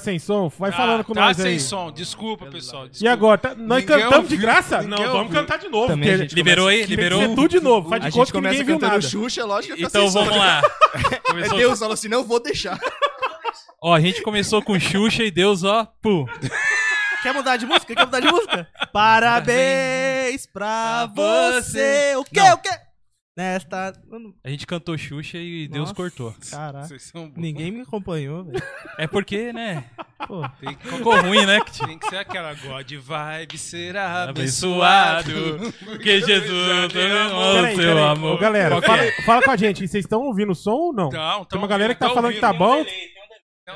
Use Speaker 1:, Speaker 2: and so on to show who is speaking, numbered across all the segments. Speaker 1: sem som? Vai
Speaker 2: Ah,
Speaker 1: falando com
Speaker 3: tá
Speaker 1: nós
Speaker 3: sem
Speaker 1: aí.
Speaker 3: som, desculpa, pessoal.
Speaker 1: E agora? tá- nós
Speaker 3: Ninguém
Speaker 1: cantamos de
Speaker 3: ouviu,
Speaker 1: graça?
Speaker 3: ninguém
Speaker 1: Não, vamos
Speaker 3: ouviu.
Speaker 1: cantar de novo.
Speaker 4: Também a
Speaker 1: porque
Speaker 4: gente
Speaker 2: Liberou aí?
Speaker 1: tem que
Speaker 2: Liberou?
Speaker 1: ser tudo de novo. Faz
Speaker 4: A
Speaker 1: de
Speaker 4: gente
Speaker 1: conta que ninguém
Speaker 4: começa
Speaker 1: viu
Speaker 4: cantando
Speaker 1: nada.
Speaker 4: Xuxa, lógico que tá
Speaker 2: Então
Speaker 4: sem som.
Speaker 2: vamos lá.
Speaker 4: É
Speaker 2: Começou-
Speaker 4: Deus falou assim, não vou deixar.
Speaker 2: Ó, a gente começou com Xuxa e Deus, ó, pum.
Speaker 5: Quer mudar de música? Quer mudar de música? Parabéns pra você. O quê?
Speaker 2: Não.
Speaker 5: O quê? Nesta. Mano,
Speaker 2: A gente cantou Xuxa e Deus
Speaker 5: Nossa.
Speaker 2: cortou.
Speaker 5: Caraca.
Speaker 3: Vocês são bons.
Speaker 5: Ninguém me acompanhou, velho.
Speaker 2: É porque, né?
Speaker 5: Pô.
Speaker 3: Tem que,
Speaker 2: Ficou ruim, né? que
Speaker 3: tem que ser aquela God vibe Então, será
Speaker 2: Abençoado,
Speaker 3: abençoado.
Speaker 2: porque Jesus amou
Speaker 1: Peraí,
Speaker 2: o
Speaker 1: peraí.
Speaker 2: seu amor.
Speaker 1: Ô, galera,
Speaker 2: Qual que
Speaker 1: fala,
Speaker 2: é?
Speaker 1: fala com a gente. Vocês estão ouvindo o som ou não?
Speaker 3: Então,
Speaker 1: Tem uma galera que tá falando que tá
Speaker 3: ouvindo.
Speaker 1: bom.
Speaker 3: Tem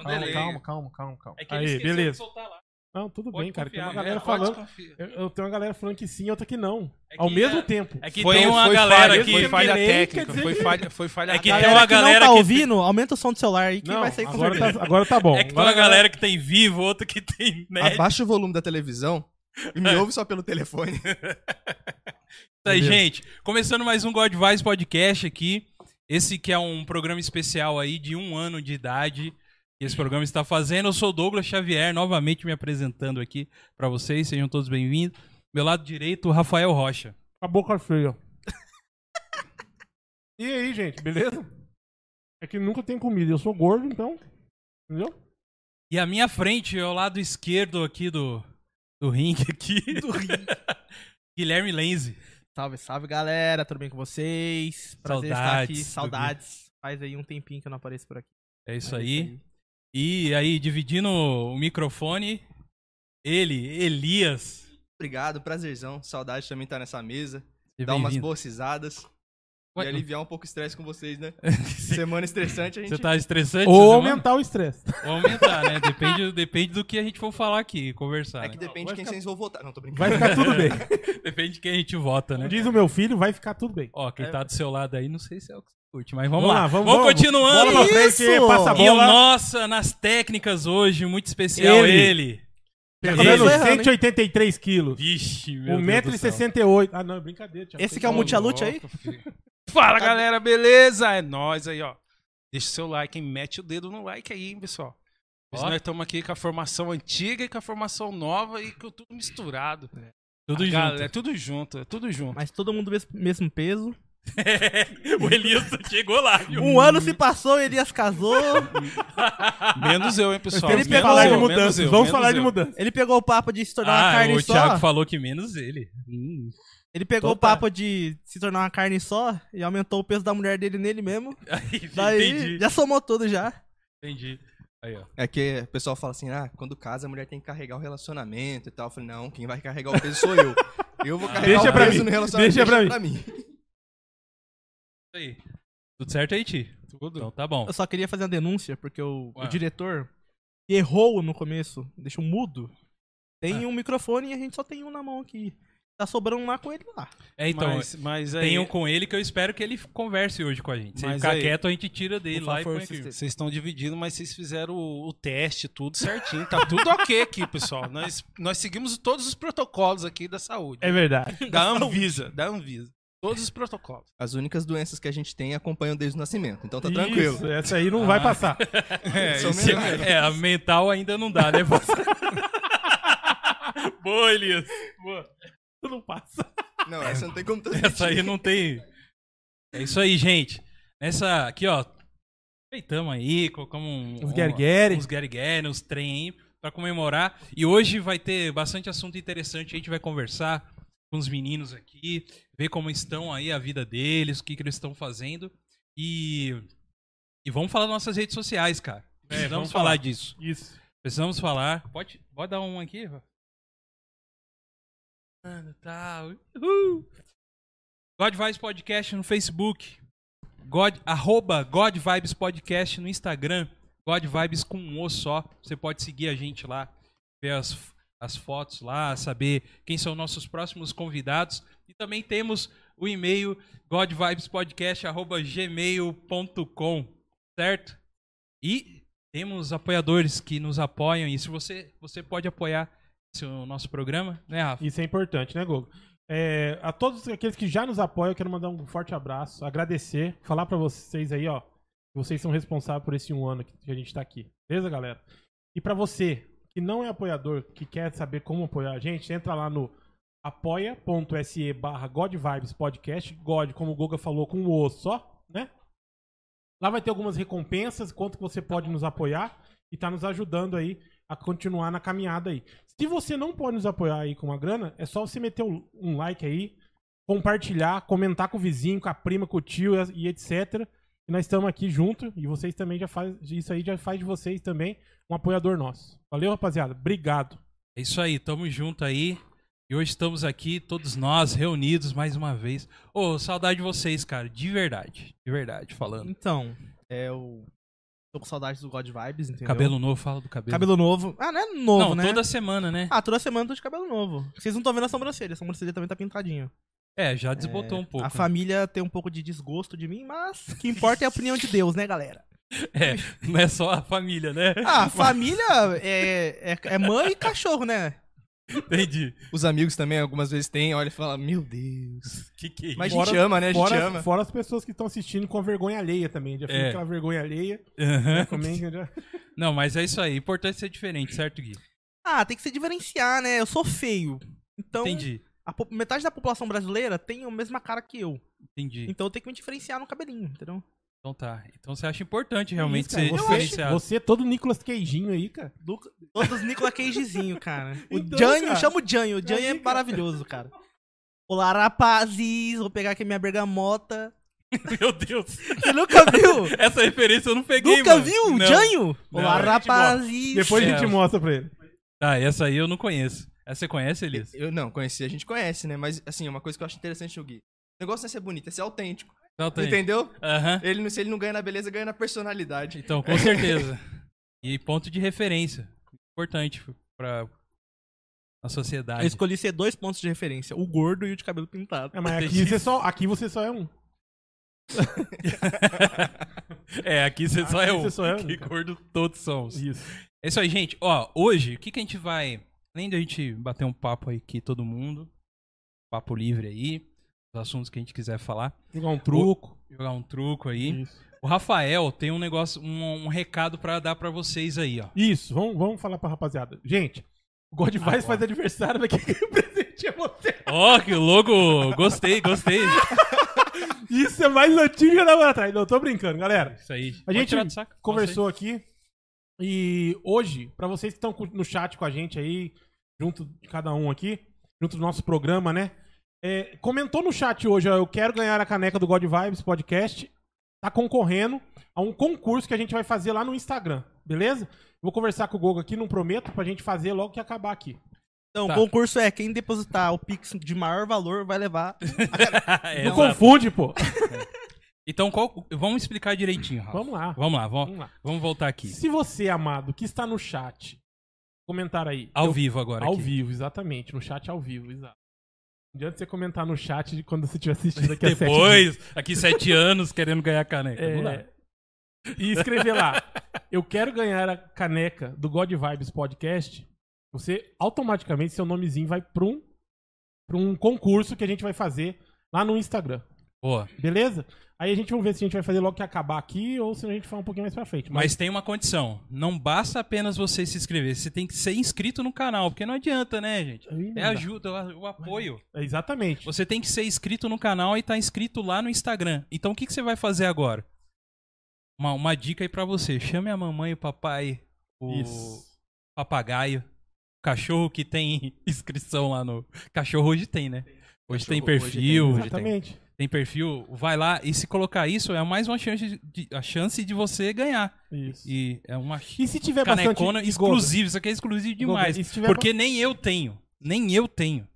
Speaker 3: um
Speaker 1: Calma,
Speaker 3: delay.
Speaker 1: calma, calma, calma, calma.
Speaker 2: É que ele
Speaker 1: Aí,
Speaker 2: esqueceu de
Speaker 1: beleza.
Speaker 2: soltar lá.
Speaker 1: Não, tudo
Speaker 2: Pode
Speaker 1: bem, cara. Tem uma
Speaker 2: confiar,
Speaker 1: galera
Speaker 2: né?
Speaker 3: Pode
Speaker 1: falando.
Speaker 3: desconfiar.
Speaker 1: Eu, eu tenho uma galera falando que sim, outra que não.
Speaker 2: É que
Speaker 1: Ao mesmo
Speaker 2: a-
Speaker 1: tempo.
Speaker 2: É que
Speaker 3: Foi,
Speaker 2: tem uma
Speaker 3: Então, foi
Speaker 2: galera
Speaker 3: falha,
Speaker 2: aqui.
Speaker 3: Foi falha
Speaker 1: Delay quer
Speaker 3: técnica.
Speaker 1: dizer
Speaker 3: Foi
Speaker 1: que-
Speaker 3: falha, foi falha
Speaker 2: É que
Speaker 3: técnica.
Speaker 2: tem uma
Speaker 5: que
Speaker 2: galera
Speaker 5: não tá
Speaker 2: que-
Speaker 5: ouvindo, aumenta o som do celular aí que
Speaker 1: Não,
Speaker 5: vai sair com
Speaker 1: agora
Speaker 5: certeza.
Speaker 1: tá, agora tá bom.
Speaker 2: É que tem
Speaker 1: Agora
Speaker 2: uma
Speaker 1: a galera-
Speaker 2: galera que tem vivo, outra que tem net.
Speaker 4: Abaixa o volume da televisão e me ouve só pelo telefone.
Speaker 2: Aí, gente, começando mais um God Vibes Podcast aqui. Esse que é um programa especial aí de um ano de idade que esse programa está fazendo. Eu sou o Douglas Xavier, novamente me apresentando aqui pra vocês. Sejam todos bem-vindos. Meu lado direito, o Rafael Rocha.
Speaker 1: com a boca feia. e aí, gente, beleza? É que nunca tem comida. Eu sou gordo, então. Entendeu?
Speaker 2: E à minha frente, ao lado esquerdo aqui do, do ringue aqui, Guilherme Lenze.
Speaker 5: Salve, salve galera, tudo bem com vocês? Prazer estar
Speaker 2: Saudades
Speaker 5: aqui,
Speaker 2: do
Speaker 5: saudades. Faz aí um tempinho que eu não apareço por aqui.
Speaker 2: É isso
Speaker 5: É
Speaker 2: aí. E aí, dividindo o microfone, ele, Elias.
Speaker 4: Obrigado, prazerzão. Saudade também estar nessa mesa.
Speaker 2: Seja
Speaker 4: dar umas
Speaker 2: bem-vindo.
Speaker 4: boas risadas.
Speaker 2: Ué,
Speaker 4: E aliviar um pouco o estresse com vocês, né?
Speaker 2: Você
Speaker 4: Semana estressante, a gente...
Speaker 2: você tá estressante?
Speaker 1: Ou
Speaker 2: essa semana?
Speaker 1: aumentar o estresse.
Speaker 2: Ou aumentar, né? Depende, depende do que a gente for falar aqui, conversar.
Speaker 4: É que
Speaker 2: né?
Speaker 4: depende de quem vocês vão votar. Não, tô brincando.
Speaker 1: Vai ficar tudo bem.
Speaker 2: Depende de quem a gente vota, né?
Speaker 1: Diz o meu filho, vai ficar tudo bem.
Speaker 2: Ó,
Speaker 3: É.
Speaker 2: quem tá do seu lado aí, não sei se é o que você curte, mas vamos, lá. Vamos,
Speaker 1: Bola pra
Speaker 2: continuando.
Speaker 1: frente,
Speaker 5: Isso!
Speaker 1: passa a
Speaker 2: E o
Speaker 1: bola.
Speaker 2: nossa, nas técnicas hoje, muito especial,
Speaker 1: Ele. Tá
Speaker 2: ele.
Speaker 1: Pesando
Speaker 5: Começou
Speaker 2: é
Speaker 5: errando, hein?
Speaker 1: 183 quilos.
Speaker 2: Vixe, meu Deus do céu.
Speaker 1: 1,68m. Ah, não, é brincadeira, Thiago.
Speaker 5: Esse que é o multialute aí?
Speaker 3: Fala galera, beleza? É nóis aí, ó. Deixa o seu like, hein? mete o dedo no like aí, hein, pessoal. Pois
Speaker 2: Ó.
Speaker 3: Nós estamos aqui com a formação antiga e com a formação nova e com tudo misturado.
Speaker 2: Tudo
Speaker 3: A
Speaker 2: junto.
Speaker 3: galera, é tudo junto, é tudo junto.
Speaker 5: Mas todo mundo mes- mesmo peso.
Speaker 2: o Elias chegou lá, viu?
Speaker 5: Um ano se passou, Elias casou,
Speaker 3: Menos eu, hein, pessoal.
Speaker 5: Felipe,
Speaker 3: Menos
Speaker 1: Falar
Speaker 3: eu,
Speaker 1: de
Speaker 3: menos
Speaker 1: mudanças.
Speaker 3: eu,
Speaker 1: Vamos
Speaker 3: menos
Speaker 1: falar de
Speaker 3: eu.
Speaker 1: mudanças.
Speaker 5: ele pegou o papo de se tornar uma
Speaker 2: Ah,
Speaker 5: carne
Speaker 2: o
Speaker 5: só.
Speaker 2: Thiago falou que menos ele. Hum.
Speaker 5: Ele pegou
Speaker 2: Total.
Speaker 5: o papo de se tornar uma carne só e aumentou o peso da mulher dele nele mesmo.
Speaker 2: Aí,
Speaker 5: Daí
Speaker 2: Entendi,
Speaker 5: já somou tudo já.
Speaker 2: entendi. Aí, ó.
Speaker 4: É que o pessoal fala assim, ah, quando casa a mulher tem que carregar o relacionamento e tal. Eu falei, não, quem vai carregar o peso sou eu. Eu vou carregar
Speaker 1: Deixa
Speaker 4: o
Speaker 1: pra
Speaker 4: peso
Speaker 1: mim,
Speaker 4: no relacionamento.
Speaker 1: deixa pra
Speaker 2: Isso aí. Tudo certo aí, Ti?
Speaker 3: Tudo.
Speaker 2: Então tá bom.
Speaker 5: Eu só queria fazer uma denúncia, porque o, o
Speaker 2: Ué.
Speaker 5: diretor que errou no começo, deixou mudo.
Speaker 2: É.
Speaker 5: Tem um microfone e a gente só tem um na mão aqui. Tá sobrando um lá com ele lá.
Speaker 2: É, então,
Speaker 3: mas, mas aí, é
Speaker 2: Tem um com ele que eu espero que ele converse hoje com a gente. Se ele
Speaker 3: Mas
Speaker 2: ficar
Speaker 3: aí-
Speaker 2: quieto, a gente tira dele
Speaker 5: Por
Speaker 2: lá
Speaker 5: favor,
Speaker 2: e põe aqui.
Speaker 3: Vocês estão dividindo, mas vocês fizeram o, o teste, tudo certinho. Tá tudo ok aqui, pessoal. Nós, nós seguimos todos os protocolos aqui da saúde.
Speaker 1: É verdade.
Speaker 3: da Anvisa, da Anvisa. Todos os protocolos.
Speaker 4: As únicas doenças que a gente tem acompanham desde o nascimento, então tá tranquilo.
Speaker 1: Isso, essa aí não vai passar.
Speaker 3: É,
Speaker 4: São
Speaker 3: isso
Speaker 4: mesmo.
Speaker 3: é-
Speaker 2: É, a mental ainda não dá, né? Boa, Elias. Boa.
Speaker 1: Tu não passa.
Speaker 4: Não, essa não tem como transmitir.
Speaker 2: Essa aí não tem. É isso aí, gente. Nessa aqui, ó. Aproveitamos aí, colocamos um,
Speaker 1: Os
Speaker 2: um-
Speaker 1: guergueri.
Speaker 2: uns guergueri, uns trem aí pra comemorar. E hoje vai ter bastante assunto interessante. A gente vai conversar com os meninos aqui, ver como estão aí a vida deles, o que, que eles estão fazendo. E, e vamos falar das nossas redes sociais, cara. Precisamos
Speaker 1: vamos
Speaker 2: É, falar,
Speaker 1: falar.
Speaker 2: disso.
Speaker 1: Isso.
Speaker 2: Precisamos falar. Pode, pode dar um aqui, Rafa? Mano, tá. Uhul. God Vibes Podcast no Facebook. God, arroba God Vibes Podcast no Instagram. God Vibes com um O só. Você pode seguir a gente lá, ver as, as fotos lá, saber quem são nossos próximos convidados. E também temos o e-mail godvibespodcast.gmail.com, certo? E temos apoiadores que nos apoiam. E se você, você pode apoiar esse- o nosso programa, né, Rafa?
Speaker 1: Isso é importante, né, Gogo? É, a todos aqueles que já nos apoiam, eu quero mandar um forte abraço, agradecer, falar pra vocês aí, ó, que vocês são responsáveis por esse um ano que a gente tá aqui. Beleza, galera? E pra você que não é apoiador, que quer saber como apoiar a gente, entra lá no apoia.se barra Godvibes Podcast. God, como o Goga falou, com o O só, né? Lá vai ter algumas recompensas, quanto que você pode nos apoiar e tá nos ajudando aí a continuar na caminhada aí. Se você não pode nos apoiar aí com uma grana, é só você meter o- um like aí, compartilhar, comentar com o vizinho, com a prima, com o tio e etc. E nós estamos aqui junto e vocês também já faz isso aí já faz de vocês também um apoiador nosso. Valeu, rapaziada. Obrigado.
Speaker 2: É isso aí, tamo junto aí. E hoje estamos aqui, todos nós, reunidos mais uma vez. Ô, saudade de vocês, cara. De verdade. De verdade, falando.
Speaker 5: Então, é o. Tô com saudades do God Vibes, entendeu?
Speaker 2: Cabelo novo, fala do cabelo.
Speaker 5: Cabelo novo. Ah, não é novo,
Speaker 2: Não,
Speaker 5: né?
Speaker 2: toda semana, né?
Speaker 5: Ah, toda semana eu tô de cabelo novo. Vocês não estão vendo a sobrancelha, a sobrancelha também tá pintadinha.
Speaker 2: É, já desbotou um pouco.
Speaker 5: a
Speaker 2: né?
Speaker 5: família tem um pouco de desgosto de mim, mas o que importa é a opinião de Deus, né, galera?
Speaker 2: É, não é só a família, né?
Speaker 5: Ah, família é, é, é mãe e cachorro, né?
Speaker 2: Entendi.
Speaker 4: Os amigos também algumas vezes têm, olha e fala, meu Deus.
Speaker 2: Que que é isso?
Speaker 4: Mas a gente
Speaker 1: Fora-
Speaker 4: ama, né? A gente
Speaker 1: Fora,
Speaker 4: ama.
Speaker 1: fora as pessoas que estão assistindo com a vergonha alheia também. Já fica
Speaker 2: É.
Speaker 1: aquela vergonha alheia. Né,
Speaker 2: Aham.
Speaker 1: Também, já...
Speaker 2: Não, mas é isso aí. Importante ser diferente, certo, Gui?
Speaker 5: Ah, tem que se diferenciar, né? Eu sou feio. Então,
Speaker 2: Entendi.
Speaker 5: a po- metade da população brasileira tem a mesma cara que eu.
Speaker 2: Entendi.
Speaker 5: Então eu tenho que me diferenciar no cabelinho, entendeu?
Speaker 2: Então tá. Então você acha
Speaker 5: É
Speaker 2: importante realmente
Speaker 1: Isso, cara.
Speaker 2: ser
Speaker 1: você,
Speaker 2: diferenciado.
Speaker 1: você é todo Nicolas Queijinho aí, cara.
Speaker 5: Do, todos Nicolas Cagezinho, cara. O
Speaker 1: Então,
Speaker 5: Janho,
Speaker 1: cara.
Speaker 5: chama o Janho.
Speaker 2: Tá
Speaker 5: O Janho é
Speaker 1: Aí, cara.
Speaker 5: maravilhoso, cara. Olá, rapazes. Vou pegar aqui minha bergamota.
Speaker 2: Meu Deus.
Speaker 5: Você nunca viu?
Speaker 2: Essa referência eu não peguei,
Speaker 5: nunca
Speaker 2: mano.
Speaker 5: viu o
Speaker 2: Não.
Speaker 5: Janho?
Speaker 2: Não,
Speaker 5: Olá,
Speaker 2: a gente
Speaker 5: rapazes.
Speaker 1: Depois a
Speaker 2: É.
Speaker 1: gente mostra pra ele.
Speaker 2: Tá, essa aí eu não conheço. Essa você conhece, Elias?
Speaker 4: Eu não, conheci, a gente conhece, né? Mas, assim, uma coisa que eu acho interessante do Gui. O negócio não é ser bonito, é ser autêntico.
Speaker 2: Solta aí.
Speaker 4: Entendeu?
Speaker 2: Aham.
Speaker 4: Ele, não- se ele não ganha na beleza, ganha na personalidade.
Speaker 2: Então, com certeza. e ponto de referência. Importante pra a
Speaker 5: Eu
Speaker 2: sociedade.
Speaker 5: escolhi ser dois pontos de referência. O gordo e o de cabelo pintado.
Speaker 1: É, mas aqui você, só, aqui você só é um.
Speaker 2: É, aqui você só
Speaker 1: Aqui
Speaker 2: é um.
Speaker 1: você só é um,
Speaker 2: que
Speaker 1: cara.
Speaker 2: gordo todos somos.
Speaker 1: Isso.
Speaker 2: É isso aí, gente. Ó, hoje, o que, que a gente vai. Além da gente bater um papo aí aqui, todo mundo. Papo livre aí. Os assuntos que a gente quiser falar.
Speaker 1: Jogar um truco.
Speaker 2: Jogar um truco aí.
Speaker 1: Isso.
Speaker 2: O Rafael tem um negócio, um, um recado pra dar pra vocês aí, ó.
Speaker 1: Isso, vamos, vamos falar pra rapaziada. Gente, o God
Speaker 2: Agora.
Speaker 1: faz aniversário daqui que o presente é você.
Speaker 2: Ó, que logo! Gostei, gostei.
Speaker 1: Isso é mais antigo que lá atrás. Não, tô brincando, galera.
Speaker 2: Isso aí.
Speaker 1: A
Speaker 2: Pode
Speaker 1: gente
Speaker 2: tirar do saco.
Speaker 1: Conversou aqui. E hoje, pra vocês que estão cu- no chat com a gente aí, junto de cada um aqui, junto do nosso programa, né? É, comentou no chat hoje, ó, eu quero ganhar a caneca do God Vibes Podcast. Tá concorrendo a um concurso que a gente vai fazer lá no Instagram, beleza? Vou conversar com o Gogo aqui, não prometo, pra gente fazer logo que acabar aqui.
Speaker 5: Então,
Speaker 2: Tá.
Speaker 5: o concurso é quem depositar o Pix de maior valor vai levar.
Speaker 2: É,
Speaker 1: não
Speaker 2: exato.
Speaker 1: confunde, pô.
Speaker 2: Então, qual- vamos explicar direitinho, Rafa.
Speaker 1: Vamos lá.
Speaker 2: Vamos lá, vamos,
Speaker 1: Vamos lá.
Speaker 2: vamos voltar aqui.
Speaker 1: Se você, amado, que está no chat, comentar aí.
Speaker 2: Ao
Speaker 1: Eu-
Speaker 2: vivo agora.
Speaker 1: Ao
Speaker 2: aqui.
Speaker 1: vivo, exatamente. No chat ao vivo, exato. Não adianta você comentar no chat de quando você estiver assistindo aqui a é sete
Speaker 2: Depois, aqui sete anos querendo ganhar a caneca.
Speaker 1: É.
Speaker 2: Não dá.
Speaker 1: E escrever lá. Eu quero ganhar a caneca do God Vibes Podcast. Você, automaticamente, seu nomezinho vai para um, pra um concurso que a gente vai fazer lá no Instagram.
Speaker 2: Boa.
Speaker 1: Beleza? Aí a gente vai ver se a gente vai fazer logo que acabar aqui ou se a gente fala um pouquinho mais pra frente.
Speaker 2: Mas tem uma condição. Não basta apenas você se inscrever. Você tem que ser inscrito no canal, porque não adianta, né, gente?
Speaker 1: Aí não
Speaker 2: É
Speaker 1: dá. É,
Speaker 2: ajuda, o o apoio.
Speaker 1: Exatamente.
Speaker 2: Você tem que ser inscrito no canal e tá inscrito lá no Instagram. Então o que, que você vai fazer agora? Uma, uma dica aí pra você. Chame a mamãe, o papai,
Speaker 1: Tipo,
Speaker 2: o
Speaker 1: Isso.
Speaker 2: papagaio, o cachorro que tem inscrição lá no. Cachorro hoje tem, né? Hoje tem
Speaker 4: Cachorro hoje
Speaker 2: perfil,
Speaker 4: tem,
Speaker 2: tem,
Speaker 4: hoje
Speaker 1: Exatamente.
Speaker 2: perfil. Vai lá e se colocar isso é mais uma chance de, a chance de você ganhar.
Speaker 1: Isso. E,
Speaker 2: E é uma
Speaker 1: se tiver
Speaker 2: canecona
Speaker 1: bastante...
Speaker 2: exclusiva. Isso aqui é exclusivo
Speaker 1: Gogo,
Speaker 2: demais.
Speaker 1: e se tiver
Speaker 2: Porque nem eu tenho. Nem eu tenho.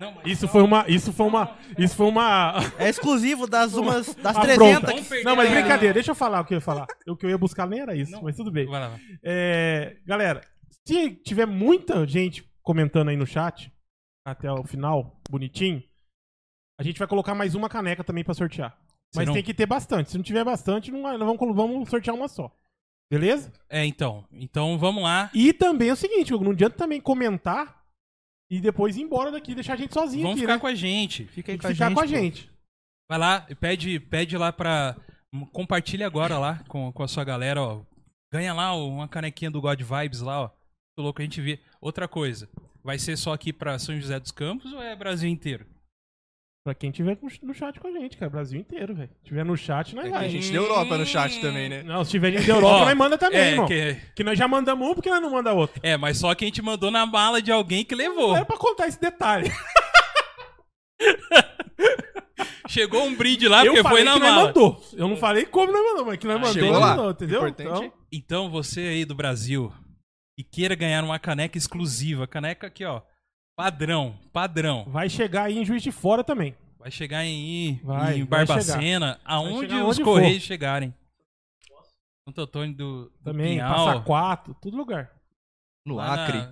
Speaker 2: Não, mas
Speaker 1: Isso
Speaker 2: não.
Speaker 1: foi uma. Isso foi uma. Isso foi uma.
Speaker 5: É exclusivo das umas. das
Speaker 1: Afronta.
Speaker 5: 300
Speaker 2: Vamos perder
Speaker 1: Não, mas
Speaker 2: a-
Speaker 1: brincadeira, deixa eu falar o que eu ia falar. O que eu ia buscar nem era isso,
Speaker 2: Não.
Speaker 1: mas tudo bem.
Speaker 2: Vai lá, vai.
Speaker 1: É, galera, se tiver muita gente comentando aí no chat, até o final, bonitinho, a gente vai colocar mais uma caneca também pra sortear.
Speaker 2: Se
Speaker 1: Mas
Speaker 2: não-
Speaker 1: tem que ter bastante. Se não tiver bastante, não, vai- nós vamos, colo- vamos sortear uma só. Beleza?
Speaker 2: É, então. Então vamos lá.
Speaker 1: E também é o seguinte, Hugo, não adianta também comentar e depois ir embora daqui e deixar a gente sozinho
Speaker 2: Vamos
Speaker 1: aqui,
Speaker 2: ficar
Speaker 1: né?
Speaker 2: com a gente.
Speaker 5: Fica
Speaker 1: Tem que ficar com a gente.
Speaker 2: Vai lá, e pede, pede lá pra. m- Compartilha agora lá com, com a sua galera, ó. Ganha lá ó, uma canequinha do God Vibes lá, ó. Muito louco, a gente vê. Outra coisa, vai ser só aqui pra São José dos Campos ou é Brasil inteiro?
Speaker 1: Pra quem tiver com- no chat com a gente, cara. Brasil inteiro, velho. Se tiver no chat,
Speaker 2: É
Speaker 1: nós
Speaker 4: Tem
Speaker 1: vai.
Speaker 4: É gente da Europa no chat também, né?
Speaker 1: Não, se tiver gente da Europa,
Speaker 2: Ó,
Speaker 1: nós manda também,
Speaker 2: é,
Speaker 1: irmão. Que...
Speaker 2: que-
Speaker 1: nós já mandamos um, porque nós não manda outro.
Speaker 2: é, mas só que a gente mandou na mala de alguém que levou.
Speaker 1: Era pra contar esse detalhe.
Speaker 2: Chegou um brinde lá
Speaker 1: eu
Speaker 2: porque
Speaker 1: falei
Speaker 2: foi na
Speaker 1: que nós
Speaker 2: mala. Ah,
Speaker 1: mandou. Eu não falei como nós mandamos, mas que nós mandamos,
Speaker 4: Chegou
Speaker 1: nós
Speaker 4: lá.
Speaker 1: mandou, entendeu?
Speaker 4: Importante.
Speaker 1: Então,
Speaker 2: Então você aí do Brasil que queira ganhar uma caneca exclusiva, caneca aqui, ó. Padrão, padrão.
Speaker 1: vai chegar aí em Juiz de Fora também.
Speaker 2: Vai chegar em,
Speaker 1: Vai,
Speaker 2: em
Speaker 1: vai
Speaker 2: Barbacena, aonde
Speaker 1: chegar
Speaker 2: os
Speaker 1: onde
Speaker 2: Correios chegarem. Santo Antônio do, do
Speaker 1: Também,
Speaker 2: Pinhal,
Speaker 1: Passa Quatro, todo lugar.
Speaker 4: No
Speaker 2: lá na-
Speaker 4: Acre.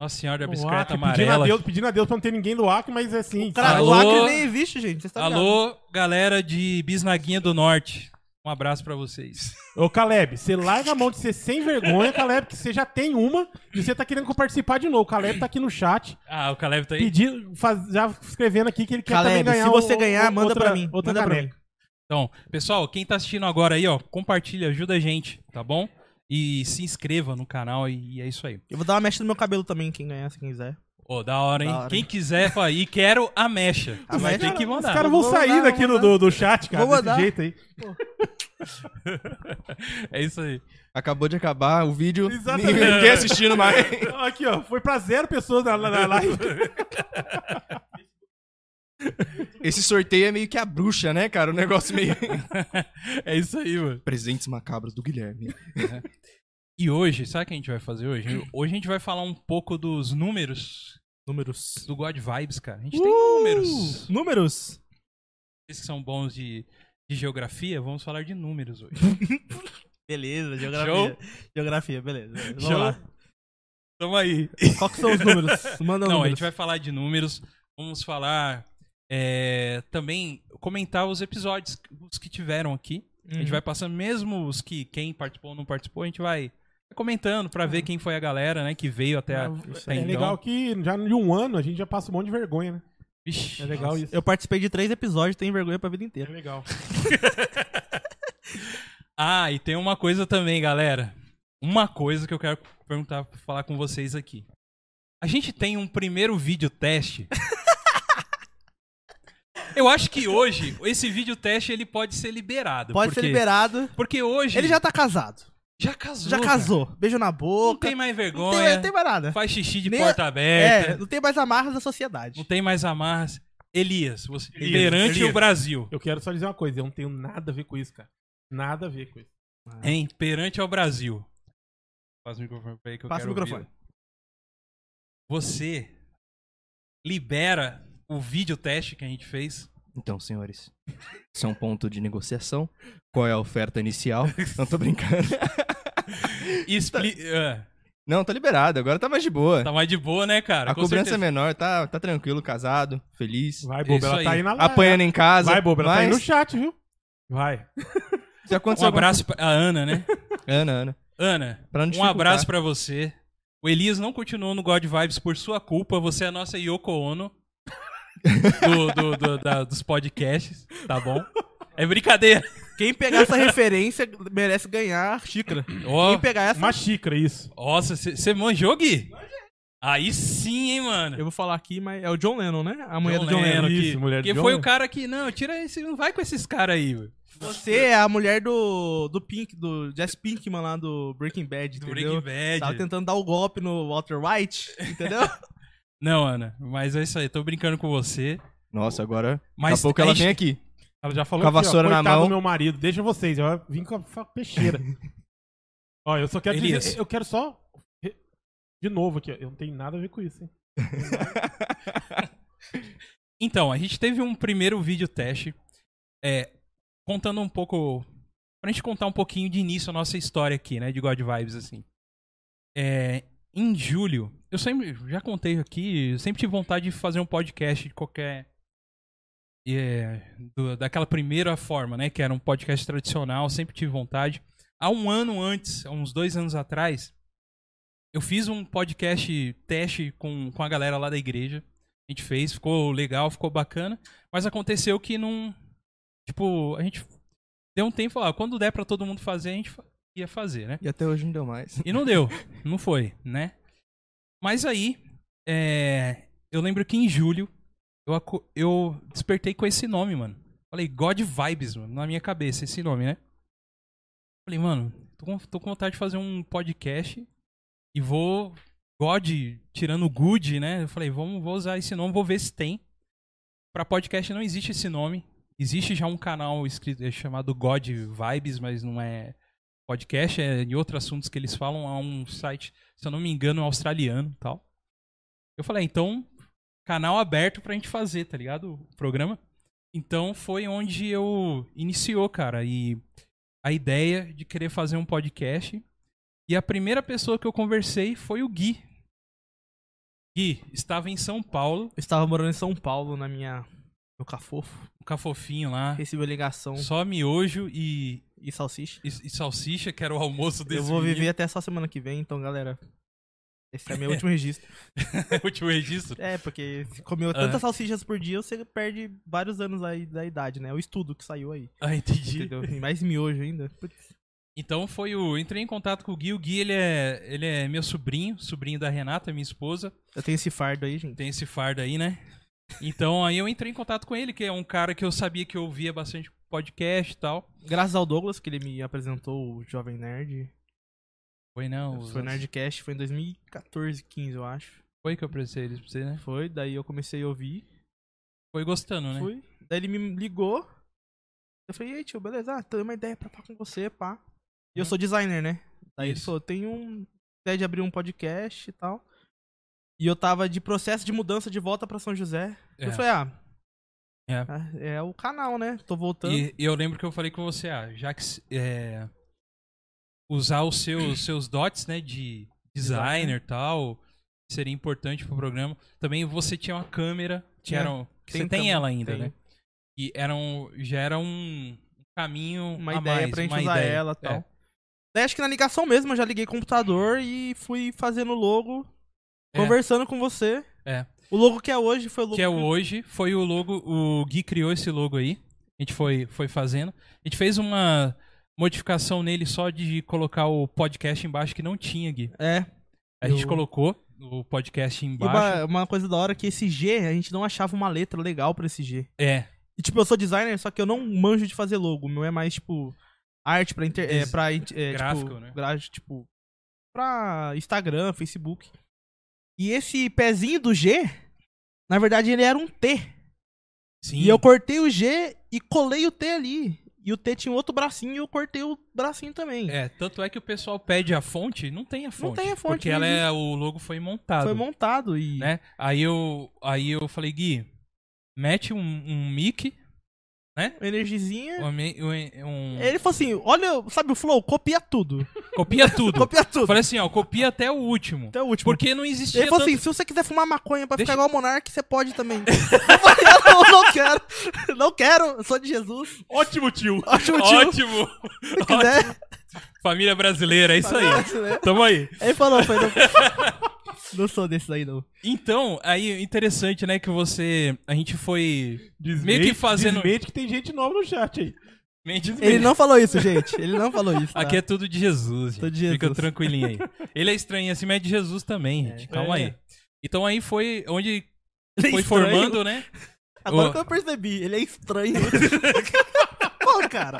Speaker 2: Nossa Senhora da
Speaker 1: No
Speaker 2: Bicicleta
Speaker 1: Acre, pedindo a,
Speaker 2: Amarela.
Speaker 1: Deus, pedindo a Deus pra não ter ninguém do Acre, mas assim.
Speaker 5: Cara,
Speaker 1: sabe?
Speaker 5: o
Speaker 2: Alô?
Speaker 5: Acre nem existe, gente. Vocês tá ligado?
Speaker 2: Alô, galera de Bisnaguinha do Norte. Um abraço pra vocês.
Speaker 1: Ô, Caleb, você larga a mão de ser sem vergonha, Caleb, que você já tem uma e você tá querendo participar de novo. O Caleb tá aqui no chat,
Speaker 2: Ah, o Caleb tá aí.
Speaker 1: pedindo, faz- já escrevendo aqui que ele quer
Speaker 5: Caleb,
Speaker 1: também é ganhar
Speaker 5: se você
Speaker 1: o-
Speaker 5: ganhar,
Speaker 1: o-
Speaker 5: manda
Speaker 1: outra,
Speaker 5: pra mim.
Speaker 1: Outra
Speaker 5: Manda pra
Speaker 1: caneca.
Speaker 2: Então, pessoal, quem tá assistindo agora aí, ó, compartilha, ajuda a gente, tá bom? E se inscreva no canal e, e é isso aí.
Speaker 5: Eu vou dar uma mecha no meu cabelo também, quem ganhar, se quem quiser.
Speaker 2: Ô, da hora, hein?
Speaker 5: Da hora.
Speaker 2: Quem quiser, fala aí, quero a mecha.
Speaker 5: A
Speaker 2: Vai
Speaker 5: mecha-
Speaker 2: ter Ah, que mandar.
Speaker 1: Os caras vão
Speaker 5: Vou
Speaker 1: sair
Speaker 5: mandar,
Speaker 1: daqui
Speaker 5: vou
Speaker 1: do, do, do chat, cara,
Speaker 5: Vou
Speaker 1: desse
Speaker 5: mandar.
Speaker 1: jeito aí.
Speaker 2: É isso aí.
Speaker 4: Acabou de acabar o vídeo.
Speaker 1: Exatamente.
Speaker 4: Ninguém assistindo mais.
Speaker 1: Aqui, ó, foi pra zero pessoas na, na- na live.
Speaker 4: Esse sorteio é meio que a bruxa, né, cara? O negócio meio.
Speaker 2: É isso aí, mano.
Speaker 4: Presentes macabros do Guilherme.
Speaker 2: E hoje, sabe o que a gente vai fazer hoje? Hoje a gente vai falar um pouco dos números
Speaker 5: Números.
Speaker 2: do God Vibes, cara. A gente tem números.
Speaker 5: Números?
Speaker 2: Vocês que são bons de, de geografia, vamos falar de números hoje.
Speaker 5: Beleza,
Speaker 2: Show?
Speaker 5: Geografia, beleza. Vamos
Speaker 2: Show? Tamo aí.
Speaker 5: Qual que são os números?
Speaker 1: um
Speaker 5: Manda
Speaker 2: Não,
Speaker 5: números.
Speaker 2: a gente vai falar de números, vamos falar é, também comentar os episódios, os que tiveram aqui. A
Speaker 5: Uhum. Hum.
Speaker 2: gente vai passando, mesmo os que quem participou ou não participou, a gente vai comentando pra ver quem foi a galera, né, que veio até a...
Speaker 1: É
Speaker 2: aí, então.
Speaker 1: legal que já em um ano a gente já passa um monte de vergonha, né?
Speaker 2: Vixe,
Speaker 1: É legal isso.
Speaker 5: Eu participei de três episódios, tenho vergonha pra vida
Speaker 1: É
Speaker 5: inteira.
Speaker 1: legal.
Speaker 2: Ah, e tem uma coisa também, galera. Uma coisa que eu quero perguntar, falar com vocês aqui. A gente tem um primeiro vídeo teste. eu acho que hoje esse vídeo teste ele pode ser liberado.
Speaker 5: Pode
Speaker 2: porque,
Speaker 5: ser liberado.
Speaker 2: Porque hoje
Speaker 5: Ele já tá casado.
Speaker 2: já casou.
Speaker 5: Já
Speaker 2: cara.
Speaker 5: casou. Beijo na
Speaker 2: Não
Speaker 5: boca.
Speaker 2: tem mais
Speaker 5: Não
Speaker 2: vergonha.
Speaker 5: tem, não tem mais nada.
Speaker 2: Faz xixi de
Speaker 5: Nem-
Speaker 2: porta aberta.
Speaker 5: É, não tem mais amarras da sociedade.
Speaker 2: Não tem mais amarras. Elias, você
Speaker 1: Elias,
Speaker 2: perante
Speaker 1: Elias.
Speaker 2: o Brasil.
Speaker 1: Eu quero só dizer uma coisa, eu não tenho nada a ver com isso, cara. Nada a ver com isso.
Speaker 2: Hein? Perante ao Brasil. Passa o microfone pra aí que eu
Speaker 5: Passa
Speaker 2: quero
Speaker 5: o microfone.
Speaker 2: ouvi-lo. Você libera o vídeo teste que a gente fez.
Speaker 4: Então, senhores, isso é um ponto de negociação. Qual é a oferta inicial? Não tô brincando.
Speaker 2: E expli- Ah,
Speaker 4: Não, tá liberado. Agora tá mais de boa.
Speaker 2: tá mais de boa, né, cara?
Speaker 4: a
Speaker 2: Com
Speaker 4: cobrança
Speaker 2: certeza.
Speaker 4: é menor, tá, tá tranquilo, casado, feliz.
Speaker 1: Vai, Bobo,
Speaker 2: Isso
Speaker 1: ela tá
Speaker 2: aí.
Speaker 1: aí na live.
Speaker 4: Apanhando em casa.
Speaker 1: Vai, Bobo, ela tá aí
Speaker 4: mas
Speaker 1: no chat, viu? Vai.
Speaker 4: Se
Speaker 2: Um
Speaker 4: acontecer alguma-
Speaker 2: abraço pra a Ana, né?
Speaker 4: Ana, Ana.
Speaker 2: Ana,
Speaker 4: Pra não
Speaker 2: um
Speaker 4: dificultar.
Speaker 2: abraço pra você. O Elias não continuou no God Vibes por sua culpa. Você é a nossa Yoko Ono do- do- do- da- dos podcasts, tá bom? É brincadeira.
Speaker 5: Quem pegar essa referência merece ganhar xícara.
Speaker 2: Ó,
Speaker 5: Quem pegar essa.
Speaker 1: Uma xícara, isso.
Speaker 2: Nossa, você manjou, Gui? Aí sim, hein, mano.
Speaker 5: Eu vou falar aqui, mas é o John Lennon, né? A mulher do John Lennon.
Speaker 1: Lennon.
Speaker 2: que,
Speaker 1: isso, mulher do
Speaker 2: que
Speaker 1: John
Speaker 2: foi
Speaker 1: Lennon.
Speaker 2: o cara que, não, tira esse, não vai com esses caras aí, velho.
Speaker 5: Você é a mulher do, do Pink, do Jess Pinkman lá do Breaking Bad,
Speaker 2: do
Speaker 5: entendeu?
Speaker 2: Breaking Bad.
Speaker 5: Tava tentando dar o golpe no Walter White, entendeu?
Speaker 2: Não, Ana, mas é isso aí, tô brincando com você.
Speaker 4: Nossa, agora. daqui
Speaker 2: Mas
Speaker 4: a pouco
Speaker 2: a
Speaker 4: ela
Speaker 2: gente-
Speaker 4: vem aqui.
Speaker 1: Ela já falou
Speaker 4: Com a vassoura na
Speaker 1: coitado
Speaker 4: mão.
Speaker 1: do meu marido, deixa vocês, eu vim com a fa- peixeira. ó, eu só quero dizer,
Speaker 2: Elias.
Speaker 1: eu quero só... De novo aqui, ó, eu não tenho nada a ver com isso, hein?
Speaker 2: Então, a gente teve um primeiro vídeo teste, é, contando um pouco, pra gente contar um pouquinho de início a nossa história aqui, né, de God Vibes, assim. É, em julho, eu sempre, já contei aqui, eu sempre tive vontade de fazer um podcast de qualquer, é, do- daquela primeira forma, né, que era um podcast tradicional, sempre tive vontade. Há um ano antes, há uns dois anos atrás, eu fiz um podcast teste com, com a galera lá da igreja, a gente fez, ficou legal, ficou bacana, mas aconteceu "Ah, que não. Tipo, a gente deu um tempo, ó, quando der pra todo mundo fazer, a gente fa- ia fazer, né?
Speaker 4: E até hoje não deu mais.
Speaker 2: E não deu, não foi, né? Mas aí, é, eu lembro que em julho, eu, aco- eu despertei com esse nome, mano. Falei, God Vibes, mano, na minha cabeça, esse nome, né? Falei, mano, tô com, tô com vontade de fazer um podcast e vou. God, tirando o good, né? Eu falei, vamos, vou usar esse nome, vou ver se tem. Pra podcast não existe esse nome. Existe já um canal escrito, é chamado God Vibes, mas não é podcast é, e outros assuntos que eles falam a um site, se eu não me engano, é australiano e tal. Eu falei, ah, então, canal aberto pra gente fazer, tá ligado? O programa. Então foi onde eu iniciou, cara, e a ideia de querer fazer um podcast. E a primeira pessoa que eu conversei foi o Gui. Gui estava em São Paulo,
Speaker 5: Eu estava morando em São Paulo, na minha. Meu cafofo.
Speaker 2: o um cafofinho lá,
Speaker 5: Recebi a ligação
Speaker 2: só miojo e,
Speaker 5: e salsicha.
Speaker 2: e, e salsicha, que era o almoço desse
Speaker 5: Eu vou
Speaker 2: menino.
Speaker 5: viver até só semana que vem, então, galera. Esse é meu último registro.
Speaker 2: último registro.
Speaker 5: É, porque se comeu
Speaker 2: Ah.
Speaker 5: tantas salsichas por dia, você perde vários anos aí da idade, né? O estudo que saiu aí.
Speaker 2: Ah, entendi.
Speaker 5: Entendeu? E mais miojo ainda. Putz.
Speaker 2: Então foi o. Entrei em contato com o Gui. O Gui, ele é, ele é meu sobrinho, sobrinho da Renata, minha esposa.
Speaker 5: Eu tenho esse fardo aí, gente.
Speaker 2: Tem esse fardo aí, né? Então aí eu entrei em contato com ele, que é um cara que eu sabia que eu ouvia bastante podcast e tal.
Speaker 5: Graças ao Douglas, que ele me apresentou o Jovem Nerd.
Speaker 2: Foi não. os-
Speaker 5: Foi o Nerdcast, foi em 2014, 15, eu acho.
Speaker 2: Foi que eu apresentei eles pra você, né?
Speaker 5: Foi, daí eu comecei a ouvir.
Speaker 2: Foi gostando, né?
Speaker 5: Fui. Daí ele me ligou. Eu falei, ei tio, beleza, ah, tenho uma ideia pra falar com você, pá. E eu sou designer, né? Daí ele
Speaker 2: Isso.
Speaker 5: falou, tem um. ideia de abrir um podcast e tal. E eu tava de processo de mudança de volta pra São José.
Speaker 2: É.
Speaker 5: Eu falei, ah.
Speaker 2: É.
Speaker 5: É o canal, né? Tô voltando.
Speaker 2: E, e eu lembro que eu falei com você, ah, já que se- é, usar os seus, seus dots, né, de designer e tal, seria importante pro programa. Também você tinha uma câmera, que
Speaker 5: Tinha.
Speaker 2: era um- que você
Speaker 5: Tem
Speaker 2: tem
Speaker 5: câmera,
Speaker 2: ela ainda,
Speaker 5: tenho.
Speaker 2: né? E era um, já era um caminho
Speaker 5: Uma
Speaker 2: a
Speaker 5: ideia
Speaker 2: mais,
Speaker 5: pra gente
Speaker 2: uma
Speaker 5: usar
Speaker 2: ideia.
Speaker 5: ela e tal.
Speaker 2: É.
Speaker 5: Daí acho que na ligação mesmo eu já liguei o computador e fui fazendo logo,
Speaker 2: É.
Speaker 5: conversando com você.
Speaker 2: É.
Speaker 5: O logo que é hoje foi o logo
Speaker 2: Que é
Speaker 5: que-
Speaker 2: hoje, foi o logo, o Gui criou esse logo aí, a gente foi, foi fazendo. A gente fez uma modificação nele só de colocar o podcast embaixo que não tinha, Gui.
Speaker 5: É,
Speaker 2: A gente
Speaker 5: Eu-
Speaker 2: colocou o podcast
Speaker 5: E
Speaker 2: embaixo.
Speaker 5: uma, uma coisa da hora é que esse G, a gente não achava uma letra legal pra esse G.
Speaker 2: É,
Speaker 5: E, tipo, eu sou designer, só que eu não manjo de fazer logo. O meu é mais, tipo, arte pra... Inter... É,
Speaker 2: Des-
Speaker 5: pra in- é,
Speaker 2: gráfico,
Speaker 5: tipo,
Speaker 2: né?
Speaker 5: gra- Tipo, pra Instagram, Facebook. E esse pezinho do G, na verdade, ele era um T.
Speaker 2: sim.
Speaker 5: E eu cortei o G e colei o T ali. E o T tinha um outro bracinho e eu cortei o bracinho também.
Speaker 2: É, tanto é que o pessoal pede a fonte, não tem a fonte.
Speaker 5: tem a fonte,
Speaker 2: Porque
Speaker 5: não
Speaker 2: ela é, o logo foi montado.
Speaker 5: Foi montado e...
Speaker 2: né? Aí eu, aí eu falei, Gui, mete um, um mic,
Speaker 5: Uma energizinha...
Speaker 2: um, me- um- um-
Speaker 5: Ele falou assim, olha, sabe o flow? Copia tudo.
Speaker 2: copia tudo.
Speaker 5: Copia
Speaker 2: Eu
Speaker 5: tudo.
Speaker 2: falei assim, ó, copia até o último.
Speaker 5: Até o último.
Speaker 2: Porque não existia
Speaker 5: Ele falou
Speaker 2: tanto-
Speaker 5: assim: se você quiser fumar maconha pra
Speaker 2: Deixa-
Speaker 5: ficar igual o Monark, você pode também. eu falei: eu não, não quero, não quero, eu sou de Jesus.
Speaker 1: Ótimo, tio!
Speaker 5: Ótimo tio,
Speaker 2: Ótimo!
Speaker 5: se quiser.
Speaker 2: Família brasileira, é isso aí.
Speaker 5: né?
Speaker 2: Tamo aí.
Speaker 5: Ele falou: eu falei, não, não sou desses aí, não.
Speaker 2: Então, aí interessante, né, que você. A gente foi. Meio que fazendo.
Speaker 1: Desmente que tem gente nova no chat aí.
Speaker 5: Ele não falou isso, gente. Ele não falou isso. tá?
Speaker 2: Aqui é tudo de Jesus, gente.
Speaker 5: Tudo de
Speaker 2: Fica
Speaker 5: Jesus.
Speaker 2: tranquilinho aí. Ele é estranho assim, mas é de Jesus também, gente. Calma
Speaker 5: É.
Speaker 2: aí. Então aí foi onde
Speaker 5: Ele é
Speaker 2: foi
Speaker 5: estranho.
Speaker 2: formando, né?
Speaker 5: Agora
Speaker 2: Ó.
Speaker 5: que eu percebi, ele é estranho. Pô, cara.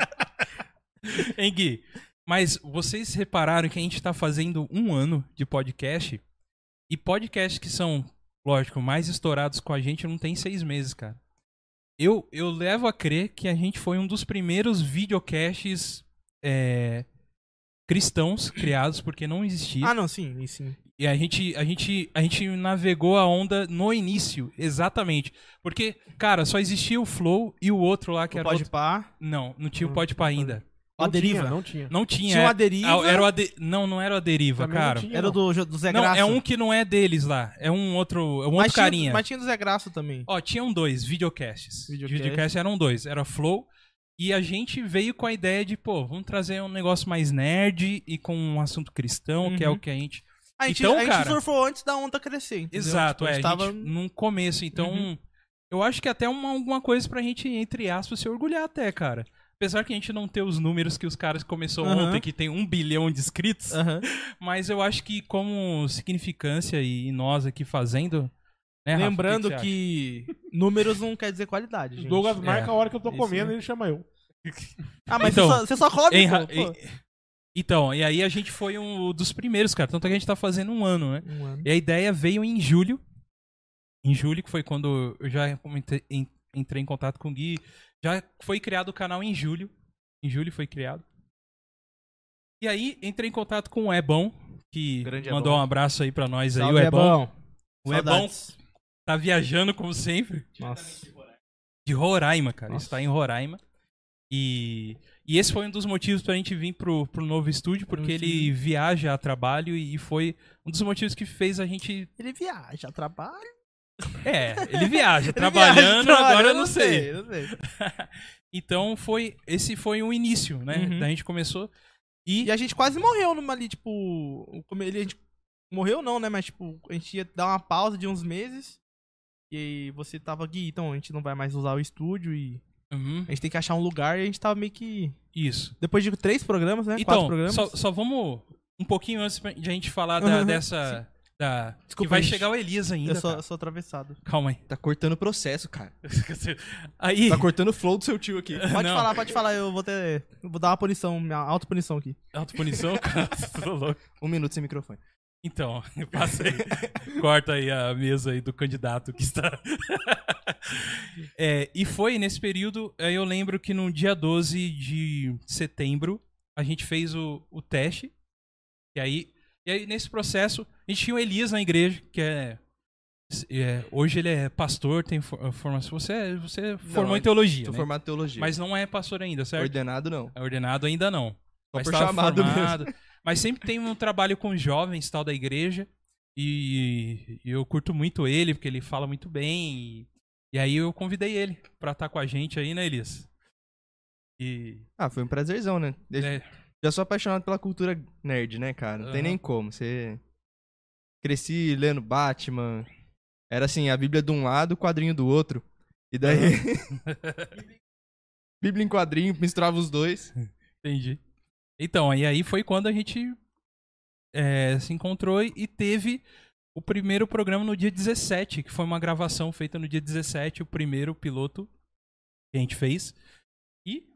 Speaker 2: Hein, Gui? Mas vocês repararam que a gente tá fazendo um ano de podcast e podcasts que são, lógico, mais estourados com a gente não tem seis meses, cara. Eu, eu levo a crer que a gente foi um dos primeiros videocasts é, cristãos criados, porque não existia.
Speaker 5: Ah, não, sim, e sim.
Speaker 2: E a gente, a gente, a gente navegou a onda no início, exatamente. Porque, cara, só existia o Flow e o outro lá que
Speaker 5: O
Speaker 2: era
Speaker 5: pode
Speaker 2: outro-
Speaker 5: pá.
Speaker 2: Não, não tinha o Podpah ainda.
Speaker 5: A
Speaker 1: Não
Speaker 5: deriva.
Speaker 1: Tinha, não tinha.
Speaker 2: Não tinha.
Speaker 5: Tinha uma
Speaker 2: era-
Speaker 5: deriva.
Speaker 2: ah, Era o Ade- Não, não era a deriva,
Speaker 1: Também não
Speaker 2: cara.
Speaker 1: tinha,
Speaker 5: Era
Speaker 1: não.
Speaker 5: do, do Zé
Speaker 2: Não,
Speaker 5: Graça.
Speaker 2: é um que não é deles lá. É um outro, é um outro
Speaker 5: mas tinha,
Speaker 2: carinha.
Speaker 5: Mas tinha do Zé Graça também.
Speaker 2: Ó, tinham dois videocasts.
Speaker 5: Videocast.
Speaker 2: Videocasts eram dois, era Flow. E a gente veio com a ideia de, pô, vamos trazer um negócio mais nerd e com um assunto cristão, que é
Speaker 5: Uhum.
Speaker 2: o que a gente.
Speaker 5: A gente,
Speaker 2: Então,
Speaker 5: a gente
Speaker 2: cara-
Speaker 5: surfou antes da onda crescer. entendeu?
Speaker 2: Exato,
Speaker 5: Tipo,
Speaker 2: é.
Speaker 5: a
Speaker 2: A gente,
Speaker 5: gente tava- Uhum.
Speaker 2: num começo, então. Eu acho que até uma, alguma coisa pra gente, entre aspas, se orgulhar até, cara. Apesar que a gente não ter os números que os caras começou
Speaker 5: Aham.
Speaker 2: ontem, que tem um bilhão de inscritos,
Speaker 5: Aham.
Speaker 2: mas eu acho que como significância e, e nós aqui fazendo... né, Rafa,
Speaker 5: Lembrando
Speaker 2: o que que você
Speaker 5: que, números não quer dizer qualidade, gente.
Speaker 1: Douglas marca
Speaker 2: é,
Speaker 1: a hora que eu tô
Speaker 5: isso
Speaker 1: comendo
Speaker 5: mesmo.
Speaker 1: e ele chama eu.
Speaker 5: Ah, mas
Speaker 2: Então,
Speaker 5: você, só, você só come,
Speaker 2: Hein,
Speaker 5: pô,
Speaker 2: Ra-
Speaker 5: pô.
Speaker 2: e- Então, e aí a gente foi um dos primeiros, cara. Tanto é que a gente tá fazendo um ano, né?
Speaker 5: Um ano.
Speaker 2: E a ideia veio em julho. Em julho, que foi quando eu já comente- en- entrei em contato com o Gui. Já foi criado o canal em julho. Em julho foi criado. E aí entrei em contato com o Ebon, que
Speaker 4: Grande
Speaker 2: mandou
Speaker 4: Ebon.
Speaker 2: um abraço aí pra nós aí.
Speaker 5: Salve,
Speaker 2: o Ebon.
Speaker 5: Ebão.
Speaker 2: O Ebon
Speaker 5: Saudades.
Speaker 2: tá viajando, como sempre.
Speaker 5: Nossa.
Speaker 2: De Roraima, cara.
Speaker 5: Nossa.
Speaker 2: Está em Roraima. E, e esse foi um dos motivos pra gente vir pro, pro novo estúdio, porque
Speaker 5: Novo
Speaker 2: ele viaja a trabalho e foi um dos motivos que fez a gente.
Speaker 5: Ele viaja, trabalha. Ele
Speaker 2: É, ele viaja,
Speaker 5: viaja,
Speaker 2: trabalhando,
Speaker 5: trabalha,
Speaker 2: agora eu não sei.
Speaker 5: não sei.
Speaker 2: Então foi. Esse foi o início, né?
Speaker 5: Uhum.
Speaker 2: Da gente começou.
Speaker 5: E a gente quase morreu numa ali, tipo. o come- Ele, a gente morreu não, né? Mas, tipo, a gente ia dar uma pausa de uns meses. E aí você tava, Gui, então a gente não vai mais usar o estúdio e
Speaker 2: Uhum,
Speaker 5: a gente tem que achar um lugar e a gente tava meio que.
Speaker 2: Isso.
Speaker 5: Depois de três programas, né? Quatro
Speaker 2: Então,
Speaker 5: programas.
Speaker 2: só, só vamos um pouquinho antes pra- de a gente falar da-
Speaker 5: Uhum,
Speaker 2: dessa. Da, que
Speaker 5: Desculpa,
Speaker 2: vai
Speaker 5: gente.
Speaker 2: chegar o Elias ainda.
Speaker 5: Eu sou,
Speaker 2: cara.
Speaker 5: sou atravessado.
Speaker 2: Calma aí.
Speaker 4: Tá cortando o processo, cara.
Speaker 2: aí.
Speaker 4: Tá cortando o flow do seu tio aqui.
Speaker 5: Pode
Speaker 2: Não.
Speaker 5: falar, pode falar, eu vou ter. eu Vou dar uma punição, minha auto-punição aqui.
Speaker 2: Autopunição, cara. Você tá louco.
Speaker 4: Um minuto sem microfone.
Speaker 2: Então, passa aí. Corta aí a mesa aí do candidato que está. É, e foi nesse período, aí eu lembro que no dia 12 de setembro, a gente fez o, o teste. E aí, e aí, nesse processo, a gente tinha o Elias na igreja, que é. é, hoje ele é pastor, tem for- formação. Você, você formou em
Speaker 4: eu
Speaker 2: teologia,
Speaker 4: Tô
Speaker 2: né?
Speaker 4: formado em teologia.
Speaker 2: mas não é pastor ainda, certo?
Speaker 4: Ordenado não.
Speaker 2: É ordenado ainda não.
Speaker 4: Só
Speaker 2: Mas
Speaker 4: por
Speaker 2: tava
Speaker 4: chamado mesmo.
Speaker 2: formado. Mas sempre tem um trabalho com jovens, tal, da igreja. E, e eu curto muito ele, porque ele fala muito bem. E, e aí eu convidei ele pra estar com a gente aí, né, Elias? E.
Speaker 4: Ah, foi um prazerzão, né? Eu
Speaker 2: né,
Speaker 4: Já sou apaixonado pela cultura nerd, né, cara? Não tem
Speaker 2: Aham.
Speaker 4: nem como. Você. Cresci lendo Batman. Era assim, a Bíblia de um lado, o quadrinho do outro. E daí. Bíblia em quadrinho, misturava os dois.
Speaker 2: entendi. Então, e aí foi quando a gente é, se encontrou e- e teve o primeiro programa no dia 17, que foi uma gravação feita no dia 17, o primeiro piloto que a gente fez. E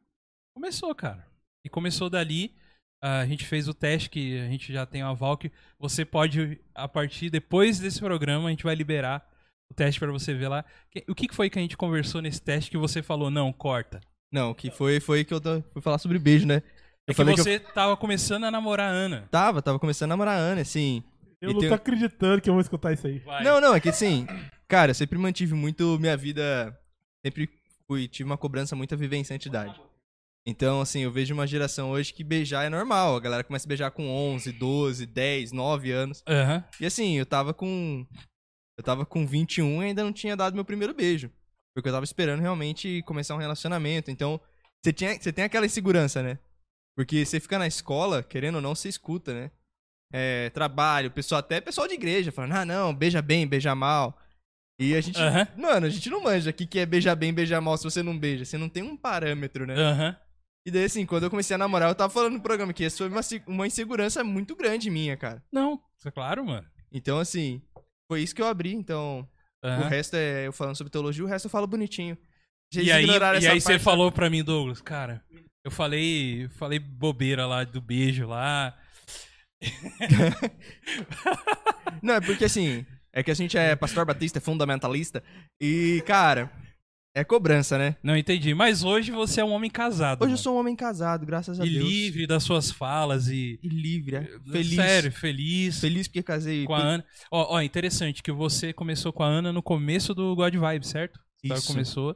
Speaker 2: começou, cara. E começou dali. A gente fez o teste que a gente já tem o aval que você pode, a partir depois desse programa, a gente vai liberar o teste pra você ver lá. Que- O que que foi que a gente conversou nesse teste que você falou, não, corta?
Speaker 4: Não, que foi, foi que eu tô- fui falar sobre beijo, né?
Speaker 2: É
Speaker 4: Eu
Speaker 2: que
Speaker 4: falei que eu
Speaker 2: você tava começando a namorar a Ana.
Speaker 4: tava, tava começando a namorar a Ana, assim.
Speaker 1: Eu
Speaker 4: E
Speaker 1: não
Speaker 4: tem-
Speaker 1: tô acreditando que eu vou escutar isso aí.
Speaker 2: Vai.
Speaker 4: Não, não, é que assim, cara, eu sempre mantive muito minha vida. Sempre fui, tive uma cobrança muito a viver em santidade. Então, assim, eu vejo uma geração hoje que beijar é normal. A galera começa a beijar com 11, 12, 10, 9 anos.
Speaker 2: Aham.
Speaker 4: E assim, eu tava com. Eu tava com 21 e ainda não tinha dado meu primeiro beijo. Porque eu tava esperando realmente começar um relacionamento. Então, você, tinha, você tem aquela insegurança, né? Porque você fica na escola, querendo ou não, você escuta, né? É, trabalho, pessoal, até pessoal de igreja, falando, ah, não, beija bem, beija mal. E a gente.
Speaker 2: Aham.
Speaker 4: Mano, a gente não manja o que, que é beijar bem, beijar mal se você não beija. Você não tem um parâmetro, né?
Speaker 2: Aham.
Speaker 4: E daí, assim, quando eu comecei a namorar, eu tava falando no programa que isso foi uma, se- uma insegurança muito grande minha, cara.
Speaker 2: Não, isso é claro, mano.
Speaker 4: Então, assim, foi isso que eu abri. Então, o
Speaker 2: Aham.
Speaker 4: resto é eu falando sobre teologia, o resto eu falo bonitinho. Vocês
Speaker 2: E aí,
Speaker 4: ignoraram
Speaker 2: e
Speaker 4: essa
Speaker 2: aí você
Speaker 4: parte.
Speaker 2: falou pra mim, Douglas, cara, eu falei, falei bobeira lá do beijo lá.
Speaker 4: Não, é porque assim, é que a gente
Speaker 2: Hum.
Speaker 4: é pastor batista, é fundamentalista. E, cara, é cobrança, né?
Speaker 2: Não entendi, mas hoje você é um homem casado.
Speaker 4: Hoje eu
Speaker 2: mano.
Speaker 4: sou um homem casado, graças a
Speaker 2: e
Speaker 4: Deus.
Speaker 2: livre das suas falas e
Speaker 4: E livre, é. Feliz.
Speaker 2: sério, feliz,
Speaker 4: Feliz porque casei.
Speaker 2: com a Ana. Ó, ó, interessante que você começou com a Ana no começo do God Vibe, certo? Você
Speaker 4: Isso.
Speaker 2: começou.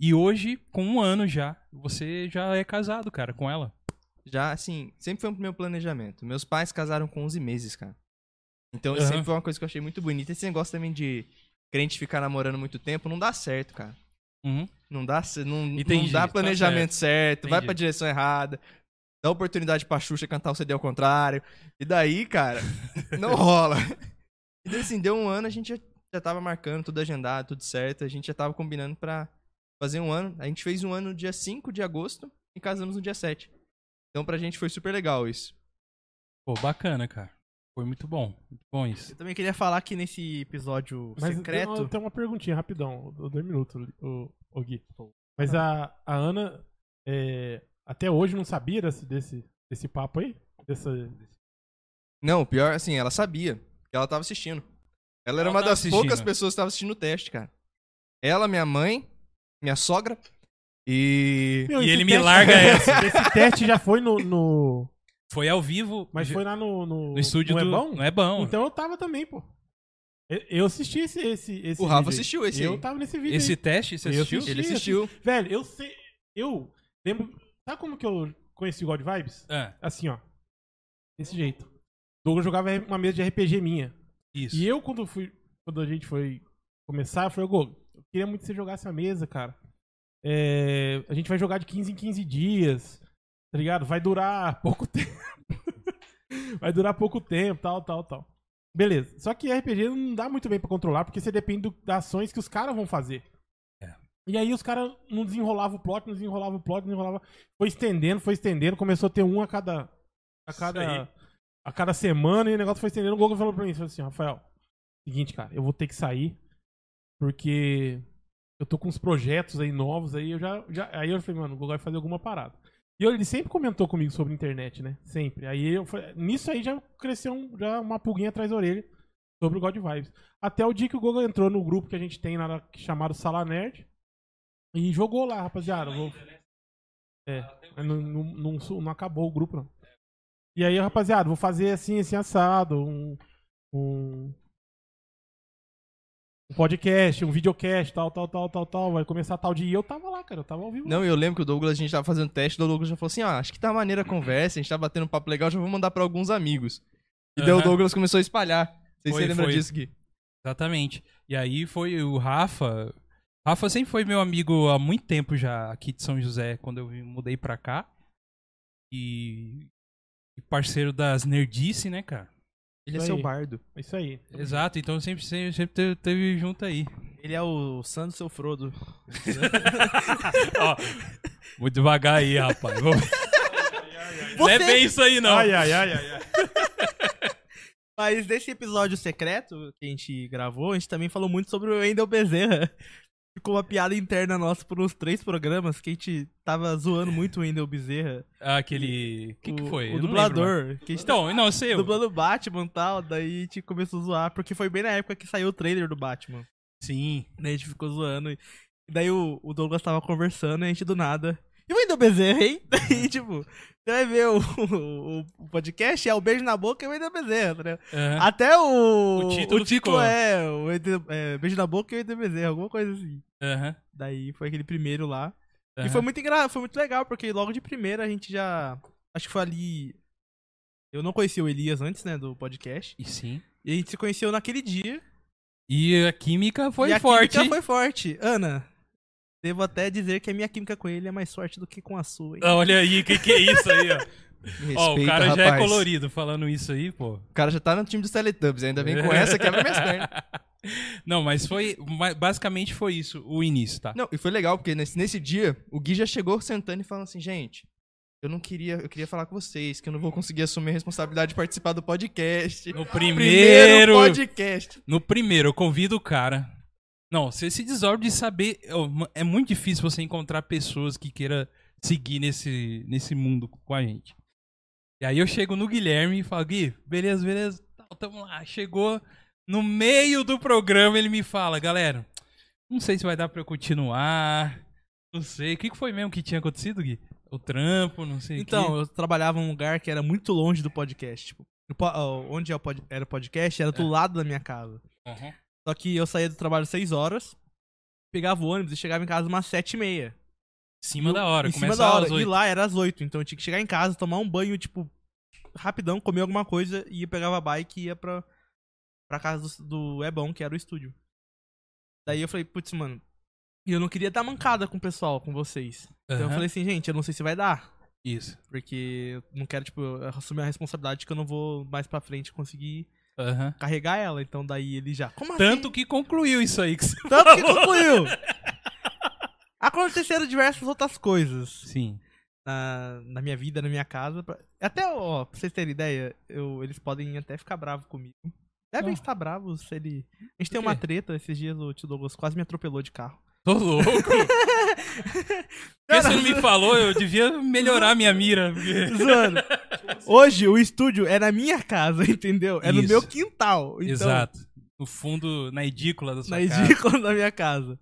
Speaker 2: E hoje, com um ano já, você já é casado, cara, com ela.
Speaker 4: Já, assim, sempre foi um meu planejamento. Meus pais casaram com 11 meses, cara. Então, isso
Speaker 2: Aham.
Speaker 4: sempre foi uma coisa que eu achei muito bonita. Esse negócio também de crente ficar namorando muito tempo não dá certo, cara.
Speaker 2: Uhum.
Speaker 4: Não dá, ce- não,
Speaker 2: Entendi,
Speaker 4: não dá
Speaker 2: tá
Speaker 4: planejamento certo, vai
Speaker 2: Entendi.
Speaker 4: pra direção errada, dá oportunidade pra Xuxa cantar o CD ao contrário. E daí, cara, não rola. E daí, assim, deu um ano, a gente já, já tava marcando, tudo agendado, tudo certo, a gente já tava combinando pra fazer um ano. A gente fez um ano no dia 5 de agosto e casamos no dia 7. Então pra gente foi super legal isso.
Speaker 2: Pô, bacana, cara. Foi muito bom. Muito bom isso.
Speaker 5: Eu também queria falar que nesse episódio secreto.
Speaker 1: Tem uma perguntinha rapidão, do- dois minutos, o, o Gui. Mas a, a Ana é, até hoje não sabia desse, desse, desse papo aí? Dessa,
Speaker 4: Não, o pior, assim, ela sabia que ela tava assistindo. Ela era
Speaker 2: Ela
Speaker 4: uma
Speaker 2: tava
Speaker 4: das poucas
Speaker 2: assistindo.
Speaker 4: pessoas que tava assistindo o teste, cara. Ela, minha mãe, minha sogra e.
Speaker 1: Meu,
Speaker 2: E
Speaker 1: esse
Speaker 2: ele me
Speaker 1: teste-
Speaker 2: larga essa.
Speaker 1: Esse teste já foi no. no-
Speaker 2: Foi ao vivo.
Speaker 1: mas
Speaker 2: ge-
Speaker 1: foi lá no. No,
Speaker 2: no estúdio
Speaker 1: não
Speaker 2: do.
Speaker 1: é bom?
Speaker 2: Não é bom.
Speaker 1: Então eu tava também, pô. Eu- Eu assisti esse. esse, esse
Speaker 4: O Rafa
Speaker 1: vídeo aí.
Speaker 4: assistiu esse
Speaker 1: Eu
Speaker 4: aí.
Speaker 1: tava nesse vídeo.
Speaker 2: Esse
Speaker 1: aí.
Speaker 2: teste, você
Speaker 1: Eu
Speaker 2: assistiu?
Speaker 1: assisti.
Speaker 4: Ele assistiu.
Speaker 1: Velho, eu sei. Eu lembro. Sabe como que eu conheci o God Vibes?
Speaker 2: Ah,
Speaker 1: Assim, ó. Desse jeito. Douglas jogava uma mesa de RPG minha.
Speaker 2: isso.
Speaker 1: E eu, quando fui. Quando a gente foi começar, eu falei, Gogo, eu queria muito que você jogasse a mesa, cara. É, a gente vai jogar de 15 em 15 dias. Tá ligado? Vai durar pouco tempo. vai durar pouco tempo, tal, tal, tal. Beleza. Só que RPG não dá muito bem pra controlar, porque você depende do- das ações que os caras vão fazer.
Speaker 2: É.
Speaker 1: E aí os caras não desenrolavam o plot, não desenrolavam o plot, não desenrolava. Foi estendendo, foi estendendo, começou a ter um a cada. A
Speaker 2: aí.
Speaker 1: cada, a cada semana e o negócio foi estendendo. O Gogo falou pra mim, falou assim, Rafael, seguinte, cara, eu vou ter que sair, porque eu tô com uns projetos aí novos, aí eu já. já aí eu falei, mano, o Gogo vai fazer alguma parada. E eu- ele sempre comentou comigo sobre internet, né? Sempre. Aí eu falei- nisso aí já cresceu um- já uma pulguinha atrás da orelha sobre o God Vibes. Até o dia que o Gogo entrou no grupo que a gente tem lá, chamado Sala Nerd, e jogou lá, rapaziada. Vou- É, mas não, não, não su- não acabou o grupo, não. E aí, rapaziada, vou fazer assim, assim, assado, um, um, um podcast, um videocast, tal, tal, tal, tal, tal. Vai começar tal dia. E eu tava lá, cara, eu tava ao vivo.
Speaker 4: Não, eu lembro que o Douglas, a gente tava fazendo teste, o Douglas já falou assim, ah, acho que tá maneira a conversa, a gente tá batendo um papo legal, já vou mandar pra alguns amigos. E daí o
Speaker 2: Aham.
Speaker 4: Douglas começou a espalhar. Não sei se
Speaker 2: Foi,
Speaker 4: você lembra
Speaker 2: foi.
Speaker 4: disso, Gui.
Speaker 2: Exatamente. E aí foi o Rafa. Rafa sempre foi meu amigo há muito tempo já, aqui de São José, quando eu me mudei pra cá. E. e parceiro das Nerdice, né, cara?
Speaker 4: Ele
Speaker 1: é seu
Speaker 4: bardo.
Speaker 1: É Isso aí.
Speaker 2: Exato, então sempre, sempre, sempre teve, teve junto aí.
Speaker 5: Ele é o Sandro seu Frodo.
Speaker 2: Ó, vou devagar aí, rapaz. Vou- Não é bem isso aí, não.
Speaker 1: Ai, ai, ai, ai, ai.
Speaker 5: Mas nesse episódio secreto que a gente gravou, a gente também falou muito sobre o Wendel Bezerra. Ficou uma piada interna nossa por uns três programas que a gente tava zoando muito o Wendel Bezerra.
Speaker 2: Ah, Aquele. É. O que, que
Speaker 5: O-
Speaker 2: foi? Eu
Speaker 5: O
Speaker 2: não lembro,
Speaker 5: dublador. Que a
Speaker 2: mas-
Speaker 5: gente tava
Speaker 2: Então, não sei. eu-
Speaker 5: dublando Batman e tal, daí a gente começou a zoar, porque foi bem na época que saiu o trailer do Batman.
Speaker 2: Sim.
Speaker 5: Daí a gente ficou zoando. E e daí o, o Douglas tava conversando e a gente do nada. E o Wendel Bezerra, hein? Daí, tipo, você vai ver o, o, o podcast, é o beijo na boca e o Wendel Bezerra, tá ligado?
Speaker 2: Aham.
Speaker 5: Até o.
Speaker 2: né? O título
Speaker 5: o título
Speaker 2: ficou.
Speaker 5: é, o ET é Beijo na Boca e o ETBZ, alguma coisa assim.
Speaker 2: Aham.
Speaker 5: Daí foi aquele primeiro lá. E
Speaker 2: Aham.
Speaker 5: foi muito engraçado, foi muito legal, porque logo de primeira a gente já. Acho que foi ali. Eu não conhecia o Elias antes, né, do podcast.
Speaker 2: E sim.
Speaker 5: E a gente se conheceu naquele dia.
Speaker 2: E a química foi
Speaker 5: e a
Speaker 2: forte.
Speaker 5: química foi forte. Ana, devo até dizer que a minha química com ele é mais forte do que com a sua, hein?
Speaker 2: Ah, Olha aí, o que, que é isso aí, ó?
Speaker 4: Me
Speaker 2: Ó, o
Speaker 4: respeita,
Speaker 2: cara já é
Speaker 4: rapaz.
Speaker 2: colorido falando isso aí, pô.
Speaker 4: O cara já tá no time dos Teletubbies, ainda vem com essa, é quebra minhas pernas.
Speaker 2: Não, mas foi. ma- Basicamente foi isso, o início, tá?
Speaker 4: Não, e foi legal, porque nesse, nesse dia, o Gui já chegou sentando e falando assim, gente, eu não queria, eu queria falar com vocês, que eu não vou conseguir assumir a responsabilidade de participar do podcast.
Speaker 2: No primeiro.
Speaker 4: podcast.
Speaker 2: No primeiro, eu convido o cara. Não, você se desordem de saber. ó, ma- É muito difícil você encontrar pessoas que queira seguir nesse, nesse mundo com a gente. E aí eu chego no Guilherme e falo, Gui, beleza, beleza, tal, tamo lá. Chegou no meio do programa, ele me fala, galera, não sei se vai dar pra eu continuar. Não sei. O que que foi mesmo que tinha acontecido, Gui? O trampo, não sei o quê.
Speaker 5: Então, eu trabalhava em um lugar que era muito longe do podcast. Tipo, o po- ó, onde é o pod- era o podcast era do
Speaker 2: É.
Speaker 5: lado da minha casa.
Speaker 2: Aham.
Speaker 5: Só que eu saía do trabalho às 6 horas, pegava o ônibus e chegava em casa umas 7 e meia.
Speaker 2: Em cima da hora,
Speaker 5: em
Speaker 2: começa
Speaker 5: cima da hora.
Speaker 2: às
Speaker 5: E
Speaker 2: oito.
Speaker 5: lá era às 8, então eu tinha que chegar em casa, tomar um banho, tipo, rapidão, comer alguma coisa e eu pegava a bike e ia pra, pra casa do, do Ebon, que era o estúdio. Daí eu falei, putz, mano, e eu não queria dar mancada com o pessoal, com vocês. Então eu
Speaker 2: Aham.
Speaker 5: falei assim, gente, eu não sei se vai dar.
Speaker 2: Isso.
Speaker 5: Porque eu não quero, tipo, eu assumir a responsabilidade que eu não vou mais pra frente conseguir
Speaker 2: Aham.
Speaker 5: carregar ela. Então daí ele já. Como assim?
Speaker 2: Tanto que concluiu isso aí que você
Speaker 5: Tanto que concluiu. Aconteceram diversas outras coisas.
Speaker 2: Sim.
Speaker 5: na, na minha vida, na minha casa. pra- Até, ó, pra vocês terem ideia, eu, eles podem até ficar bravos comigo. Devem
Speaker 2: Ah.
Speaker 5: estar bravos se ele. A gente tem
Speaker 2: quê?
Speaker 5: uma treta esses dias, o tio Douglas quase me atropelou de carro.
Speaker 2: Tô louco. Porque você não me falou, eu devia melhorar minha mira. porque-
Speaker 1: Então.
Speaker 5: Zoando. Hoje o estúdio é na minha casa, entendeu? É no
Speaker 2: Isso.
Speaker 5: meu quintal. Então,
Speaker 2: Exato. No fundo, na edícula da sua
Speaker 5: Na
Speaker 2: casa.
Speaker 5: edícula da minha casa.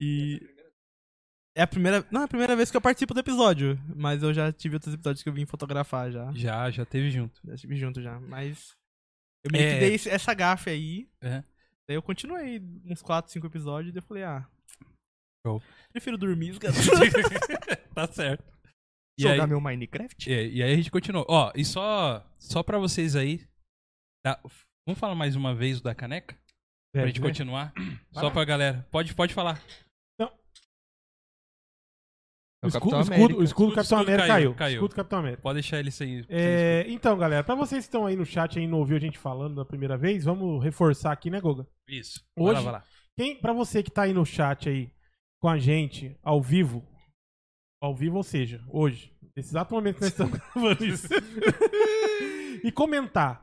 Speaker 5: E. É a primeira. Não, é a primeira vez que eu participo do episódio. Mas eu já tive outros episódios que eu vim fotografar já.
Speaker 2: Já, já teve junto.
Speaker 5: Já estive junto já. Mas. Eu meio
Speaker 2: É.
Speaker 5: que dei esse- essa gafe aí.
Speaker 2: É.
Speaker 5: Daí eu continuei uns 4, 5 episódios. Daí eu falei, ah.
Speaker 2: Show.
Speaker 5: Prefiro dormir,
Speaker 2: tá certo. E aí,
Speaker 4: Jogar meu Minecraft?
Speaker 2: é, e aí a gente continuou. Ó, e só, só pra vocês aí. tá? Vamos falar mais uma vez o da caneca?
Speaker 1: É,
Speaker 2: Pra
Speaker 1: né?
Speaker 2: gente continuar? Só pra galera. Pode, pode falar.
Speaker 1: O
Speaker 4: É o
Speaker 1: escudo,
Speaker 4: Capitão
Speaker 1: o escudo, o
Speaker 4: América.
Speaker 1: escudo do Capitão
Speaker 2: Escudo
Speaker 1: América caiu.
Speaker 2: caiu, caiu.
Speaker 1: Escudo do Capitão América.
Speaker 2: Pode deixar ele sem.
Speaker 1: É, então, galera, pra vocês que estão aí no chat e não ouviu a gente falando da primeira vez, vamos reforçar aqui, né, Goga?
Speaker 2: sem- Isso.
Speaker 1: hoje-
Speaker 2: Vai lá, vai lá.
Speaker 1: Quem, pra você que tá aí no chat aí com a gente, ao vivo, ao vivo, ou seja, hoje, nesse exato momento que nós estamos gravando isso, e comentar,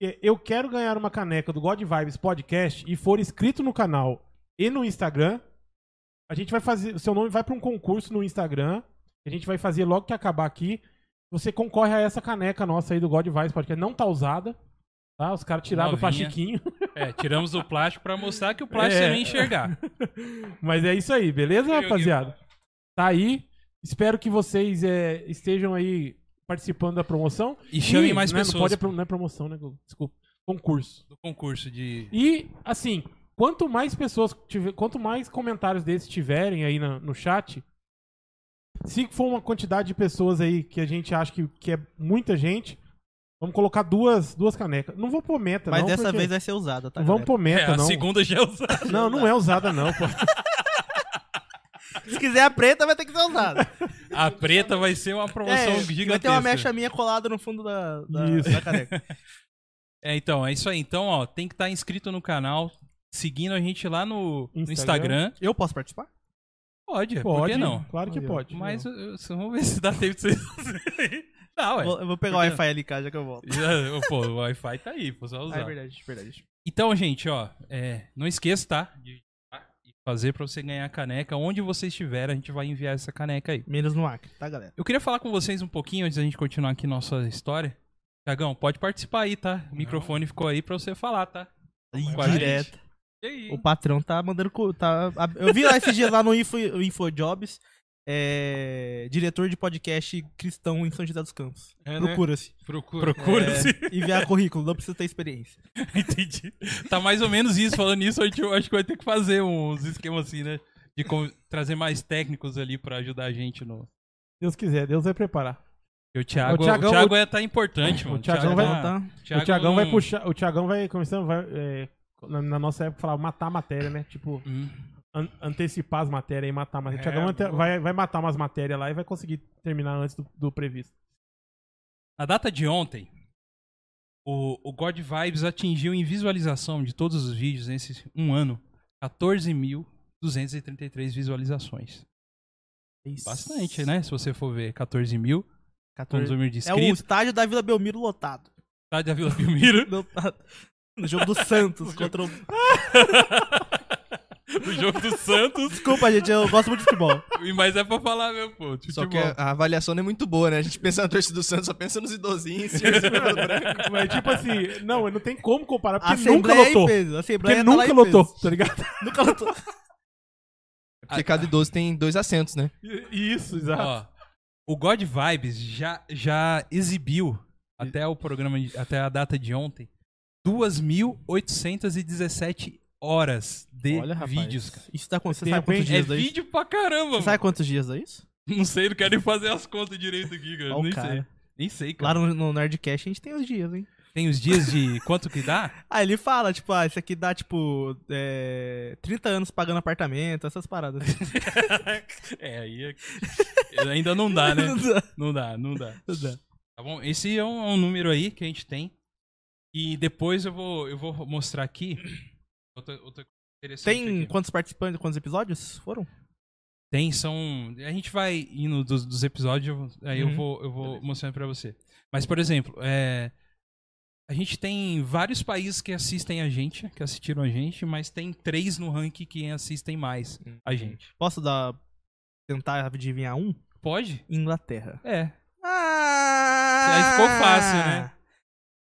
Speaker 1: é, eu quero ganhar uma caneca do God Vibes Podcast e for inscrito no canal e no Instagram, a gente vai fazer, o seu nome vai pra um concurso no Instagram, que a gente vai fazer logo que acabar aqui, você concorre a essa caneca nossa aí do God Vibes Podcast, não tá usada, tá? Os caras tiraram do
Speaker 2: Novinha.
Speaker 1: plastiquinho.
Speaker 2: É, tiramos o plástico pra mostrar que o plástico
Speaker 1: É.
Speaker 2: você não ia enxergar.
Speaker 1: Mas é isso aí, beleza, rapaziada? Tá aí. Espero que vocês é, estejam aí participando da promoção.
Speaker 2: E chamem
Speaker 1: Ih,
Speaker 2: mais
Speaker 1: né, Não,
Speaker 2: pessoas
Speaker 1: pode, é pro- não é promoção, né, Gugu? Desculpa. Concurso.
Speaker 2: do concurso de.
Speaker 1: E, assim, quanto mais pessoas, tiver, quanto mais comentários desses tiverem aí na- no chat, se for uma quantidade de pessoas aí que a gente acha que, que é muita gente, vamos colocar duas, duas canecas. Não vou pôr meta,
Speaker 5: Mas
Speaker 1: não.
Speaker 5: dessa
Speaker 1: porque-
Speaker 5: vez vai ser usada, tá?
Speaker 1: Não vamos
Speaker 5: galera?
Speaker 1: pôr meta,
Speaker 2: é,
Speaker 1: não.
Speaker 2: a segunda já usou.
Speaker 1: Não, não é usada, não, pô.
Speaker 5: Se quiser a preta, vai ter que ser usada.
Speaker 2: A preta vai ser uma promoção
Speaker 5: É,
Speaker 2: gigantesca.
Speaker 5: Vai ter uma mecha minha colada no fundo da, da,
Speaker 1: Isso.
Speaker 5: da caneca.
Speaker 2: É, então, é isso aí. Então, ó, tem que estar inscrito no canal, seguindo a gente lá no no Instagram.
Speaker 1: Instagram.
Speaker 5: Eu posso participar?
Speaker 2: Pode, é, por
Speaker 1: Pode,
Speaker 2: que não?
Speaker 1: Claro que
Speaker 5: Aí, ó.
Speaker 1: pode.
Speaker 2: Mas eu- eu- vamos ver se dá tempo de vocês fazerem. Não, ué.
Speaker 5: Vou- eu vou pegar o
Speaker 2: Por que
Speaker 5: Wi-Fi ali, cara, já que eu volto.
Speaker 2: Já- pô, o Wi-Fi tá aí, pô, só
Speaker 5: Ah, é
Speaker 2: usar.
Speaker 5: verdade, verdade.
Speaker 2: então, gente, ó, é, não esqueça, tá? De fazer pra você ganhar a caneca. Onde você estiver, a gente vai enviar essa caneca aí.
Speaker 5: Menos no Acre, tá, galera?
Speaker 2: Eu queria falar com vocês um pouquinho antes da gente continuar aqui nossa história. Tiagão, pode participar aí, tá? O microfone ficou aí pra você falar, tá? Com a gente.
Speaker 5: Direto.
Speaker 2: E aí?
Speaker 5: O patrão tá mandando. co- Tá, ab- eu vi lá esses dias lá no Info, InfoJobs. é, diretor de podcast cristão em São José dos Campos.
Speaker 3: É, né?
Speaker 5: Procura-se.
Speaker 3: Procura.
Speaker 5: É.
Speaker 2: Procura-se.
Speaker 5: Enviar currículo, não precisa ter experiência.
Speaker 2: Entendi. Tá mais ou menos isso. Falando nisso, a gente, eu acho que vai ter que fazer uns esquemas assim, né? De con- trazer mais técnicos ali pra ajudar a gente no.
Speaker 1: Deus quiser, Deus vai preparar.
Speaker 2: E o Thiago,
Speaker 1: O
Speaker 2: o
Speaker 1: Thiagão-
Speaker 2: Thiago, o Thiago é tá importante, mano.
Speaker 1: o Thiagão
Speaker 2: Thiago
Speaker 1: vai-
Speaker 2: tá-
Speaker 5: Então,
Speaker 1: o Thiagão
Speaker 2: não-
Speaker 1: vai puxar, o Thiagão vai começando, vai, é, na, na nossa época falava matar a matéria, né? Tipo,
Speaker 2: Hum.
Speaker 1: an- antecipar as matérias e matar a matéria. O Thiagão
Speaker 3: É,
Speaker 1: ante-
Speaker 3: boa.
Speaker 1: vai, vai matar umas matérias lá e vai conseguir terminar antes do, do previsto.
Speaker 2: Na data de ontem, o, o God Vibes atingiu em visualização de todos os vídeos nesse um ano 14.233 visualizações.
Speaker 5: é Isso.
Speaker 2: Bastante, né? Se você for ver 14 mil, com o
Speaker 5: 14.
Speaker 2: número de
Speaker 5: É o
Speaker 2: inscritos,
Speaker 5: estádio da Vila Belmiro lotado.
Speaker 2: tá? Da Vila Belmiro.
Speaker 5: Não tá- No jogo do Santos contra o.
Speaker 2: do jogo do Santos.
Speaker 5: Desculpa, gente, eu gosto muito de futebol.
Speaker 2: E- Mas é pra falar mesmo, pô. de
Speaker 4: Só que
Speaker 2: futebol.
Speaker 4: a avaliação não é muito boa, né? A gente pensa na torcida do Santos, só pensa nos idosinhos, senhorzinho de cabelo branco.
Speaker 1: Mas tipo assim, não, não tem como comparar porque nunca
Speaker 5: Assembleia
Speaker 1: lotou.
Speaker 5: em peso. Assembleia
Speaker 1: Porque
Speaker 5: tá lá
Speaker 1: nunca
Speaker 5: em
Speaker 1: lotou,
Speaker 5: peso.
Speaker 1: tá ligado?
Speaker 5: Nunca lotou.
Speaker 4: Porque cada idoso tem dois assentos, né?
Speaker 1: Isso, exato.
Speaker 2: Ó, o God Vibes já, já exibiu, até o programa, de- até a data de ontem, 2.817 horas de vídeos, cara.
Speaker 5: Isso tá acontecendo.
Speaker 1: De
Speaker 5: Você sabe
Speaker 1: repente-
Speaker 5: quantos
Speaker 2: É
Speaker 5: dias daí?
Speaker 2: vídeo pra caramba,
Speaker 5: Você
Speaker 2: mano.
Speaker 5: sabe quantos dias é isso?
Speaker 2: Não sei, não quero nem fazer as contas direito aqui, cara.
Speaker 5: Ó o
Speaker 2: Nem
Speaker 5: cara.
Speaker 2: sei. Nem sei, cara.
Speaker 5: Lá no, no Nerdcast a gente tem os dias, hein?
Speaker 2: Tem os dias de quanto que dá?
Speaker 5: Aí ele fala, tipo, ah, isso aqui dá, tipo, é, 30 anos pagando apartamento, essas paradas.
Speaker 2: é, aí é- ainda não dá, né? Não dá, não dá. Tá bom? Esse é um, é um número aí que a gente tem. E depois eu vou, eu vou mostrar aqui. Outra, outra coisa interessante
Speaker 5: Tem
Speaker 2: aqui.
Speaker 5: quantos participantes, quantos episódios foram?
Speaker 2: Tem, são. A gente vai indo dos, dos episódios, eu- aí eu
Speaker 5: Uhum.
Speaker 2: vou, eu vou mostrando pra você. Mas, por exemplo, é, a gente tem vários países que assistem a gente, que assistiram a gente, mas tem três no ranking que assistem mais
Speaker 5: Hum,
Speaker 2: a gente.
Speaker 5: Posso dar. Tentar adivinhar um?
Speaker 2: Pode?
Speaker 5: Inglaterra.
Speaker 2: É.
Speaker 5: Ah!
Speaker 2: Aí ficou fácil, né?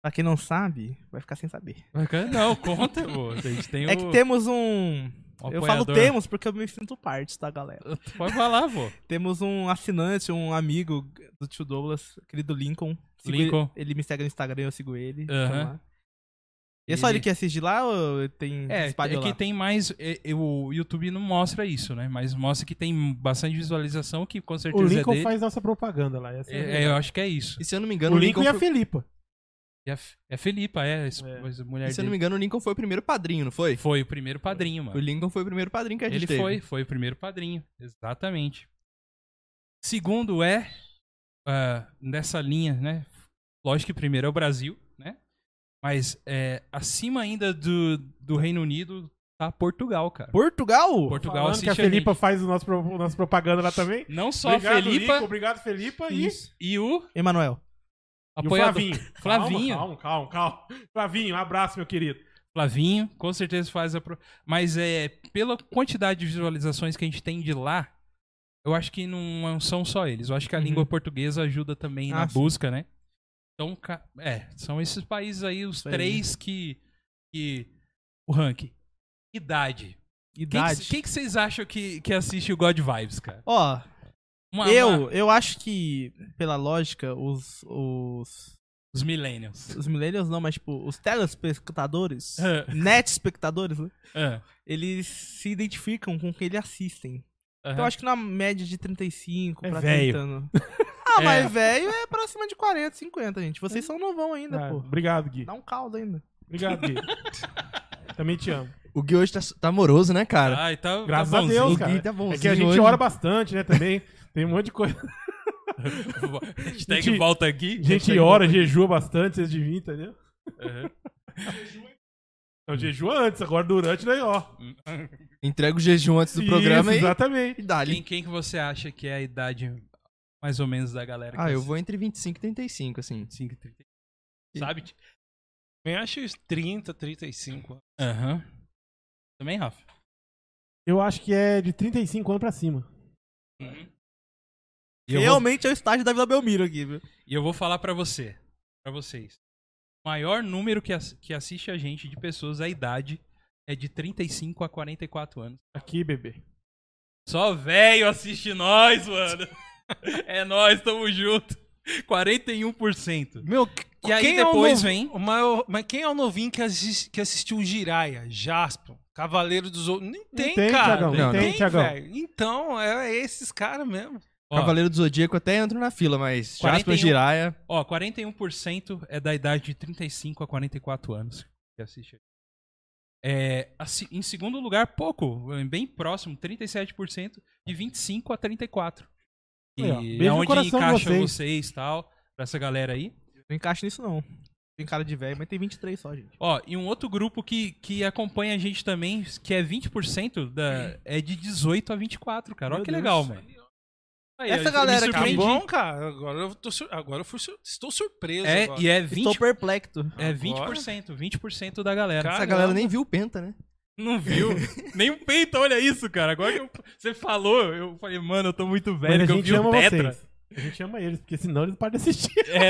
Speaker 5: Pra quem não sabe, vai ficar sem saber.
Speaker 2: Vai ficar- Não, conta, pô. A gente tem
Speaker 5: É
Speaker 2: o-
Speaker 5: que temos um.
Speaker 2: o
Speaker 5: Eu falo
Speaker 2: apoiador.
Speaker 5: temos porque eu me sinto parte, tá, galera?
Speaker 2: Pode falar, pô.
Speaker 5: Temos um assinante, um amigo do tio Douglas, querido Lincoln. Sigo
Speaker 2: Lincoln.
Speaker 5: Ele, ele me segue no Instagram, eu sigo ele.
Speaker 2: Aham.
Speaker 5: sei lá. E é só
Speaker 2: Ele-
Speaker 5: ele que assiste lá ou tem
Speaker 2: É,
Speaker 5: espalhou
Speaker 2: é que
Speaker 5: lá?
Speaker 2: tem mais. é, é, o YouTube não mostra isso, né? Mas mostra que tem bastante visualização, que com
Speaker 1: O
Speaker 2: certeza é
Speaker 1: Lincoln
Speaker 2: dele.
Speaker 1: faz nossa propaganda lá. essa é a
Speaker 2: É, é,
Speaker 1: verdade.
Speaker 2: eu acho que é isso.
Speaker 4: E se eu não me
Speaker 1: o
Speaker 4: engano, o
Speaker 1: Lincoln,
Speaker 4: Lincoln,
Speaker 1: e a
Speaker 4: foi-
Speaker 1: Filipa.
Speaker 2: E a, F- é Felipa, é, a es-
Speaker 1: É.
Speaker 2: mas a
Speaker 4: e
Speaker 2: mulher
Speaker 4: se eu não me
Speaker 2: dele.
Speaker 4: engano, o Lincoln foi o primeiro padrinho, não foi?
Speaker 2: Foi o primeiro padrinho,
Speaker 4: O
Speaker 2: mano.
Speaker 4: Lincoln foi o primeiro padrinho que a gente
Speaker 2: Ele
Speaker 4: teve.
Speaker 2: foi, foi o primeiro padrinho, exatamente. Segundo é, ah, nessa linha, né? Lógico que primeiro é o Brasil, né? Mas é, acima ainda do, do Reino Unido tá Portugal, cara.
Speaker 5: Portugal?
Speaker 2: Portugal
Speaker 1: Falando que a
Speaker 2: assiste a gente.
Speaker 1: Felipa faz o nosso, pro- o nosso propaganda lá também.
Speaker 2: Não só a Felipa
Speaker 1: Lincoln, obrigado, Felipa. E, e
Speaker 2: e o
Speaker 5: Emanuel.
Speaker 1: o
Speaker 2: apoiador.
Speaker 1: Flavinho.
Speaker 2: Flavinho.
Speaker 1: Calma, calma, calma, calma. Flavinho, um abraço, meu querido.
Speaker 2: Flavinho, com certeza faz a. pro- Mas é pela quantidade de visualizações que a gente tem de lá, eu acho que não são só eles. Eu acho que a
Speaker 5: Uhum.
Speaker 2: língua portuguesa ajuda também na
Speaker 5: Ah, sim.
Speaker 2: busca, né? Então, ca- é, são esses países aí, os
Speaker 5: Isso aí.
Speaker 2: três que, que. O ranking. Idade. Quem que-
Speaker 5: Idade.
Speaker 2: Quem que vocês acham que, que assiste o God Vibes, cara?
Speaker 5: Ó,
Speaker 2: Uma- uma-
Speaker 5: eu, eu acho que, pela lógica, os, os,
Speaker 2: os Millennials.
Speaker 5: os millennials não, mas tipo, os telespectadores,
Speaker 2: Ah.
Speaker 5: net espectadores, né?
Speaker 2: Ah,
Speaker 5: eles se identificam com o que eles assistem.
Speaker 2: aham.
Speaker 5: Então eu acho que na média de 35
Speaker 1: É
Speaker 5: pra
Speaker 1: velho.
Speaker 5: 30 anos. Ah,
Speaker 2: É.
Speaker 5: mas velho é pra cima de 40, 50, gente. Vocês são novão ainda,
Speaker 2: É.
Speaker 1: Ah,
Speaker 5: pô.
Speaker 1: obrigado, Gui.
Speaker 5: Dá um caldo ainda.
Speaker 1: Obrigado, Gui. Também te amo.
Speaker 4: O Gui hoje tá, tá amoroso, né, cara?
Speaker 2: Ai, tá, tá
Speaker 1: Graças a Ah,
Speaker 2: bonzinho.
Speaker 1: Deus,
Speaker 4: o
Speaker 1: cara.
Speaker 4: Gui tá bonzinho
Speaker 1: É que a gente
Speaker 4: hoje.
Speaker 1: ora bastante, né, também. Tem um monte de coisa.
Speaker 2: Hashtag
Speaker 1: Gente-
Speaker 2: volta aqui.
Speaker 1: A gente ora, jejua bastante antes de vir, entendeu?
Speaker 2: Aham.
Speaker 1: Não, jejua antes, agora durante, daí, ó.
Speaker 4: Entrega o jejum antes do programa
Speaker 1: Isso,
Speaker 4: e,
Speaker 1: Exatamente.
Speaker 4: e dá-lhe.
Speaker 2: Quem, quem que você acha que é a idade mais ou menos da galera que é assim,
Speaker 4: Ah, eu
Speaker 2: assiste?
Speaker 4: vou entre 25 e 35, assim.
Speaker 2: 5, 30. Sabe? Ti?
Speaker 3: Eu acho os 30, 35.
Speaker 2: Aham. Também, Rafa?
Speaker 1: Eu acho que é de 35 anos pra cima.
Speaker 2: E eu, vou,
Speaker 5: Realmente é o estágio da Vila Belmiro aqui, viu?
Speaker 2: e eu vou falar pra você. para vocês. O maior número que, ass- que assiste a gente de pessoas da idade é de 35 a 44 anos.
Speaker 1: Aqui, bebê.
Speaker 2: Só velho assiste nós, mano. É nós, tamo junto. 41%.
Speaker 3: Meu,
Speaker 2: E aí depois
Speaker 3: é o
Speaker 2: vem-
Speaker 3: novo- Mas, mas quem é o novinho que, assis- que assistiu Jiraya, Jasper, Cavaleiro dos Outros? Nem tem,
Speaker 1: tem,
Speaker 3: cara.
Speaker 1: Thiagão,
Speaker 3: nem
Speaker 4: não
Speaker 3: tem,
Speaker 1: tem, Thiagão.
Speaker 3: velho. Então, é, é esses caras mesmo.
Speaker 2: Ó,
Speaker 4: Cavaleiro do Zodíaco até entro na fila, mas
Speaker 2: 41.
Speaker 4: Jasper Jiraya...
Speaker 2: Ó, 41% é da idade de 35 a 44 anos que assiste. É, assim, em segundo lugar, pouco, bem próximo, 37% de 25 a 34.
Speaker 1: Aí, ó,
Speaker 2: E
Speaker 1: beijo
Speaker 2: é
Speaker 1: no
Speaker 2: onde
Speaker 1: coração de
Speaker 2: encaixa
Speaker 1: vocês.
Speaker 2: vocês e tal, pra essa galera aí.
Speaker 5: Não encaixa nisso, não. Tem cara de velho, mas tem 23 só, gente.
Speaker 2: Ó, e um outro grupo que, que acompanha a gente também, que é 20% da, é de 18 a 24, cara. Olha
Speaker 1: Meu
Speaker 2: que
Speaker 1: Deus.
Speaker 2: legal, mano. Aí, eu
Speaker 5: Essa
Speaker 2: me
Speaker 5: galera aqui-
Speaker 3: Tá
Speaker 2: surpreendi.
Speaker 3: bom, cara. Agora eu, tô sur- agora eu fui sur- estou surpreso.
Speaker 2: É,
Speaker 3: agora.
Speaker 2: e é
Speaker 5: Estou
Speaker 2: 20,
Speaker 5: perplexo.
Speaker 2: é 20%, 20% da galera.
Speaker 3: Cara,
Speaker 4: Essa galera nem viu o Penta, né?
Speaker 2: Não viu? Nem o peito, olha isso, cara. Agora que eu- você falou, eu falei, mano, eu tô muito velho,
Speaker 1: Mas
Speaker 2: que
Speaker 1: a
Speaker 2: eu
Speaker 1: gente
Speaker 2: vi o
Speaker 1: ama
Speaker 2: Tetra.
Speaker 1: vocês. A gente ama eles, porque senão eles não param de assistir.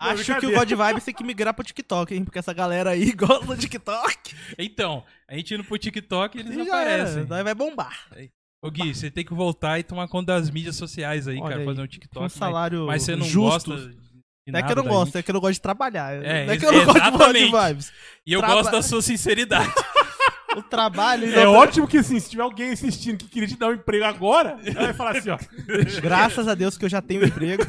Speaker 2: É,
Speaker 5: Acho que o God Vibes tem que migrar pro TikTok, hein? Porque essa galera aí gosta do TikTok.
Speaker 2: então, a gente indo pro TikTok e eles
Speaker 5: E já
Speaker 2: aparecem.
Speaker 5: era, daí vai bombar.
Speaker 2: Ô Gui, você tem que voltar e tomar conta das mídias sociais aí,
Speaker 5: Olha
Speaker 2: cara,
Speaker 5: aí.
Speaker 2: fazer um
Speaker 5: Tem um
Speaker 2: TikTok. mas,
Speaker 5: salário
Speaker 2: mas você não
Speaker 5: justo.
Speaker 2: gosta. de
Speaker 5: Não é que eu
Speaker 2: nada
Speaker 5: não
Speaker 2: da
Speaker 5: gosto,
Speaker 2: gente.
Speaker 5: é que eu não gosto de trabalhar.
Speaker 2: É,
Speaker 5: não é que eu não gosto do God
Speaker 2: exatamente.
Speaker 5: Vibes.
Speaker 2: E eu
Speaker 5: Traba-
Speaker 2: gosto da sua sinceridade.
Speaker 5: O trabalho...
Speaker 1: É ótimo que assim, se tiver alguém assistindo que queria te dar um emprego agora, ela vai falar assim, ó.
Speaker 5: Graças a Deus que eu já tenho emprego.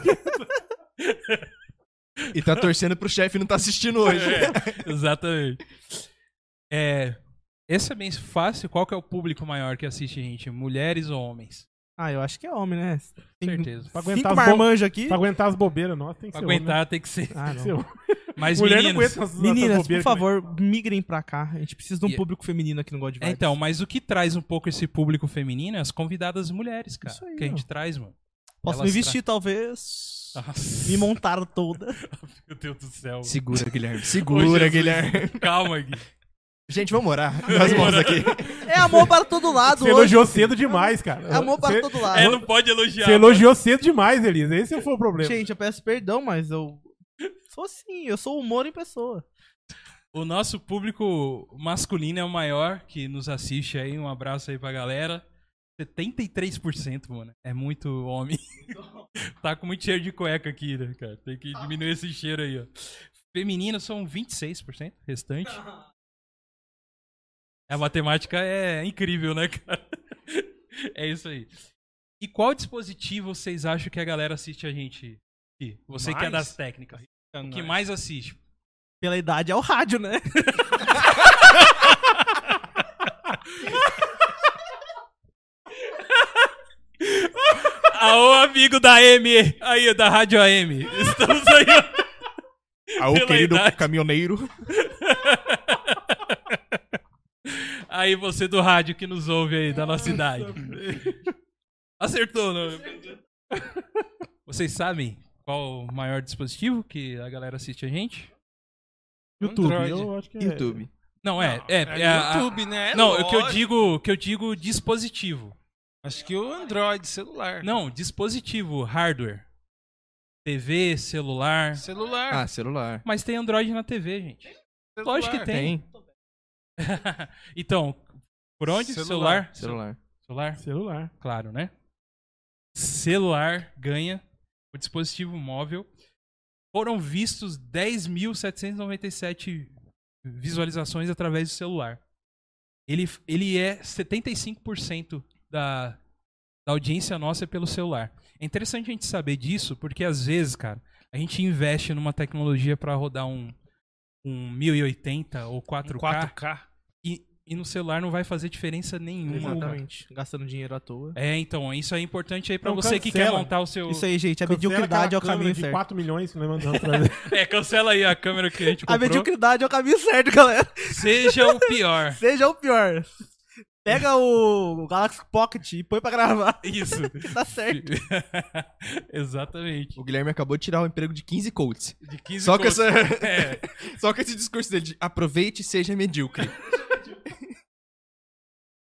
Speaker 4: E tá torcendo pro chefe e não tá assistindo hoje.
Speaker 1: É.
Speaker 2: Exatamente. É, esse é bem fácil. Qual que é o público maior que assiste a gente? Mulheres ou homens?
Speaker 5: Ah, eu acho que é homem, né? Tem
Speaker 2: certeza.
Speaker 1: Pra
Speaker 5: Cinco
Speaker 1: aguentar, as bo-
Speaker 5: marmanjos aqui.
Speaker 1: pra aguentar as bobeiras, nossa, tem que
Speaker 2: Pra
Speaker 1: ser homem, né?
Speaker 2: aguentar tem que ser.
Speaker 5: Ah,
Speaker 1: Tem que ser
Speaker 5: não.
Speaker 1: homem.
Speaker 2: Mas
Speaker 1: Mulher não
Speaker 2: meninos...
Speaker 1: aguenta essas- essas
Speaker 5: Meninas, por
Speaker 1: bobeiras
Speaker 5: favor, migrem pra cá. A gente precisa de um
Speaker 2: E-
Speaker 5: público feminino aqui no God
Speaker 2: É,
Speaker 5: Vibes.
Speaker 2: então, mas o que traz um pouco esse público feminino é as convidadas mulheres, cara.
Speaker 5: Isso aí,
Speaker 2: que a gente
Speaker 5: ó.
Speaker 2: traz, mano.
Speaker 5: Posso me
Speaker 2: elas Ah.
Speaker 5: vestir, talvez.
Speaker 2: Nossa,
Speaker 5: Me montar toda.
Speaker 2: meu Deus do céu.
Speaker 4: Segura, Guilherme.
Speaker 2: Ô,
Speaker 4: Segura,
Speaker 2: Jesus.
Speaker 4: Guilherme.
Speaker 2: Calma, Gui.
Speaker 4: Gente, vamos orar. Nós mãos aqui.
Speaker 5: É amor para todo lado
Speaker 1: Você
Speaker 5: hoje.
Speaker 1: elogiou cedo demais, cara.
Speaker 5: É amor para
Speaker 1: Você-
Speaker 5: todo lado.
Speaker 2: É, não pode elogiar.
Speaker 1: Você elogiou cedo demais, Elisa. Esse foi o problema.
Speaker 5: Gente, eu peço perdão, mas eu... Sou sim, eu sou humor em pessoa.
Speaker 2: O nosso público masculino é o maior que nos assiste aí. Um abraço aí pra galera. 73%, mano. É muito homem. tá com muito cheiro de cueca aqui, né, cara? Tem que diminuir esse cheiro aí, ó. Feminino são 26%, restante. A matemática é incrível, né, cara? É isso aí. E qual dispositivo vocês acham que a galera assiste a gente? Ih, Você que é
Speaker 1: Mais?
Speaker 2: das técnicas. O que mais assiste?
Speaker 5: Pela idade é o rádio, né?
Speaker 2: Aô, amigo da M, aí, da Rádio AM. Estamos aí. ó.
Speaker 4: Ah, o
Speaker 2: Pela
Speaker 4: querido
Speaker 2: idade.
Speaker 4: caminhoneiro.
Speaker 2: Aí, você do rádio que nos ouve aí, da nossa idade.
Speaker 3: tá
Speaker 2: Acertou, não? Vocês sabem qual o maior dispositivo que a galera assiste a gente?
Speaker 1: YouTube,
Speaker 3: Android.
Speaker 1: eu acho que é.
Speaker 4: YouTube.
Speaker 2: Não, é. é,
Speaker 3: É,
Speaker 2: é a-
Speaker 3: YouTube, né? É
Speaker 2: não, o que eu
Speaker 3: lógico.
Speaker 2: digo, o que eu digo dispositivo.
Speaker 3: Acho que o Android, celular.
Speaker 2: Não, dispositivo, hardware. TV, celular.
Speaker 3: Celular.
Speaker 4: Ah, celular.
Speaker 2: Mas tem Android na TV, gente.
Speaker 3: celular.
Speaker 2: Lógico que tem. então, por onde?
Speaker 3: Celular.
Speaker 4: Celular.
Speaker 2: Celular?
Speaker 1: Celular.
Speaker 2: claro, né? Celular ganha o dispositivo móvel. Foram vistos 10.797 visualizações através do celular. Ele, ele é 75% da, da audiência nossa é pelo celular. É interessante a gente saber disso, porque às vezes, cara, a gente investe numa tecnologia para rodar um, um 1080 ou 4K,
Speaker 3: 4K.
Speaker 2: E, e no celular não vai fazer diferença nenhuma. cara.
Speaker 5: Exatamente. Gastando dinheiro à toa.
Speaker 2: É, então, isso é importante aí pra
Speaker 1: Então
Speaker 2: você que quer
Speaker 1: cancela.
Speaker 2: montar o seu.
Speaker 5: Isso aí, gente. A
Speaker 1: Cancela
Speaker 5: mediocridade é o
Speaker 1: aquela
Speaker 5: caminho
Speaker 1: câmera de
Speaker 5: certo.
Speaker 1: 4 milhões que nós mandamos pra ele.
Speaker 2: É, cancela aí a câmera que a gente
Speaker 5: A
Speaker 2: comprou.
Speaker 5: mediocridade é o caminho certo, galera.
Speaker 2: Seja o pior.
Speaker 5: Seja o pior. Pega o Galaxy Pocket e põe pra gravar,
Speaker 2: Isso.
Speaker 5: que tá certo.
Speaker 2: Exatamente.
Speaker 4: O Guilherme acabou de tirar o emprego de 15 Colts.
Speaker 2: De 15
Speaker 4: Só com,
Speaker 2: conto.
Speaker 4: essa,
Speaker 2: É,
Speaker 4: só com esse discurso dele de aproveite e seja medíocre.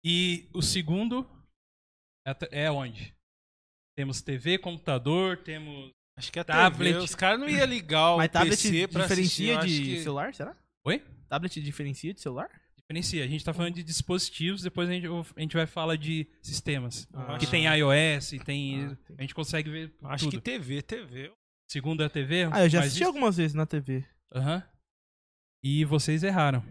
Speaker 2: E o segundo é t- é onde? Temos TV, computador, temos.
Speaker 3: Acho que é
Speaker 2: Tablet.
Speaker 3: tablet. Os caras não iam ligar o
Speaker 5: Mas tablet
Speaker 3: PC pra
Speaker 5: diferencia
Speaker 3: assistir, eu
Speaker 5: de
Speaker 3: acho que-
Speaker 5: celular, será?
Speaker 2: Oi?
Speaker 5: Tablet diferencia de celular?
Speaker 2: Diferencia. A gente tá falando de dispositivos, depois a gente, a gente vai falar de sistemas.
Speaker 5: Ah.
Speaker 2: que tem iOS, tem.
Speaker 5: Ah,
Speaker 2: a gente consegue ver.
Speaker 3: Acho
Speaker 2: tudo.
Speaker 3: que TV, TV.
Speaker 2: Segundo é a TV.
Speaker 5: Ah, eu
Speaker 2: faz
Speaker 5: já assisti
Speaker 2: isso.
Speaker 5: algumas vezes na TV.
Speaker 2: Aham. E vocês erraram.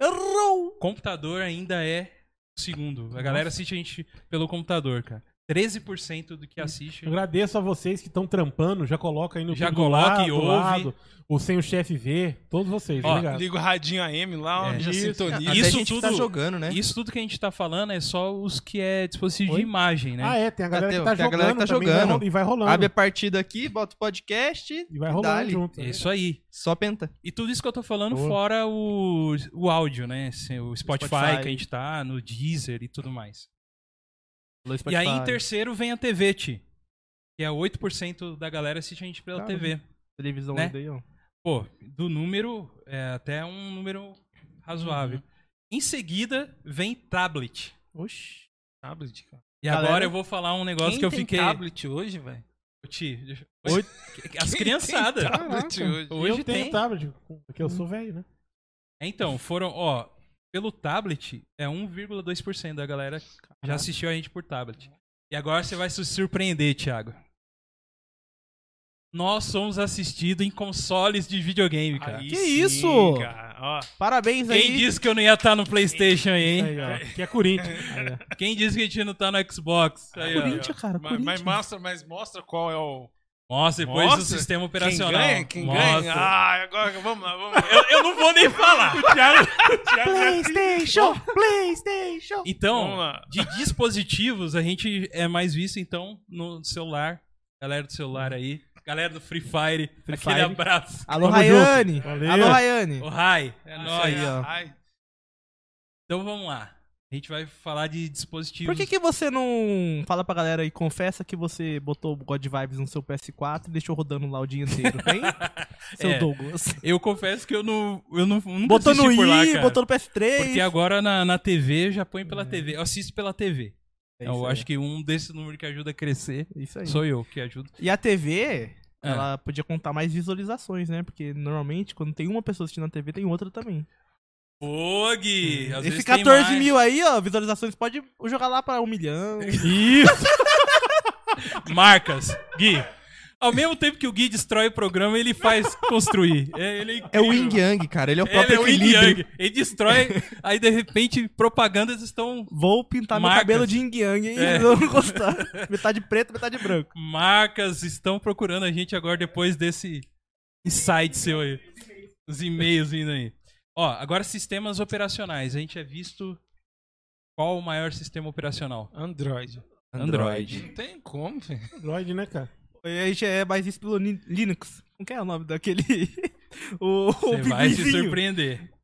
Speaker 5: Errou!
Speaker 2: computador ainda é o segundo. A galera assiste a gente pelo computador, cara. 13% do que assiste.
Speaker 1: Eu agradeço a vocês que estão trampando. Já coloca aí no
Speaker 2: Já
Speaker 1: YouTube do
Speaker 2: coloca
Speaker 1: lado,
Speaker 2: e
Speaker 1: do
Speaker 2: ouve.
Speaker 1: lado, o Sem o Chefe ver. Todos vocês, tá
Speaker 2: Ó,
Speaker 1: obrigado.
Speaker 3: Liga o radinho AM lá,
Speaker 2: É.
Speaker 3: onde já
Speaker 1: Isso.
Speaker 3: sintoniza.
Speaker 4: Até
Speaker 2: Isso
Speaker 4: gente que tá
Speaker 2: tudo-
Speaker 4: jogando, né?
Speaker 2: Isso tudo que a gente tá falando é só os que é dispositivo
Speaker 1: Oi?
Speaker 2: de imagem, né?
Speaker 1: Ah, é, tem a galera
Speaker 4: Tem-
Speaker 1: que tá
Speaker 4: tem a
Speaker 1: jogando.
Speaker 4: galera que tá
Speaker 1: também, vai
Speaker 4: jogando.
Speaker 1: ro- E vai rolando.
Speaker 4: Abre a partida aqui, bota o podcast,
Speaker 1: E vai rolando
Speaker 4: Dá-lhe.
Speaker 1: junto. né?
Speaker 2: É Isso aí.
Speaker 4: só penta.
Speaker 2: E tudo isso que eu tô falando
Speaker 1: Boa.
Speaker 2: fora o, o áudio, né? Assim, O Spotify,
Speaker 5: Spotify.
Speaker 2: que a gente tá, no Deezer e tudo mais.
Speaker 5: Spotify.
Speaker 2: E aí, em terceiro, vem a TV, Ti. Que é 8% da galera assiste a gente pela
Speaker 5: Caramba.
Speaker 2: TV.
Speaker 5: Televisão
Speaker 2: né?
Speaker 5: daí, ó.
Speaker 2: Pô, do número é até um número
Speaker 3: Uhum.
Speaker 2: razoável. Em seguida, vem tablet.
Speaker 5: Oxi.
Speaker 3: Tablet, cara.
Speaker 2: E
Speaker 5: Galera,
Speaker 2: agora eu vou falar um negócio
Speaker 3: Quem
Speaker 2: que eu
Speaker 3: tem
Speaker 2: fiquei.
Speaker 3: tablet hoje, velho?
Speaker 2: Ti, deixa-
Speaker 5: Oi?
Speaker 2: As
Speaker 3: Quem
Speaker 2: criançadas.
Speaker 3: tem tablet
Speaker 1: Caraca.
Speaker 3: hoje?
Speaker 2: Hoje
Speaker 1: eu tenho
Speaker 2: tem.
Speaker 1: tablet, porque eu sou velho, né?
Speaker 2: Então, foram, ó, pelo tablet, é 1,2% da galera já assistiu a gente por tablet. E agora você vai se surpreender, Thiago. Nós somos assistidos em consoles de videogame, cara.
Speaker 3: Aí
Speaker 5: Que
Speaker 3: sim,
Speaker 5: isso?
Speaker 3: cara. Ó,
Speaker 5: Tá Parabéns aí.
Speaker 2: Quem disse que eu não ia estar no PlayStation aí, hein?
Speaker 1: Aí, ó, que é Corinthians.
Speaker 2: Quem disse que a gente não tá no Xbox? Aí, ó.
Speaker 5: Corinthians, cara.
Speaker 3: mas, mas
Speaker 5: Corinthians.
Speaker 3: mostra, mas mostra qual é o
Speaker 2: Nossa, depois
Speaker 3: Nossa,
Speaker 2: do sistema
Speaker 3: Quem
Speaker 2: operacional.
Speaker 3: ganha? Quem
Speaker 2: Nossa.
Speaker 3: ganha? Ah, agora vamos lá, vamos lá.
Speaker 2: Eu, eu não vou nem falar.
Speaker 1: PlayStation! PlayStation!
Speaker 3: Vamos
Speaker 2: Então,
Speaker 3: lá.
Speaker 2: de dispositivos, a gente é mais visto, então, no celular. Galera do celular aí. Galera do Free Fire. aquele
Speaker 5: Fire.
Speaker 2: abraço.
Speaker 5: Alô,
Speaker 1: Tamo
Speaker 5: Rayane!
Speaker 1: junto. Valeu.
Speaker 5: Alô, Rayane!
Speaker 2: O Rai. É
Speaker 5: aí,
Speaker 2: nóis.
Speaker 5: ó.
Speaker 3: Ai,
Speaker 2: Então vamos lá. A gente vai falar de dispositivos.
Speaker 5: Por que, que você não fala pra galera e confessa que você botou o God Vibes no seu PS4 e deixou rodando lá o dia inteiro, hein? seu
Speaker 2: É.
Speaker 5: Douglas.
Speaker 2: Eu confesso que eu não. Eu não nunca
Speaker 5: Botou no
Speaker 2: assisti por lá,
Speaker 5: i,
Speaker 2: cara.
Speaker 5: botou no PS3.
Speaker 2: Porque agora na, na TV já põe pela TV. Eu assisto pela TV.
Speaker 5: É
Speaker 2: eu
Speaker 5: isso aí.
Speaker 2: acho que um desse número que ajuda a crescer
Speaker 5: É Isso aí.
Speaker 2: sou eu que ajuda.
Speaker 5: E a TV,
Speaker 2: É.
Speaker 5: ela podia contar mais visualizações, né? Porque normalmente, quando tem uma pessoa assistindo a TV, tem outra também.
Speaker 2: Ô, Gui! às
Speaker 5: Esse
Speaker 2: vezes
Speaker 5: 14
Speaker 2: tem mais.
Speaker 5: mil aí, ó, visualizações, pode jogar lá pra um milhão.
Speaker 1: Isso!
Speaker 2: Marcas. Gui. Ao mesmo tempo que o Gui destrói o programa, ele faz construir. É, ele
Speaker 4: É o
Speaker 2: incrível.
Speaker 4: Yin Yang, cara. Ele é o
Speaker 2: Ele
Speaker 4: próprio
Speaker 2: é o yin
Speaker 4: equilíbrio.
Speaker 2: yang. Ele destrói, aí de repente propagandas estão
Speaker 5: Vou pintar meu
Speaker 2: Marcas.
Speaker 5: cabelo de yin-yang, hein?
Speaker 2: É.
Speaker 5: Não gostar. metade preto, metade branco.
Speaker 2: marcas estão procurando a gente agora depois desse insight seu aí. Os e-mails vindo aí. Ó, agora sistemas operacionais. A gente é visto qual o maior sistema operacional?
Speaker 3: Android.
Speaker 2: Android.
Speaker 3: Não tem como, velho.
Speaker 1: Android, né, cara?
Speaker 5: A gente é mais visto pelo Lin- Linux. Como que é o nome daquele? o o
Speaker 2: Você vai se
Speaker 5: pinguinzinho.
Speaker 2: surpreender.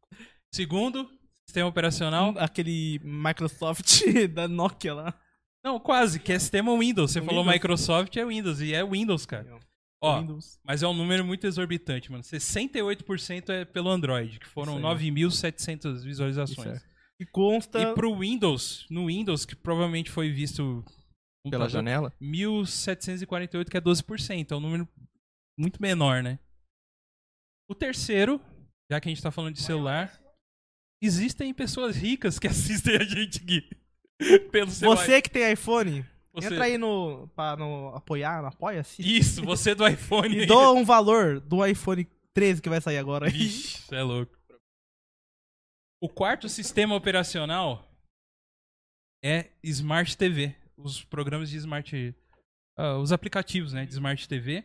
Speaker 2: Segundo, sistema operacional.
Speaker 5: Aquele Microsoft da Nokia lá.
Speaker 2: Não, quase, que é sistema Windows. Você falou
Speaker 5: um Windows. um
Speaker 2: Microsoft é Windows e é Windows, cara. Ó,
Speaker 5: Windows.
Speaker 2: mas é um número muito exorbitante, mano. 68% é pelo Android, que foram
Speaker 5: Isso aí.
Speaker 2: 9.700
Speaker 5: Isso
Speaker 2: visualizações.
Speaker 5: é. Tá. E consta...
Speaker 2: E pro Windows, no Windows, que provavelmente foi visto um
Speaker 4: Pela
Speaker 2: computador,
Speaker 4: janela.
Speaker 2: 1.748, que é 12%. É um número muito menor, né? O terceiro, já que a gente tá falando de celular, existem pessoas ricas que assistem a gente aqui. Pelo celular.
Speaker 5: Você que tem iPhone,
Speaker 2: Você-
Speaker 5: entra aí no... Pra no apoiar, no apoia-se.
Speaker 2: Isso, você do iPhone.
Speaker 5: E doa um valor do iPhone 13 que vai sair agora. aí.
Speaker 2: Vixe, cê é louco. O quarto sistema operacional é Smart TV. Os programas de Smart. ah, os aplicativos né, de Smart TV.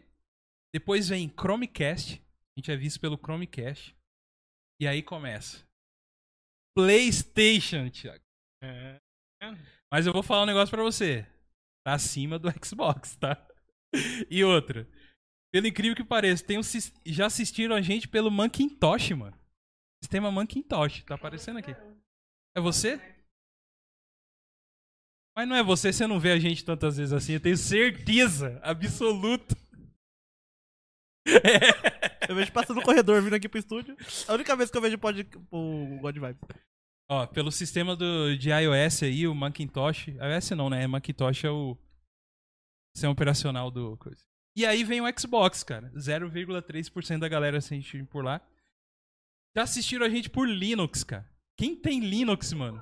Speaker 2: Depois vem Chromecast. A gente é visto pelo Chromecast. E aí começa. PlayStation, Thiago.
Speaker 3: É.
Speaker 2: Mas eu vou falar um negócio pra você. Tá acima do Xbox, tá? E outra. Pelo incrível que pareça, tem um sis- já assistiram a gente pelo Macintosh, mano. Sistema Macintosh, tá aparecendo aqui. É você? Mas não é você, você não vê a gente tantas vezes assim, eu tenho certeza absoluta.
Speaker 5: Eu vejo passando no corredor, vindo aqui pro estúdio. A única vez que eu vejo pode... o God Vibe.
Speaker 2: Ó, pelo sistema do, de iOS aí, o Macintosh. iOS não, né? Macintosh é o sistema operacional do coisa. E aí vem o Xbox, cara. 0,3% da galera assiste por lá. Já assistiram a gente por Linux, cara. Quem tem Linux, mano?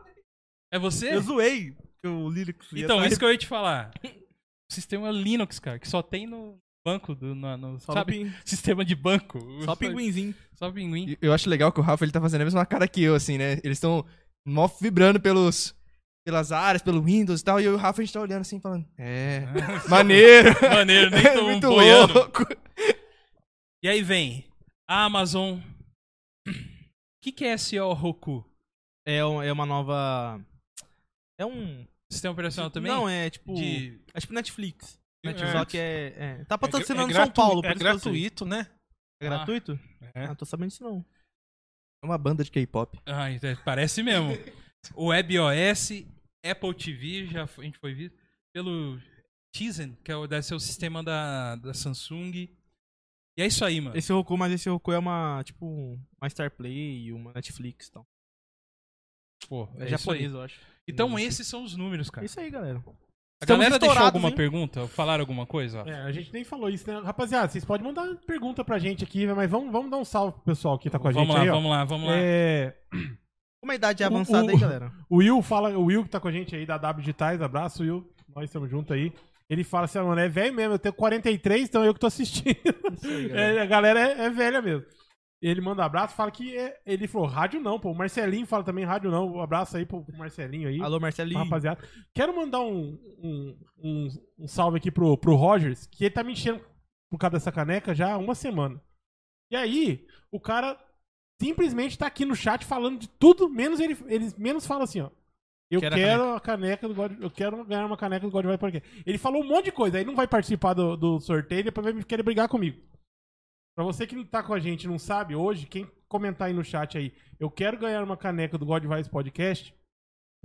Speaker 2: É você?
Speaker 5: Eu tá zoei que o Linux ia
Speaker 2: Então,
Speaker 5: sair.
Speaker 2: isso que eu ia te falar. Sistema Linux, cara, que só tem no banco do. na- no,
Speaker 5: Só,
Speaker 2: sabe?
Speaker 5: pin...
Speaker 2: Sistema de banco.
Speaker 5: Só pinguinzinho.
Speaker 2: Só pinguim.
Speaker 4: E Eu acho legal que o Rafa ele tá fazendo a mesma cara que eu, assim, né? Eles estão mó vibrando pelos, pelas áreas, pelo Windows e tal. E eu e o Rafa a gente tá olhando assim, falando. É. Maneiro!
Speaker 2: Maneiro, Ah, nem
Speaker 4: é
Speaker 2: tão
Speaker 4: muito
Speaker 2: boiando.
Speaker 4: louco!
Speaker 2: E aí vem a Amazon. O que, que é SEO Roku?
Speaker 5: É, um- é uma nova... É um...
Speaker 2: Sistema operacional também?
Speaker 5: Não, é tipo...
Speaker 2: De...
Speaker 5: É tipo Netflix.
Speaker 3: É.
Speaker 5: Só que é... é. Tá
Speaker 3: É
Speaker 5: patrocinando
Speaker 3: gra- é
Speaker 5: São Paulo.
Speaker 3: É
Speaker 5: por isso que eu zoei.
Speaker 3: gratuito, né?
Speaker 5: É gratuito?
Speaker 3: É.
Speaker 5: Ah, não tô sabendo disso não.
Speaker 4: É uma banda de K-pop.
Speaker 2: Ai, é, parece mesmo. o WebOS, Apple TV, já foi- a gente foi visto. Pelo Tizen, que é o, deve ser o sistema da, da Samsung. E é isso aí, mano.
Speaker 5: Esse Roku, mas esse Roku é uma, tipo, uma Star Play e uma Netflix e tal.
Speaker 2: Pô,
Speaker 5: É,
Speaker 2: é isso aí.
Speaker 5: japonês, eu acho. Hum.
Speaker 2: Então
Speaker 5: Não sei.
Speaker 2: esses são os números, cara.
Speaker 5: É Isso aí, galera.
Speaker 2: A galera
Speaker 5: Estamos
Speaker 2: deixou
Speaker 5: estourados,
Speaker 2: alguma
Speaker 5: hein?
Speaker 2: pergunta? Falaram alguma coisa?
Speaker 1: É, a gente nem falou isso, né? Rapaziada, vocês podem mandar pergunta pra gente aqui, mas vamos, vamos dar um salve pro pessoal que tá com a
Speaker 2: vamos
Speaker 1: gente
Speaker 2: lá,
Speaker 1: aí, ó.
Speaker 2: vamos lá, vamos lá.
Speaker 1: É,
Speaker 5: Uma idade
Speaker 1: O-
Speaker 5: avançada
Speaker 1: o-
Speaker 5: aí, galera.
Speaker 1: o Will fala, o Will que tá com a gente aí da W Digitais, abraço, Will. Nós estamos juntos aí. Ele fala assim, ah, mano, é velho mesmo, eu tenho 43, então eu que tô assistindo.
Speaker 5: Isso aí, galera.
Speaker 1: É, a galera é, é velha mesmo. Ele manda abraço, fala que é- ele falou rádio não, pô. O Marcelinho fala também rádio não. Um abraço aí pro pro Marcelinho aí.
Speaker 5: Alô, Marcelinho.
Speaker 1: Rapaziada, quero mandar um, um, um, um salve aqui pro, pro Rogers, que ele tá me enchendo por causa dessa caneca já há uma semana. E aí, o cara simplesmente tá aqui no chat falando de tudo, menos ele, ele menos fala assim, ó. Eu
Speaker 5: Quero
Speaker 1: quero,
Speaker 5: a
Speaker 1: a caneca do God, eu quero ganhar uma caneca do God vai porque. Ele falou um monte de coisa, aí não vai participar do, do sorteio, depois vai querer brigar comigo. Pra você que não tá com a gente, e não sabe hoje, quem comentar aí no chat aí, eu quero ganhar uma caneca do God Vibes Podcast,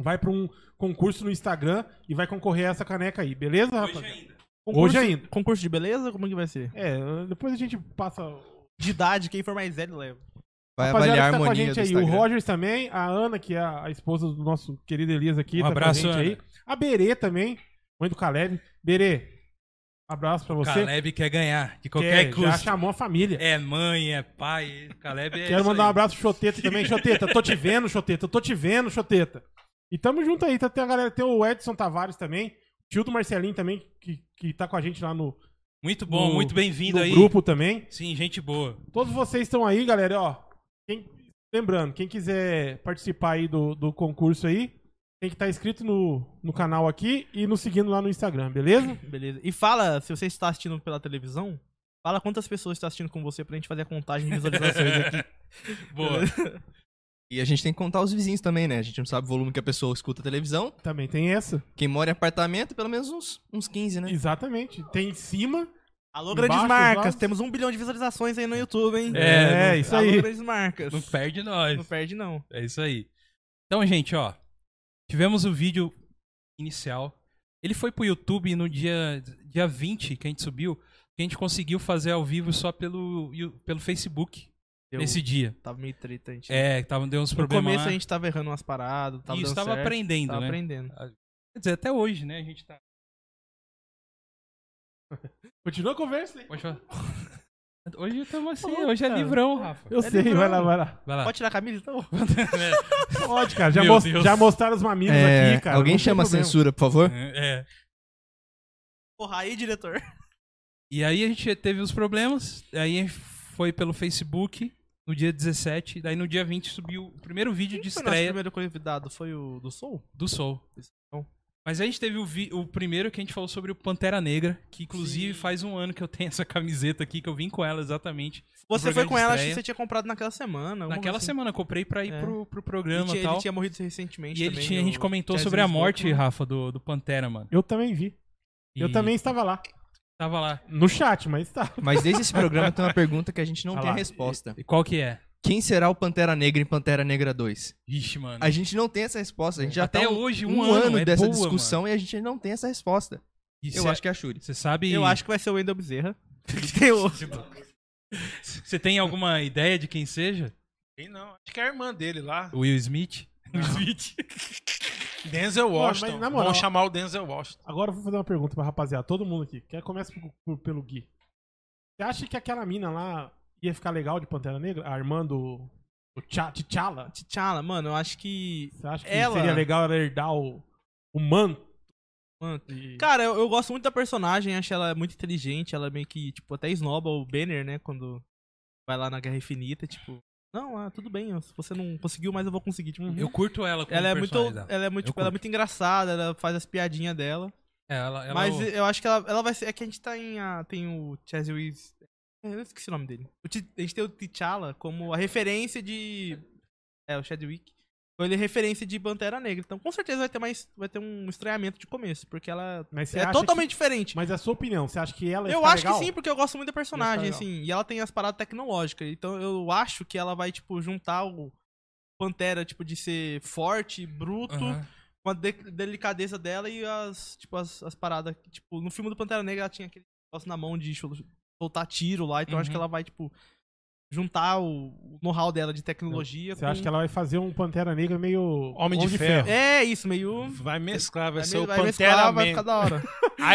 Speaker 1: vai pra um concurso no Instagram e vai concorrer a essa caneca aí, beleza, rapaz? Hoje ainda.
Speaker 5: Concurso de beleza? Como que vai ser?
Speaker 1: É, depois a gente passa
Speaker 5: De idade, quem for mais velho leva.
Speaker 4: Vai
Speaker 1: Rapaziada
Speaker 4: avaliar
Speaker 1: que
Speaker 4: a
Speaker 1: tá com a gente
Speaker 4: harmonia do
Speaker 1: aí, o
Speaker 4: Instagram.
Speaker 1: Rogers também, a Ana, que é a esposa do nosso querido Elias aqui,
Speaker 2: Um
Speaker 1: tá com a
Speaker 2: abraço,
Speaker 1: gente
Speaker 2: Ana.
Speaker 1: aí. A Berê também, mãe do Caleb. Berê, abraço pra você.
Speaker 2: Caleb quer ganhar, de qualquer
Speaker 1: Quer, já
Speaker 2: custo.
Speaker 1: chamou a família.
Speaker 2: É mãe, é pai. Caleb é.
Speaker 1: Quero
Speaker 2: isso
Speaker 1: mandar um
Speaker 2: aí.
Speaker 1: abraço pro Choteta também. Choteta, tô te vendo, Choteta, tô te vendo, Choteta. E tamo junto aí, tá, tem a galera, tem o Edson Tavares também, tio do Marcelinho também, que, que tá com a gente lá no,
Speaker 2: Muito bom,
Speaker 1: no-
Speaker 2: muito bem-vindo
Speaker 1: no
Speaker 2: aí.
Speaker 1: grupo também.
Speaker 2: Sim, gente boa.
Speaker 1: Todos vocês estão aí, galera, ó. Quem- lembrando, quem quiser participar aí do, do concurso aí, tem que estar inscrito no, no canal aqui e nos seguindo lá no Instagram, beleza?
Speaker 5: Beleza. E fala, se você está assistindo pela televisão, fala quantas pessoas estão assistindo com você pra gente fazer a contagem de visualizações aqui.
Speaker 2: Boa.
Speaker 4: E a gente tem que contar os vizinhos também, né? A gente não sabe o volume que a pessoa escuta a televisão.
Speaker 1: Também tem essa.
Speaker 4: Quem mora em apartamento, é pelo menos uns, uns 15, né?
Speaker 1: Exatamente. Tem em cima.
Speaker 5: Alô,
Speaker 1: Embaixo,
Speaker 5: grandes marcas.
Speaker 1: embaixo.
Speaker 5: Temos um bilhão de visualizações aí no YouTube, hein?
Speaker 1: É, isso
Speaker 5: Alô,
Speaker 1: aí.
Speaker 5: grandes marcas.
Speaker 2: Não perde nós.
Speaker 5: Não perde, não.
Speaker 2: É isso aí. Então, gente, ó. Tivemos o vídeo inicial. Ele foi pro YouTube no dia, dia 20 que a gente subiu. Que a gente conseguiu fazer ao vivo só pelo, Yu- pelo Facebook
Speaker 5: Deu-
Speaker 2: nesse dia.
Speaker 5: Tava meio treta, a gente.
Speaker 2: É, tava, deu uns
Speaker 5: no
Speaker 2: problemas.
Speaker 5: começo
Speaker 2: lá.
Speaker 5: a gente tava errando umas paradas, tava
Speaker 2: e isso
Speaker 5: dando
Speaker 2: tava
Speaker 5: certo,
Speaker 2: aprendendo,
Speaker 5: tava
Speaker 2: né?
Speaker 5: aprendendo.
Speaker 2: Quer dizer, até hoje, né? A gente tá.
Speaker 1: Continua a conversa, hein?
Speaker 2: Pode falar. Hoje estamos assim,
Speaker 1: Ô,
Speaker 2: hoje é
Speaker 1: cara.
Speaker 2: livrão, Rafa.
Speaker 1: Eu sei, vai lá, vai lá.
Speaker 2: Vai lá.
Speaker 5: Pode tirar a camisa, então?
Speaker 1: Pode, Tá cara. Já,
Speaker 2: Meu
Speaker 1: mos-
Speaker 2: Deus.
Speaker 1: já mostraram os mamilos
Speaker 4: É,
Speaker 1: aqui, cara.
Speaker 4: alguém
Speaker 1: não tem
Speaker 4: chama a
Speaker 1: problema.
Speaker 4: censura, por favor?
Speaker 2: É.
Speaker 5: Porra, aí, diretor.
Speaker 2: E aí a gente teve os problemas, aí a gente foi pelo Facebook no dia 17, daí no dia 20 subiu o primeiro vídeo de
Speaker 5: Quem foi nosso
Speaker 2: estreia
Speaker 5: primeiro convidado foi o do Soul?
Speaker 2: do Sol.
Speaker 5: Bom.
Speaker 2: Mas a gente teve o, vi- o primeiro que a gente falou sobre o Pantera Negra, que inclusive faz um ano que eu tenho essa camiseta aqui, que eu vim com ela exatamente.
Speaker 5: Você
Speaker 2: programa
Speaker 5: foi com
Speaker 2: de
Speaker 5: ela, acho
Speaker 2: estreia.
Speaker 5: que você tinha comprado naquela semana. alguma
Speaker 2: Naquela
Speaker 5: coisa assim.
Speaker 2: semana eu comprei pra ir
Speaker 5: É.
Speaker 2: pro, pro
Speaker 5: Ele
Speaker 2: programa
Speaker 5: tinha,
Speaker 2: e tal.
Speaker 5: ele tinha morrido recentemente
Speaker 2: E ele
Speaker 5: também.
Speaker 2: tinha, a
Speaker 5: o
Speaker 2: gente comentou
Speaker 5: Jasmine
Speaker 2: sobre a
Speaker 5: Spock,
Speaker 2: morte,
Speaker 5: né?
Speaker 2: Rafa, do, do Pantera, mano.
Speaker 1: Eu também vi. Eu
Speaker 2: E
Speaker 1: também estava lá.
Speaker 2: Tava lá.
Speaker 1: No chat, mas tá.
Speaker 4: Mas desde esse programa tem uma pergunta que a gente não
Speaker 1: Ah
Speaker 4: tem a
Speaker 1: lá.
Speaker 4: resposta.
Speaker 2: E qual que é?
Speaker 4: Quem será o Pantera Negra em Pantera Negra 2?
Speaker 2: Ixi, mano.
Speaker 4: A gente não tem essa resposta. A gente já
Speaker 2: Até
Speaker 4: tá um,
Speaker 2: hoje,
Speaker 4: um
Speaker 2: ano,
Speaker 4: ano
Speaker 2: é
Speaker 4: dessa
Speaker 2: boa,
Speaker 4: discussão e a gente não tem essa resposta.
Speaker 2: mano.
Speaker 4: Eu acho que é a Shuri.
Speaker 2: Você sabe...
Speaker 5: Eu acho que vai ser o Wendel Bezerra. Tem o-
Speaker 2: Você tem alguma ideia de quem seja?
Speaker 3: Tem não. Acho que é a irmã dele lá.
Speaker 2: Will Smith? Will Smith.
Speaker 3: Denzel Washington.
Speaker 1: mas na moral-
Speaker 3: Vamos chamar o Denzel Washington.
Speaker 1: Agora eu vou fazer uma pergunta pra rapaziada, todo mundo aqui. Quer começa por- por- pelo Gui. Você acha que aquela mina lá ia ficar legal de Pantera Negra? A irmã do, do Tcha- T'Challa?
Speaker 5: T'Challa, mano, eu acho que.
Speaker 1: Você acha que
Speaker 5: Ela-
Speaker 1: seria legal ela herdar o, o manto?
Speaker 5: Manto.
Speaker 1: E-
Speaker 5: Cara, eu, eu gosto muito da personagem, acho ela muito inteligente, ela meio que, tipo, até esnoba o Banner, né? Quando vai lá na Guerra Infinita, tipo. Não, ah, tudo bem, ó, se você não conseguiu, mas eu vou conseguir, tipo.
Speaker 2: Eu curto ela como
Speaker 5: Ela é, muito,
Speaker 2: um personagem dela.
Speaker 5: ela é muito,
Speaker 2: Eu
Speaker 5: tipo, ela é
Speaker 2: curto.
Speaker 5: muito engraçada, ela faz as piadinhas dela.
Speaker 2: É, ela, ela-
Speaker 5: mas eu acho que ela, ela vai ser. É que a gente tá em. A, tem o Chazzy é, Eu esqueci o nome dele. O Ti- a gente tem o T'Challa como a referência de. É, o Chadwick. Então Ele é referência de Pantera Negra. Então com certeza vai ter mais. Vai ter um estranhamento de começo, porque ela
Speaker 1: Mas você
Speaker 5: é
Speaker 1: acha
Speaker 5: totalmente
Speaker 1: que-
Speaker 5: diferente.
Speaker 1: Mas é a sua opinião, você acha que ela ia
Speaker 5: Eu
Speaker 1: ficar
Speaker 5: acho
Speaker 1: legal?
Speaker 5: que sim, porque eu gosto muito da personagem,
Speaker 1: Ia ficar
Speaker 5: assim. E ela tem as paradas tecnológicas. Então eu acho que ela vai, tipo, juntar o Pantera, tipo, de ser forte, bruto
Speaker 2: Aham.
Speaker 5: com a de- delicadeza dela e as, tipo, as, as paradas. que, Tipo, no filme do Pantera Negra ela tinha aquele negócio na mão de chul- soltar tiro lá, então
Speaker 2: Uhum.
Speaker 5: acho que ela vai, tipo, juntar o o know-how dela de tecnologia.
Speaker 1: Você acha que ela vai fazer um Pantera Negra meio.
Speaker 3: Homem de Ferro.
Speaker 5: ela... É isso, meio.
Speaker 3: Vai mesclar, vai,
Speaker 5: Vai,
Speaker 3: ser
Speaker 5: me-
Speaker 3: o
Speaker 5: vai
Speaker 3: Pantera
Speaker 5: mesclar, vai
Speaker 3: Man.
Speaker 5: ficar da hora.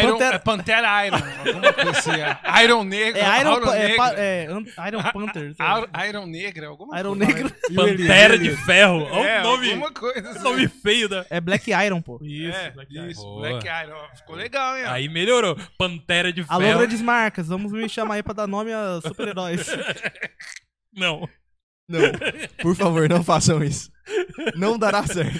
Speaker 3: Iron,
Speaker 5: Pantera-
Speaker 3: É Pantera Iron. Alguma coisa assim, é. Iron Negra.
Speaker 5: É Iron,
Speaker 3: Iron
Speaker 5: Pa- é,
Speaker 3: Negra.
Speaker 5: pa- é, An- Iron Panther. sei lá.
Speaker 3: Iron- Iron Negra, alguma
Speaker 5: Iron
Speaker 3: coisa.
Speaker 5: Negro.
Speaker 1: E o Elias?
Speaker 2: Pantera de Ferro. Olha
Speaker 3: É,
Speaker 2: o nome,
Speaker 3: alguma coisa. assim.
Speaker 2: nome feio da...
Speaker 5: É Black Iron, pô.
Speaker 1: Isso,
Speaker 3: é,
Speaker 1: Black Iron.
Speaker 3: isso,
Speaker 2: Boa.
Speaker 3: Black Iron. ó, Ficou legal, hein? ó.
Speaker 2: Aí melhorou. Pantera de
Speaker 5: Alô,
Speaker 2: Ferro.
Speaker 5: grandes marcas, vamos me chamar aí pra dar nome a super-heróis.
Speaker 2: Não.
Speaker 4: Não, por favor, não façam isso. Não dará certo.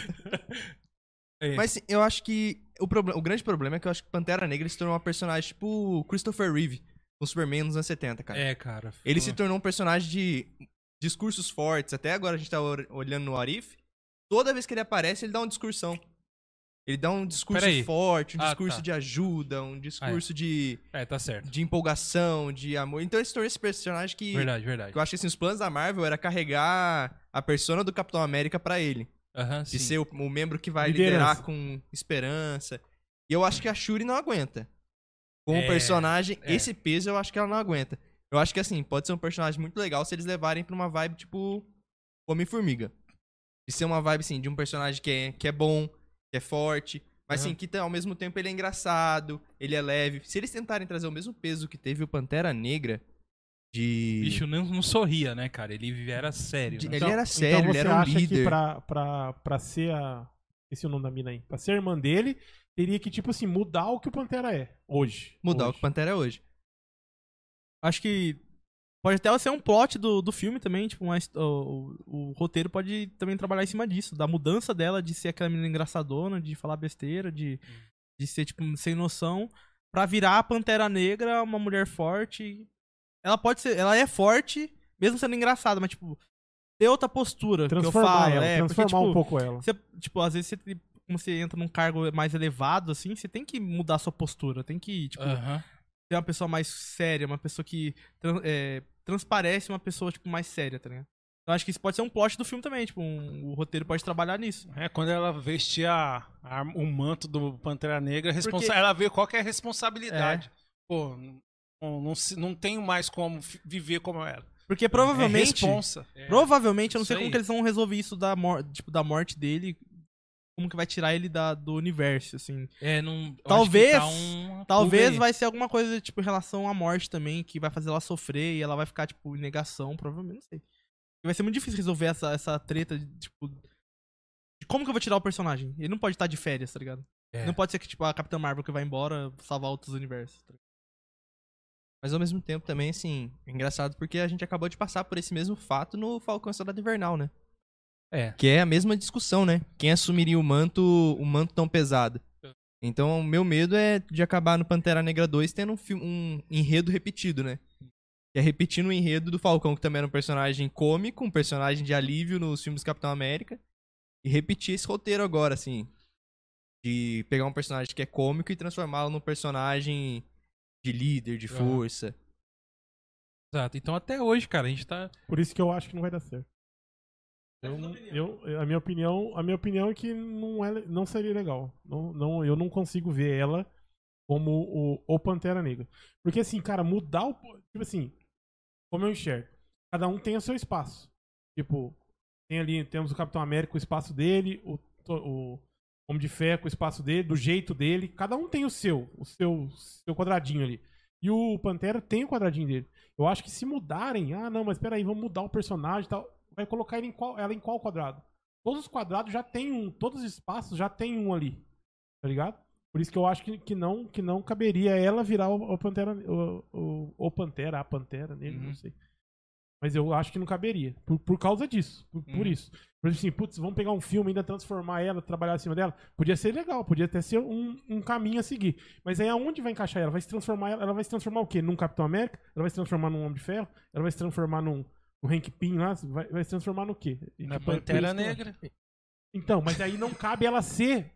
Speaker 2: É.
Speaker 4: Mas sim, eu acho que o, proble- o grande problema é que eu acho que Pantera Negra se tornou uma personagem tipo o um Christopher Reeve. com o Superman nos anos 70, cara.
Speaker 2: É, cara.
Speaker 4: Ele
Speaker 2: foi-
Speaker 4: se tornou um personagem de discursos fortes. Até agora a gente tá or- olhando no Arif. Toda vez que ele aparece, ele dá uma discursão. Ele dá um discurso
Speaker 2: Peraí.
Speaker 4: forte, um
Speaker 2: Ah,
Speaker 4: discurso
Speaker 2: tá.
Speaker 4: de ajuda, um discurso de,
Speaker 2: É, tá certo.
Speaker 4: de empolgação, de amor. Então ele se tornou esse personagem que,
Speaker 2: Verdade, verdade.
Speaker 4: que eu acho que assim, os planos da Marvel era carregar a persona do Capitão América pra ele.
Speaker 2: Aham,
Speaker 4: De
Speaker 2: sim.
Speaker 4: ser o, o membro que vai
Speaker 1: Liderança.
Speaker 4: liderar com esperança. E eu acho que a Shuri não aguenta. Com
Speaker 2: É,
Speaker 4: o personagem,
Speaker 2: é.
Speaker 4: esse peso eu acho que ela não aguenta. Eu acho que assim, pode ser um personagem muito legal se eles levarem pra uma vibe tipo Homem-Formiga. De ser uma vibe, assim, de um personagem que é, que é bom, que é forte, mas assim, que tá- ao mesmo tempo ele é engraçado, ele é leve. Se eles tentarem trazer o mesmo peso que teve o Pantera Negra de.
Speaker 2: O bicho não, não sorria, né, cara? Ele era sério.
Speaker 4: de-
Speaker 2: né?
Speaker 4: ele era sério,
Speaker 1: Então você
Speaker 4: ele era um
Speaker 1: acha
Speaker 4: líder.
Speaker 1: que pra, pra, pra ser a. Esse é o nome da mina aí. Pra ser a irmã dele, teria que, tipo assim, mudar o que o Pantera é hoje.
Speaker 4: Mudar o
Speaker 1: hoje.
Speaker 4: que o Pantera é hoje.
Speaker 5: Acho que pode até ser um plot do, do filme também, tipo, uma his- o, o- o roteiro pode também trabalhar em cima disso, da mudança dela de ser aquela menina engraçadona, de falar besteira, de, de ser, tipo, sem noção, pra virar a Pantera Negra, uma mulher forte. Ela pode ser, ela é forte, mesmo sendo engraçada, mas, tipo, ter outra postura, que eu
Speaker 1: Transformar
Speaker 5: falo,
Speaker 1: ela,
Speaker 5: é, porque,
Speaker 1: transformar um
Speaker 5: tipo,
Speaker 1: pouco ela.
Speaker 5: Você, tipo, às vezes você, como você entra num cargo mais elevado, assim, você tem que mudar sua postura, tem que, tipo,
Speaker 2: Aham.
Speaker 5: ser uma pessoa mais séria, uma pessoa que tran- é, transparece uma pessoa, tipo, mais séria, tá ligado? Então acho que isso pode ser um plot do filme também, tipo, um- o roteiro pode trabalhar nisso.
Speaker 3: É, quando ela vestia a- a- o manto do Pantera Negra, responsa- ela vê qual que é a responsabilidade. Pô, não, não se- não tenho mais como fi- viver como ela.
Speaker 5: Porque
Speaker 3: É
Speaker 5: provavelmente,
Speaker 3: responsa. É.
Speaker 5: provavelmente, eu não sei
Speaker 2: isso
Speaker 5: como
Speaker 2: aí.
Speaker 5: que eles vão resolver isso da, mor- tipo, da morte dele, como que vai tirar ele da- do universo, assim.
Speaker 2: É, não. eu acho que
Speaker 5: Talvez-
Speaker 2: tá uma pulga
Speaker 5: Talvez
Speaker 2: aí.
Speaker 5: vai ser alguma coisa, tipo, em relação à morte também, que vai fazer ela sofrer e ela vai ficar, tipo, em negação, provavelmente, não sei. Vai ser muito difícil resolver essa, essa treta, de, tipo... de Como que eu vou tirar o personagem? Ele não pode estar de férias, tá ligado?
Speaker 2: É.
Speaker 5: Não pode ser que, tipo, a Capitã Marvel que vai embora salvar outros universos. tá ligado?
Speaker 4: Mas ao mesmo tempo também, assim, é engraçado porque a gente acabou de passar por esse mesmo fato no Falcão e Soldado Invernal, né?
Speaker 2: É.
Speaker 4: Que é a mesma discussão, né? Quem assumiria o manto, o manto tão pesado? Então, o meu medo é de acabar no Pantera Negra 2 tendo um, fi- um enredo repetido, né? Que é repetindo o enredo do Falcão, que também era um personagem cômico, um personagem de alívio nos filmes do Capitão América. E repetir esse roteiro agora, assim. De pegar um personagem que é cômico e transformá-lo num personagem de líder, de
Speaker 2: Aham.
Speaker 4: força.
Speaker 2: Exato. Então até hoje, cara, a gente tá.
Speaker 1: Por isso que eu acho que não vai dar certo. Eu, não- eu- a minha opinião, a minha opinião é que não, é, le- não seria legal. Não, não, eu não consigo ver ela como o, o Pantera Negra. Porque assim, cara, mudar o po- tipo assim, como eu enxergo, cada um tem o seu espaço. Tipo, tem ali, temos o Capitão América com o espaço dele, o, to- o Homem de Ferro com o espaço dele, do jeito dele, cada um tem o seu, o seu, seu quadradinho ali. E o Pantera tem o quadradinho dele. Eu acho que se mudarem, ah, não, mas peraí, vamos mudar o personagem e tal. Vai colocar ele em qual- ela em qual quadrado? Todos os quadrados já tem um, todos os espaços já tem um ali. Tá ligado? Por isso que eu acho que, que, não, que não caberia ela virar o, o Pantera. O, o, o Pantera, a Pantera nele,
Speaker 2: Uhum.
Speaker 1: não sei. Mas eu acho que não caberia. Por, por causa disso. Por, por
Speaker 2: Uhum.
Speaker 1: isso. Por exemplo, assim, putz, vamos pegar um filme e ainda transformar ela, trabalhar em cima dela. Podia ser legal, podia até ser um, um caminho a seguir. Mas aí aonde vai encaixar ela? Vai se transformar ela, ela vai se transformar o quê? Num Capitão América? Ela vai se transformar num Homem de Ferro? Ela vai se transformar num, num Hank Pym lá? Vai, vai se transformar no quê? E,
Speaker 3: Na
Speaker 1: tipo, é por
Speaker 3: Pantera
Speaker 1: isso que eu-
Speaker 3: Negra.
Speaker 1: Então, mas aí não cabe ela ser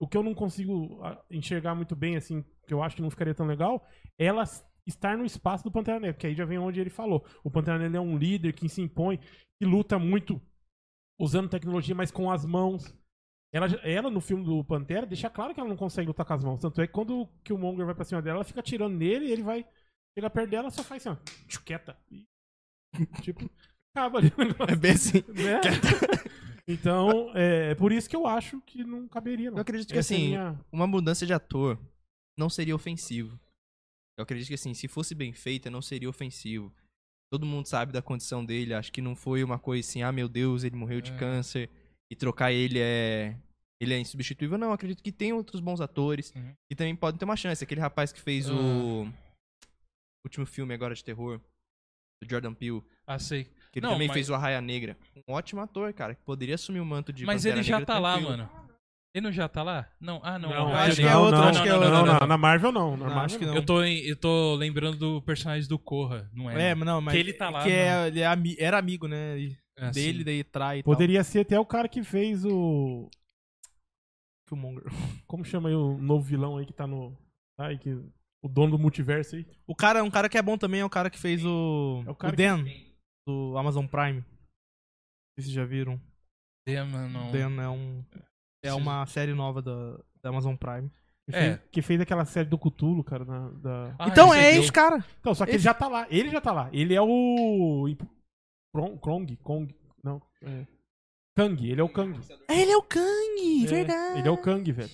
Speaker 1: o que eu não consigo ah, enxergar muito bem, assim, que eu acho que não ficaria tão legal, ela s- estar no espaço do Pantera Negra, que aí já vem onde ele falou. O Pantera Negra é um líder que se impõe, que luta muito usando tecnologia, mas com as mãos. Ela, já- ela, no filme do Pantera, deixa claro que ela não consegue lutar com as mãos. Tanto é que quando o Killmonger vai pra cima dela, ela fica atirando nele, ele vai chegar perto dela, só faz assim, ó, tchiu, quieta. E, tipo, acaba ali o negócio.
Speaker 4: É bem assim.
Speaker 1: Né? então, é, é por isso que eu acho que não caberia, não.
Speaker 4: Eu acredito que
Speaker 1: Essa é a
Speaker 4: assim,
Speaker 1: minha-
Speaker 4: uma mudança de ator não seria ofensivo. Eu acredito que assim, se fosse bem feita, não seria ofensivo. Todo mundo sabe da condição dele, acho que não foi uma coisa assim, ah meu Deus, ele morreu de
Speaker 2: É.
Speaker 4: câncer e trocar ele é ele é insubstituível. Não, eu acredito que tem outros bons atores
Speaker 2: Uhum. Ah.
Speaker 4: que também podem ter uma chance. Aquele rapaz que fez o último filme agora de terror do Jordan Peele,
Speaker 2: Ah, sei.
Speaker 4: que ele
Speaker 2: Não,
Speaker 4: também
Speaker 2: mas-
Speaker 4: fez o Arraia Negra. Um ótimo ator, cara, que poderia assumir o manto de
Speaker 2: Mas
Speaker 4: Pantera
Speaker 2: ele já
Speaker 4: Negra
Speaker 2: tá lá,
Speaker 4: tranquilo.
Speaker 2: mano. Ele não já tá lá? Não. Ah, não.
Speaker 1: Não,
Speaker 2: Ah,
Speaker 5: acho
Speaker 2: ele-
Speaker 5: que é outro,
Speaker 1: não,
Speaker 5: acho que é
Speaker 1: não,
Speaker 5: outro.
Speaker 1: Não, não, na Marvel não. Na
Speaker 5: Não,
Speaker 1: Marvel
Speaker 5: acho que
Speaker 1: não.
Speaker 5: não.
Speaker 2: Eu tô, em- eu tô lembrando do personagem do Corra, não é?
Speaker 5: É, mas não, mas.
Speaker 2: Que ele tá lá,
Speaker 5: Que é-
Speaker 2: não.
Speaker 5: ele é ami- era amigo, né? e-
Speaker 2: É, assim.
Speaker 5: Dele, daí trai e tal.
Speaker 1: Poderia ser até o cara que fez o.
Speaker 5: Killmonger.
Speaker 1: Como chama aí o novo vilão aí que tá no. Tá aí que. O dono do multiverso aí.
Speaker 5: O cara, um cara que é bom também é o cara que fez o.
Speaker 1: É o
Speaker 5: o,
Speaker 1: cara que-
Speaker 5: Dan, do Amazon Prime. Não sei se vocês já viram.
Speaker 2: É, mas não.
Speaker 5: Dan é um. É
Speaker 2: Vocês-
Speaker 5: uma série nova da, da Amazon Prime.
Speaker 1: Que,
Speaker 2: É.
Speaker 1: fez, que fez aquela série do Cutulo, cara. na- da...
Speaker 2: Ah,
Speaker 5: então
Speaker 2: ele
Speaker 5: é
Speaker 2: perdeu.
Speaker 5: esse cara.
Speaker 1: Então, só que ele
Speaker 5: Esse-
Speaker 1: já tá lá. Ele já tá lá. Ele é o. Krong? Krong? Kong? Não. É. Kang. Ele é o Kang.
Speaker 5: Ele é o Kang,
Speaker 1: É,
Speaker 5: verdade.
Speaker 1: Ele é o Kang, velho.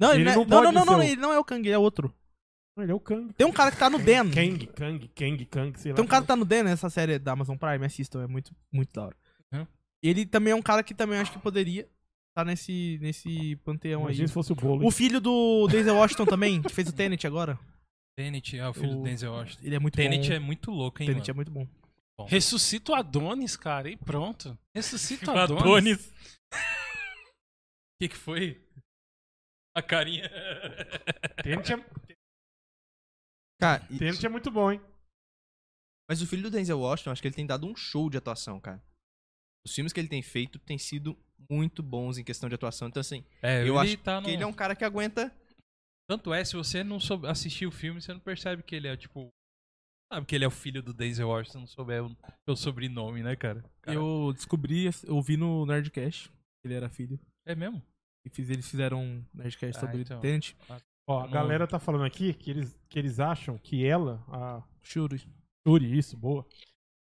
Speaker 5: Não, ele,
Speaker 1: ele
Speaker 5: não, é-
Speaker 1: não
Speaker 5: não,
Speaker 1: pode
Speaker 5: não, não,
Speaker 1: ser
Speaker 5: não,
Speaker 1: o-
Speaker 5: ele não é o Kang, ele é outro.
Speaker 1: Não, ele é o Kang.
Speaker 5: Tem um cara que tá no Dan.
Speaker 1: Kang, Kang, Kang, Kang, sei lá.
Speaker 5: Tem um cara que tá no Dan nessa série da Amazon Prime, assistam, é muito, muito da hora.
Speaker 2: Uhum.
Speaker 5: Ele também é um cara que também acho que poderia estar nesse, nesse panteão aí.
Speaker 1: Imagina se fosse o bolo.
Speaker 5: O filho do Denzel Washington também, que fez o Tenet agora.
Speaker 2: Tenet é o filho
Speaker 5: O-
Speaker 2: do Denzel Washington.
Speaker 5: Ele é muito
Speaker 2: Tenet
Speaker 5: bom.
Speaker 2: é muito louco, hein,
Speaker 5: Tenet é
Speaker 2: mano?
Speaker 5: muito bom.
Speaker 3: Ressuscita o Adonis, cara, e pronto. Ressuscita o
Speaker 2: O
Speaker 3: Adonis.
Speaker 2: Adonis. O que que foi? A carinha.
Speaker 1: Tenet é,
Speaker 4: Cara, e-
Speaker 1: Tenet é muito bom, hein?
Speaker 4: mas o filho do Denzel Washington, acho que ele tem dado um show de atuação, cara. Os filmes que ele tem feito têm sido muito bons em questão de atuação. Então, assim,
Speaker 2: É,
Speaker 4: eu acho
Speaker 2: tá
Speaker 4: que ele é um cara que aguenta.
Speaker 2: Tanto é, se você não soube assistir o filme, você não percebe que ele é, tipo... Sabe que ele é o filho do Denzel Washington, não souber o o sobrenome, né, cara? Cara,
Speaker 5: Eu descobri, eu vi no Nerdcast, que ele era filho.
Speaker 2: É mesmo?
Speaker 5: E fiz- eles fizeram um Nerdcast
Speaker 2: Ah,
Speaker 5: sobre
Speaker 2: então.
Speaker 5: Tenet.
Speaker 1: Ó, a
Speaker 2: Não.
Speaker 1: galera tá falando aqui que eles, que eles acham que ela, a
Speaker 5: Choro.
Speaker 1: Shuri, isso, boa.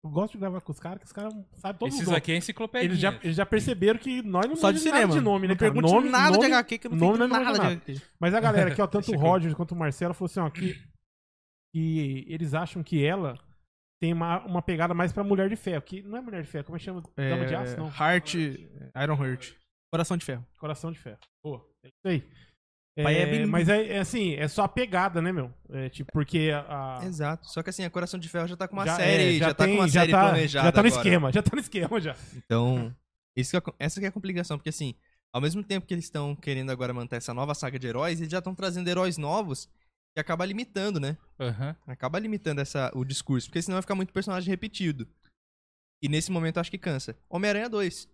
Speaker 1: Eu gosto de gravar com os caras, que os caras sabem todo
Speaker 2: Esses
Speaker 1: mundo.
Speaker 2: aqui é enciclopédia.
Speaker 1: Eles já, eles já perceberam que nós não
Speaker 5: Só de
Speaker 1: manjamos nada
Speaker 5: cinema.
Speaker 1: de nome, né,
Speaker 5: não
Speaker 1: cara?
Speaker 5: pergunte
Speaker 1: Nome,
Speaker 5: nada
Speaker 1: nome-
Speaker 5: de HQ que eu não
Speaker 1: nome
Speaker 5: sei
Speaker 1: não é
Speaker 5: nada de
Speaker 1: nada.
Speaker 5: HQ.
Speaker 1: Mas a galera aqui, ó, tanto
Speaker 2: Esse
Speaker 1: o
Speaker 2: aqui.
Speaker 1: Roger quanto o Marcelo, falou assim, ó, que, que eles acham que ela tem uma, uma pegada mais pra Mulher de Ferro, que não é Mulher de Ferro, como é que chama? Dama de Aço, não.
Speaker 5: Heart, Iron Heart. Coração de Ferro.
Speaker 1: Coração de Ferro. Boa, é isso aí. É,
Speaker 5: Pai é bem-
Speaker 1: Mas é, é assim, é só a pegada, né, meu? É, tipo, porque a... a-
Speaker 4: Exato. Só que assim, a Coração de Ferro já tá com uma
Speaker 1: já-
Speaker 4: série,
Speaker 1: é,
Speaker 4: já, tá
Speaker 1: tem-
Speaker 4: com uma série
Speaker 1: tá-
Speaker 4: planejada.
Speaker 1: Já tá no
Speaker 4: agora.
Speaker 1: esquema, já tá no esquema já.
Speaker 4: Então, isso que é- essa que é a complicação, porque assim, ao mesmo tempo que eles estão querendo agora manter essa nova saga de heróis, eles já estão trazendo heróis novos que acaba limitando, né?
Speaker 2: Aham.
Speaker 4: Acaba limitando essa, o discurso, porque senão vai ficar muito personagem repetido. E nesse momento eu acho que cansa. Homem-Aranha 2.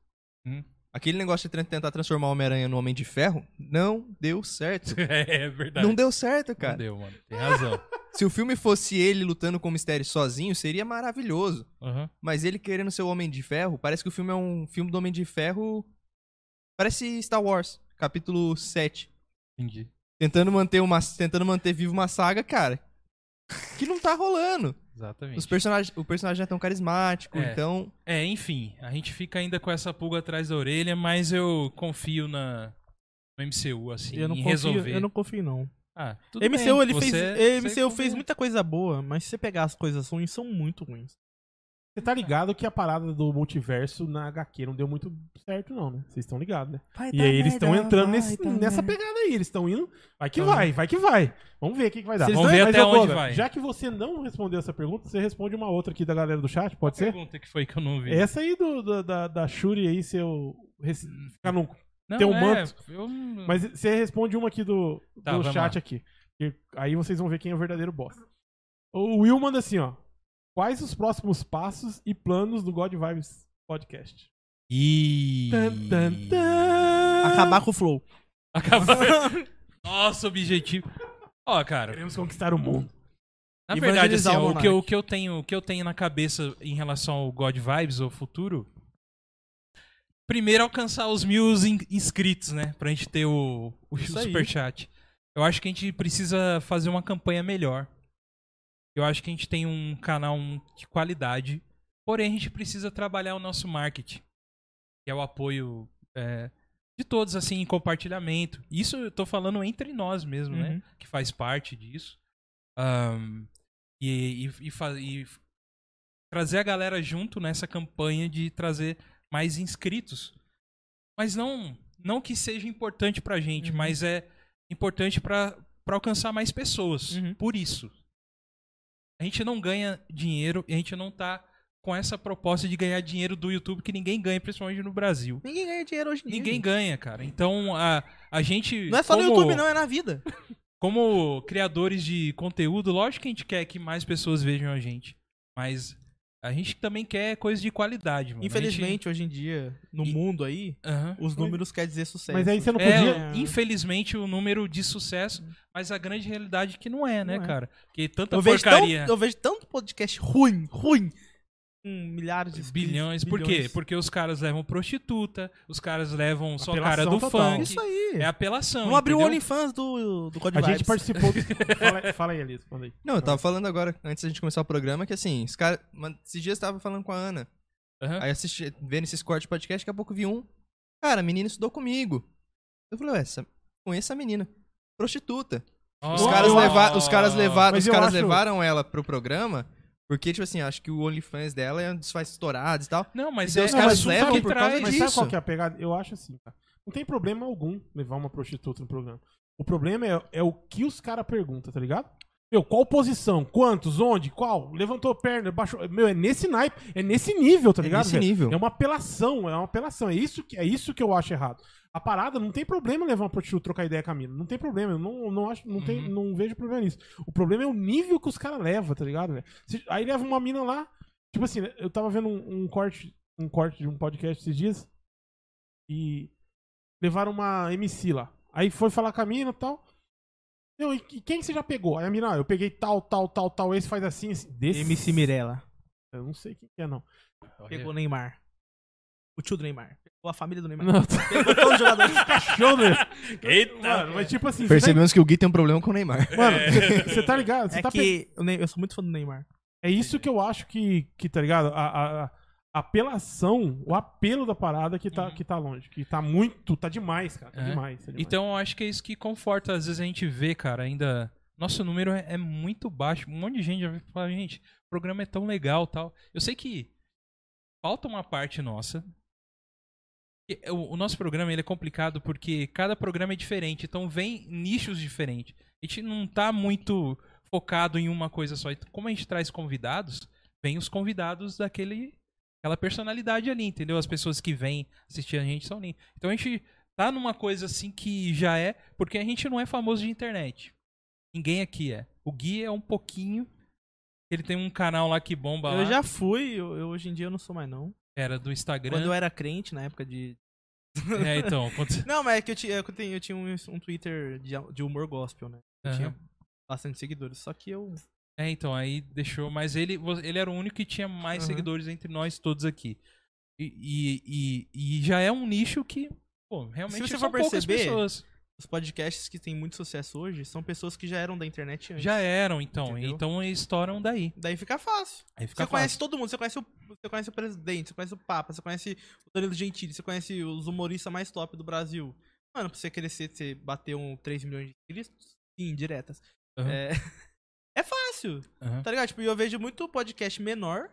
Speaker 2: Hum.
Speaker 4: Aquele negócio de tra- tentar transformar o Homem-Aranha no Homem de Ferro não deu certo.
Speaker 2: é verdade.
Speaker 4: não deu certo,
Speaker 2: Não
Speaker 4: cara.
Speaker 2: deu, mano. Tem razão.
Speaker 4: Se o filme fosse ele lutando com o mistério sozinho, seria maravilhoso.
Speaker 2: Aham.
Speaker 4: Mas ele querendo ser o Homem de Ferro, parece que o filme é um filme do Homem de Ferro. Parece Star Wars, capítulo 7.
Speaker 2: Entendi.
Speaker 4: Tentando manter, uma, tentando manter viva uma saga, cara. Que não tá rolando.
Speaker 2: Exatamente.
Speaker 4: Os personagens, o personagem não é tão carismático,
Speaker 2: É.
Speaker 4: então.
Speaker 2: É, enfim, a gente fica ainda com essa pulga atrás da orelha, mas eu confio na no MCU, assim,
Speaker 5: Eu não,
Speaker 2: em
Speaker 5: confio,
Speaker 2: resolver.
Speaker 5: eu não confio, não.
Speaker 2: Ah, tudo
Speaker 5: MCU,
Speaker 2: bem,
Speaker 5: ele fez,
Speaker 2: você-
Speaker 5: MCU
Speaker 2: você
Speaker 5: fez
Speaker 2: combina.
Speaker 5: muita coisa boa, mas se você pegar as coisas ruins, são muito ruins.
Speaker 1: Você tá ligado que a parada do multiverso na HQ não deu muito certo, não, né? Vocês estão ligados, né? e aí eles estão entrando nesse- nessa pegada aí. Eles estão indo. Vai que
Speaker 5: Então,
Speaker 1: vai, vai que vai. Vamos ver o que, que vai dar.
Speaker 2: eles Vamos não- ver
Speaker 1: Mas,
Speaker 2: até
Speaker 1: ô, Goga,
Speaker 2: onde vai.
Speaker 1: Já que você não respondeu essa pergunta, você responde uma outra aqui da galera do chat, pode ser?
Speaker 2: pergunta que foi que eu não vi.
Speaker 1: Essa aí do, da, da, da Shuri aí, se eu. rec- Ficar num...
Speaker 2: não,
Speaker 1: tem um
Speaker 2: é,
Speaker 1: manto.
Speaker 2: eu-
Speaker 1: Mas você responde uma aqui do,
Speaker 2: Tá,
Speaker 1: do
Speaker 2: vamos
Speaker 1: chat
Speaker 2: lá.
Speaker 1: aqui. E aí vocês vão ver quem é o verdadeiro boss. O Will manda assim, ó. Quais os próximos passos e planos do God Vibes Podcast?
Speaker 2: Ih.
Speaker 1: Tan, tan, tan.
Speaker 2: Ah.
Speaker 5: Acabar com o flow.
Speaker 2: Acabou. Nossa, objetivo. Ó, cara,
Speaker 1: Queremos conquistar o mundo.
Speaker 2: na
Speaker 5: Evangelizar
Speaker 2: verdade, assim,
Speaker 5: o
Speaker 2: ó, o, que eu,
Speaker 5: monarca.
Speaker 2: o que eu tenho, o que eu tenho na cabeça em relação ao God Vibes, ou futuro, primeiro é alcançar os mil in- inscritos, né? Pra gente ter o, o
Speaker 1: Isso aí.
Speaker 2: superchat. Eu acho que a gente precisa fazer uma campanha melhor. Eu acho que a gente tem um canal de qualidade. Porém, a gente precisa trabalhar o nosso marketing, que é o apoio é, de todos, assim, em compartilhamento. Isso eu tô falando entre nós mesmo, né?
Speaker 5: Uhum.
Speaker 2: Que faz parte disso. Ahn, e, e- e fa- e f- trazer a galera junto nessa campanha de trazer mais inscritos. Mas não, não que seja importante pra gente,
Speaker 5: Uhum.
Speaker 2: mas é importante pra pra alcançar mais pessoas.
Speaker 5: Uhum.
Speaker 2: Por isso. A gente não ganha dinheiro e a gente não tá com essa proposta de ganhar dinheiro do YouTube que ninguém ganha, principalmente no Brasil.
Speaker 5: Ninguém ganha dinheiro hoje em dia.
Speaker 2: Ninguém
Speaker 5: gente.
Speaker 2: ganha, cara. Então a, a gente.
Speaker 5: É Não é só no
Speaker 2: como-
Speaker 5: YouTube, não, é na vida.
Speaker 2: Como criadores de conteúdo, lógico que a gente quer que mais pessoas vejam a gente. Mas a gente também quer coisa de qualidade, mano. A gente-
Speaker 5: Infelizmente, hoje em dia, no
Speaker 2: é E-
Speaker 5: mundo aí,
Speaker 2: Aham.
Speaker 5: os números quer dizer sucesso.
Speaker 1: Mas aí você não
Speaker 2: É,
Speaker 1: podia.
Speaker 2: infelizmente, o número de sucesso, mas a grande realidade é que não é, né,
Speaker 5: Não é.
Speaker 2: cara? Porque tanta
Speaker 5: eu vejo, tanto,
Speaker 2: porcaria,
Speaker 5: eu vejo tanto podcast ruim, ruim, com milhares de inscritos,
Speaker 2: bilhões. Por quê? Porque os caras levam prostituta, os caras levam só
Speaker 1: Apelação
Speaker 2: cara do
Speaker 1: total.
Speaker 2: funk.
Speaker 5: Isso aí.
Speaker 2: É apelação.
Speaker 5: Vamos abrir o
Speaker 2: entendeu?
Speaker 5: OnlyFans do, do Code
Speaker 1: A gente
Speaker 5: Vibes.
Speaker 1: participou. do- fala, fala aí, Alice. Fala aí.
Speaker 4: Não, eu tava falando agora, antes da gente começar o programa, que assim, os caras. mano, Esses dias eu tava falando com a Ana.
Speaker 2: Aham.
Speaker 4: Aí assisti, vendo esses cortes de podcast, daqui a pouco vi um. Cara, a menina estudou comigo. Eu falei, ué, essa, conheço a menina. Prostituta. Os
Speaker 1: Oh.
Speaker 4: caras,
Speaker 1: Eu acho-
Speaker 4: leva, os caras, leva,
Speaker 1: Mas
Speaker 4: os
Speaker 1: eu
Speaker 4: caras
Speaker 1: acho-
Speaker 4: levaram ela pro programa, porque, tipo assim, acho que o OnlyFans dela é um dos faz estourados e tal.
Speaker 2: Não, mas
Speaker 4: Então
Speaker 2: é,
Speaker 4: os
Speaker 2: é
Speaker 4: caras
Speaker 2: assunto
Speaker 4: levam
Speaker 2: que
Speaker 4: por causa
Speaker 2: traz.
Speaker 1: Mas
Speaker 4: disso.
Speaker 1: sabe qual que é a pegada? Eu acho assim, cara. Não tem problema algum levar uma prostituta no programa. O problema é, é o que os caras perguntam, tá ligado? Meu, qual posição? Quantos? Onde? Qual? Levantou perna, baixou. Meu, é nesse naipe, é nesse nível, tá
Speaker 4: É
Speaker 1: ligado?
Speaker 4: nesse
Speaker 1: velho?
Speaker 4: nível.
Speaker 1: É uma apelação, é uma apelação. É isso que, é isso que eu acho errado. A parada, não tem problema levar uma prostituta trocar ideia com a mina. Não tem problema. Eu não, não, acho, não, tem, não vejo problema nisso. O problema é o nível que os caras levam, tá ligado? velho? Se- Aí leva uma mina lá. Tipo assim, eu tava vendo um, um corte um corte de um podcast esses dias. E levaram uma MC lá. Aí foi falar com a mina e tal. Meu, e e quem que você já pegou? Aí a mina, ah, eu peguei tal, tal, tal, tal. Esse faz assim, assim. Desse.
Speaker 5: MC Mirella.
Speaker 1: Eu não sei quem que é, não.
Speaker 5: Pegou o Neymar. O tio do Neymar. Pegou a família do Neymar. É
Speaker 1: Não,
Speaker 5: Pegou todos os jogadores. né?
Speaker 1: Eita! Mano, mas tipo assim, você tá,
Speaker 4: Percebemos que o Gui tem um problema com o Neymar.
Speaker 1: mano, você tá ligado? Você
Speaker 5: É
Speaker 1: tá pe-
Speaker 5: que o Ney- eu sou muito fã do Neymar.
Speaker 1: É isso que eu acho que, que tá ligado? A, a- a apelação, o apelo da parada que tá,
Speaker 5: Uhum.
Speaker 1: que tá longe. Que tá muito, tá demais, cara. Tá
Speaker 2: É.
Speaker 1: demais. Tá demais.
Speaker 2: Então eu acho que é isso que conforta. Às vezes a gente vê, cara, ainda. Nosso número é, é muito baixo. Um monte de gente já vem falar, gente, o programa é tão legal tal. Eu sei que falta uma parte nossa. E O, o nosso programa ele é complicado porque cada programa é diferente, então vem nichos diferentes. A gente não tá muito focado em uma coisa só. E Como a gente traz convidados, vem os convidados daquele aquela personalidade ali, entendeu? As pessoas que vêm assistir a gente são ali. Então a gente tá numa coisa assim que já é, porque a gente não é famoso de internet. Ninguém aqui é. O Gui é um pouquinho. Ele tem um canal lá que bomba lá.
Speaker 5: Eu já fui, eu, eu- hoje em dia eu não sou mais não.
Speaker 2: Era do Instagram.
Speaker 5: Quando eu era crente, na época de...
Speaker 2: É, então. quando-
Speaker 5: Não, mas é que eu tinha, eu tenho- eu tinha um, um Twitter de, de humor gospel, né? Eu
Speaker 2: Aham.
Speaker 5: tinha bastante seguidores, só que eu...
Speaker 2: É, então, aí deixou. Mas ele, vo- ele era o único que tinha mais
Speaker 5: Aham.
Speaker 2: seguidores entre nós todos aqui. E, e, e- e já é um nicho que, pô, realmente
Speaker 5: você
Speaker 2: são
Speaker 5: for
Speaker 2: poucas
Speaker 5: perceber,
Speaker 2: pessoas.
Speaker 5: Os podcasts que têm muito sucesso hoje são pessoas que já eram da internet antes.
Speaker 2: Já eram, então.
Speaker 5: é Entendeu?
Speaker 2: Então eles estouram daí.
Speaker 5: Daí fica fácil.
Speaker 2: Aí
Speaker 5: Você
Speaker 2: fica
Speaker 5: conhece
Speaker 2: fácil.
Speaker 5: todo mundo, você conhece, o, você conhece o presidente, você conhece o Papa, você conhece o Danilo Gentili, você conhece os humoristas mais top do Brasil. Mano, pra você crescer, você bater um 3 milhões de inscritos, sim, diretas.
Speaker 2: Aham.
Speaker 5: É... é fácil,
Speaker 2: Aham.
Speaker 5: tá ligado? Tipo, e eu vejo muito podcast menor,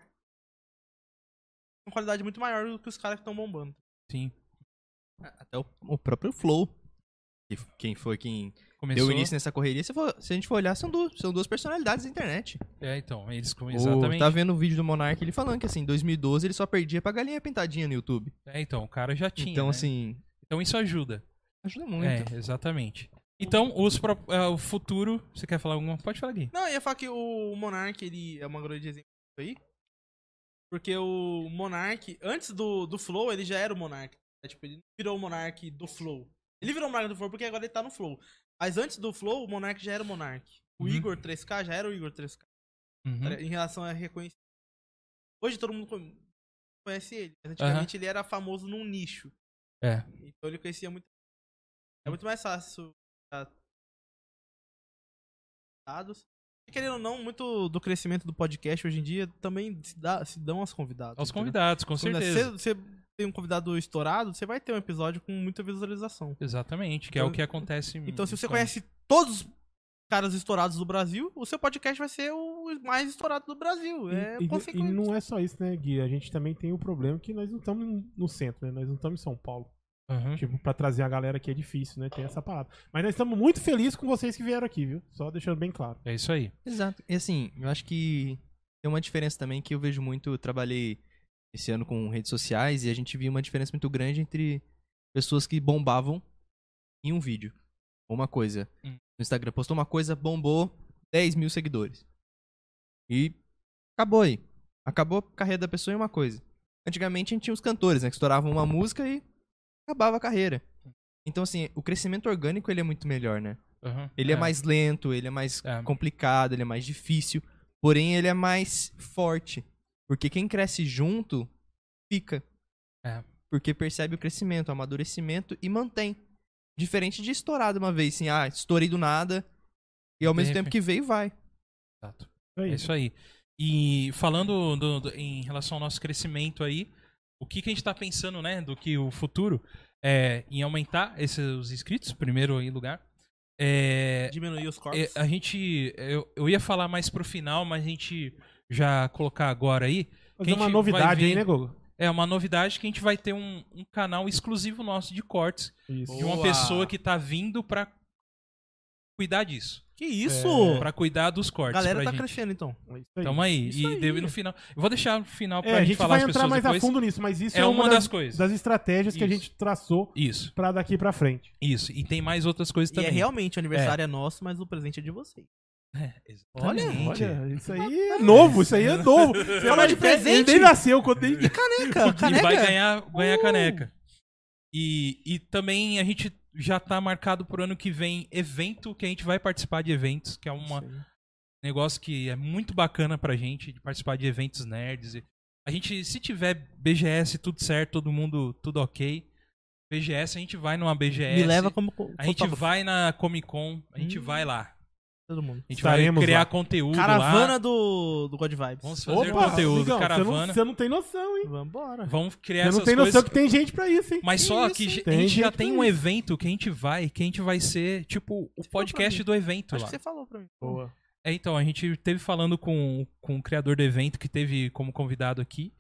Speaker 5: com qualidade muito maior do que os caras que estão bombando.
Speaker 2: Sim.
Speaker 4: Até o, o próprio Flow. que f- Quem foi quem
Speaker 2: Começou.
Speaker 4: deu início nessa correria, se, for- se a gente for olhar, são duas, são duas personalidades da internet.
Speaker 2: É, então. Eles com-
Speaker 4: O,
Speaker 2: Exatamente.
Speaker 4: tá vendo o vídeo do Monark ele falando que assim, em 2012 ele só perdia pra galinha pintadinha no YouTube.
Speaker 2: É, então. O cara já tinha.
Speaker 4: então,
Speaker 2: né?
Speaker 4: assim,
Speaker 2: Então isso ajuda.
Speaker 4: ajuda muito.
Speaker 2: É, exatamente. Então, os pro- ah, o futuro. Você quer falar alguma? Pode falar, Gui.
Speaker 5: Não, eu ia falar que o Monark, ele é uma grande exemplo aí. Porque o Monark, antes do, do Flow, ele já era o Monark. É, tipo, ele não virou o Monark do Flow. Ele virou o Monark do Flow porque agora ele tá no Flow. Mas antes do Flow, o Monark já era o Monark. O
Speaker 2: Uhum.
Speaker 5: Igor 3K já era o Igor 3K.
Speaker 2: Uhum.
Speaker 5: Em relação a reconhecimento. Hoje todo mundo con- conhece ele. Mas antigamente ele era famoso num nicho.
Speaker 2: É. Uhum.
Speaker 5: Então ele conhecia muito. É muito mais fácil. tá? Dados. E, Querendo ou não, muito do crescimento do podcast hoje em dia também se, dá- se dão aos convidados.
Speaker 2: Aos
Speaker 5: entendeu?
Speaker 2: convidados, com
Speaker 5: Quando
Speaker 2: certeza.
Speaker 5: Você, você tem um convidado estourado, você vai ter um episódio com muita visualização.
Speaker 2: Exatamente, que é
Speaker 5: Então-
Speaker 2: o que acontece.
Speaker 5: Então, se você
Speaker 2: com-
Speaker 5: conhece todos os caras estourados do Brasil, o seu podcast vai ser o mais estourado do Brasil. É
Speaker 1: E- e, e
Speaker 5: consequente.
Speaker 1: não é só isso, né, Gui? A gente também tem o problema que nós não estamos no centro, né? Nós não estamos em São Paulo.
Speaker 5: Uhum.
Speaker 2: Aham.
Speaker 1: Tipo, pra trazer a galera aqui é difícil, né? Tem essa parada. Mas nós estamos muito felizes com vocês que vieram aqui, viu? Só deixando bem claro.
Speaker 2: É isso aí.
Speaker 4: Exato. E assim, eu acho que Tem uma diferença também que eu vejo muito, eu trabalhei esse ano com redes sociais e a gente viu uma diferença muito grande entre pessoas que bombavam em um vídeo. Ou uma coisa.
Speaker 2: Hum.
Speaker 4: No Instagram postou uma coisa, bombou 10 mil seguidores. E acabou aí. Acabou a carreira da pessoa em uma coisa. Antigamente a gente tinha os cantores, né? Que estouravam uma música e acabava a carreira. Então, assim, o crescimento orgânico ele é muito melhor, né?
Speaker 2: Aham.
Speaker 4: Ele é. mais lento, ele é mais
Speaker 2: É.
Speaker 4: complicado, ele é mais difícil. Porém, ele é mais forte. Porque quem cresce junto, fica.
Speaker 2: É.
Speaker 4: Porque percebe o crescimento, o amadurecimento e mantém. Diferente de estourar de uma vez, assim, ah, estourei do nada. E ao
Speaker 2: De
Speaker 4: mesmo
Speaker 2: repente-
Speaker 4: tempo que veio, vai.
Speaker 2: Exato.
Speaker 1: É
Speaker 2: É
Speaker 1: isso.
Speaker 2: isso aí. E falando do- do- em relação ao nosso crescimento aí, o que, que a gente tá pensando, né, do que o futuro é em aumentar esses inscritos, primeiro em lugar. É,
Speaker 5: Diminuir os corpos.
Speaker 2: É, a gente. Eu, eu ia falar mais pro final, mas a gente já colocar agora aí.
Speaker 1: Mas
Speaker 2: Quem
Speaker 1: é uma
Speaker 2: te- vai
Speaker 1: novidade
Speaker 2: vir-
Speaker 1: aí, né, Gogo?
Speaker 2: É uma novidade que a gente vai ter um, um canal exclusivo nosso de cortes
Speaker 1: Isso. É
Speaker 2: de uma
Speaker 5: Boa.
Speaker 2: pessoa que tá vindo pra cuidar disso.
Speaker 5: Que isso?
Speaker 2: Pra cuidar dos
Speaker 5: a
Speaker 2: cortes.
Speaker 5: galera
Speaker 2: pra
Speaker 5: tá
Speaker 2: é, gente.
Speaker 5: crescendo, então.
Speaker 1: É isso aí.
Speaker 2: Tamo aí.
Speaker 1: Isso
Speaker 2: e
Speaker 1: aí.
Speaker 2: deve- no final. Eu vou deixar no final pra
Speaker 1: É, a gente
Speaker 2: falar
Speaker 1: vai
Speaker 2: as
Speaker 1: entrar
Speaker 2: pessoas
Speaker 1: mais
Speaker 2: depois.
Speaker 1: a fundo nisso, mas isso
Speaker 2: É
Speaker 1: é,
Speaker 2: uma das coisas.
Speaker 1: das estratégias que a
Speaker 2: Isso.
Speaker 1: gente traçou
Speaker 2: Isso,
Speaker 1: pra daqui pra frente.
Speaker 2: isso. E tem mais outras coisas
Speaker 5: E é
Speaker 2: também.
Speaker 5: realmente, o aniversário é. nosso, mas o presente é de vocês.
Speaker 2: Olha,
Speaker 1: Olha, isso aí é novo, isso aí é novo. Você
Speaker 5: Falar
Speaker 1: olha,
Speaker 5: de
Speaker 1: ele- Ele
Speaker 5: presente?
Speaker 1: nem nasceu quando nem-
Speaker 5: Caneca,
Speaker 2: E vai
Speaker 5: caneca.
Speaker 2: ganhar,
Speaker 1: Uh.
Speaker 2: ganhar caneca. E, e também a gente já tá marcado pro ano que vem evento, que a gente vai participar de eventos, que é um negócio que é muito bacana pra gente, de participar de eventos nerds. E A gente, se tiver BGS tudo certo, todo mundo tudo ok, BGS a gente vai numa BGS.
Speaker 5: Me leva como co-
Speaker 2: é, a gente
Speaker 5: fotógrafo,
Speaker 2: vai na Comic Con, a gente
Speaker 5: Hum.
Speaker 2: vai lá.
Speaker 5: todo mundo.
Speaker 2: A gente
Speaker 1: Estaremos
Speaker 2: vai criar
Speaker 1: lá.
Speaker 2: conteúdo
Speaker 5: Caravana
Speaker 2: lá.
Speaker 5: do, do God Vibes.
Speaker 2: Vamos fazer
Speaker 1: Opa,
Speaker 2: conteúdo,
Speaker 1: amigão, você não-
Speaker 2: caravana.
Speaker 1: Você não, tem noção, hein?
Speaker 5: Vambora.
Speaker 2: Vamos criar
Speaker 1: Você
Speaker 2: essas
Speaker 1: não tem
Speaker 2: coisas.
Speaker 1: noção que tem gente pra isso, hein?
Speaker 2: Mas só que
Speaker 1: hein?
Speaker 2: a
Speaker 1: Tem
Speaker 2: gente já
Speaker 1: gente
Speaker 2: tem
Speaker 1: pra
Speaker 2: um
Speaker 1: isso.
Speaker 2: evento que a gente vai, que a gente vai ser, tipo, o
Speaker 5: falou pra
Speaker 2: podcast
Speaker 5: mim.
Speaker 2: do evento
Speaker 5: Acho
Speaker 2: lá.
Speaker 5: que você falou pra mim.
Speaker 1: Boa.
Speaker 2: É, então, a gente teve falando com, com o criador do evento, que teve como convidado aqui.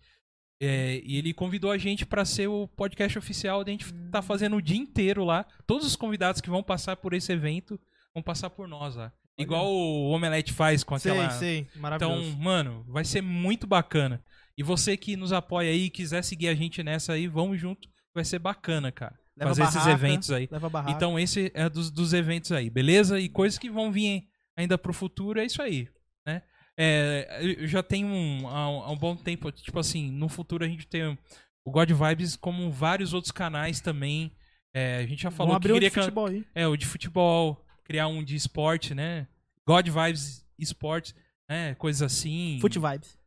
Speaker 2: É, e ele convidou a gente pra ser o podcast oficial. A gente tá fazendo o dia inteiro lá. Todos os convidados que vão passar por esse evento vão passar por nós lá. Igual o Omelete faz com aquela.
Speaker 5: Sei, sei.
Speaker 2: Então,
Speaker 5: Maravilhoso.
Speaker 2: mano, vai ser muito bacana. E você que nos apoia aí, quiser seguir a gente nessa aí, vamos junto. Vai ser bacana, cara.
Speaker 5: Leva
Speaker 2: fazer esses
Speaker 5: barraca,
Speaker 2: eventos aí.
Speaker 5: Leva a barraca.
Speaker 2: Então, esse é dos, dos eventos aí, beleza? E coisas que vão vir ainda pro futuro, é isso aí, né? É, eu já tenho um, há, há um bom tempo, tipo assim, no futuro a gente tem o God Vibes como vários outros canais também. É, a gente já falou
Speaker 5: Vamos
Speaker 2: que
Speaker 5: abrir um
Speaker 2: queria
Speaker 5: de
Speaker 2: can-
Speaker 5: futebol aí.
Speaker 2: é, o de futebol, criar um de esporte, né? God Vibes Esporte, né? Coisas assim.
Speaker 5: Foot Vibes.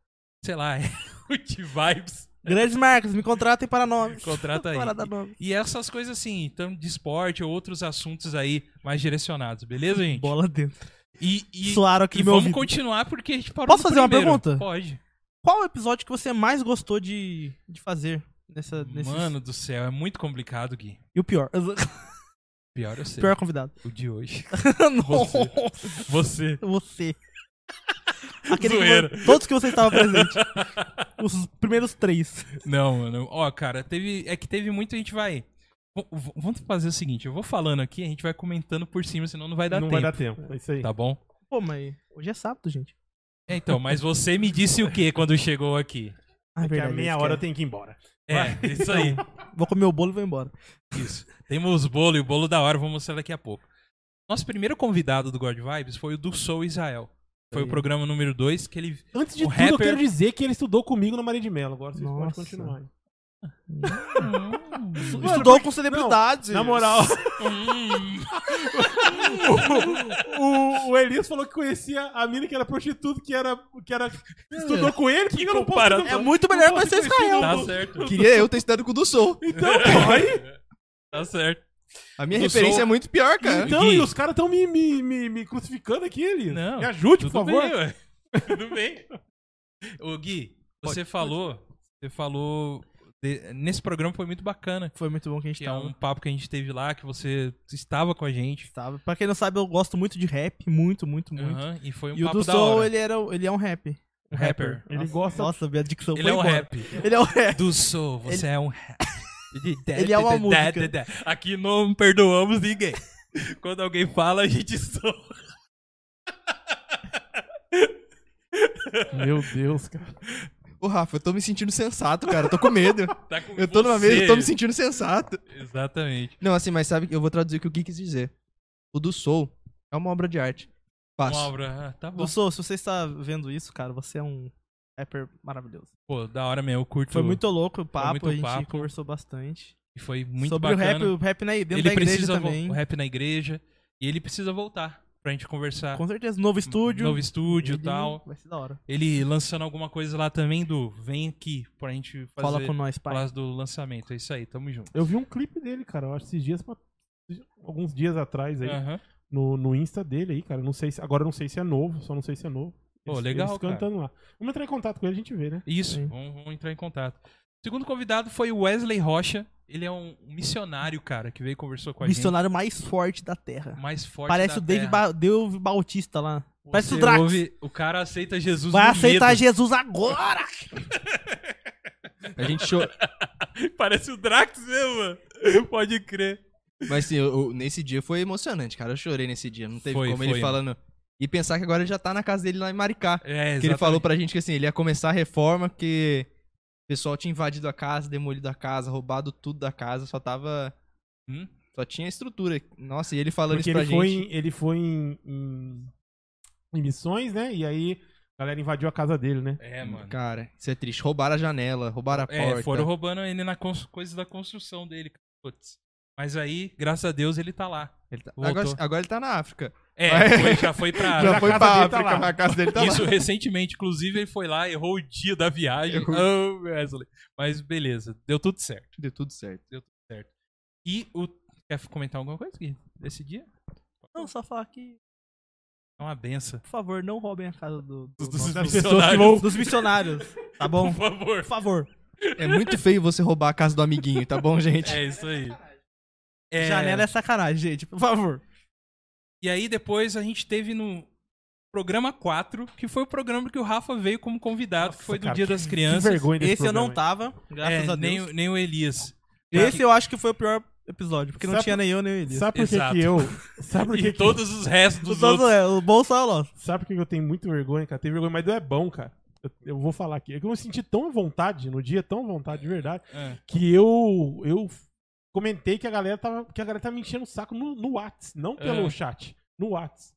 Speaker 2: Sei lá, é. Fute Vibes.
Speaker 5: Grandes marcas, me contratem para nomes.
Speaker 2: Contrata aí.
Speaker 5: Para dar nome.
Speaker 2: E essas coisas assim, tanto de esporte ou outros assuntos aí mais direcionados, beleza, gente?
Speaker 5: Bola dentro.
Speaker 2: E, e,
Speaker 5: Soaram aqui
Speaker 2: e
Speaker 5: no meu
Speaker 2: vamos
Speaker 5: ouvido.
Speaker 2: continuar porque a gente parou
Speaker 5: Posso
Speaker 2: no
Speaker 5: fazer uma
Speaker 2: primeiro.
Speaker 5: pergunta?
Speaker 2: Pode.
Speaker 5: Qual o episódio que você mais gostou de, de fazer? Nessa, nesses...
Speaker 2: Mano do céu, é muito complicado, Gui.
Speaker 5: E o pior.
Speaker 2: Pior eu sei.
Speaker 5: pior convidado.
Speaker 2: O de hoje.
Speaker 5: Nossa.
Speaker 2: Você.
Speaker 5: Você. Aquele que
Speaker 2: Zoeira.
Speaker 5: vo- todos que você estava presente. Os primeiros três.
Speaker 2: Não, mano. Ó, cara, teve. É que teve muito, a gente vai. v- v- Vamos fazer o seguinte, eu vou falando aqui, a gente vai comentando por cima, senão não vai dar
Speaker 1: não
Speaker 2: tempo.
Speaker 1: vai dar tempo. É isso aí.
Speaker 2: Tá bom?
Speaker 5: Pô, mas hoje é sábado, gente.
Speaker 2: É, Então, mas você me disse o que quando chegou aqui?
Speaker 5: Ah,
Speaker 1: Porque a
Speaker 5: verdade,
Speaker 1: meia
Speaker 5: isso
Speaker 1: hora eu
Speaker 5: que
Speaker 1: tenho que ir embora.
Speaker 2: É, isso aí.
Speaker 5: é. Vou comer o bolo e vou embora.
Speaker 2: Isso. Temos bolo e o bolo da hora, eu vou mostrar daqui a pouco. Nosso primeiro convidado do God Vibes foi o do Soul Israel. Foi o programa número 2 que ele
Speaker 1: Antes de
Speaker 2: O
Speaker 1: tudo, eu
Speaker 2: rapper-
Speaker 1: quero dizer que ele estudou comigo na Maria de Mello. Agora vocês podem
Speaker 5: Nossa.
Speaker 1: continuar.
Speaker 5: Estudou com celebridades.
Speaker 1: Na moral,
Speaker 5: Hum.
Speaker 1: o, o Elias falou que conhecia a mina que era prostituta, que era. Que era
Speaker 2: É.
Speaker 1: estudou com ele, que eu não posso.
Speaker 2: comparação.
Speaker 5: É muito melhor
Speaker 1: Não,
Speaker 5: conhecer
Speaker 1: isso é
Speaker 5: Israel.
Speaker 2: tá certo.
Speaker 4: Queria eu ter estudado com o do Sol.
Speaker 1: Então,
Speaker 2: É.
Speaker 1: pô, aí-
Speaker 2: Tá certo.
Speaker 4: A minha
Speaker 2: Do
Speaker 4: referência
Speaker 2: Sol.
Speaker 4: é muito pior, cara.
Speaker 1: então
Speaker 2: Gui.
Speaker 1: e os caras estão me, me, me, me crucificando aqui, Elias.
Speaker 2: Não,
Speaker 1: me ajude, por
Speaker 2: Tudo
Speaker 1: favor.
Speaker 2: bem, ué. Tudo bem. Ô Gui, você falou, você falou de- nesse programa foi muito bacana,
Speaker 5: Foi muito bom que a gente
Speaker 2: que é
Speaker 5: tava.
Speaker 2: um papo que a gente teve lá que você estava com a gente.
Speaker 5: Sabe? Pra quem não sabe, eu gosto muito de rap. Muito, muito, muito.
Speaker 2: Aham, e foi um
Speaker 5: e o
Speaker 2: papo
Speaker 5: do
Speaker 2: da
Speaker 5: Soul,
Speaker 2: hora.
Speaker 5: ele, era, ele é um rap.
Speaker 2: Um rapper.
Speaker 1: Ele
Speaker 5: Nossa,
Speaker 1: gosta-
Speaker 5: Nossa, minha dicção
Speaker 2: Ele
Speaker 5: foi
Speaker 2: é um
Speaker 5: embora.
Speaker 2: rap.
Speaker 5: Ele é um rap.
Speaker 2: Do Soul, você é um rap.
Speaker 5: Ele é uma música.
Speaker 2: Aqui não perdoamos ninguém. Quando alguém fala, a gente soa.
Speaker 1: Meu Deus, cara.
Speaker 4: Ô, Rafa, eu tô me sentindo sensato, cara. Eu tô com medo.
Speaker 2: Tá com
Speaker 4: Eu tô numa
Speaker 2: você.
Speaker 4: mesa e tô me sentindo sensato.
Speaker 2: Exatamente.
Speaker 4: Não, assim, mas sabe, que eu vou traduzir o que o Gui quis dizer. O do Soul é uma obra de arte.
Speaker 2: Uma
Speaker 4: Fácil.
Speaker 2: obra. Ah, tá bom.
Speaker 5: Eu sou, se você está vendo isso, cara, você é um rapper maravilhoso.
Speaker 2: Pô, da hora mesmo. Eu curto.
Speaker 5: Foi muito louco o papo,
Speaker 2: muito
Speaker 5: a gente
Speaker 2: papo.
Speaker 5: conversou bastante.
Speaker 2: Foi muito
Speaker 5: Sobre
Speaker 2: bacana.
Speaker 5: o rap, o rap na, dentro
Speaker 2: ele
Speaker 5: da igreja
Speaker 2: precisa vo-
Speaker 5: também.
Speaker 2: o rap na igreja. E ele precisa voltar pra gente conversar.
Speaker 5: Com certeza, novo estúdio. Uhum.
Speaker 2: Novo estúdio e
Speaker 5: Ele
Speaker 2: tal.
Speaker 5: Vai ser da hora.
Speaker 2: Ele lançando alguma coisa lá também do Vem aqui pra gente fazer.
Speaker 5: Fala com nós, pai.
Speaker 2: falar do lançamento. É isso aí, tamo junto.
Speaker 1: Eu vi um clipe dele, cara. Eu acho esses dias, pra- alguns dias atrás aí,
Speaker 2: Aham.
Speaker 1: no, no Insta dele aí, cara. Não sei se, agora eu não sei se é novo, só não sei se é novo.
Speaker 2: Pô, legal, cara.
Speaker 1: cantando lá. Vamos entrar em contato com ele, a gente vê, né?
Speaker 2: Isso,
Speaker 5: Sim.
Speaker 2: vamos, vamos entrar em contato. O segundo convidado foi o Wesley Rocha. Ele é um missionário, cara, que veio e conversou com a
Speaker 5: Missionário mais forte da Terra.
Speaker 2: gente. Mais forte
Speaker 5: Parece
Speaker 2: da
Speaker 5: o Dave,
Speaker 2: terra.
Speaker 5: Ba- Dave Bautista lá. Parece o
Speaker 2: Você
Speaker 5: Drax.
Speaker 2: ouve- o cara aceita Jesus
Speaker 5: Vai
Speaker 2: no
Speaker 5: aceitar
Speaker 2: medo.
Speaker 5: Jesus agora!
Speaker 4: A gente show...
Speaker 2: Parece o Drax mesmo, mano. Pode crer.
Speaker 4: Mas assim, eu- eu- nesse dia foi emocionante, cara. Eu chorei nesse dia. Não teve
Speaker 2: Foi,
Speaker 4: como
Speaker 2: foi,
Speaker 4: ele falando. E pensar que agora ele já tá na casa dele lá em Maricá.
Speaker 2: É,
Speaker 4: Que ele falou
Speaker 2: exatamente.
Speaker 4: pra gente que assim, ele ia começar a reforma porque o pessoal tinha invadido a casa, demolido a casa, roubado tudo da casa, só tava.
Speaker 2: Hum?
Speaker 4: Só tinha estrutura. Nossa, e ele falando
Speaker 1: Porque
Speaker 4: isso
Speaker 1: ele
Speaker 4: pra
Speaker 1: foi,
Speaker 4: gente.
Speaker 1: em, ele foi em, em- em missões, né? E aí a galera invadiu a casa dele, né?
Speaker 2: É, mano.
Speaker 4: Cara, isso é triste. Roubaram a janela, roubaram a porta.
Speaker 2: É, foram roubando ele na cons- coisa da construção dele. cara. Putz. Mas aí, graças a Deus, ele tá lá.
Speaker 4: Ele tá-
Speaker 2: Voltou.
Speaker 4: agora, agora ele tá na África.
Speaker 2: É,
Speaker 4: Vai.
Speaker 2: foi- já foi
Speaker 1: Já
Speaker 2: pra.
Speaker 4: Já
Speaker 1: a
Speaker 4: foi
Speaker 1: casa
Speaker 4: pra
Speaker 1: dele tá
Speaker 4: África,
Speaker 1: lá.
Speaker 4: mas a casa dele tá
Speaker 2: Isso
Speaker 4: lá.
Speaker 2: recentemente, inclusive, ele foi lá, errou o dia da viagem. Oh, Wesley. Mas beleza, deu tudo certo.
Speaker 4: Deu tudo certo.
Speaker 2: E o. Quer comentar alguma coisa Gui, desse dia?
Speaker 5: Não, só falar que,
Speaker 2: É uma benção.
Speaker 5: por favor, não roubem a casa do, do
Speaker 2: Dos
Speaker 5: nosso-
Speaker 1: As
Speaker 2: missionários.
Speaker 1: pessoas que vão.
Speaker 5: dos missionários. Tá bom?
Speaker 2: Por favor.
Speaker 5: Por favor.
Speaker 4: É muito feio você roubar a casa do amiguinho, tá bom, gente?
Speaker 2: É isso aí. É,
Speaker 5: Janela é sacanagem, gente. Por favor.
Speaker 2: E aí depois a gente teve no programa 4, que foi o programa que o Rafa veio como convidado, que
Speaker 1: Nossa,
Speaker 2: foi do
Speaker 1: cara,
Speaker 2: Dia
Speaker 1: que-
Speaker 2: das
Speaker 1: Que
Speaker 2: Crianças.
Speaker 1: vergonha desse
Speaker 5: Esse eu não
Speaker 1: programa,
Speaker 5: tava, graças
Speaker 2: É,
Speaker 5: a Deus.
Speaker 2: nem, o- nem o Elias.
Speaker 5: Esse eu acho que foi o pior episódio, porque não
Speaker 1: Sabe-
Speaker 5: tinha nem eu, nem o
Speaker 1: hein?
Speaker 5: Elias.
Speaker 1: Sabe por que,
Speaker 2: Exato.
Speaker 1: que eu. Sabe por que,
Speaker 2: E
Speaker 1: que-
Speaker 2: todos os restos
Speaker 5: Os
Speaker 2: dos
Speaker 5: outros,
Speaker 2: outros.
Speaker 5: é, o bom só é o nosso.
Speaker 1: Sabe por que que eu tenho muito vergonha, cara? Tem vergonha, mas não é bom, cara. Eu, eu vou falar aqui. É que eu me senti tão à vontade no dia, tão à vontade de verdade,
Speaker 2: É.
Speaker 1: que eu. Eu comentei que a galera tava, que a galera tava me enchendo o saco no, no Whats, não pelo
Speaker 2: É.
Speaker 1: chat. No Whats.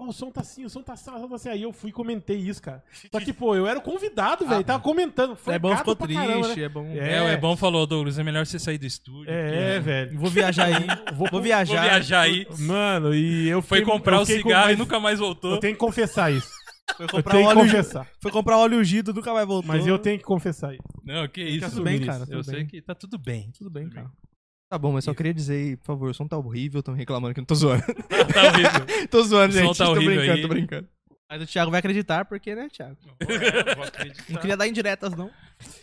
Speaker 1: Ó, o som tá assim, o som tá assim, o som tá assim. Aí eu fui e comentei isso, cara. Só que, pô, eu era o convidado, velho. Tava comentando.
Speaker 5: É bom,
Speaker 1: forcado
Speaker 5: ficou
Speaker 1: pra
Speaker 5: triste,
Speaker 1: caramba, né?
Speaker 5: é bom.
Speaker 1: É.
Speaker 2: É, o é bom falou, Douglas, é melhor você sair do estúdio.
Speaker 1: É, velho.
Speaker 5: Vou viajar aí.
Speaker 1: Vou,
Speaker 5: Vou
Speaker 2: Vou
Speaker 5: viajar.
Speaker 2: viajar aí.
Speaker 1: Mano, e eu
Speaker 2: Foi
Speaker 1: fiquei-
Speaker 2: comprar
Speaker 1: eu
Speaker 2: o
Speaker 1: fiquei com-
Speaker 2: cigarro e
Speaker 1: mas
Speaker 2: nunca mais
Speaker 1: Eu
Speaker 2: voltou.
Speaker 1: tenho que confessar isso.
Speaker 5: Foi
Speaker 1: Eu
Speaker 5: comprar, um
Speaker 1: tenho que
Speaker 5: óleo, ungido-
Speaker 1: confessar.
Speaker 5: foi comprar um óleo ungido, nunca mais voltou.
Speaker 1: Mas eu tenho que confessar isso.
Speaker 2: Não, que isso.
Speaker 5: tudo bem, cara,
Speaker 2: eu
Speaker 5: tudo
Speaker 2: sei
Speaker 5: bem.
Speaker 2: que tá tudo bem.
Speaker 5: Tudo bem, cara.
Speaker 4: Tá bom, mas só queria dizer, aí, por favor, o som tá horrível, tão reclamando que eu não tô zoando.
Speaker 2: Tá horrível.
Speaker 4: tô zoando,
Speaker 2: O som
Speaker 4: gente.
Speaker 2: tá
Speaker 4: tô
Speaker 2: horrível
Speaker 4: brincando,
Speaker 2: aí.
Speaker 4: tô brincando.
Speaker 5: Mas o Thiago vai acreditar, porque, né, Thiago? Não queria dar indiretas, não.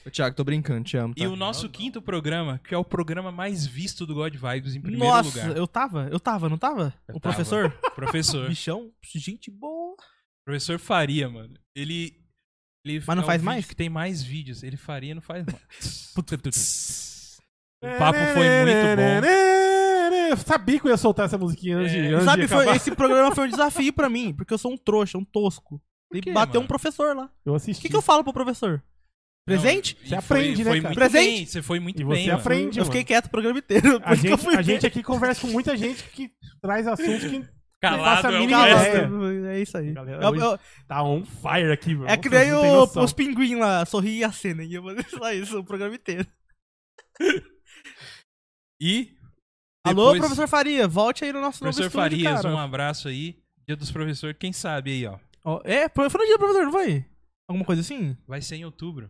Speaker 4: Ô, Thiago, tô brincando, te amo. tá?
Speaker 2: E o nosso quinto programa, que é o programa mais visto do God Vibes em primeiro
Speaker 5: Nossa,
Speaker 2: lugar.
Speaker 5: eu tava, eu tava, não tava?
Speaker 2: Eu
Speaker 5: o
Speaker 2: tava.
Speaker 5: professor?
Speaker 2: Professor.
Speaker 5: Bichão, gente boa.
Speaker 2: Professor Faria, mano. Ele. ele
Speaker 5: Mas não
Speaker 2: é um
Speaker 5: faz
Speaker 2: vídeo
Speaker 5: mais?
Speaker 2: Que tem mais vídeos. Ele faria e não faz mais. o papo foi muito bom.
Speaker 1: Eu sabia que eu ia soltar essa musiquinha antes de. antes
Speaker 5: É, Sabe,
Speaker 1: de
Speaker 5: foi-
Speaker 1: acabar.
Speaker 5: esse programa foi um desafio pra mim, porque eu sou um trouxa, um tosco. E
Speaker 2: quê,
Speaker 5: bateu
Speaker 2: mano?
Speaker 5: um professor lá.
Speaker 1: Eu
Speaker 5: O
Speaker 1: assisti.
Speaker 5: que, que eu falo pro professor? Presente?
Speaker 2: Não, e
Speaker 1: Você aprende, né,
Speaker 2: foi
Speaker 1: cara?
Speaker 2: muito
Speaker 5: Presente?
Speaker 2: bem, Você foi muito
Speaker 1: E você
Speaker 2: bem. mano.
Speaker 1: aprende. Entendi,
Speaker 5: eu fiquei
Speaker 1: mano.
Speaker 5: quieto o programa inteiro. por
Speaker 1: a
Speaker 5: isso que eu
Speaker 1: gente,
Speaker 5: fui
Speaker 1: a
Speaker 5: ver.
Speaker 1: gente é aqui conversa com muita gente que traz assuntos que.
Speaker 2: Calado,
Speaker 1: Faça a
Speaker 2: é um
Speaker 1: mínima
Speaker 2: mestre.
Speaker 1: ideia.
Speaker 5: Calado, é isso aí.
Speaker 1: Galera,
Speaker 5: Eu-
Speaker 1: hoje-
Speaker 5: eu-
Speaker 1: Tá on fire aqui, mano.
Speaker 5: é que
Speaker 1: Vocês
Speaker 5: nem
Speaker 1: não têm
Speaker 5: o-
Speaker 1: noção.
Speaker 5: os pinguim lá, sorri e acena. E eu mandei só isso o programa inteiro.
Speaker 2: E.
Speaker 5: Alô,
Speaker 2: depois,
Speaker 5: professor Faria, volte aí no nosso
Speaker 2: Professor
Speaker 5: novo estúdio,
Speaker 2: Farias,
Speaker 5: cara.
Speaker 2: um abraço aí. Dia dos professores, quem sabe aí, ó.
Speaker 5: Ó, É, foi foi no dia do professor, não foi? Alguma coisa assim?
Speaker 2: Vai ser em outubro.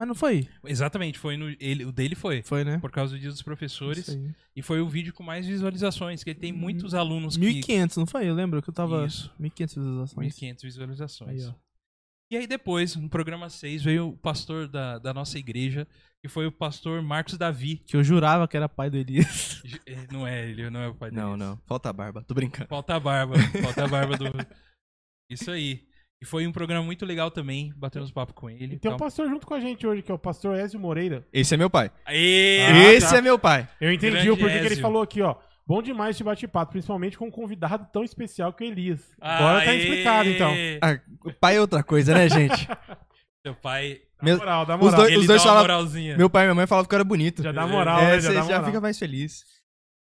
Speaker 5: Mas não foi?
Speaker 2: Exatamente, foi no. Ele, o dele foi.
Speaker 5: Foi, né?
Speaker 2: Por causa do Dia dos
Speaker 5: Isso
Speaker 2: Professores.
Speaker 5: aí. Hum,
Speaker 2: E foi o vídeo com mais visualizações, que ele tem muitos alunos que.
Speaker 5: 1500, não foi? Eu lembro que eu tava.
Speaker 2: Isso,
Speaker 5: 1500 visualizações.
Speaker 2: 1.500 visualizações.
Speaker 5: Aí, ó.
Speaker 2: E aí depois, no programa 6, veio o pastor da, da nossa igreja, que foi o pastor Marcos Davi.
Speaker 5: Que eu jurava que era pai do Elias.
Speaker 2: Ju- eh, Não é ele, não é o pai dele.
Speaker 4: Não, não. Falta a barba, tô brincando.
Speaker 2: Falta a barba, falta a barba do... Isso aí. E foi um programa muito legal também, batemos papo com ele.
Speaker 1: E tem um
Speaker 2: Então-
Speaker 1: pastor junto com a gente hoje, que é o pastor Ezio Moreira.
Speaker 4: Esse é meu pai.
Speaker 2: Aê!
Speaker 1: Ah,
Speaker 4: Esse
Speaker 1: tá.
Speaker 4: é meu pai.
Speaker 1: Eu entendi
Speaker 2: Grande
Speaker 1: o porquê que ele
Speaker 2: Ezio.
Speaker 1: falou aqui, ó. Bom demais esse bate-papo, principalmente com um convidado tão especial que o Elias. Agora tá
Speaker 2: Aê!
Speaker 1: explicado, então.
Speaker 4: O pai é outra coisa, né, gente?
Speaker 2: Seu pai.
Speaker 1: Na
Speaker 4: Meu-
Speaker 1: moral, dá moral.
Speaker 4: dois-
Speaker 2: Ele
Speaker 4: os
Speaker 2: dá uma
Speaker 4: falavam-
Speaker 2: moralzinha.
Speaker 4: Meu pai e minha mãe falavam que eu era bonito.
Speaker 1: Já dá moral,
Speaker 4: é,
Speaker 1: né? Já
Speaker 4: você
Speaker 1: dá
Speaker 4: já
Speaker 1: moral.
Speaker 4: fica mais feliz.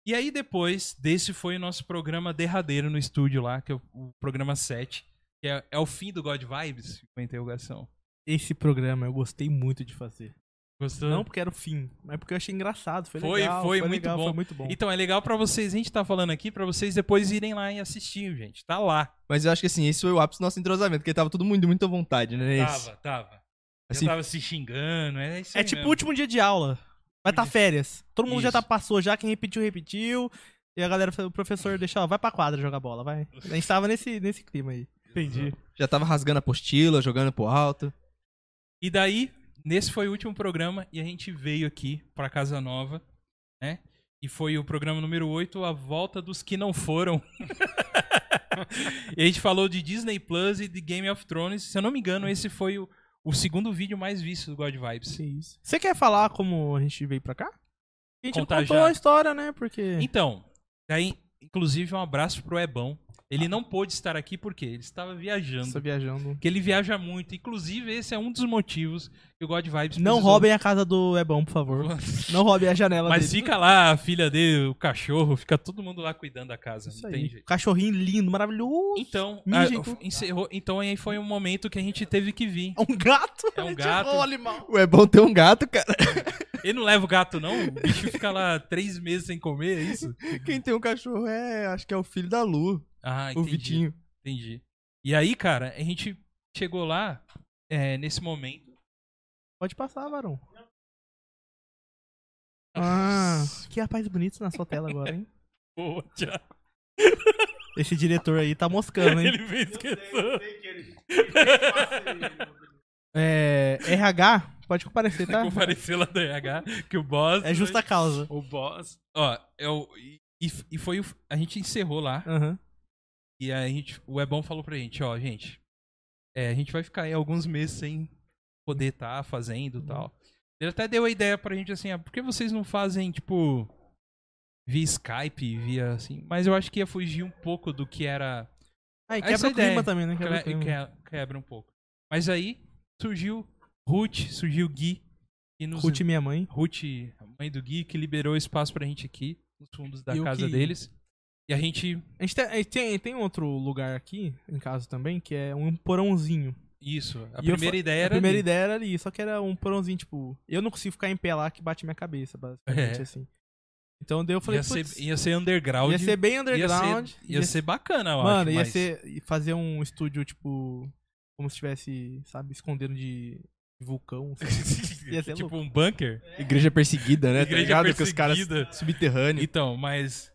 Speaker 2: E aí depois desse foi o nosso programa derradeiro no estúdio lá, que é o, o programa 7, que é, é o fim do God Vibes, fica uma interrogação.
Speaker 5: Esse programa eu gostei muito de fazer.
Speaker 2: Gostou?
Speaker 5: Não porque era o fim, mas porque eu achei engraçado. Foi,
Speaker 2: Foi,
Speaker 5: legal.
Speaker 2: foi muito
Speaker 5: legal,
Speaker 2: bom.
Speaker 5: Foi muito bom.
Speaker 2: Então é legal pra vocês, a gente tá falando aqui pra vocês depois irem lá e assistir, gente. Tá lá.
Speaker 4: Mas eu acho que assim, esse foi o ápice do nosso entrosamento, porque tava todo mundo de muita vontade, né? Esse.
Speaker 2: Tava, tava.
Speaker 4: Assim-
Speaker 2: Eu tava se xingando, é isso
Speaker 5: É tipo o
Speaker 2: mesmo.
Speaker 5: último dia de aula. Vai tá férias. Todo mundo já
Speaker 2: Isso.
Speaker 5: tá passou já, quem repetiu, repetiu. E a galera, falou, o professor deixa, ó, vai pra quadra jogar bola, vai. A gente tava nesse, nesse clima aí.
Speaker 1: Entendi.
Speaker 4: Já tava rasgando a apostila, jogando pro alto.
Speaker 2: E daí, nesse foi o último programa e a gente veio aqui pra Casa Nova, né? E foi o programa número 8, A Volta dos Que Não Foram. e a gente falou de Disney Plus e de Game of Thrones. Se eu não me engano, esse foi o, o segundo vídeo mais visto do God Vibes.
Speaker 5: Você quer falar como a gente veio pra cá? A gente não
Speaker 2: Contar
Speaker 5: contou
Speaker 2: já.
Speaker 5: a história, né? Porque.
Speaker 2: Então, daí, inclusive, um abraço pro Ebão. Ele não pôde estar aqui porque ele estava viajando.
Speaker 5: Tô viajando.
Speaker 2: Porque ele viaja muito. Inclusive, esse é um dos motivos que o God Vibes
Speaker 5: Não
Speaker 2: precisou-
Speaker 5: roubem a casa do Ebão, por favor. Não roubem a janela
Speaker 2: Mas
Speaker 5: dele.
Speaker 2: fica lá a filha dele, o cachorro, fica todo mundo lá cuidando da casa,
Speaker 5: Isso
Speaker 2: não
Speaker 5: aí.
Speaker 2: tem jeito.
Speaker 5: Cachorrinho lindo, maravilhoso.
Speaker 2: Então,
Speaker 5: Mija
Speaker 2: ah,
Speaker 5: em tudo.
Speaker 2: encerrou, então aí foi um momento que a gente teve que vir.
Speaker 5: É um gato.
Speaker 2: É um
Speaker 5: A gente
Speaker 2: gato.
Speaker 5: errou o animal.
Speaker 4: Ué, é bom ter um gato, cara.
Speaker 2: Ele não leva o gato, não? O bicho fica lá três meses sem comer, é isso?
Speaker 4: Quem tem um cachorro é, acho que é o filho da Lu,
Speaker 2: Ah,
Speaker 4: o
Speaker 2: entendi.
Speaker 4: Vitinho.
Speaker 2: Entendi. E aí, cara, a gente chegou lá é, nesse momento.
Speaker 5: Pode passar, varão. Ah, que rapaz bonito na sua tela agora, hein?
Speaker 2: Boa, já.
Speaker 5: Esse diretor aí tá moscando, hein?
Speaker 2: Ele fez questão.
Speaker 5: É, RH, pode comparecer, tá?
Speaker 2: Compareceu lá do RH, que o boss.
Speaker 5: É justa causa.
Speaker 3: O boss.
Speaker 2: Ó, eu. E, e foi o. A gente encerrou lá.
Speaker 5: Aham.
Speaker 2: E aí a gente, o Ebon falou pra gente, ó, gente, é, a gente vai ficar aí alguns meses sem poder estar tá fazendo
Speaker 5: Uhum.
Speaker 2: e tal. Ele até deu a ideia pra gente assim, ah, por que vocês não fazem, tipo, via Skype, via assim? Mas eu acho que ia fugir um pouco do que era. é,
Speaker 5: Aí
Speaker 2: Essa
Speaker 5: Ah, quebra o
Speaker 2: ideia.
Speaker 5: clima também, né? Quebra o
Speaker 2: Quebra,
Speaker 5: clima.
Speaker 2: quebra um pouco. Mas aí surgiu Ruth, surgiu Gui. E nos,
Speaker 5: Ruth e minha mãe.
Speaker 2: Ruth, a mãe do Gui, que liberou espaço pra gente aqui, nos fundos da
Speaker 5: E o
Speaker 2: casa
Speaker 5: que-
Speaker 2: deles. E a gente.
Speaker 5: A gente tem, a gente tem, tem outro lugar aqui, em casa também, que é um porãozinho.
Speaker 2: Isso. A
Speaker 5: E eu
Speaker 2: primeira
Speaker 5: fa-
Speaker 2: ideia
Speaker 5: a
Speaker 2: era.
Speaker 5: primeira
Speaker 2: ali.
Speaker 5: ideia era ali, só que era um porãozinho, tipo, eu não consigo ficar em pé lá que bate minha cabeça, basicamente,
Speaker 2: É.
Speaker 5: assim. Então daí eu falei,
Speaker 2: ia, ser,
Speaker 5: "Putz,
Speaker 2: ia ser underground.
Speaker 5: ia ser bem underground.
Speaker 2: Ia ser, ia ser bacana, eu acho.
Speaker 5: Mano, ia
Speaker 2: mas-
Speaker 5: ser. e fazer um estúdio, tipo. Como se estivesse, sabe, escondendo de vulcão. assim. sei lá. Ia ser
Speaker 2: tipo
Speaker 5: louco.
Speaker 2: um bunker.
Speaker 4: Igreja perseguida, né?
Speaker 2: Igreja
Speaker 4: tá ligado? Que os caras
Speaker 2: perseguida.
Speaker 4: subterrâneos.
Speaker 2: Então, mas.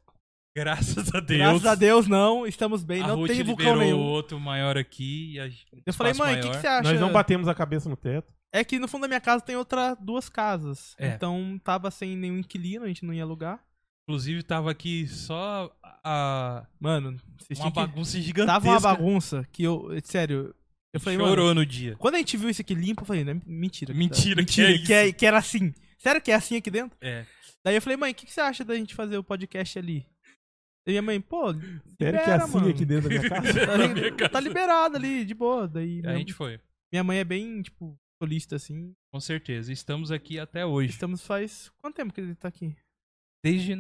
Speaker 2: Graças a Deus.
Speaker 5: Graças a Deus, não, estamos bem,
Speaker 2: a
Speaker 5: não
Speaker 2: Ruth
Speaker 5: tem vulcão
Speaker 2: liberou
Speaker 5: nenhum.
Speaker 2: outro maior aqui. e a-
Speaker 5: Eu falei,
Speaker 2: espaço
Speaker 5: mãe, o que, que
Speaker 2: maior.
Speaker 5: você acha?
Speaker 1: Nós não batemos a cabeça no teto.
Speaker 5: É que no fundo da minha casa tem outras duas casas.
Speaker 2: É.
Speaker 5: Então tava sem nenhum inquilino, a gente não ia alugar.
Speaker 2: Inclusive, tava aqui só a.
Speaker 5: Mano, vocês
Speaker 2: Uma
Speaker 5: tinham que...
Speaker 2: bagunça gigantesca.
Speaker 5: Tava uma bagunça que eu. Sério, eu falei, mano,
Speaker 2: Chorou no dia.
Speaker 5: Quando a gente viu isso aqui limpo, eu falei, não, é mentira. que
Speaker 2: Mentira
Speaker 5: tá-
Speaker 2: que
Speaker 5: mentira
Speaker 2: é
Speaker 5: que, é- que era assim. Sério que é assim aqui dentro?
Speaker 2: É.
Speaker 5: Daí eu falei, mãe, o que, que você acha da gente fazer o podcast ali? E minha mãe, pô, libera,
Speaker 1: Sério que é assim
Speaker 5: mano.
Speaker 1: aqui dentro da minha casa?
Speaker 5: Tá, tá liberado ali, de boa. Daí
Speaker 2: É, A
Speaker 5: minha,
Speaker 2: gente foi.
Speaker 5: minha mãe é bem, tipo, solista, assim.
Speaker 2: Com certeza. Estamos aqui até hoje.
Speaker 5: Estamos faz... Quanto tempo que ele tá aqui?
Speaker 2: Desde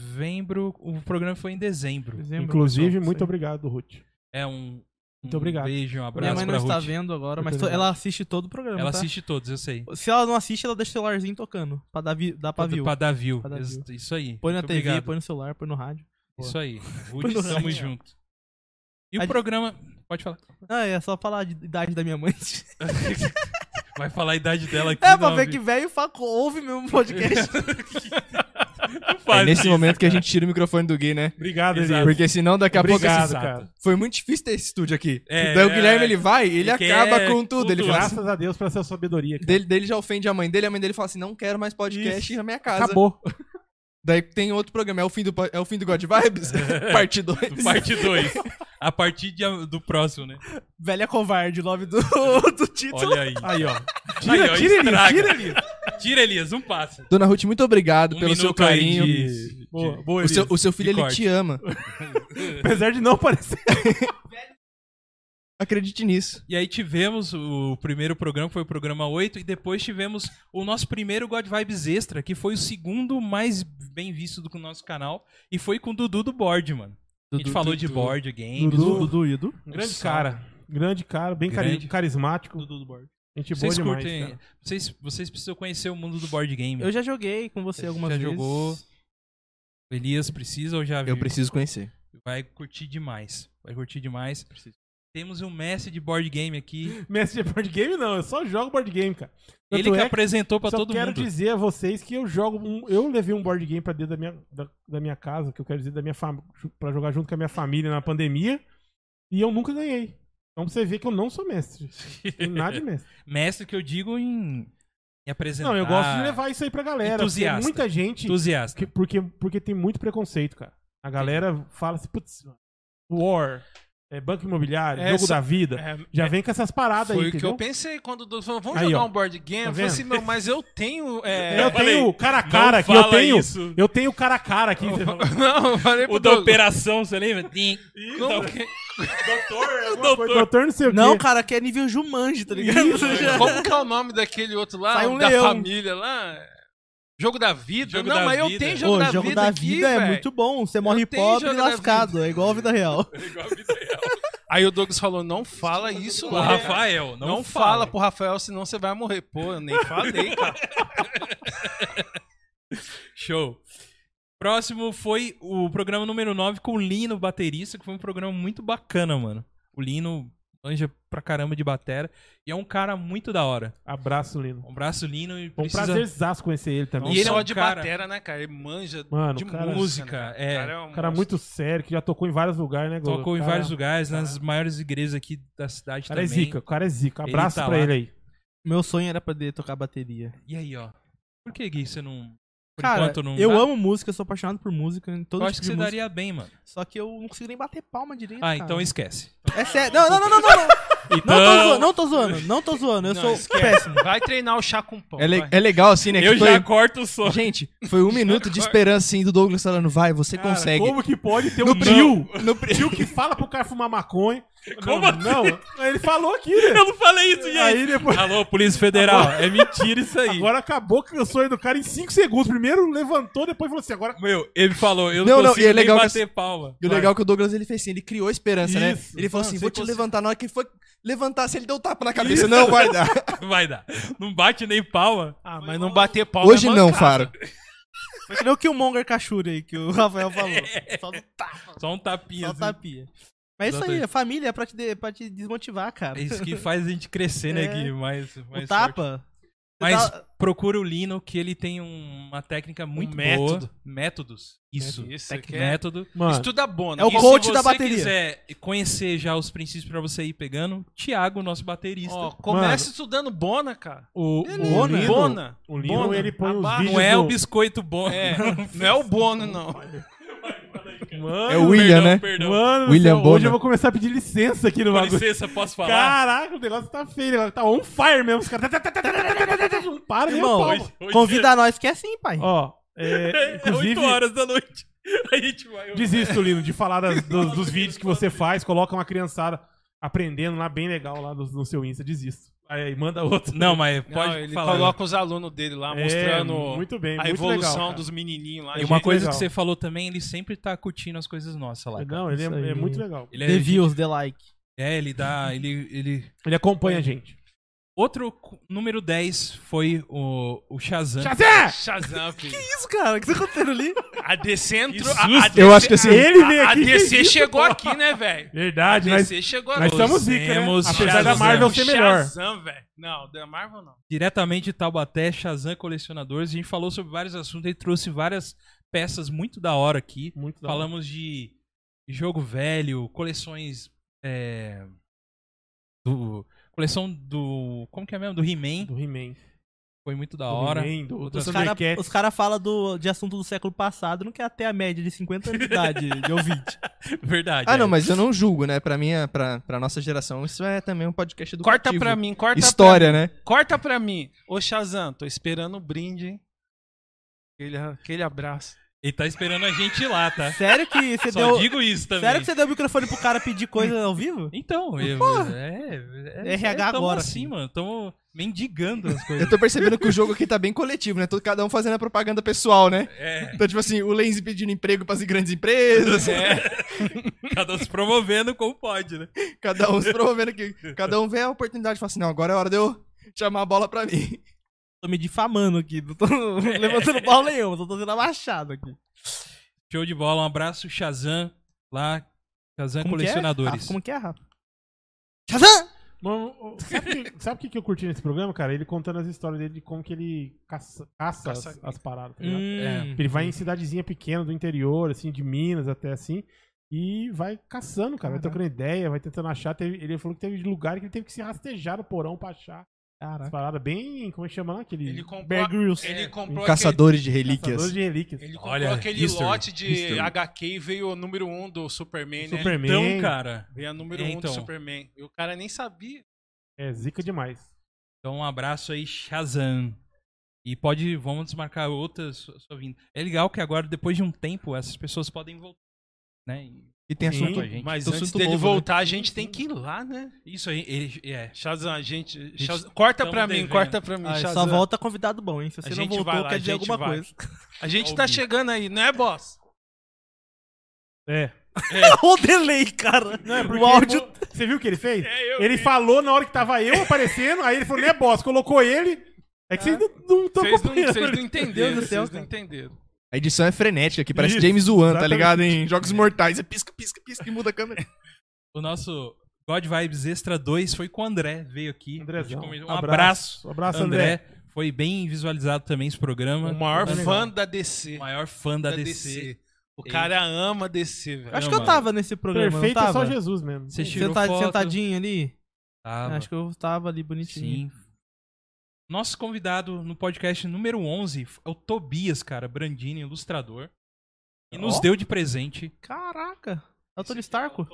Speaker 2: novembro. O programa foi em dezembro.
Speaker 5: Dezembro,
Speaker 1: Inclusive,
Speaker 5: pessoal,
Speaker 1: muito
Speaker 5: não sei.
Speaker 1: obrigado, Ruth.
Speaker 2: É um.
Speaker 1: Muito
Speaker 2: um
Speaker 1: obrigado.
Speaker 2: Beijo, um
Speaker 5: Minha
Speaker 2: abraço
Speaker 5: mãe
Speaker 2: pra
Speaker 5: não está
Speaker 2: Ruth.
Speaker 5: vendo agora, mas
Speaker 1: Muito
Speaker 5: to- ela assiste todo o programa,
Speaker 2: Ela
Speaker 5: tá?
Speaker 2: assiste todos, eu sei.
Speaker 5: Se ela não assiste, ela deixa o celularzinho tocando. Pra dar, vi... dar pra view.
Speaker 2: Pra dar view.
Speaker 5: Pra dar
Speaker 2: Ex- Isso aí.
Speaker 5: Põe na
Speaker 2: Muito
Speaker 5: TV,
Speaker 2: obrigado.
Speaker 5: põe no celular, põe no rádio.
Speaker 2: Isso aí.
Speaker 5: Põe
Speaker 2: Ruth,
Speaker 5: no
Speaker 2: tamo
Speaker 5: raio.
Speaker 2: junto. E
Speaker 5: A
Speaker 2: o
Speaker 5: gente-
Speaker 2: programa. Pode falar.
Speaker 5: Ah, é só falar de idade da minha mãe.
Speaker 2: Vai falar a idade dela aqui.
Speaker 5: É, pra
Speaker 2: não, né?
Speaker 5: ver que
Speaker 2: amigo.
Speaker 5: velho fa- ouve mesmo o podcast.
Speaker 2: Não
Speaker 4: É
Speaker 2: faz
Speaker 4: nesse
Speaker 2: isso,
Speaker 4: momento que a
Speaker 2: cara.
Speaker 4: gente tira o microfone do Gui, né?
Speaker 1: Obrigado,
Speaker 2: Exato.
Speaker 1: Elias.
Speaker 4: Porque senão daqui a pouco...
Speaker 1: Obrigado,
Speaker 4: esses-
Speaker 1: cara.
Speaker 4: Foi muito difícil ter esse estúdio aqui.
Speaker 2: É,
Speaker 4: Daí o
Speaker 2: é,
Speaker 4: Guilherme,
Speaker 2: é.
Speaker 4: ele vai e ele
Speaker 2: Ele
Speaker 4: acaba
Speaker 2: quer
Speaker 4: com tudo. Ele
Speaker 2: tudo.
Speaker 4: fala assim,
Speaker 1: Graças a Deus pela sua sabedoria. cara.
Speaker 4: dele, dele já ofende a mãe dele, a mãe dele fala assim, não quero mais podcast
Speaker 1: Isso.
Speaker 4: na minha casa.
Speaker 1: Acabou.
Speaker 4: Daí tem outro programa, é o fim do, po- é o fim do God Vibes?
Speaker 2: É.
Speaker 4: Parte 2.
Speaker 2: Parte 2. A partir de- do próximo, né?
Speaker 5: Velha covarde, o nome do, do título.
Speaker 2: Olha aí.
Speaker 1: Aí, ó.
Speaker 2: Aí,
Speaker 1: Tira,
Speaker 2: ó,
Speaker 1: tira, Elias.
Speaker 2: estraga.
Speaker 1: Tira, Elias.
Speaker 2: Tira, Elias, não passa.
Speaker 4: Dona Ruth, muito obrigado
Speaker 2: Um
Speaker 4: pelo seu
Speaker 2: minuto aí
Speaker 4: carinho.
Speaker 2: de- de-
Speaker 1: Boa, boa
Speaker 4: O seu,
Speaker 1: Elias.
Speaker 4: o seu filho,
Speaker 2: de
Speaker 4: ele
Speaker 2: corte.
Speaker 4: te ama.
Speaker 1: Apesar de não parecer.
Speaker 4: Acredite nisso.
Speaker 2: E aí tivemos o primeiro programa, que foi o programa 8, e depois tivemos o nosso primeiro God Vibes Extra, que foi o segundo mais bem visto do que o nosso canal, e foi com o Dudu do board, mano. A gente falou de board, games,
Speaker 1: Dudu,
Speaker 2: o-
Speaker 5: Dudu, Edu.
Speaker 2: um
Speaker 1: Grande
Speaker 2: salve.
Speaker 1: cara. Grande cara, bem cari-
Speaker 2: Grande.
Speaker 1: carismático.
Speaker 5: Dudu do board.
Speaker 1: Gente boa
Speaker 2: Vocês
Speaker 1: demais.
Speaker 2: curtem,
Speaker 1: cara.
Speaker 2: vocês, vocês precisam conhecer o mundo do board game.
Speaker 5: Eu já joguei com você
Speaker 2: Já
Speaker 5: algumas vezes.
Speaker 2: jogou. O Elias precisa ou já viu?
Speaker 4: Eu preciso conhecer.
Speaker 2: Vai curtir demais. Vai curtir demais. Temos um mestre de board game aqui.
Speaker 1: Mestre de board game, não. Eu só jogo board game, cara. Tanto
Speaker 2: Ele que
Speaker 1: é
Speaker 2: apresentou pra
Speaker 1: só
Speaker 2: todo
Speaker 1: quero
Speaker 2: mundo.
Speaker 1: dizer a vocês que eu jogo. um- eu levei um board game pra dentro da minha, da, da minha casa, que eu quero dizer, da minha fam... pra jogar junto com a minha família na pandemia. E eu nunca ganhei. Então pra você ver que eu não sou mestre. Não tenho nada de mestre.
Speaker 2: Mestre que eu digo em, em apresentar.
Speaker 1: Não, eu gosto de levar isso aí pra galera. porque
Speaker 2: Entusiasta.
Speaker 1: Muita gente.
Speaker 2: entusiasta.
Speaker 1: que- porque, porque tem muito preconceito, cara. A galera fala assim, putz, War, é, Banco Imobiliário,
Speaker 3: É,
Speaker 1: Jogo
Speaker 3: só-
Speaker 1: da Vida.
Speaker 3: É,
Speaker 1: Já vem com essas paradas
Speaker 3: foi
Speaker 1: aí,
Speaker 3: o que
Speaker 1: entendeu?
Speaker 3: eu pensei quando o Dudu falou, vamos
Speaker 1: Aí,
Speaker 3: jogar
Speaker 1: ó.
Speaker 3: um board game.
Speaker 1: Tá
Speaker 3: eu falei assim,
Speaker 1: vendo?
Speaker 3: meu, mas eu tenho... é,
Speaker 1: Eu,
Speaker 2: Eu falei,
Speaker 1: tenho cara a cara
Speaker 2: não
Speaker 1: aqui, eu
Speaker 2: fala
Speaker 1: tenho.
Speaker 2: isso.
Speaker 1: Eu tenho cara a cara aqui. Você fala,
Speaker 3: Não, eu falei pro
Speaker 2: O da
Speaker 3: Doug,
Speaker 2: operação, você lembra?
Speaker 3: como que,
Speaker 1: "Pô, doutor, não sei o quê.
Speaker 5: Não, cara, que é nível Jumanji, tá ligado?
Speaker 3: como que é o nome daquele outro lá?
Speaker 5: Sai um
Speaker 3: da
Speaker 5: leão.
Speaker 3: família lá? Jogo da vida?
Speaker 2: Jogo
Speaker 3: não,
Speaker 2: da
Speaker 3: mas eu
Speaker 2: vida.
Speaker 3: tenho jogo
Speaker 5: O
Speaker 3: da
Speaker 5: jogo
Speaker 3: vida
Speaker 5: da
Speaker 3: aqui,
Speaker 5: vida é
Speaker 3: véi.
Speaker 5: muito bom. Você morre
Speaker 3: tenho
Speaker 5: pobre
Speaker 3: jogo
Speaker 5: e
Speaker 3: da
Speaker 5: lascado. É igual a vida real.
Speaker 3: Aí o Douglas falou, não fala isso
Speaker 2: O
Speaker 3: lá.
Speaker 2: Rafael, não,
Speaker 3: Não, fala pro Rafael, senão você vai morrer. Pô, eu nem falei, cara.
Speaker 2: Show. Próximo foi o programa número 9 com o Lino, baterista, que foi um programa muito bacana, mano. O Lino anja pra caramba de batera e é um cara muito da hora.
Speaker 1: Abraço, Lino.
Speaker 2: Um abraço, Lino, e
Speaker 1: Foi um
Speaker 2: precisa...
Speaker 1: prazerzaço conhecer ele
Speaker 3: Não
Speaker 1: também.
Speaker 2: E ele é
Speaker 3: só
Speaker 2: um
Speaker 3: de
Speaker 2: cara-
Speaker 3: batera, né, cara? Ele manja
Speaker 1: Mano,
Speaker 3: de
Speaker 1: o cara-
Speaker 3: música.
Speaker 2: Música,
Speaker 3: né,
Speaker 2: é.
Speaker 3: cara, um
Speaker 1: Um cara
Speaker 3: monstro.
Speaker 1: muito sério, que já tocou em vários lugares, né, Gogo?
Speaker 2: Tocou em
Speaker 1: Cara-
Speaker 2: vários lugares, nas maiores igrejas aqui da cidade
Speaker 1: O cara é
Speaker 2: também.
Speaker 1: zica, o cara é zica.
Speaker 2: Ele
Speaker 1: Abraço
Speaker 2: tá
Speaker 1: pra
Speaker 2: lá.
Speaker 1: ele aí.
Speaker 5: Meu sonho era poder tocar bateria.
Speaker 2: E aí, ó. Por que, Gui, você não... Por
Speaker 5: Cara,
Speaker 2: enquanto não
Speaker 5: eu
Speaker 2: dá?
Speaker 5: amo música, sou apaixonado por música. em Todo
Speaker 2: Eu acho que
Speaker 5: tipo
Speaker 2: você
Speaker 5: de música.
Speaker 2: daria bem, mano.
Speaker 5: Só que eu não consigo nem bater palma direito.
Speaker 2: Ah,
Speaker 5: cara.
Speaker 2: então esquece.
Speaker 5: É sério. Não, não, não, não, não. não.
Speaker 2: Então,
Speaker 5: Não tô zoando, não tô zoando, não tô zoando. Eu
Speaker 3: Não,
Speaker 5: sou
Speaker 3: esquece.
Speaker 5: péssimo.
Speaker 3: Vai treinar o chá com pão.
Speaker 4: É, le-
Speaker 3: vai.
Speaker 4: é legal, assim, né? que
Speaker 2: Eu
Speaker 4: foi-
Speaker 2: já corto o som.
Speaker 4: Gente, foi um minuto de esperança, assim, do Douglas falando, vai, você
Speaker 1: Cara,
Speaker 4: consegue.
Speaker 1: Como que pode ter um
Speaker 4: No
Speaker 1: tio?
Speaker 4: brilho, no brilho.
Speaker 1: Tio que fala pro cara fumar maconha.
Speaker 2: Como
Speaker 1: não,
Speaker 2: assim?
Speaker 1: não, ele falou aqui, né?
Speaker 2: Eu não falei isso, gente.
Speaker 1: Aí depois.
Speaker 2: Alô, Polícia Federal. É mentira isso aí.
Speaker 1: Agora acabou que o sonho do cara em 5 segundos. Primeiro levantou, depois falou assim: agora.
Speaker 2: Meu, ele falou, eu não,
Speaker 4: Não, não,
Speaker 2: consigo
Speaker 4: e é legal
Speaker 2: nem
Speaker 4: que
Speaker 2: bater palma.
Speaker 4: E o legal é que o Douglas ele fez assim, ele criou esperança, né?
Speaker 1: Isso.
Speaker 4: Ele falou
Speaker 1: Mano,
Speaker 4: assim:
Speaker 1: se
Speaker 4: vou te
Speaker 1: fosse-
Speaker 4: levantar. Na hora que ele foi levantar, se ele deu um tapa na cabeça, não vai dar.
Speaker 2: Vai dar. Não bate nem palma.
Speaker 3: Ah, mas não bater pau
Speaker 4: Hoje
Speaker 3: é
Speaker 4: não,
Speaker 3: mancada.
Speaker 4: Faro.
Speaker 5: Foi É que nem o Killmonger Cachure aí que o Rafael falou. Só do tapa,
Speaker 2: Só um tapinha.
Speaker 5: só
Speaker 2: assim.
Speaker 5: tapinha. Mas é isso aí, a família é pra te, de- pra te desmotivar, cara.
Speaker 2: É isso que faz a gente crescer, né,
Speaker 5: É.
Speaker 2: Gui? Mais,
Speaker 5: O
Speaker 2: mais forte.
Speaker 5: tapa.
Speaker 2: Mas
Speaker 5: Dá-
Speaker 2: procura o Lino, que ele tem um- uma técnica muito
Speaker 3: método.
Speaker 2: boa. Métodos. Isso.
Speaker 3: Isso, aqui é...
Speaker 2: Método.
Speaker 1: Mano,
Speaker 3: Estuda bono.
Speaker 5: É o
Speaker 2: E
Speaker 5: coach
Speaker 2: se
Speaker 5: da
Speaker 2: você
Speaker 5: bateria.
Speaker 2: quiser conhecer já os princípios pra você ir pegando, Thiago, nosso baterista.
Speaker 3: Ó, começa
Speaker 1: Mano.
Speaker 3: estudando bona, cara.
Speaker 1: o,
Speaker 2: É,
Speaker 1: o
Speaker 3: Bona.
Speaker 1: Lino,
Speaker 3: Bona.
Speaker 1: o Lino,
Speaker 3: Bona.
Speaker 1: ele põe os
Speaker 3: Abaixa.
Speaker 1: vídeos.
Speaker 2: não é o
Speaker 1: do-
Speaker 2: biscoito bom.
Speaker 3: É, não é o bono, não.
Speaker 1: Mano,
Speaker 4: É o William,
Speaker 2: perdão,
Speaker 4: né?
Speaker 2: Perdão.
Speaker 1: Mano, do
Speaker 4: William
Speaker 1: céu,
Speaker 4: Bona.
Speaker 1: hoje eu vou começar a pedir licença aqui no
Speaker 2: Com
Speaker 1: bagulho.
Speaker 2: licença, posso falar?
Speaker 1: Caraca, o negócio tá feio, agora tá on fire mesmo. Os caras. Não para, nem a
Speaker 5: Irmão,
Speaker 1: palma.
Speaker 2: Hoje- hoje-
Speaker 5: convida nós que é assim, pai.
Speaker 1: Ó, é, inclusive,
Speaker 2: 8 horas da noite. A gente vai.
Speaker 1: desisto, Lino, de falar das- dos, dos vídeos que você faz, coloca uma criançada aprendendo lá, bem legal lá no, no seu Insta, desisto. Aí manda outro.
Speaker 2: Não, mas
Speaker 3: Não,
Speaker 2: pode
Speaker 3: ele
Speaker 2: falar.
Speaker 3: coloca os alunos dele lá,
Speaker 1: É,
Speaker 3: mostrando
Speaker 1: muito bem,
Speaker 3: a
Speaker 1: muito
Speaker 3: evolução
Speaker 1: legal, cara.
Speaker 3: dos menininhos lá.
Speaker 2: E uma
Speaker 1: Gente,
Speaker 2: coisa
Speaker 1: legal.
Speaker 2: que você falou também, ele sempre tá curtindo as coisas nossas lá. cara.
Speaker 1: Não, ele
Speaker 5: Isso
Speaker 1: é, é
Speaker 5: aí.
Speaker 1: muito legal.
Speaker 2: Ele é,
Speaker 5: The views, the like.
Speaker 2: é, ele dá. Ele, ele...
Speaker 1: Ele acompanha a gente.
Speaker 2: Outro cu- número 10 foi o, o Shazam.
Speaker 1: Shazam! é
Speaker 3: Shazam, filho.
Speaker 5: Isso, cara, o que tá acontecendo ali?
Speaker 3: A DC entrou.
Speaker 2: Que
Speaker 3: a- a
Speaker 2: susto.
Speaker 3: DC
Speaker 4: Eu acho que assim.
Speaker 1: Ele veio
Speaker 3: A
Speaker 1: aqui.
Speaker 3: DC chegou aqui, né, velho? A
Speaker 1: Verdade, Ah, mas
Speaker 3: DC chegou
Speaker 1: nós
Speaker 3: aqui.
Speaker 1: estamos zica, né?
Speaker 2: temos
Speaker 1: Apesar da
Speaker 2: Shazam.
Speaker 1: Marvel ser melhor.
Speaker 3: Shazam, velho. Não, da Marvel não.
Speaker 2: Diretamente de Taubaté, Shazam Colecionadores. A gente falou sobre vários assuntos, ele trouxe várias peças muito da hora aqui.
Speaker 1: Muito da hora.
Speaker 2: Falamos de jogo velho, coleções. é, do. Coleção do. Como que é mesmo? Do He-Man.
Speaker 1: do He-Man.
Speaker 2: Foi muito da hora.
Speaker 1: Emendo, outras-
Speaker 2: Outras-
Speaker 5: Os caras
Speaker 1: Thundercats.
Speaker 5: cara falam de assunto do século passado, não quer até a média de 50 anos de idade de ouvinte.
Speaker 2: Verdade.
Speaker 4: Ah, não,
Speaker 2: é.
Speaker 4: mas eu não julgo, né? Pra minha, pra, pra nossa geração, isso é também um podcast do
Speaker 3: Corta pra mim, corta pra
Speaker 4: História, né?
Speaker 3: mim. Corta pra mim. Ô, Shazam, tô esperando o brinde, hein? Aquele, aquele abraço.
Speaker 2: Ele tá esperando a gente ir lá, tá?
Speaker 5: Sério que você
Speaker 2: Só
Speaker 5: deu.
Speaker 2: digo isso também.
Speaker 5: Sério que você deu o microfone pro cara pedir coisa ao vivo?
Speaker 2: Então, eu, é, é,
Speaker 5: RH
Speaker 2: tamo
Speaker 5: agora,
Speaker 2: assim,
Speaker 5: filho.
Speaker 2: mano. Tamo mendigando as coisas.
Speaker 4: Eu tô percebendo que o jogo aqui tá bem coletivo, né? Todo, cada um fazendo a propaganda pessoal, né?
Speaker 2: É,
Speaker 4: Então, tipo assim, o Lenz pedindo emprego pras grandes empresas,
Speaker 2: é. Cada um se promovendo como pode, né?
Speaker 4: cada um se promovendo que Cada um vê a oportunidade e fala assim, não, agora é hora de eu chamar a bola pra mim.
Speaker 5: Tô me difamando aqui, não tô levantando pau nenhum, só tô sendo abaixado aqui.
Speaker 2: Show de bola. Um abraço, Shazam, lá. Shazam
Speaker 5: Como que é?
Speaker 2: Colecionadores.
Speaker 5: Rafa, como que é, Rafa? Shazam!
Speaker 1: Mano, o- sabe o que, sabe o que que eu curti nesse programa, cara? Ele contando as histórias dele de como que ele caça, caça,
Speaker 3: Caça-
Speaker 1: as, as paradas, tá ligado?
Speaker 2: É.
Speaker 5: Hum.
Speaker 1: Ele vai em cidadezinha pequena do interior, assim, de Minas até assim, e vai caçando, cara. Vai trocando ideia, vai tentando achar. Teve- ele falou que teve lugar que ele teve que se rastejar no porão pra achar. As
Speaker 5: Caraca.
Speaker 1: paradas bem. Como é que chama lá? Aquele.
Speaker 3: Ele comprou-
Speaker 1: Bear Grylls.
Speaker 5: É.
Speaker 3: Ele comprou
Speaker 4: Caçadores de
Speaker 1: Caçador
Speaker 4: relíquias.
Speaker 1: de relíquias.
Speaker 3: Ele comprou
Speaker 2: Olha,
Speaker 3: aquele
Speaker 2: history,
Speaker 3: lote de
Speaker 4: history.
Speaker 3: HQ e veio o número 1 um do Superman, né?
Speaker 1: Superman.
Speaker 2: Então, cara.
Speaker 3: Veio a número 1
Speaker 2: É,
Speaker 3: um
Speaker 2: então.
Speaker 3: do Superman. E o cara nem sabia.
Speaker 1: É zica demais.
Speaker 2: Então, um abraço aí, Shazam. E pode, vamos desmarcar outra sua, sua vinda. É legal que agora, depois de um tempo, essas pessoas podem voltar, né? E
Speaker 4: E tem
Speaker 1: Sim.
Speaker 4: assunto
Speaker 2: com a gente.
Speaker 3: Mas
Speaker 4: Tô
Speaker 3: antes
Speaker 4: assunto
Speaker 3: dele
Speaker 4: novo, né?
Speaker 3: voltar, a gente tem que ir lá, né?
Speaker 2: Isso aí, ele, é.
Speaker 3: Shazam, a gente. Shazam- corta
Speaker 2: tamo
Speaker 3: pra mim,
Speaker 2: devendo.
Speaker 3: corta pra mim,
Speaker 5: Ah,
Speaker 3: Shazam.
Speaker 5: só volta convidado bom, hein? Se
Speaker 3: A
Speaker 5: você não
Speaker 3: gente vai
Speaker 5: voltou,
Speaker 3: lá, a
Speaker 5: quer dizer
Speaker 3: gente
Speaker 5: alguma
Speaker 3: vai.
Speaker 5: coisa.
Speaker 3: A gente tá
Speaker 2: Óbvio.
Speaker 3: chegando aí, não é, boss?
Speaker 1: É.
Speaker 5: o um delay, cara. o áudio.
Speaker 1: ele- Você viu o que ele fez?
Speaker 3: É, eu
Speaker 1: ele
Speaker 3: vi.
Speaker 1: falou na hora que tava eu aparecendo, aí ele falou, né, boss? Colocou ele. É que vocês não- não estão
Speaker 3: Vocês não,
Speaker 1: acompanhando.
Speaker 3: vocês não entenderam,
Speaker 5: Deus do céu,
Speaker 3: vocês não
Speaker 5: cara.
Speaker 3: entenderam.
Speaker 4: A edição é frenética aqui, parece
Speaker 1: Isso,
Speaker 4: James Wan, tá
Speaker 1: exatamente.
Speaker 4: ligado? Em Jogos Mortais. É pisca, pisca, pisca e muda a câmera.
Speaker 2: O nosso God Vibes Extra 2 foi com o André, veio aqui.
Speaker 1: Andrezão,
Speaker 2: A gente comentou. Um abraço,
Speaker 1: abraço, abraço,
Speaker 2: André.
Speaker 1: André.
Speaker 2: Foi bem visualizado também esse programa.
Speaker 3: O maior
Speaker 1: legal.
Speaker 3: fã da DC.
Speaker 2: O maior fã da, DC.
Speaker 3: O cara ama DC, velho.
Speaker 5: Acho
Speaker 2: Não,
Speaker 5: que
Speaker 2: mano.
Speaker 5: eu tava nesse programa,
Speaker 1: Perfeito
Speaker 5: não
Speaker 1: é
Speaker 5: tava?
Speaker 1: só Jesus mesmo.
Speaker 2: Você tirou
Speaker 5: Senta-
Speaker 2: foto.
Speaker 5: tá Sentadinho ali?
Speaker 2: Tava.
Speaker 5: Acho que eu tava ali bonitinho.
Speaker 2: Sim. Nosso convidado no podcast número 11 é o Tobias, cara, Brandini, ilustrador. E nos
Speaker 5: Ó.
Speaker 2: deu de presente.
Speaker 5: Caraca. É o Tony Starko?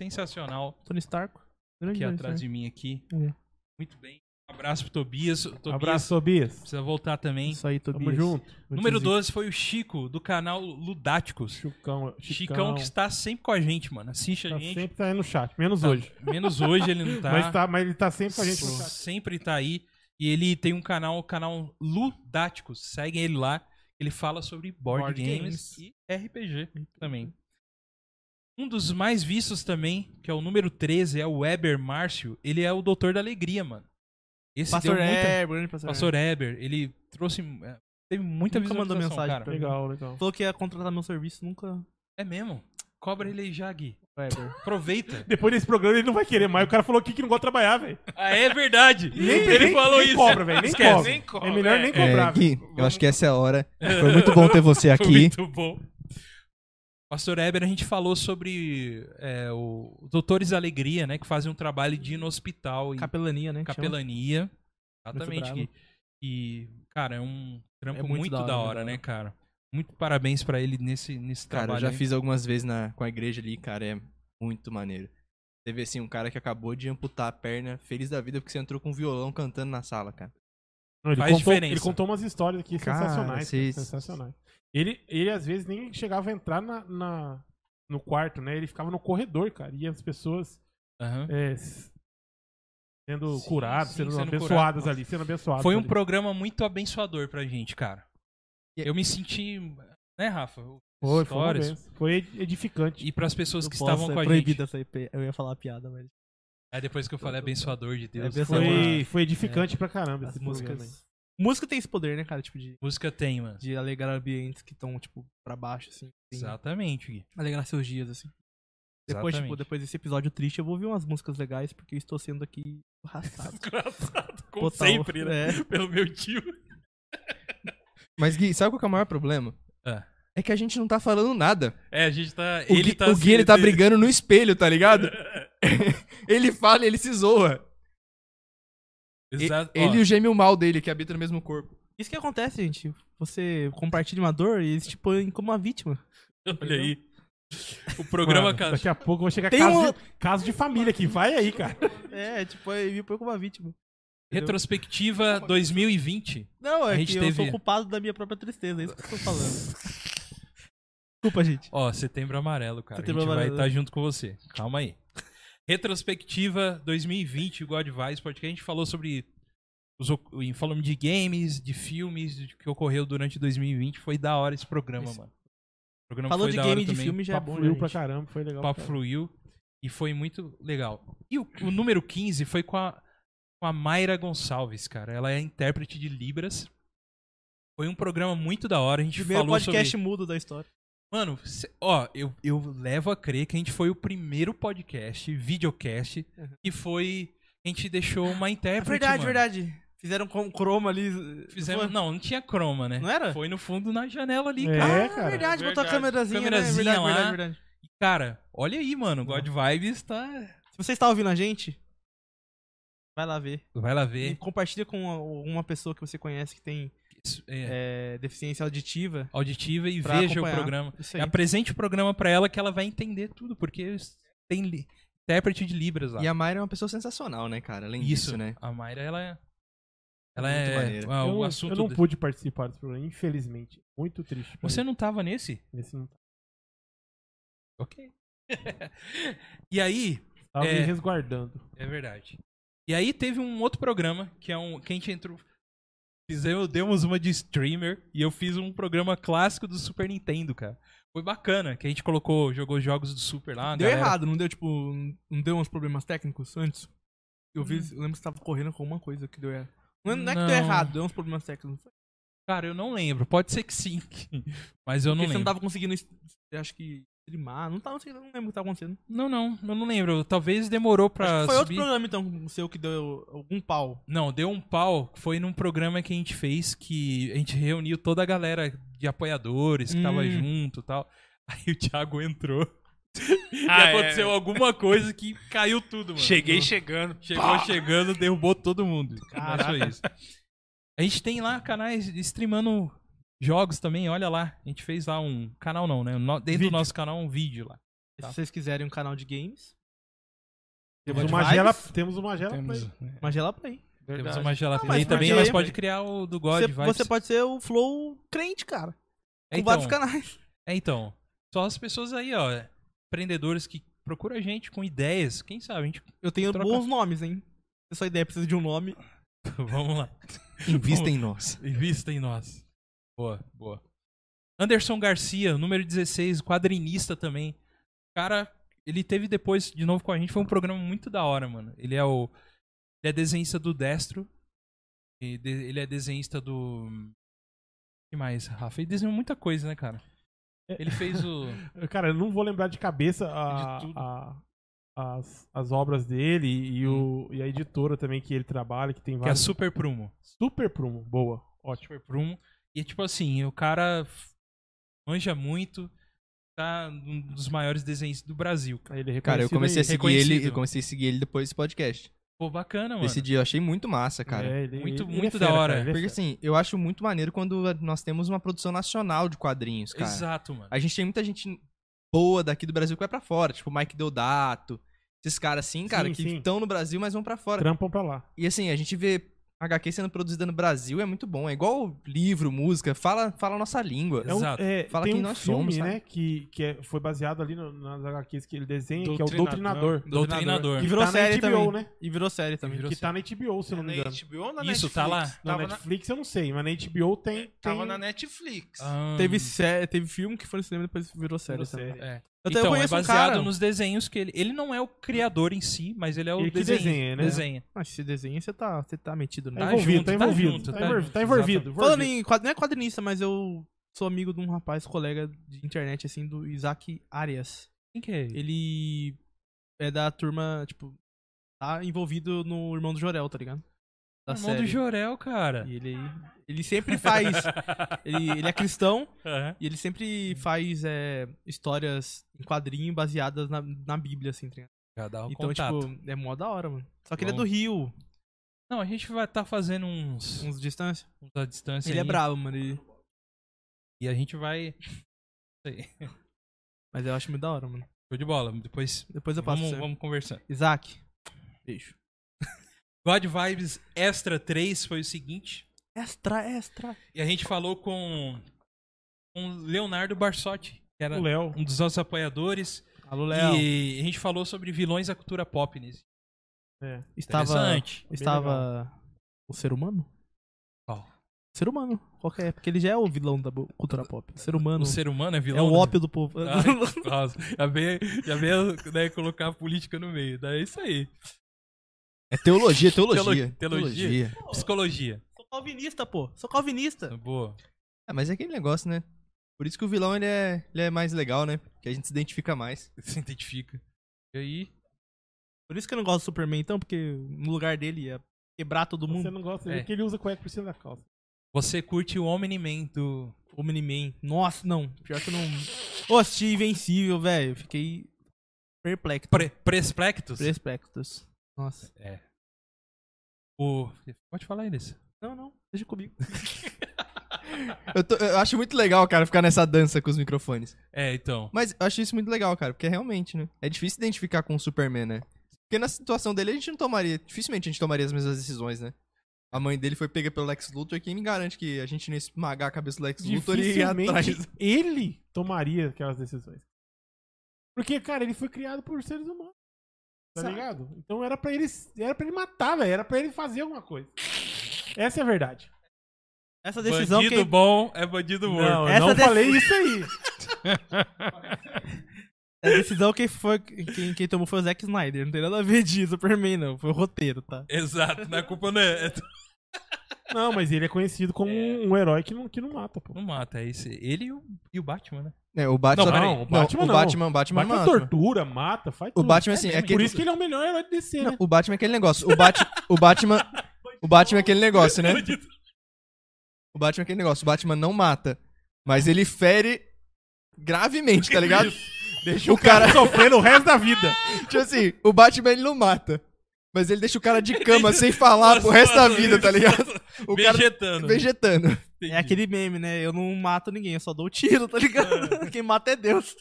Speaker 2: Sensacional
Speaker 5: Tony Starko. Grande
Speaker 2: aqui
Speaker 5: Tony
Speaker 2: atrás
Speaker 5: Starko.
Speaker 2: de mim aqui.
Speaker 5: É.
Speaker 2: Muito bem. Um abraço pro Tobias. O Tobias
Speaker 1: Abraço, Tobias.
Speaker 2: precisa voltar também.
Speaker 5: Isso aí,
Speaker 1: Tamo
Speaker 5: Tobias.
Speaker 1: junto.
Speaker 2: Número 12 foi o Chico, do canal Ludáticos.
Speaker 1: Chicão,
Speaker 2: Chicão,
Speaker 1: Chicão
Speaker 2: que está sempre com a gente, mano. Assiste a
Speaker 1: tá
Speaker 2: gente.
Speaker 1: sempre tá aí no chat, menos
Speaker 2: Tá-
Speaker 1: hoje.
Speaker 2: Menos hoje ele não tá.
Speaker 1: Mas, tá, mas ele tá sempre com a gente no
Speaker 2: Pô,
Speaker 1: chat.
Speaker 2: sempre tá aí. E ele tem um canal, o canal Ludáticos. Seguem ele lá. Ele fala sobre board,
Speaker 5: Board
Speaker 2: games, e RPG também. Um dos mais vistos também, que é o número 13, é o Weber Márcio. Ele é o Doutor da Alegria, mano. Esse
Speaker 5: Pastor
Speaker 2: deu muita...
Speaker 5: Heber, grande pastor.
Speaker 2: é Pastor Weber. Ele trouxe... é, Teve muita
Speaker 5: Nunca mandou
Speaker 2: visualização,
Speaker 5: mensagem
Speaker 2: cara.
Speaker 5: pra mim.
Speaker 1: Legal, legal.
Speaker 5: Falou que ia contratar meu serviço, nunca.
Speaker 2: É mesmo? Cobra ele aí já, Gui.
Speaker 5: Heber.
Speaker 2: Aproveita.
Speaker 1: Depois desse programa ele não vai querer mais. O cara falou aqui que não gosta de trabalhar, velho.
Speaker 2: ah, é verdade. ele
Speaker 1: nem-
Speaker 2: falou
Speaker 1: nem
Speaker 2: isso.
Speaker 1: Cobra, velho. Nem
Speaker 2: Esquece.
Speaker 1: cobra.
Speaker 3: Nem cobra,
Speaker 1: É melhor
Speaker 3: é.
Speaker 1: nem
Speaker 4: É,
Speaker 1: cobrar. velho.
Speaker 4: Gui, eu acho que essa é a hora. Foi muito bom ter você aqui.
Speaker 2: Muito bom. Pastor Eber, a gente falou sobre é, o os Doutores da Alegria, né? Que fazem um trabalho de ir no hospital e
Speaker 5: Capelania, né? que chama?
Speaker 2: capelania. Exatamente.
Speaker 5: bravo.
Speaker 2: Gui. E, cara, é um trampo
Speaker 5: É
Speaker 2: muito, da, hora, né, cara? Muito parabéns pra ele nesse, nesse
Speaker 4: Cara, eu
Speaker 2: trabalho.
Speaker 4: já
Speaker 2: aí.
Speaker 4: fiz algumas vezes na, com a igreja ali, cara, é muito maneiro. Teve assim um cara que acabou de amputar a perna, feliz da vida, porque você entrou com um violão cantando na sala, cara.
Speaker 1: Não, ele,
Speaker 2: Faz
Speaker 1: contou,
Speaker 2: diferença.
Speaker 1: ele contou umas histórias aqui
Speaker 4: Cara,
Speaker 1: sensacionais. cara,
Speaker 4: vocês-
Speaker 1: sensacionais. Ele, ele, às vezes, nem chegava a entrar na, na- no quarto, né? Ele ficava no corredor, cara. E as pessoas
Speaker 2: Aham.
Speaker 1: é, s- sendo
Speaker 2: Sim,
Speaker 1: curadas,
Speaker 2: sim,
Speaker 1: sendo,
Speaker 2: sendo
Speaker 1: abençoadas ali, sendo abençoadas.
Speaker 2: Foi um
Speaker 1: ali.
Speaker 2: programa muito abençoador pra gente, cara.
Speaker 4: E-
Speaker 2: Eu me senti. Né, Rafa?
Speaker 1: Foi, foi, uma
Speaker 2: Histórias.
Speaker 1: benção. foi edificante.
Speaker 2: E pras pessoas
Speaker 5: Não
Speaker 2: que
Speaker 5: posso,
Speaker 2: estavam
Speaker 5: é
Speaker 2: com a
Speaker 5: proibido
Speaker 2: gente.
Speaker 5: essa IP. Eu ia falar a piada, mas.
Speaker 2: É depois que eu falei abençoador de Deus.
Speaker 5: abençoador.
Speaker 2: foi uma-
Speaker 1: Foi, foi edificante pra caramba
Speaker 5: As
Speaker 1: esse programa. aí.
Speaker 5: músicas. Música tem esse poder, né, cara? Tipo, de,
Speaker 2: Música tem, mano.
Speaker 5: de alegrar ambientes que estão, tipo, pra baixo, assim. assim,
Speaker 2: Exatamente, Gui.
Speaker 5: Alegrar seus dias, assim. Depois, tipo,
Speaker 2: Exatamente.
Speaker 5: depois desse episódio triste, eu vou ouvir umas músicas legais, porque eu estou sendo aqui arrastado.
Speaker 2: Engraçado, como
Speaker 5: Total.
Speaker 2: sempre, né?
Speaker 5: É.
Speaker 2: Pelo meu tio.
Speaker 4: Mas, Gui, sabe qual que é o maior problema?
Speaker 2: Ah.
Speaker 4: É que a gente não tá falando nada.
Speaker 2: É, a gente tá.
Speaker 4: O
Speaker 2: ele
Speaker 4: Gui,
Speaker 2: tá
Speaker 4: o Gui, ele tá brigando no espelho, tá ligado? ele fala e ele se zoa.
Speaker 2: Exa-
Speaker 4: E- ele e
Speaker 2: ó,
Speaker 4: o gêmeo mal dele, que habita no mesmo corpo.
Speaker 5: Isso que acontece, gente. Você compartilha uma dor e eles te põem como uma vítima.
Speaker 2: Olha
Speaker 4: né?
Speaker 2: aí. O programa
Speaker 1: Mano,
Speaker 2: Caso.
Speaker 1: Daqui a pouco vai chegar
Speaker 5: Tem
Speaker 1: caso,
Speaker 5: um-
Speaker 1: de, caso de família aqui. Vai aí, cara.
Speaker 5: É, tipo, ele me põe como uma vítima.
Speaker 2: Retrospectiva 2020.
Speaker 5: Não, é
Speaker 2: A gente
Speaker 5: que eu
Speaker 2: teve-
Speaker 5: sou culpado da minha própria tristeza, é isso que eu tô falando. Desculpa, gente.
Speaker 2: Ó, setembro amarelo, cara.
Speaker 5: Setembro
Speaker 2: a gente
Speaker 5: amarelo. né?
Speaker 2: vai estar junto com você. Calma aí. Retrospectiva 2020, God Vice, porque a gente falou sobre. Os, oc- em- falamos de games, de filmes, de que ocorreu durante 2020. Foi da hora esse programa,
Speaker 5: Isso.
Speaker 2: mano. O programa
Speaker 5: Falou
Speaker 2: foi
Speaker 5: de
Speaker 2: da
Speaker 5: game
Speaker 2: hora
Speaker 5: e de
Speaker 2: também.
Speaker 5: filme já é
Speaker 1: Papo
Speaker 5: bom,
Speaker 1: fluiu
Speaker 5: né,
Speaker 1: pra
Speaker 5: gente?
Speaker 1: caramba, foi legal.
Speaker 2: O
Speaker 1: pra
Speaker 2: papo fluiu e foi muito legal. E o, o número 15 foi com a, com a Mayra Gonçalves, cara. Ela é intérprete de Libras. Foi um programa muito da hora. A gente
Speaker 5: Primeiro
Speaker 2: falou
Speaker 5: podcast
Speaker 2: sobre...
Speaker 5: mudo da história.
Speaker 2: Mano, cê- ó, eu, eu levo a crer que a gente foi o primeiro podcast, videocast, que foi... A gente deixou uma intérprete, mano.
Speaker 5: verdade. Fizeram com croma ali. um-
Speaker 2: Fizemos... Não, não tinha croma, né?
Speaker 5: Não era?
Speaker 2: Foi no fundo, na janela ali,
Speaker 1: É,
Speaker 2: cara.
Speaker 1: cara.
Speaker 5: Ah, verdade, botou a
Speaker 3: Verdade.
Speaker 5: câmerazinha,
Speaker 2: Câmerazinha
Speaker 5: né? Verdade,
Speaker 2: lá.
Speaker 5: verdade, verdade.
Speaker 2: E, cara, olha aí, mano. God Vibes tá...
Speaker 5: Se você está ouvindo a gente, vai lá ver.
Speaker 2: Vai lá
Speaker 5: E
Speaker 2: ver.
Speaker 5: compartilha com uma- uma pessoa que você conhece que tem
Speaker 2: Isso, é,
Speaker 5: é, deficiência auditiva.
Speaker 2: auditiva e
Speaker 5: Pra
Speaker 2: veja
Speaker 5: acompanhar.
Speaker 2: o programa.
Speaker 5: Isso aí.
Speaker 2: Apresente o programa pra ela que ela vai entender tudo, porque tem li- intérprete de Libras lá.
Speaker 4: E a Mayra é uma pessoa sensacional, né, cara? Além
Speaker 2: Isso,
Speaker 4: disso, né?
Speaker 2: A Mayra, ela é. Ela
Speaker 4: Muito
Speaker 2: é.
Speaker 4: maneira.
Speaker 2: ah,
Speaker 1: eu,
Speaker 2: o
Speaker 1: não-
Speaker 2: assunto.
Speaker 1: eu não
Speaker 2: de-
Speaker 1: pude participar desse programa, infelizmente. Muito triste. pra
Speaker 2: Você
Speaker 1: mim.
Speaker 2: não tava nesse?
Speaker 1: Esse não
Speaker 2: Ok. e aí.
Speaker 1: tava me
Speaker 2: É.
Speaker 1: resguardando.
Speaker 2: É verdade. E aí teve um outro programa, que é um. Que a gente entrou. Fizemos, demos uma de streamer e eu fiz um programa clássico do Super Nintendo, cara. Foi bacana, que a gente colocou, jogou jogos do Super lá. a
Speaker 5: deu
Speaker 2: galera-
Speaker 5: errado, não deu, tipo, não deu uns problemas técnicos antes? Eu vi, eu lembro que você tava correndo com alguma coisa que deu errado. Não, é- não é que deu
Speaker 2: Hum. Não.
Speaker 5: errado, deu uns problemas técnicos.
Speaker 2: Cara, eu não lembro. Pode ser que sim. Mas eu não
Speaker 5: Porque você
Speaker 2: lembro.
Speaker 5: não tava conseguindo, es- acho que, streamar. Não, tava, não, sei, não lembro o que tava acontecendo.
Speaker 2: Não, não. Eu não lembro. Talvez demorou
Speaker 5: Acho
Speaker 2: pra
Speaker 5: que foi outro
Speaker 2: Ah, subir.
Speaker 5: programa, então, o seu que deu algum pau.
Speaker 2: Não, deu um pau. Foi num programa que a gente fez que a gente reuniu toda a galera de apoiadores que tava
Speaker 5: Hum.
Speaker 2: junto e tal. Aí o Thiago entrou.
Speaker 3: Ah,
Speaker 5: é.
Speaker 2: e aconteceu alguma coisa que caiu tudo, mano.
Speaker 3: Cheguei chegando.
Speaker 2: Chegou chegando, derrubou todo mundo. Mas foi isso. A gente tem lá canais streamando jogos também, olha lá. A gente fez lá um canal não, né? No- Dentro do nosso canal um vídeo lá. Tá.
Speaker 5: Se vocês quiserem um canal de games,
Speaker 1: Temos
Speaker 5: Good
Speaker 1: uma,
Speaker 5: vibes?
Speaker 1: gela, temos uma gela
Speaker 2: Temos,
Speaker 1: play.
Speaker 5: Magela Play.
Speaker 2: temos
Speaker 3: Verdade.
Speaker 2: uma gelatina
Speaker 5: Ah, mas
Speaker 2: aí também,
Speaker 5: pode-
Speaker 2: mas pode criar o do God,
Speaker 5: você,
Speaker 2: vai.
Speaker 5: você pode ser o Flow crente, cara.
Speaker 2: É,
Speaker 5: com
Speaker 2: então,
Speaker 5: vários canais.
Speaker 2: é, então, só as pessoas aí, ó, empreendedores que procuram a gente com ideias, quem sabe, a gente...
Speaker 5: Eu tenho
Speaker 2: Troca-
Speaker 5: bons nomes, hein? Se sua ideia precisa de um nome,
Speaker 2: Vamos lá. Tipo,
Speaker 4: Invista em nós.
Speaker 2: Invista em nós. Boa, boa. Anderson Garcia, número 16, quadrinista também. Cara, ele teve depois de novo com a gente, foi um programa muito da hora, mano. Ele é o ele é desenhista do Destro. e de- ele é desenhista do que mais, Rafa? Ele desenhou muita coisa, né, cara? Ele fez o
Speaker 1: Cara, eu não vou lembrar de cabeça a-
Speaker 2: De tudo.
Speaker 1: a- as, as obras dele e, o, e a editora também que ele trabalha, que tem
Speaker 2: Hum. que é
Speaker 1: várias.
Speaker 2: Super Prumo.
Speaker 1: Super Prumo, boa, ótimo.
Speaker 2: Super Prum. E tipo assim, o cara f- manja muito, tá um dos maiores desenhos do Brasil, cara.
Speaker 1: Aí Ele é
Speaker 4: Cara, eu
Speaker 1: reconhecido
Speaker 4: comecei a
Speaker 1: aí.
Speaker 4: seguir ele,
Speaker 2: reconhecido.
Speaker 4: eu comecei a seguir ele depois desse podcast.
Speaker 2: Pô, bacana, mano.
Speaker 4: Esse dia eu achei muito massa, cara.
Speaker 1: É, ele-
Speaker 2: muito-
Speaker 1: ele é
Speaker 2: muito
Speaker 1: fera,
Speaker 2: da hora.
Speaker 1: cara, ele é
Speaker 4: Porque
Speaker 1: fera.
Speaker 4: assim, eu acho muito maneiro quando nós temos uma produção nacional de quadrinhos, cara.
Speaker 2: Exato, mano.
Speaker 4: A gente tem muita gente boa daqui do Brasil que vai pra fora, tipo Mike Deodato, esses caras assim, cara,
Speaker 1: Sim,
Speaker 4: que
Speaker 1: sim.
Speaker 4: estão no Brasil, mas vão pra fora.
Speaker 1: trampam pra lá.
Speaker 4: E assim, a gente vê HQ sendo produzida no Brasil, é muito bom. É igual livro, música, fala, fala a nossa língua.
Speaker 1: É um,
Speaker 2: Exato.
Speaker 1: é,
Speaker 4: Fala
Speaker 1: tem
Speaker 4: quem
Speaker 1: um
Speaker 4: nós
Speaker 1: filme,
Speaker 4: somos, sabe?
Speaker 1: né? Que, que é- foi baseado ali no- nas HQs que ele desenha, que é o
Speaker 3: Doutrinador.
Speaker 1: Doutrinador.
Speaker 2: Doutrinador.
Speaker 5: E virou
Speaker 1: tá na
Speaker 5: série
Speaker 1: HBO,
Speaker 5: também.
Speaker 1: né?
Speaker 5: E virou série também.
Speaker 2: Virou assim,
Speaker 1: que tá na HBO, se eu não me engano.
Speaker 2: Isso, tá lá.
Speaker 1: Na Netflix eu não sei, mas na HBO tem. tem...
Speaker 3: Tava
Speaker 5: um
Speaker 3: na Netflix.
Speaker 2: Ah,
Speaker 5: Teve, sé- teve filme que foi no cinema e depois virou série.
Speaker 1: Virou
Speaker 5: também.
Speaker 1: série.
Speaker 2: é.
Speaker 5: Eu
Speaker 2: Então,
Speaker 5: tenho- eu
Speaker 2: é
Speaker 5: conheço um
Speaker 2: baseado
Speaker 5: cara-
Speaker 2: nos desenhos que ele. Ele não é o criador em si, mas ele é o
Speaker 1: Ele que
Speaker 2: desenho-
Speaker 1: desenha, né?
Speaker 2: Desenha.
Speaker 5: Mas se desenha, você tá, você tá metido no
Speaker 1: Tá
Speaker 2: Tá
Speaker 1: envolvido,
Speaker 2: junto,
Speaker 1: tá
Speaker 2: tá
Speaker 1: envolvido.
Speaker 2: junto,
Speaker 1: Tá
Speaker 2: tá
Speaker 1: envolvido,
Speaker 2: junto,
Speaker 1: tá envolvido.
Speaker 5: Falando
Speaker 1: envolvido.
Speaker 5: em quadrinista, não é quadrinista, mas eu sou amigo de um rapaz, colega de internet, assim, do Isaac Arias.
Speaker 2: Quem que é ele?
Speaker 5: Ele é da turma, tipo, tá envolvido no Irmão do Jorel, tá ligado? Da
Speaker 2: irmão do
Speaker 5: série.
Speaker 2: Jorel, cara.
Speaker 5: E ele, ele sempre faz. ele, ele é cristão
Speaker 2: Aham.
Speaker 5: e ele
Speaker 2: Hum.
Speaker 5: sempre faz é, histórias em quadrinho baseadas na, na Bíblia, assim, tá ligado?
Speaker 2: Já dá o
Speaker 5: Então,
Speaker 2: contato.
Speaker 5: tipo, é mó da hora, mano. Só que ele é do
Speaker 2: Vamos.
Speaker 5: Rio.
Speaker 2: Não, a gente vai estar fazendo uns,
Speaker 5: Uns distância.
Speaker 2: uns à distância
Speaker 5: Ele é
Speaker 2: aí,
Speaker 5: brabo, mano. ele-
Speaker 2: E a gente vai...
Speaker 5: Mas eu acho muito da hora, mano.
Speaker 2: Show de bola. Depois
Speaker 5: Depois eu passo.
Speaker 2: vamos,
Speaker 5: pra você.
Speaker 2: vamos conversando.
Speaker 5: Isaac. Beijo.
Speaker 2: God Vibes Extra 3 foi o seguinte.
Speaker 5: Extra, extra.
Speaker 2: E a gente falou com com o Leonardo Barsotti, que era
Speaker 1: O Léo.
Speaker 2: um dos nossos apoiadores.
Speaker 5: Alô, Léo.
Speaker 2: E a gente falou sobre vilões da cultura pop nesse.
Speaker 1: É.
Speaker 5: Estava.
Speaker 2: Interessante.
Speaker 5: Estava. O ser humano?
Speaker 2: Qual?
Speaker 5: Ser humano. Qualquer. Porque ele já é o vilão da bo- cultura pop. Ser humano.
Speaker 2: O ser humano é
Speaker 5: é
Speaker 2: vilão.
Speaker 5: o
Speaker 2: né?
Speaker 5: ópio do povo.
Speaker 2: Ai, nossa, já veio, já veio né, colocar a política no meio. Daí é isso aí.
Speaker 4: É teologia, teologia.
Speaker 2: Teolo- teologia. Psicologia. Tá,
Speaker 5: Sou calvinista, pô. Sou calvinista.
Speaker 2: Boa.
Speaker 4: É, mas é aquele negócio, né? Por isso que o vilão ele é, ele é mais legal, né? Que a gente se identifica mais.
Speaker 2: Se identifica. E aí?
Speaker 5: Por isso que eu não gosto do Superman, então, porque no lugar dele ia quebrar todo
Speaker 1: Você
Speaker 5: mundo.
Speaker 1: não gosta
Speaker 2: É.
Speaker 1: dele, porque ele usa cueca por cima da calça.
Speaker 2: Você curte o Omni-Man do.
Speaker 5: O Miniman. Nossa, não. Pior que eu não. Ô, assisti Invencível, velho. Fiquei perplexo.
Speaker 2: Pre Presplectus?
Speaker 5: Perplexos. Nossa.
Speaker 2: O- Pode falar aí desse.
Speaker 5: Não, não. Deixa comigo.
Speaker 4: Eu, tô- eu acho muito legal, cara, ficar nessa dança com os microfones.
Speaker 2: É, então.
Speaker 4: Mas eu acho isso muito legal, cara, porque realmente, né? É difícil se identificar com o Superman, né? Porque na situação dele a gente não tomaria. Dificilmente a gente tomaria as mesmas decisões, né? A mãe dele foi pega pelo Lex Luthor, quem me garante que a gente não ia esmagar a cabeça do Lex Luthor e ir atrás.
Speaker 1: Dificilmente ele tomaria aquelas decisões. Porque, cara, ele foi criado por seres humanos. Tá
Speaker 4: Exato.
Speaker 1: ligado? Então era pra ele, era pra ele matar, velho. Era pra ele fazer alguma coisa. Essa é a verdade.
Speaker 5: Essa decisão
Speaker 2: bandido
Speaker 5: que.
Speaker 2: bom é bandido morto.
Speaker 1: Não, eu
Speaker 5: Essa
Speaker 1: não
Speaker 5: dec-
Speaker 1: falei isso aí.
Speaker 5: A decisão que foi, quem, quem tomou foi o Zack Snyder. Não tem nada a ver de Superman, não. Foi o roteiro, tá?
Speaker 2: Exato, na culpa não é. é do-
Speaker 1: Não, mas ele é conhecido como um um herói que não, que não mata, pô.
Speaker 2: Não mata, é esse. Ele e o, e o Batman, né?
Speaker 4: É, o Batman.
Speaker 2: Não, peraí.
Speaker 4: o
Speaker 1: Batman
Speaker 4: Batman,
Speaker 1: não.
Speaker 4: o Batman, o Batman,
Speaker 1: Batman é
Speaker 4: mata.
Speaker 1: tortura, mata, faz
Speaker 4: O
Speaker 1: tudo.
Speaker 4: Batman, assim,
Speaker 2: É
Speaker 4: é,
Speaker 2: mesmo.
Speaker 4: aquele.
Speaker 1: Por isso que ele é o melhor herói de DC,
Speaker 4: Não,
Speaker 1: né?
Speaker 4: o Batman é aquele negócio. O, Bat... o Batman. O Batman é aquele negócio, né? O Batman é aquele negócio. O Batman não mata. Mas ele fere gravemente, tá ligado?
Speaker 1: Deixa
Speaker 4: o cara-
Speaker 1: sofrendo o resto da vida.
Speaker 4: tipo assim, o Batman ele não mata. Mas ele deixa o cara de cama sem falar pro resto da vida, tá ligado? O cara
Speaker 2: Vegetando.
Speaker 4: vegetando.
Speaker 2: Entendi.
Speaker 5: É aquele meme, né? Eu não mato ninguém, eu só dou tiro, tá ligado? Quem mata é Deus.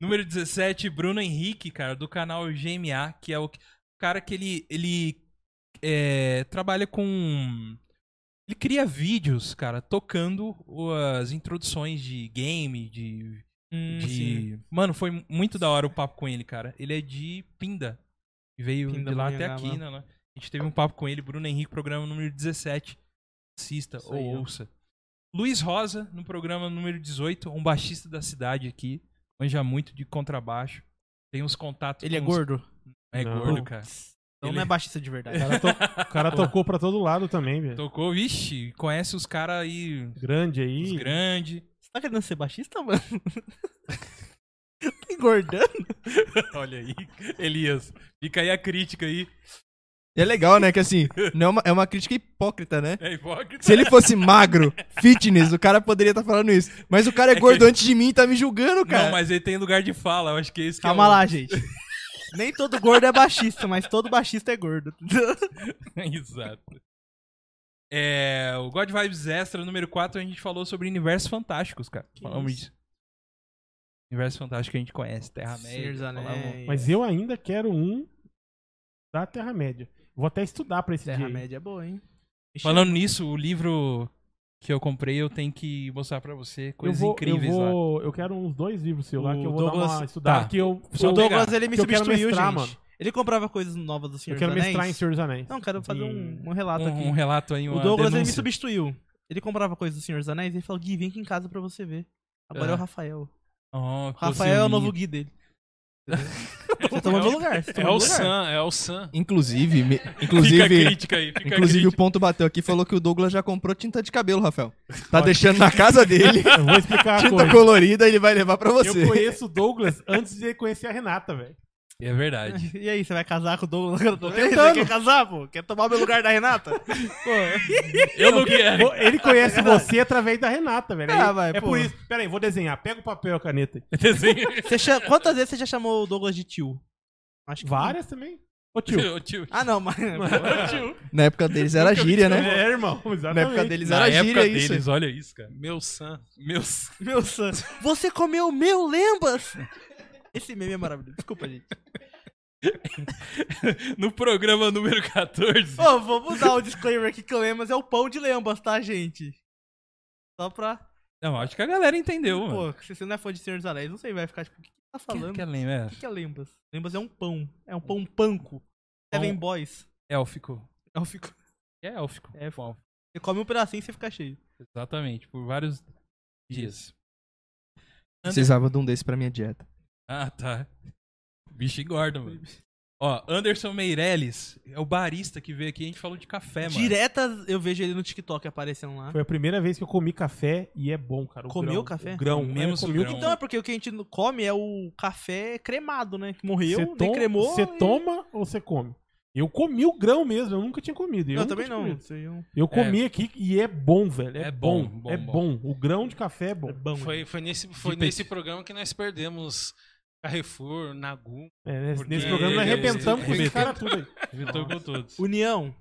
Speaker 2: Número 17, Bruno Henrique, cara, do canal GMA, que é o que- o cara que ele, ele é, trabalha com. Ele cria vídeos, cara, tocando o- as introduções de game, de.
Speaker 1: Hum,
Speaker 2: de- Mano, foi muito da hora o papo com ele, cara. Ele é de Pinda. Veio
Speaker 5: Pinda,
Speaker 2: de lá até
Speaker 5: Maringá,
Speaker 2: aqui, né? né? A gente teve um papo com ele, Bruno Henrique, programa número 17. Assista
Speaker 5: Isso
Speaker 2: ou
Speaker 5: aí, ó.
Speaker 2: ouça. Luiz Rosa, no programa número 18, um baixista da cidade aqui. Manja muito de contrabaixo. Tem uns contatos.
Speaker 5: Ele é
Speaker 2: com uns-
Speaker 5: gordo?
Speaker 2: É
Speaker 1: Não.
Speaker 2: gordo, cara.
Speaker 5: Então
Speaker 2: Ele-
Speaker 5: não é baixista de
Speaker 1: O
Speaker 5: verdade.
Speaker 1: cara, to- o cara tocou pra todo lado também, velho.
Speaker 2: Tocou, vixe, conhece os caras aí,
Speaker 1: Grande
Speaker 2: os
Speaker 1: aí.
Speaker 2: grandes.
Speaker 5: Você tá querendo ser baixista, mano? tá engordando?
Speaker 2: Olha aí, Elias. Fica aí a crítica aí.
Speaker 4: E é legal, né? Que assim, não é, uma, é uma crítica hipócrita, né?
Speaker 2: É hipócrita.
Speaker 4: Se ele fosse magro, fitness, o cara poderia estar falando isso. Mas o cara é, gordo antes de mim e tá me julgando, cara.
Speaker 2: Não, mas ele tem lugar de fala. Eu acho que esse que
Speaker 5: É. Calma
Speaker 2: é o-
Speaker 5: lá, gente. Nem todo gordo é baixista, mas todo baixista é gordo.
Speaker 2: Exato. É, o God Vibes Extra número 4, a gente falou sobre universos fantásticos, cara. Falamos disso. Universo fantástico que a gente conhece, Terra-média. falamos-
Speaker 1: Ah, né?
Speaker 5: um-
Speaker 1: Mas eu ainda quero um da Terra-média. Vou até estudar pra esse dia. aí.
Speaker 5: Terra-média é boa, hein?
Speaker 2: Falando nisso, o livro que eu comprei, eu tenho que mostrar pra você
Speaker 1: Eu
Speaker 2: coisas
Speaker 1: vou,
Speaker 2: incríveis
Speaker 1: eu
Speaker 2: lá.
Speaker 1: vou, eu quero uns dois livros seu lá
Speaker 5: O
Speaker 1: que eu vou dar
Speaker 5: Douglas-
Speaker 1: uma estudada
Speaker 2: Tá.
Speaker 1: que eu
Speaker 2: Só
Speaker 5: o
Speaker 1: eu,
Speaker 2: dois-
Speaker 5: Douglas,
Speaker 2: pegar,
Speaker 5: ele me
Speaker 1: que eu quero
Speaker 5: substituiu,
Speaker 1: mestrar,
Speaker 5: gente.
Speaker 1: mano.
Speaker 5: Ele comprava coisas novas do Senhor
Speaker 1: eu quero
Speaker 5: dos
Speaker 1: mestrar em
Speaker 5: Anéis.
Speaker 1: Senhor dos Anéis.
Speaker 5: Não, quero fazer um, um relato aqui.
Speaker 2: Um, um relato aí, uma
Speaker 5: o Douglas, ele me
Speaker 2: denúncia.
Speaker 5: substituiu. Ele comprava coisas do Senhor dos Anéis e ele falou, Gui, vem aqui em casa pra você ver. Agora é,
Speaker 2: É.
Speaker 5: o Rafael.
Speaker 2: Ó,
Speaker 5: O Rafael é o
Speaker 2: cozinha.
Speaker 5: novo Gui dele. você tomou meu lugar. Você
Speaker 3: É
Speaker 5: tomou meu
Speaker 3: o
Speaker 5: lugar.
Speaker 3: Sam, é o Sam.
Speaker 4: Inclusive, me-
Speaker 2: Fica a
Speaker 4: inclusive,
Speaker 2: crítica aí, fica a
Speaker 4: inclusive o
Speaker 2: crítica.
Speaker 4: ponto bateu aqui falou que o Douglas já comprou tinta de cabelo, Rafael. Tá deixando na casa dele.
Speaker 1: Eu vou explicar a
Speaker 4: Tinta
Speaker 1: coisa.
Speaker 4: colorida, ele vai levar pra
Speaker 1: Eu
Speaker 4: você.
Speaker 1: conheço o Douglas antes de conhecer a Renata, velho.
Speaker 2: É verdade.
Speaker 5: E aí, você vai casar com o Douglas? Você
Speaker 4: tentando.
Speaker 5: quer casar, pô? Quer tomar meu lugar da Renata?
Speaker 2: eu não quero.
Speaker 1: Vo- Ele conhece você através da Renata, velho.
Speaker 5: É Ah,
Speaker 1: Aí-
Speaker 5: vai,
Speaker 1: é
Speaker 5: pô.
Speaker 1: por isso. Pera aí, vou desenhar. Pega o papel e a caneta. aí.
Speaker 2: Desenho.
Speaker 5: Você cha- Quantas vezes você já chamou o Douglas de tio? Acho que
Speaker 1: Várias também. Ô tio.
Speaker 2: Ô, tio.
Speaker 5: Ah, não, mas.
Speaker 4: Na época deles era gíria, né?
Speaker 1: É, irmão, exatamente.
Speaker 4: Na época deles
Speaker 2: Na
Speaker 4: era
Speaker 2: época
Speaker 4: gíria
Speaker 2: deles,
Speaker 4: isso.
Speaker 2: olha isso, cara.
Speaker 3: Meu san.
Speaker 2: Meus.
Speaker 5: Meu santo. Você comeu o meu lembas? Esse meme é maravilhoso. Desculpa, gente.
Speaker 2: No programa número 14.
Speaker 5: Ô, vamos dar o disclaimer aqui que o lembas é o pão de lembas, tá, gente? Só pra.
Speaker 2: Não, acho que a galera entendeu, mano.
Speaker 5: Pô, se você não é fã de Senhor dos Anéis, não sei, vai ficar tipo, o que que tá
Speaker 2: Quem
Speaker 5: falando?
Speaker 2: que é lembra?
Speaker 5: O que que é lembas? Lembas é um pão. É um pão panco. Seven Boys.
Speaker 2: É élfico.
Speaker 5: Eu fico...
Speaker 2: É élfico. É élfico.
Speaker 5: Você come um pedacinho e você fica cheio.
Speaker 2: Exatamente, por vários dias.
Speaker 1: né?
Speaker 4: Precisava de um desse pra minha dieta.
Speaker 2: Ah, tá. O Bicho engorda, mano. Ó, Anderson Meirelles é o barista que veio aqui. A gente falou de café, mano.
Speaker 5: Diretas eu vejo ele no TikTok aparecendo lá.
Speaker 1: Foi a primeira vez que eu comi café e é bom, cara. O
Speaker 5: Comeu
Speaker 1: grão,
Speaker 5: café?
Speaker 1: O grão.
Speaker 2: Comemos
Speaker 1: É, comi
Speaker 2: o grão.
Speaker 5: Então é porque o que a gente não come é o café cremado, né? Que morreu,
Speaker 1: Você
Speaker 5: nem
Speaker 1: tom-
Speaker 5: cremou.
Speaker 1: Você
Speaker 5: e-
Speaker 1: toma ou você come? Eu comi o grão mesmo, eu nunca tinha comido. Eu,
Speaker 5: Eu,
Speaker 1: nunca
Speaker 5: também
Speaker 1: tinha
Speaker 5: não.
Speaker 1: comido.
Speaker 5: Isso aí é um-
Speaker 1: Eu comi aqui e é bom, velho. É,
Speaker 2: É
Speaker 1: bom,
Speaker 2: bom, bom,
Speaker 1: É bom.
Speaker 2: bom.
Speaker 1: O grão de café é bom. É,
Speaker 5: bom.
Speaker 3: Foi, foi nesse, foi
Speaker 2: De
Speaker 3: nesse
Speaker 2: peixe.
Speaker 3: programa que nós perdemos Carrefour, Nagum.
Speaker 1: É, nesse-
Speaker 3: Porque
Speaker 1: nesse programa nós
Speaker 2: ele- é
Speaker 1: arrebentamos com
Speaker 2: ele-
Speaker 1: esse cara tudo aí.
Speaker 2: Inventou com todos.
Speaker 5: União.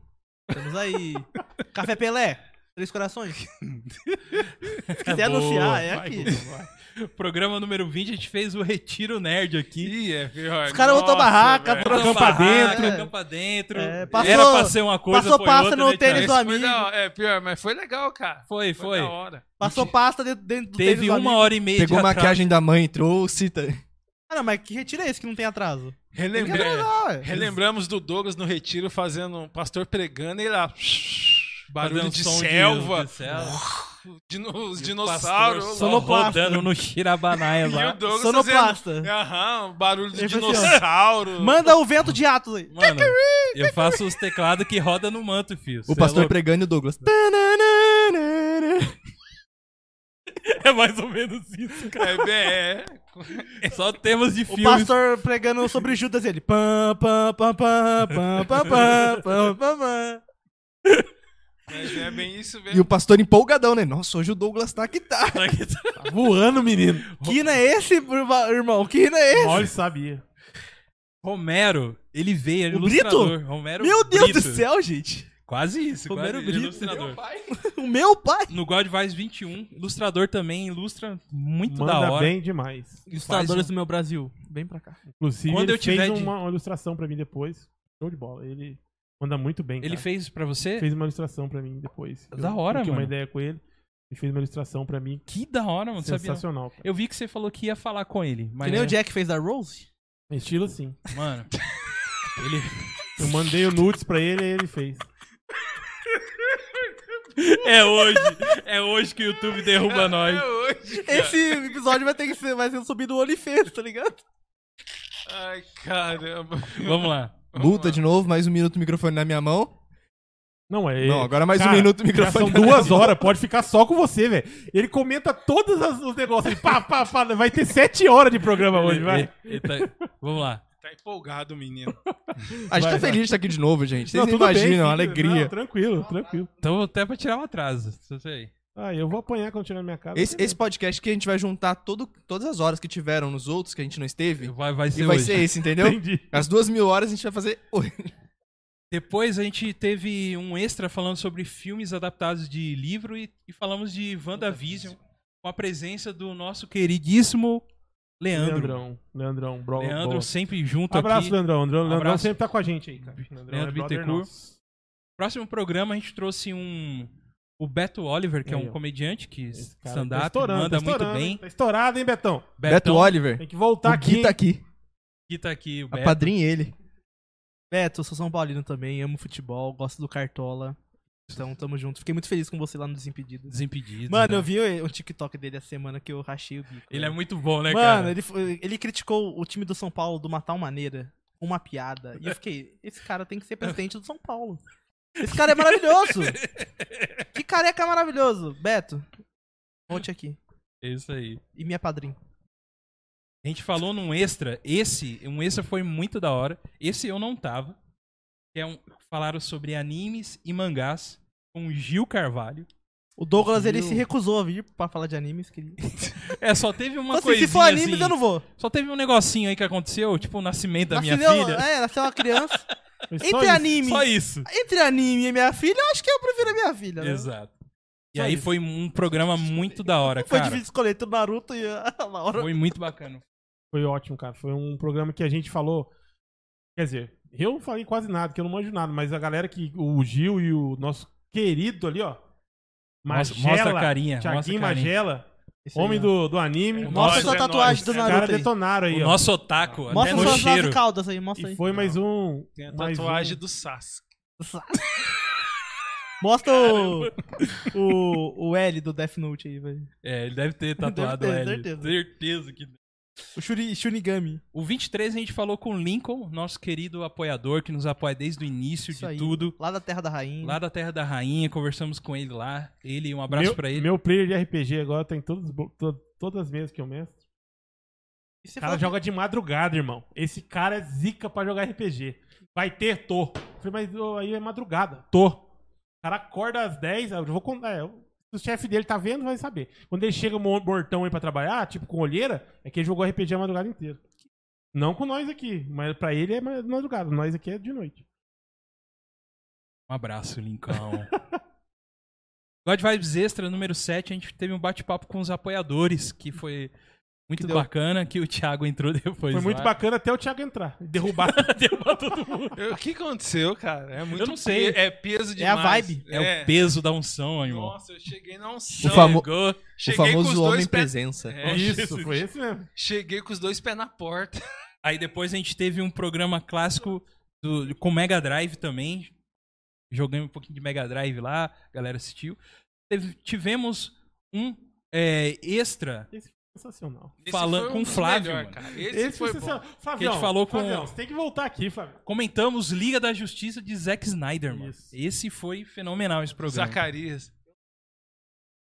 Speaker 5: Estamos aí. Café Pelé. Três corações. Se quiser
Speaker 2: Boa,
Speaker 5: anunciar, é
Speaker 2: vai,
Speaker 5: aqui.
Speaker 2: Gugu, vai. Programa número 20, a gente fez o Retiro Nerd aqui.
Speaker 3: Ih, é pior.
Speaker 5: Os caras botou
Speaker 3: Nossa,
Speaker 5: barraca,
Speaker 3: velho.
Speaker 5: botou-
Speaker 1: Campa dentro.
Speaker 2: É. Campa dentro.
Speaker 5: É, passou-
Speaker 2: Era pra ser uma coisa,
Speaker 5: passou
Speaker 2: foi
Speaker 5: pasta
Speaker 2: outra,
Speaker 5: no
Speaker 2: né, Thiago?
Speaker 5: tênis do
Speaker 3: Esse foi
Speaker 5: amigo.
Speaker 3: da hora. É pior, mas foi legal, cara.
Speaker 2: Foi, foi.
Speaker 3: da hora.
Speaker 5: Passou pasta dentro, dentro do tênis
Speaker 2: Teve
Speaker 5: do
Speaker 2: uma
Speaker 5: amigo.
Speaker 2: hora e meia
Speaker 4: Pegou
Speaker 2: de atraso.
Speaker 4: maquiagem da mãe, trouxe. Tá...
Speaker 5: Ah, não, mas que retira esse que não tem atraso?
Speaker 3: Relembra-
Speaker 5: Ah, é.
Speaker 3: Relembramos do Douglas no retiro fazendo um pastor pregando e lá. Barulho
Speaker 2: Fazendo
Speaker 3: de
Speaker 2: som
Speaker 3: selva,
Speaker 2: de selva.
Speaker 3: dino- os
Speaker 2: Pastor
Speaker 3: dinossauros.
Speaker 2: só
Speaker 5: Sonoplasta.
Speaker 2: rodando no Xirabanaia
Speaker 3: E o
Speaker 2: lá.
Speaker 3: Douglas
Speaker 5: Sonoplasta.
Speaker 3: fazendo- Aham, um barulho de
Speaker 5: Ele fez assim, ó.
Speaker 3: dinossauro.
Speaker 5: Manda o vento de atos aí.
Speaker 2: Mano, eu faço os teclados que roda no manto, filho.
Speaker 4: O
Speaker 2: Cê
Speaker 4: pastor
Speaker 2: é, louco.
Speaker 4: pregando e o Douglas.
Speaker 2: É mais ou menos isso, cara.
Speaker 3: É, bem, é.
Speaker 2: Só temas de
Speaker 5: O
Speaker 2: filmes.
Speaker 5: pastor pregando sobre Judas ele. Pam, pam, pam, pam, pam, pam, pam, pam, pam, pam.
Speaker 3: Mas é bem isso mesmo.
Speaker 4: E o pastor empolgadão, né? Nossa, hoje o Douglas tá que tá.
Speaker 1: Tá voando, menino.
Speaker 5: Que hino é esse, irmão? Que hino é esse?
Speaker 1: Olha, sabia.
Speaker 2: Romero, ele veio, ele é
Speaker 5: O
Speaker 2: ilustrador. Romero
Speaker 5: Meu Deus
Speaker 2: Brito.
Speaker 5: do céu, gente.
Speaker 2: Quase isso,
Speaker 5: Romero
Speaker 2: quase
Speaker 5: Brito.
Speaker 2: ilustrador.
Speaker 5: O meu pai.
Speaker 2: No God Vice 21, ilustrador também, ilustra muito
Speaker 1: Manda
Speaker 2: da hora.
Speaker 1: bem demais.
Speaker 5: Ilustradores do meu Brasil. Vem pra cá.
Speaker 1: Inclusive,
Speaker 2: Quando
Speaker 1: ele
Speaker 2: eu tiver
Speaker 1: fez
Speaker 2: de-
Speaker 1: uma, uma ilustração pra mim depois. Show de bola. Ele manda muito bem,
Speaker 2: Ele
Speaker 1: cara.
Speaker 2: fez pra você?
Speaker 1: Fez uma ilustração pra mim depois.
Speaker 2: Da hora,
Speaker 1: troquei uma
Speaker 2: mano.
Speaker 1: ideia com ele. Ele fez uma ilustração pra mim.
Speaker 2: Que da hora, mano. Sabia? não.
Speaker 1: sensacional, cara.
Speaker 2: Eu vi que você falou que ia falar com ele, mas. é,
Speaker 5: Que nem o Jack fez da Rose.
Speaker 1: Estilo sim.
Speaker 2: Mano. Ele...
Speaker 1: Eu mandei o nudes pra ele e ele fez.
Speaker 2: É hoje. É hoje que o YouTube derruba nós.
Speaker 3: É hoje.
Speaker 5: Esse episódio vai ter que ser, vai ser subido no OnlyFans, tá ligado?
Speaker 3: Ai, caramba.
Speaker 2: Vamos lá.
Speaker 4: Multa de novo, mais um minuto o microfone na minha mão.
Speaker 1: Não, é.
Speaker 4: Não, agora mais um
Speaker 1: Cara,
Speaker 4: minuto o
Speaker 1: Já
Speaker 4: microfone
Speaker 1: são
Speaker 4: na minha
Speaker 1: duas
Speaker 4: mão.
Speaker 1: horas, pode ficar só com você, velho. Ele comenta todos as- os negócios. Ele pá, pá, pá. Vai ter sete horas de programa hoje, vai.
Speaker 2: Ele- ele tá- Vamos lá.
Speaker 3: Tá empolgado, menino.
Speaker 4: A gente
Speaker 1: Vai,
Speaker 4: tá
Speaker 1: vai.
Speaker 4: feliz de estar aqui de novo, gente. Vocês
Speaker 1: Não,
Speaker 4: não,
Speaker 1: tudo bem,
Speaker 4: imaginam
Speaker 1: fica-
Speaker 4: a
Speaker 1: não,
Speaker 4: alegria.
Speaker 1: tranquilo, tranquilo.
Speaker 2: Então, até pra tirar o atraso. Isso aí.
Speaker 1: Ah, eu vou apanhar quando tirar na minha casa.
Speaker 4: Esse, esse podcast que a gente vai juntar todo, todas as horas que tiveram nos outros que a gente não esteve.
Speaker 2: Vai, vai ser
Speaker 4: E vai
Speaker 2: hoje.
Speaker 4: ser esse, entendeu?
Speaker 1: Entendi.
Speaker 4: As duas mil horas a gente vai fazer hoje.
Speaker 2: Depois a gente teve um extra falando sobre filmes adaptados de livro e, e falamos de WandaVision com a presença do nosso queridíssimo Leandro. Leandro,
Speaker 1: Leandrão. Leandrão, bro. bro.
Speaker 2: sempre junto
Speaker 1: Abraço,
Speaker 2: aqui.
Speaker 1: Leandrão. Leandrão, Leandrão
Speaker 2: Abraço.
Speaker 1: sempre tá com a gente aí, cara. Leandrão é
Speaker 2: Leandro
Speaker 1: brother
Speaker 2: Bittencourt.
Speaker 1: nosso.
Speaker 2: Próximo programa a gente trouxe um o Beto Oliver, que é
Speaker 1: Aí,
Speaker 2: um
Speaker 1: ó.
Speaker 2: comediante que
Speaker 1: Esse cara tá
Speaker 2: stand-up,
Speaker 1: estourando,
Speaker 2: manda
Speaker 1: tá
Speaker 2: muito
Speaker 1: estourando, hein?
Speaker 2: bem.
Speaker 1: Tá estourado, hein, Betão?
Speaker 4: Beto
Speaker 2: Betão,
Speaker 4: Oliver.
Speaker 1: Tem que voltar
Speaker 4: o
Speaker 1: aqui.
Speaker 4: Gui É, então, tá
Speaker 1: hein?
Speaker 4: aqui.
Speaker 2: que tá aqui, o Beto.
Speaker 4: Apadrinhe ele.
Speaker 5: Beto, eu sou São Paulino também, amo futebol, gosto do Cartola. Então, tamo junto. Fiquei muito feliz com você lá no Desimpedidos.
Speaker 2: Desimpedido.
Speaker 5: Mano,
Speaker 2: né?
Speaker 5: eu vi o o TikTok dele essa semana que eu rachei o bico.
Speaker 2: Ele é
Speaker 5: velho.
Speaker 2: muito bom, né,
Speaker 5: Mano,
Speaker 2: cara?
Speaker 5: ele, foi- ele criticou o time do São Paulo de uma tal maneira, com uma piada. E eu fiquei, esse cara tem que ser presidente do São Paulo. Esse cara é maravilhoso! que careca maravilhoso! Beto, volte aqui.
Speaker 2: É Isso aí.
Speaker 5: E minha padrinha.
Speaker 2: A gente falou num extra. Esse, um extra foi muito da hora. Esse eu não tava. Que é um- falaram sobre animes e mangás com o Gil Carvalho.
Speaker 5: O Douglas, ele
Speaker 1: Meu.
Speaker 5: se recusou a vir pra falar de animes. Querido.
Speaker 2: É, só teve uma
Speaker 5: Assim,
Speaker 2: coisinha
Speaker 5: se for animes,
Speaker 2: assim,
Speaker 5: eu não vou.
Speaker 2: Só teve um negocinho aí que aconteceu, tipo o nascimento da minha
Speaker 5: Nasceu-
Speaker 2: filha.
Speaker 5: É, nasceu É, uma criança.
Speaker 1: Mas só
Speaker 5: Entre
Speaker 1: isso.
Speaker 5: anime.
Speaker 2: Só isso.
Speaker 5: Entre anime e minha filha, eu acho que eu prefiro a minha filha. Né?
Speaker 2: Exato. E
Speaker 1: Só
Speaker 2: aí
Speaker 1: isso.
Speaker 2: foi um programa muito da hora,
Speaker 5: Foi
Speaker 2: cara.
Speaker 5: difícil escolher entre o Naruto e a a Laura.
Speaker 2: Foi muito bacana.
Speaker 1: Foi ótimo, cara. Foi um programa que a gente falou. Quer dizer, eu não falei quase nada, que eu não manjo nada, mas a galera que. O Gil e o nosso querido ali, ó.
Speaker 2: Mostra-
Speaker 1: Magela.
Speaker 2: mostra a carinha, mostra a
Speaker 1: Thiaguinho
Speaker 2: carinha.
Speaker 1: Magela.
Speaker 5: Esse aí,
Speaker 1: Homem
Speaker 5: ó.
Speaker 1: do, do anime.
Speaker 3: É,
Speaker 5: Mostra
Speaker 3: Nós
Speaker 2: né?
Speaker 5: sua
Speaker 3: é
Speaker 5: tatuagem do
Speaker 1: Os
Speaker 3: nós.
Speaker 1: caras
Speaker 5: Naruto aí.
Speaker 1: detonaram aí,
Speaker 2: O
Speaker 1: ó.
Speaker 2: nosso otaku, até
Speaker 5: Mostra
Speaker 2: no
Speaker 5: suas
Speaker 2: cheiro.
Speaker 5: as caldas aí, mostra
Speaker 1: E
Speaker 5: aí.
Speaker 1: foi mais um.
Speaker 3: Tem a
Speaker 1: mais
Speaker 3: tatuagem
Speaker 1: um.
Speaker 3: do Sasuke.
Speaker 5: Mostra o, o, o L do Death Note aí, velho.
Speaker 2: É, ele deve ter tatuado
Speaker 5: ter,
Speaker 2: ele.
Speaker 5: certeza.
Speaker 2: certeza que
Speaker 5: O Shuri, Shunigami.
Speaker 2: O 23 a gente falou com o Lincoln, nosso querido apoiador que nos apoia desde o início
Speaker 5: Isso
Speaker 2: de
Speaker 5: aí.
Speaker 2: tudo.
Speaker 5: Lá da Terra da Rainha.
Speaker 2: Lá da Terra da Rainha, conversamos com ele lá. Ele, um abraço
Speaker 1: meu,
Speaker 2: pra ele.
Speaker 1: Meu player de RPG agora tem todos, os bo- to- todas as mesas que eu mestro.
Speaker 5: E
Speaker 1: O
Speaker 5: você
Speaker 1: cara
Speaker 5: fala
Speaker 1: joga de madrugada, irmão. Esse cara é zica pra jogar RPG. Vai ter, tô. Eu Falei, mas ô, aí é madrugada. Tô. O cara acorda às 10, eu vou contar. é, se o chefe dele tá vendo, vai saber. Quando ele chega mo- mortão aí pra trabalhar, tipo com olheira, é que ele jogou RPG a madrugada inteira. Não com nós aqui, mas pra ele é ma- madrugada. Nós aqui é de noite.
Speaker 2: Um abraço, Lincoln. God Vibes Extra, número 7, a gente teve um bate-papo com os apoiadores, que foi muito
Speaker 5: Que deu-
Speaker 2: bacana, que o Thiago entrou depois.
Speaker 1: Foi muito
Speaker 2: lá.
Speaker 1: bacana até o Thiago entrar. Derrubar. Derrubar todo mundo.
Speaker 3: Eu- O que aconteceu, cara? É muito
Speaker 2: Eu não sei.
Speaker 3: pe- É peso
Speaker 5: É a
Speaker 3: demais.
Speaker 5: vibe.
Speaker 2: É, o peso da unção, irmão.
Speaker 3: Nossa, eu cheguei na
Speaker 4: O,
Speaker 3: unção.
Speaker 4: famo-
Speaker 2: Chegou.
Speaker 4: o
Speaker 3: Cheguei com os
Speaker 4: famoso
Speaker 3: dois
Speaker 4: homem
Speaker 3: pés-
Speaker 4: presença.
Speaker 3: É,
Speaker 1: Isso, foi esse mesmo.
Speaker 3: Cheguei com os dois pés na porta.
Speaker 2: Aí depois a gente teve um programa clássico do, com Mega Drive também. Jogamos um pouquinho de Mega Drive lá, a galera assistiu. Teve- tivemos um é, extra
Speaker 1: Sensacional.
Speaker 3: Esse
Speaker 2: Falando
Speaker 3: foi um
Speaker 2: com o
Speaker 3: dos
Speaker 2: Flávio,
Speaker 3: melhor,
Speaker 2: mano.
Speaker 3: cara. Esse, foi bom.
Speaker 1: sensacional. Flavião,
Speaker 2: Que a gente falou com-
Speaker 1: Flavião, você tem que voltar aqui, Flavião.
Speaker 2: Comentamos Liga da Justiça de Zack Snyder, mano.
Speaker 1: Isso.
Speaker 2: Esse foi fenomenal esse programa.
Speaker 3: Zacarias.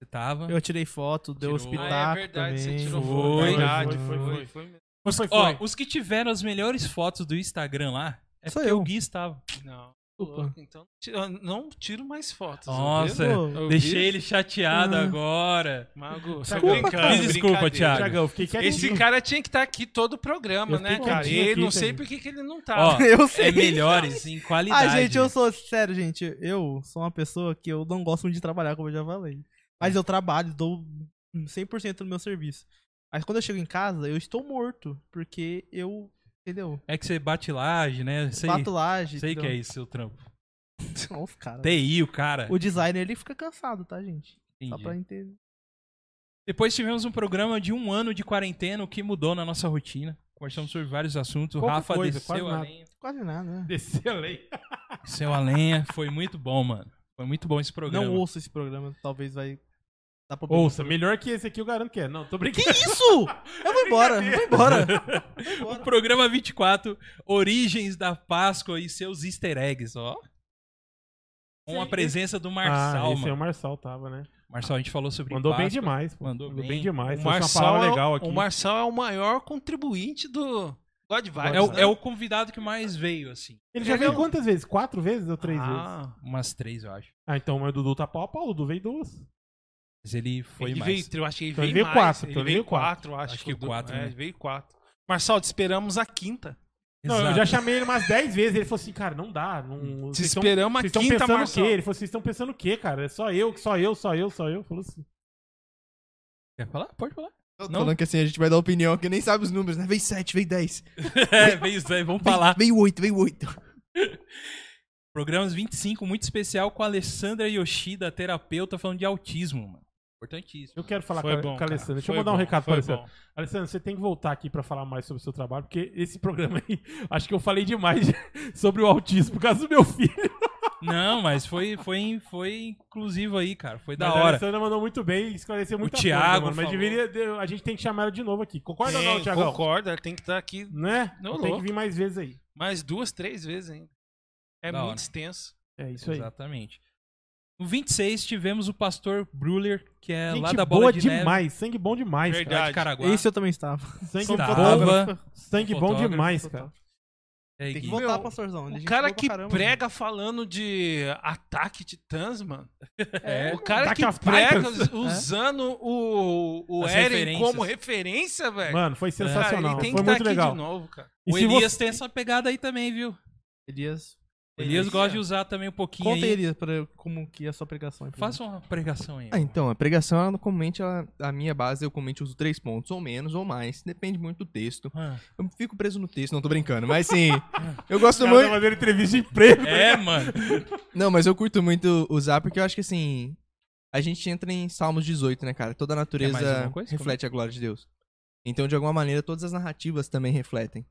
Speaker 2: Você tava.
Speaker 5: Eu tirei foto,
Speaker 2: Tirou.
Speaker 5: deu os pitacos
Speaker 3: Ah, é verdade,
Speaker 5: também.
Speaker 3: você tirou
Speaker 2: Foi,
Speaker 3: foto.
Speaker 2: foi,
Speaker 3: verdade,
Speaker 1: foi,
Speaker 3: foi,
Speaker 1: foi.
Speaker 3: foi, foi mesmo.
Speaker 1: Foi, foi,
Speaker 2: Ó,
Speaker 1: foi.
Speaker 2: os que tiveram as melhores fotos do Instagram lá é
Speaker 5: Sou
Speaker 2: porque
Speaker 5: eu.
Speaker 2: o Gui estava.
Speaker 3: Não,
Speaker 5: Desculpa.
Speaker 3: louco, então eu não tiro mais fotos.
Speaker 2: Nossa,
Speaker 3: viu?
Speaker 5: Pô,
Speaker 3: Eu
Speaker 2: deixei
Speaker 3: vi.
Speaker 2: ele chateado
Speaker 5: Ah.
Speaker 2: agora.
Speaker 3: Mago,
Speaker 1: Desculpa,
Speaker 3: tô brincando,
Speaker 1: cara.
Speaker 2: Me desculpa,
Speaker 3: brincadeira.
Speaker 2: Thiago.
Speaker 1: Thiagão, eu fiquei quietinho.
Speaker 3: Esse cara tinha que estar aqui todo o programa,
Speaker 1: Eu
Speaker 3: né,
Speaker 1: fiquei
Speaker 3: cara?
Speaker 1: quietinho
Speaker 3: E
Speaker 1: aqui,
Speaker 3: não sei
Speaker 1: Thiago.
Speaker 3: por que que ele não tá.
Speaker 2: Ó,
Speaker 5: Eu sei.
Speaker 2: é melhores em qualidade.
Speaker 5: Ah, gente, eu sou sério, gente. Eu sou uma pessoa que eu não gosto muito de trabalhar, como eu já falei. Mas eu trabalho, dou 100% do meu serviço. Mas quando eu chego em casa, eu estou morto, porque eu, entendeu?
Speaker 2: É que você bate laje, né? Sei,
Speaker 5: Bato laje. então.
Speaker 2: sei que é isso, seu trampo.
Speaker 5: isso. Nossa, cara.
Speaker 2: TI, o cara.
Speaker 5: O designer, ele fica cansado, tá, gente? Só
Speaker 2: Entendi.
Speaker 5: pra entender.
Speaker 2: Depois tivemos um programa de um ano de quarentena, o que mudou na nossa rotina. Conversamos sobre vários assuntos. O
Speaker 1: Pouca
Speaker 2: Rafa
Speaker 1: coisa, quase
Speaker 2: desceu a
Speaker 1: nada.
Speaker 2: lenha.
Speaker 5: Quase nada, né?
Speaker 1: Desceu a lei.
Speaker 2: Desceu a lenha. Foi muito bom, mano. Foi muito bom esse programa.
Speaker 5: Não ouça esse programa, talvez vai dar problema.
Speaker 1: Ouça, melhor que esse aqui eu garanto que é. Não, tô
Speaker 5: Que
Speaker 1: brincando.
Speaker 5: isso? Eu vou embora, eu vou embora.
Speaker 2: O programa 24, Origens da Páscoa e seus easter eggs, ó. Com a presença do Marçal,
Speaker 1: ah, esse é o
Speaker 2: mano.
Speaker 1: Marçal tava, né?
Speaker 2: Marçal, a gente falou sobre
Speaker 1: Mandou bem
Speaker 2: Páscoa.
Speaker 1: demais. pô.
Speaker 2: Mandou
Speaker 1: Mandou bem,
Speaker 2: bem.
Speaker 1: demais.
Speaker 3: O
Speaker 1: Foi uma
Speaker 3: Marçal,
Speaker 1: palavra
Speaker 3: é,
Speaker 1: legal
Speaker 3: o-
Speaker 1: aqui.
Speaker 3: o Marçal é o maior contribuinte do God Vibes.
Speaker 2: É o,
Speaker 3: né?
Speaker 2: é o convidado que mais veio, assim.
Speaker 1: Ele já
Speaker 3: ele
Speaker 1: veio
Speaker 3: é um-
Speaker 1: quantas vezes? Quatro vezes ou três vezes?
Speaker 3: ah,
Speaker 2: Umas três, eu acho.
Speaker 1: Ah, então mas o Dudu tá pau a pau. O Dudu veio duas.
Speaker 2: Mas ele foi
Speaker 3: ele
Speaker 2: mais.
Speaker 3: veio, eu acho que ele
Speaker 1: Então
Speaker 3: veio,
Speaker 1: ele veio
Speaker 3: mais.
Speaker 1: quatro,
Speaker 3: Ele
Speaker 1: então ele
Speaker 3: veio
Speaker 1: veio quatro.
Speaker 3: quatro, acho,
Speaker 2: Acho que
Speaker 3: do-
Speaker 2: quatro,
Speaker 3: é,
Speaker 2: né?
Speaker 3: ele veio quatro. Marçal, te esperamos a quinta.
Speaker 1: Não, eu
Speaker 2: Exato.
Speaker 1: já chamei ele umas dez vezes. Ele falou assim, cara, não dá. Não...
Speaker 3: Te
Speaker 1: Vocês estão
Speaker 3: esperamos a
Speaker 1: vocês estão
Speaker 3: quinta,
Speaker 1: pensando o
Speaker 3: Marçal.
Speaker 1: quê? Ele falou, assim, vocês estão pensando o quê, cara? É só eu, só eu, só eu, só eu. Falou assim.
Speaker 2: Quer falar? Pode falar.
Speaker 4: Eu tô
Speaker 2: Não?
Speaker 4: Falando que assim, a gente vai dar opinião que nem sabe os números, né? Vem 7, vem 10,
Speaker 2: É, veio, Zé, vamos falar.
Speaker 4: vem 8, vem 8.
Speaker 2: Programas 25, muito especial com a Alessandra Yoshida, terapeuta, falando de autismo, mano. Importantíssimo.
Speaker 1: Eu quero falar
Speaker 3: Foi
Speaker 1: com, a-
Speaker 3: bom,
Speaker 1: com a
Speaker 3: cara,
Speaker 1: Alessandra. Deixa
Speaker 3: foi
Speaker 1: eu mandar um
Speaker 3: bom,
Speaker 1: recado pra
Speaker 3: foi
Speaker 1: Alessandra.
Speaker 3: bom.
Speaker 1: Alessandro, você tem que voltar aqui pra falar mais sobre o seu trabalho, porque esse programa aí, acho que eu falei demais sobre o autismo por causa do meu filho.
Speaker 2: Não, mas foi, foi, foi inclusivo aí, cara. Foi da
Speaker 1: Mas é A
Speaker 2: hora.
Speaker 1: Alessandra mandou muito bem e esclareceu muito
Speaker 2: Thiago
Speaker 1: mano, mas
Speaker 2: falou.
Speaker 1: deveria, de- a gente tem que chamar ela de novo aqui. Concorda ou não,
Speaker 3: Tem,
Speaker 1: Thiagão?
Speaker 3: Concorda, tem que estar aqui
Speaker 1: Né?
Speaker 3: Não,
Speaker 1: tem que
Speaker 3: louco.
Speaker 1: vir mais vezes aí.
Speaker 3: mais duas, três vezes ainda. É
Speaker 2: Da
Speaker 3: muito
Speaker 2: hora.
Speaker 3: extenso.
Speaker 1: É isso aí.
Speaker 2: Exatamente. No 26 tivemos o pastor Bruller, que é
Speaker 1: Gente
Speaker 2: lá da Bola
Speaker 1: boa
Speaker 2: de Neve,
Speaker 1: demais, sangue bom demais,
Speaker 3: Verdade.
Speaker 2: lá de Caraguá.
Speaker 5: Isso eu também estava.
Speaker 1: cara. Sangue bom,
Speaker 2: Estava.
Speaker 1: sangue bom
Speaker 2: Fotógrafo,
Speaker 1: demais, cara.
Speaker 2: É,
Speaker 5: Tem que
Speaker 2: Gui.
Speaker 5: voltar,
Speaker 3: Meu,
Speaker 5: pastorzão. ele é
Speaker 3: O
Speaker 5: gente
Speaker 3: cara
Speaker 5: boa pra
Speaker 3: que
Speaker 5: caramba,
Speaker 3: prega falando de ataque titãs, mano.
Speaker 2: É.
Speaker 3: O cara
Speaker 1: Ataque
Speaker 3: que
Speaker 1: aos
Speaker 3: prega
Speaker 1: Titans.
Speaker 3: usando o, o
Speaker 2: As
Speaker 3: Eren
Speaker 2: referências.
Speaker 3: como referência,
Speaker 2: É.
Speaker 3: velho.
Speaker 1: Mano, foi
Speaker 3: Cara,
Speaker 1: sensacional.
Speaker 3: ele tem que
Speaker 1: foi
Speaker 3: tá
Speaker 1: muito
Speaker 3: aqui
Speaker 1: legal.
Speaker 3: de novo, cara.
Speaker 1: E
Speaker 2: O
Speaker 1: se
Speaker 2: Elias
Speaker 1: você-
Speaker 2: tem essa pegada aí também, viu?
Speaker 5: Elias.
Speaker 2: Elias gosta de usar também um pouquinho
Speaker 5: Conta
Speaker 2: aí.
Speaker 5: Elias, pra eu- como que é a sua pregação. aí pra
Speaker 2: Faça uma pregação aí.
Speaker 4: Ah, então, a pregação, ela comente, ela, a minha base, eu comente uso três pontos, ou menos, ou mais. Depende muito do texto.
Speaker 1: então.
Speaker 2: Ah.
Speaker 4: Eu fico preso no texto, não tô brincando. Mas sim, eu gosto
Speaker 1: Cara, tá
Speaker 4: muito.
Speaker 1: fazendo entrevista de emprego.
Speaker 2: É, mano.
Speaker 4: Não, mas eu curto muito usar, porque eu acho que assim. A gente entra em Salmos 18, né, cara? Toda a natureza
Speaker 2: mais alguma coisa?
Speaker 4: reflete a glória de Deus. Então, de alguma maneira, todas as narrativas também refletem.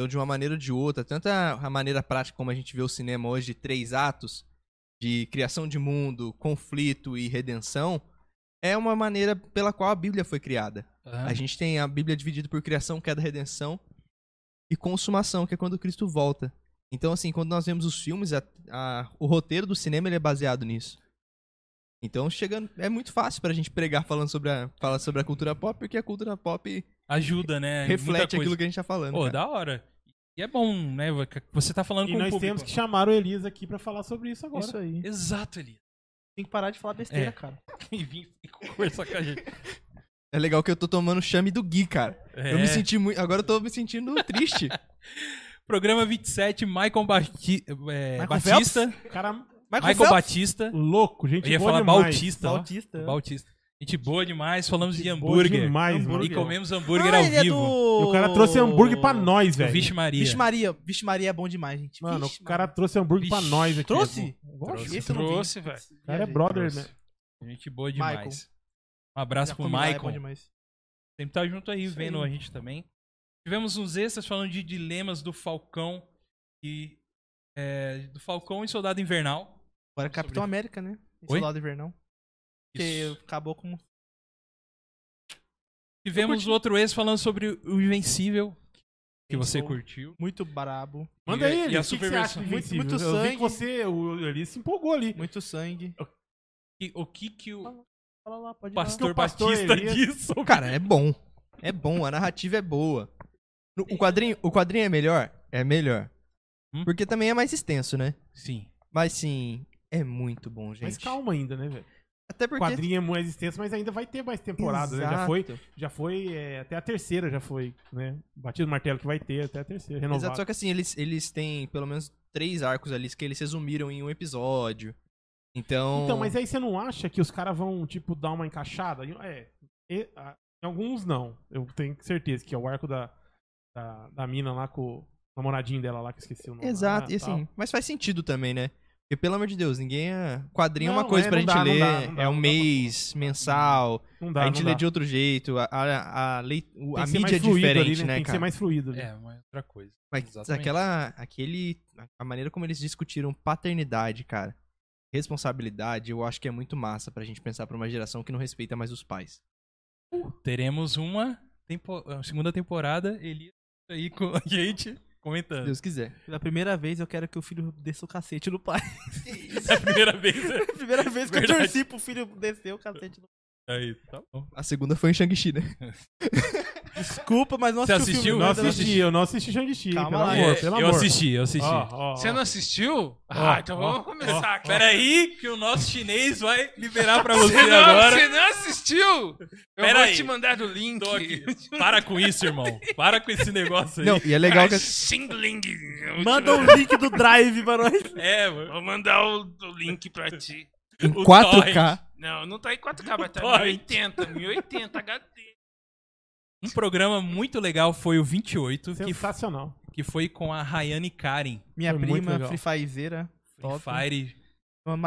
Speaker 4: Então, de uma maneira ou de outra, tanto a a maneira prática como a gente vê o cinema hoje, de três atos, de criação de mundo, conflito e redenção, é uma maneira pela qual a Bíblia foi criada. A gente tem a Bíblia dividida por criação, queda, redenção e consumação, que é quando Cristo volta. Então, assim, quando nós vemos os filmes, a- a- o roteiro do cinema ele é baseado nisso. Então, chegando, é muito fácil pra gente pregar falando sobre a, falar sobre a cultura pop, porque a cultura pop
Speaker 2: Ajuda, né?
Speaker 4: reflete
Speaker 2: Muita É coisa.
Speaker 4: aquilo que a gente tá falando.
Speaker 2: Pô,
Speaker 4: cara.
Speaker 2: da hora. E é bom, né? Você tá falando
Speaker 1: E
Speaker 2: com o
Speaker 1: nós
Speaker 2: público.
Speaker 1: temos que chamar o Elias aqui pra falar sobre É isso agora.
Speaker 5: Isso aí.
Speaker 2: Exato, Elias.
Speaker 5: Tem que parar de falar besteira,
Speaker 2: É.
Speaker 5: cara.
Speaker 2: E vim conversar com a gente.
Speaker 4: É legal que eu tô tomando chame do Gui, cara. Eu
Speaker 2: É.
Speaker 4: me senti muito. Agora eu tô me sentindo triste.
Speaker 2: Programa 27, Michael, Bati- é,
Speaker 5: Michael
Speaker 2: Batista.
Speaker 1: Cara
Speaker 2: Michael Batista.
Speaker 1: louco, gente.
Speaker 2: Eu ia
Speaker 1: boa
Speaker 2: falar
Speaker 1: demais.
Speaker 2: Bautista. ó.
Speaker 5: Bautista.
Speaker 2: Bautista. Gente boa demais, falamos de
Speaker 1: Boa
Speaker 2: hambúrguer.
Speaker 1: Demais, mano.
Speaker 2: E
Speaker 5: Hambúrguer.
Speaker 2: comemos hambúrguer ao
Speaker 5: ele é
Speaker 2: vivo.
Speaker 1: E o cara trouxe hambúrguer pra nós,
Speaker 2: Do
Speaker 1: velho.
Speaker 2: Vixe Maria.
Speaker 5: Vixe Maria. Vixe Maria é bom demais, gente.
Speaker 1: Mano,
Speaker 5: Vixe
Speaker 1: o cara
Speaker 5: Maria.
Speaker 1: trouxe hambúrguer pra
Speaker 2: Vixe,
Speaker 1: nós aqui.
Speaker 5: trouxe?
Speaker 1: Lógico.
Speaker 5: Esse eu não vi.
Speaker 3: Trouxe, velho.
Speaker 1: O cara é
Speaker 5: Viajei.
Speaker 1: brother,
Speaker 2: Trouxe.
Speaker 1: né?
Speaker 2: Gente boa demais.
Speaker 5: Michael.
Speaker 2: Um abraço
Speaker 5: Já
Speaker 2: pro
Speaker 5: comi lá, é
Speaker 2: Michael.
Speaker 5: bom demais.
Speaker 2: Sempre tá junto aí,
Speaker 5: Isso
Speaker 2: vendo
Speaker 5: aí.
Speaker 2: a gente também. Tivemos uns extras falando de dilemas do Falcão e. é, do Falcão e Soldado Invernal.
Speaker 5: Agora é Capitão
Speaker 2: Sobre-
Speaker 5: América, né? Esse
Speaker 2: Oi?
Speaker 5: lado invernal. Porque acabou com.
Speaker 2: Tivemos outro ex falando sobre o Invencível, que você
Speaker 5: Invencível.
Speaker 2: curtiu.
Speaker 5: Muito brabo.
Speaker 1: Manda aí,
Speaker 2: E a- e a
Speaker 1: Elias. O que que você acha
Speaker 2: superversão?
Speaker 1: de
Speaker 5: Muito-
Speaker 1: Invencível?
Speaker 5: muito
Speaker 1: Eu vi
Speaker 5: sangue.
Speaker 1: que você, o Elias se empolgou ali.
Speaker 5: Muito sangue.
Speaker 2: E o que que o
Speaker 5: Fala lá, pode ir lá.
Speaker 2: pastor,
Speaker 1: o pastor
Speaker 2: Batista
Speaker 1: Elias-
Speaker 2: disse?
Speaker 4: Cara, é bom. É bom, a narrativa é boa. No- O quadrinho, o quadrinho é melhor? É melhor.
Speaker 2: Hum?
Speaker 4: Porque também é mais extenso, né?
Speaker 2: Sim.
Speaker 4: Mas sim, é muito bom, gente.
Speaker 1: Mas calma ainda, né, velho?
Speaker 4: Até
Speaker 1: O
Speaker 4: porque.
Speaker 1: quadrinho é muito extenso, mas ainda vai ter mais temporada, né? Já
Speaker 4: Exato.
Speaker 1: foi, já foi é, até a terceira, já foi, né? Batido o martelo que vai ter até a terceira,
Speaker 4: Exato,
Speaker 1: renovado.
Speaker 4: só que assim, eles, eles têm pelo menos três arcos ali que eles resumiram em um episódio. Então.
Speaker 1: Então, mas aí você não acha que os caras vão, tipo, dar uma encaixada? É, e- a- em alguns não. Eu tenho certeza que é o arco da, da, da mina lá com o namoradinho dela lá, que eu esqueci o nome.
Speaker 4: Exato,
Speaker 1: lá,
Speaker 4: e assim,
Speaker 1: né, tal.
Speaker 4: mas faz sentido também, né? Porque, pelo amor de Deus, ninguém. é- Quadrinho é
Speaker 1: Não,
Speaker 4: uma coisa
Speaker 1: é,
Speaker 4: pra
Speaker 1: não
Speaker 4: gente
Speaker 1: dá, não
Speaker 4: ler.
Speaker 1: dá, não dá,
Speaker 4: é
Speaker 1: não
Speaker 4: um
Speaker 1: dá pra-
Speaker 4: mês, mensal.
Speaker 1: Não dá,
Speaker 4: a gente
Speaker 1: não dá.
Speaker 4: lê de outro jeito. A, a, a, lei- o-
Speaker 1: Tem
Speaker 4: a
Speaker 1: que ser
Speaker 4: mídia é
Speaker 1: mais fluido
Speaker 4: diferente,
Speaker 1: ali,
Speaker 4: né,
Speaker 1: Tem que
Speaker 4: cara?
Speaker 1: ser mais fluido. ali.
Speaker 2: É, uma outra coisa.
Speaker 4: Mas
Speaker 2: Exatamente.
Speaker 4: aquela, aquele, a maneira como eles discutiram paternidade, cara, responsabilidade, eu acho que é muito massa pra gente pensar pra uma geração que não respeita mais os pais.
Speaker 2: Teremos uma tempo- uma segunda temporada, Elias aí com a gente
Speaker 4: Se
Speaker 2: comentando.
Speaker 4: Deus quiser.
Speaker 5: Pela primeira vez eu quero que o filho desça o cacete no pai.
Speaker 2: É a primeira vez. né?
Speaker 5: primeira vez que eu
Speaker 2: Verdade.
Speaker 5: torci pro filho descer o cacete no pai.
Speaker 2: Aí, tá bom.
Speaker 4: A segunda foi em Shang-Chi, né?
Speaker 5: Desculpa, mas não
Speaker 2: Você
Speaker 5: assisti o
Speaker 1: Eu
Speaker 2: assistiu?
Speaker 5: filme.
Speaker 1: não
Speaker 5: ainda,
Speaker 1: assisti, eu não assisti Shang-Chi, pelo
Speaker 5: Calma
Speaker 1: amor,
Speaker 5: lá,
Speaker 2: É,
Speaker 1: pelo
Speaker 2: eu
Speaker 1: amor.
Speaker 2: assisti, eu assisti.
Speaker 1: Ó, ó,
Speaker 3: Você
Speaker 1: ó.
Speaker 3: não assistiu?
Speaker 1: Ó,
Speaker 3: ah, então
Speaker 1: ó,
Speaker 3: vamos começar aqui.
Speaker 2: Tá, Peraí, que o nosso chinês vai liberar pra você
Speaker 3: Você não,
Speaker 2: agora.
Speaker 3: você não assistiu? Eu
Speaker 2: Pera
Speaker 3: vou
Speaker 2: aí.
Speaker 3: te mandar o link.
Speaker 2: Tô aqui. Para com isso, irmão. Para com esse negócio aí.
Speaker 4: Não, e é legal
Speaker 3: Tá
Speaker 4: que...
Speaker 3: Singling.
Speaker 5: Manda
Speaker 1: um-
Speaker 5: o link do Drive pra nós.
Speaker 2: É, mano.
Speaker 3: Vou mandar o, o link pra ti.
Speaker 4: Em
Speaker 2: o
Speaker 4: 4K,
Speaker 3: Não, não tá em 4K, vai tá
Speaker 2: Torrent.
Speaker 3: em 1080, 1080 HD.
Speaker 2: Um programa muito legal foi o 28, que,
Speaker 1: Sensacional.
Speaker 2: que foi com a Rayane Karen.
Speaker 5: Minha
Speaker 1: Foi muito
Speaker 5: prima,
Speaker 1: legal.
Speaker 5: Free Firezeira.
Speaker 2: Free
Speaker 5: Top.
Speaker 2: Fire.
Speaker 1: Muito
Speaker 5: Uma
Speaker 1: legal.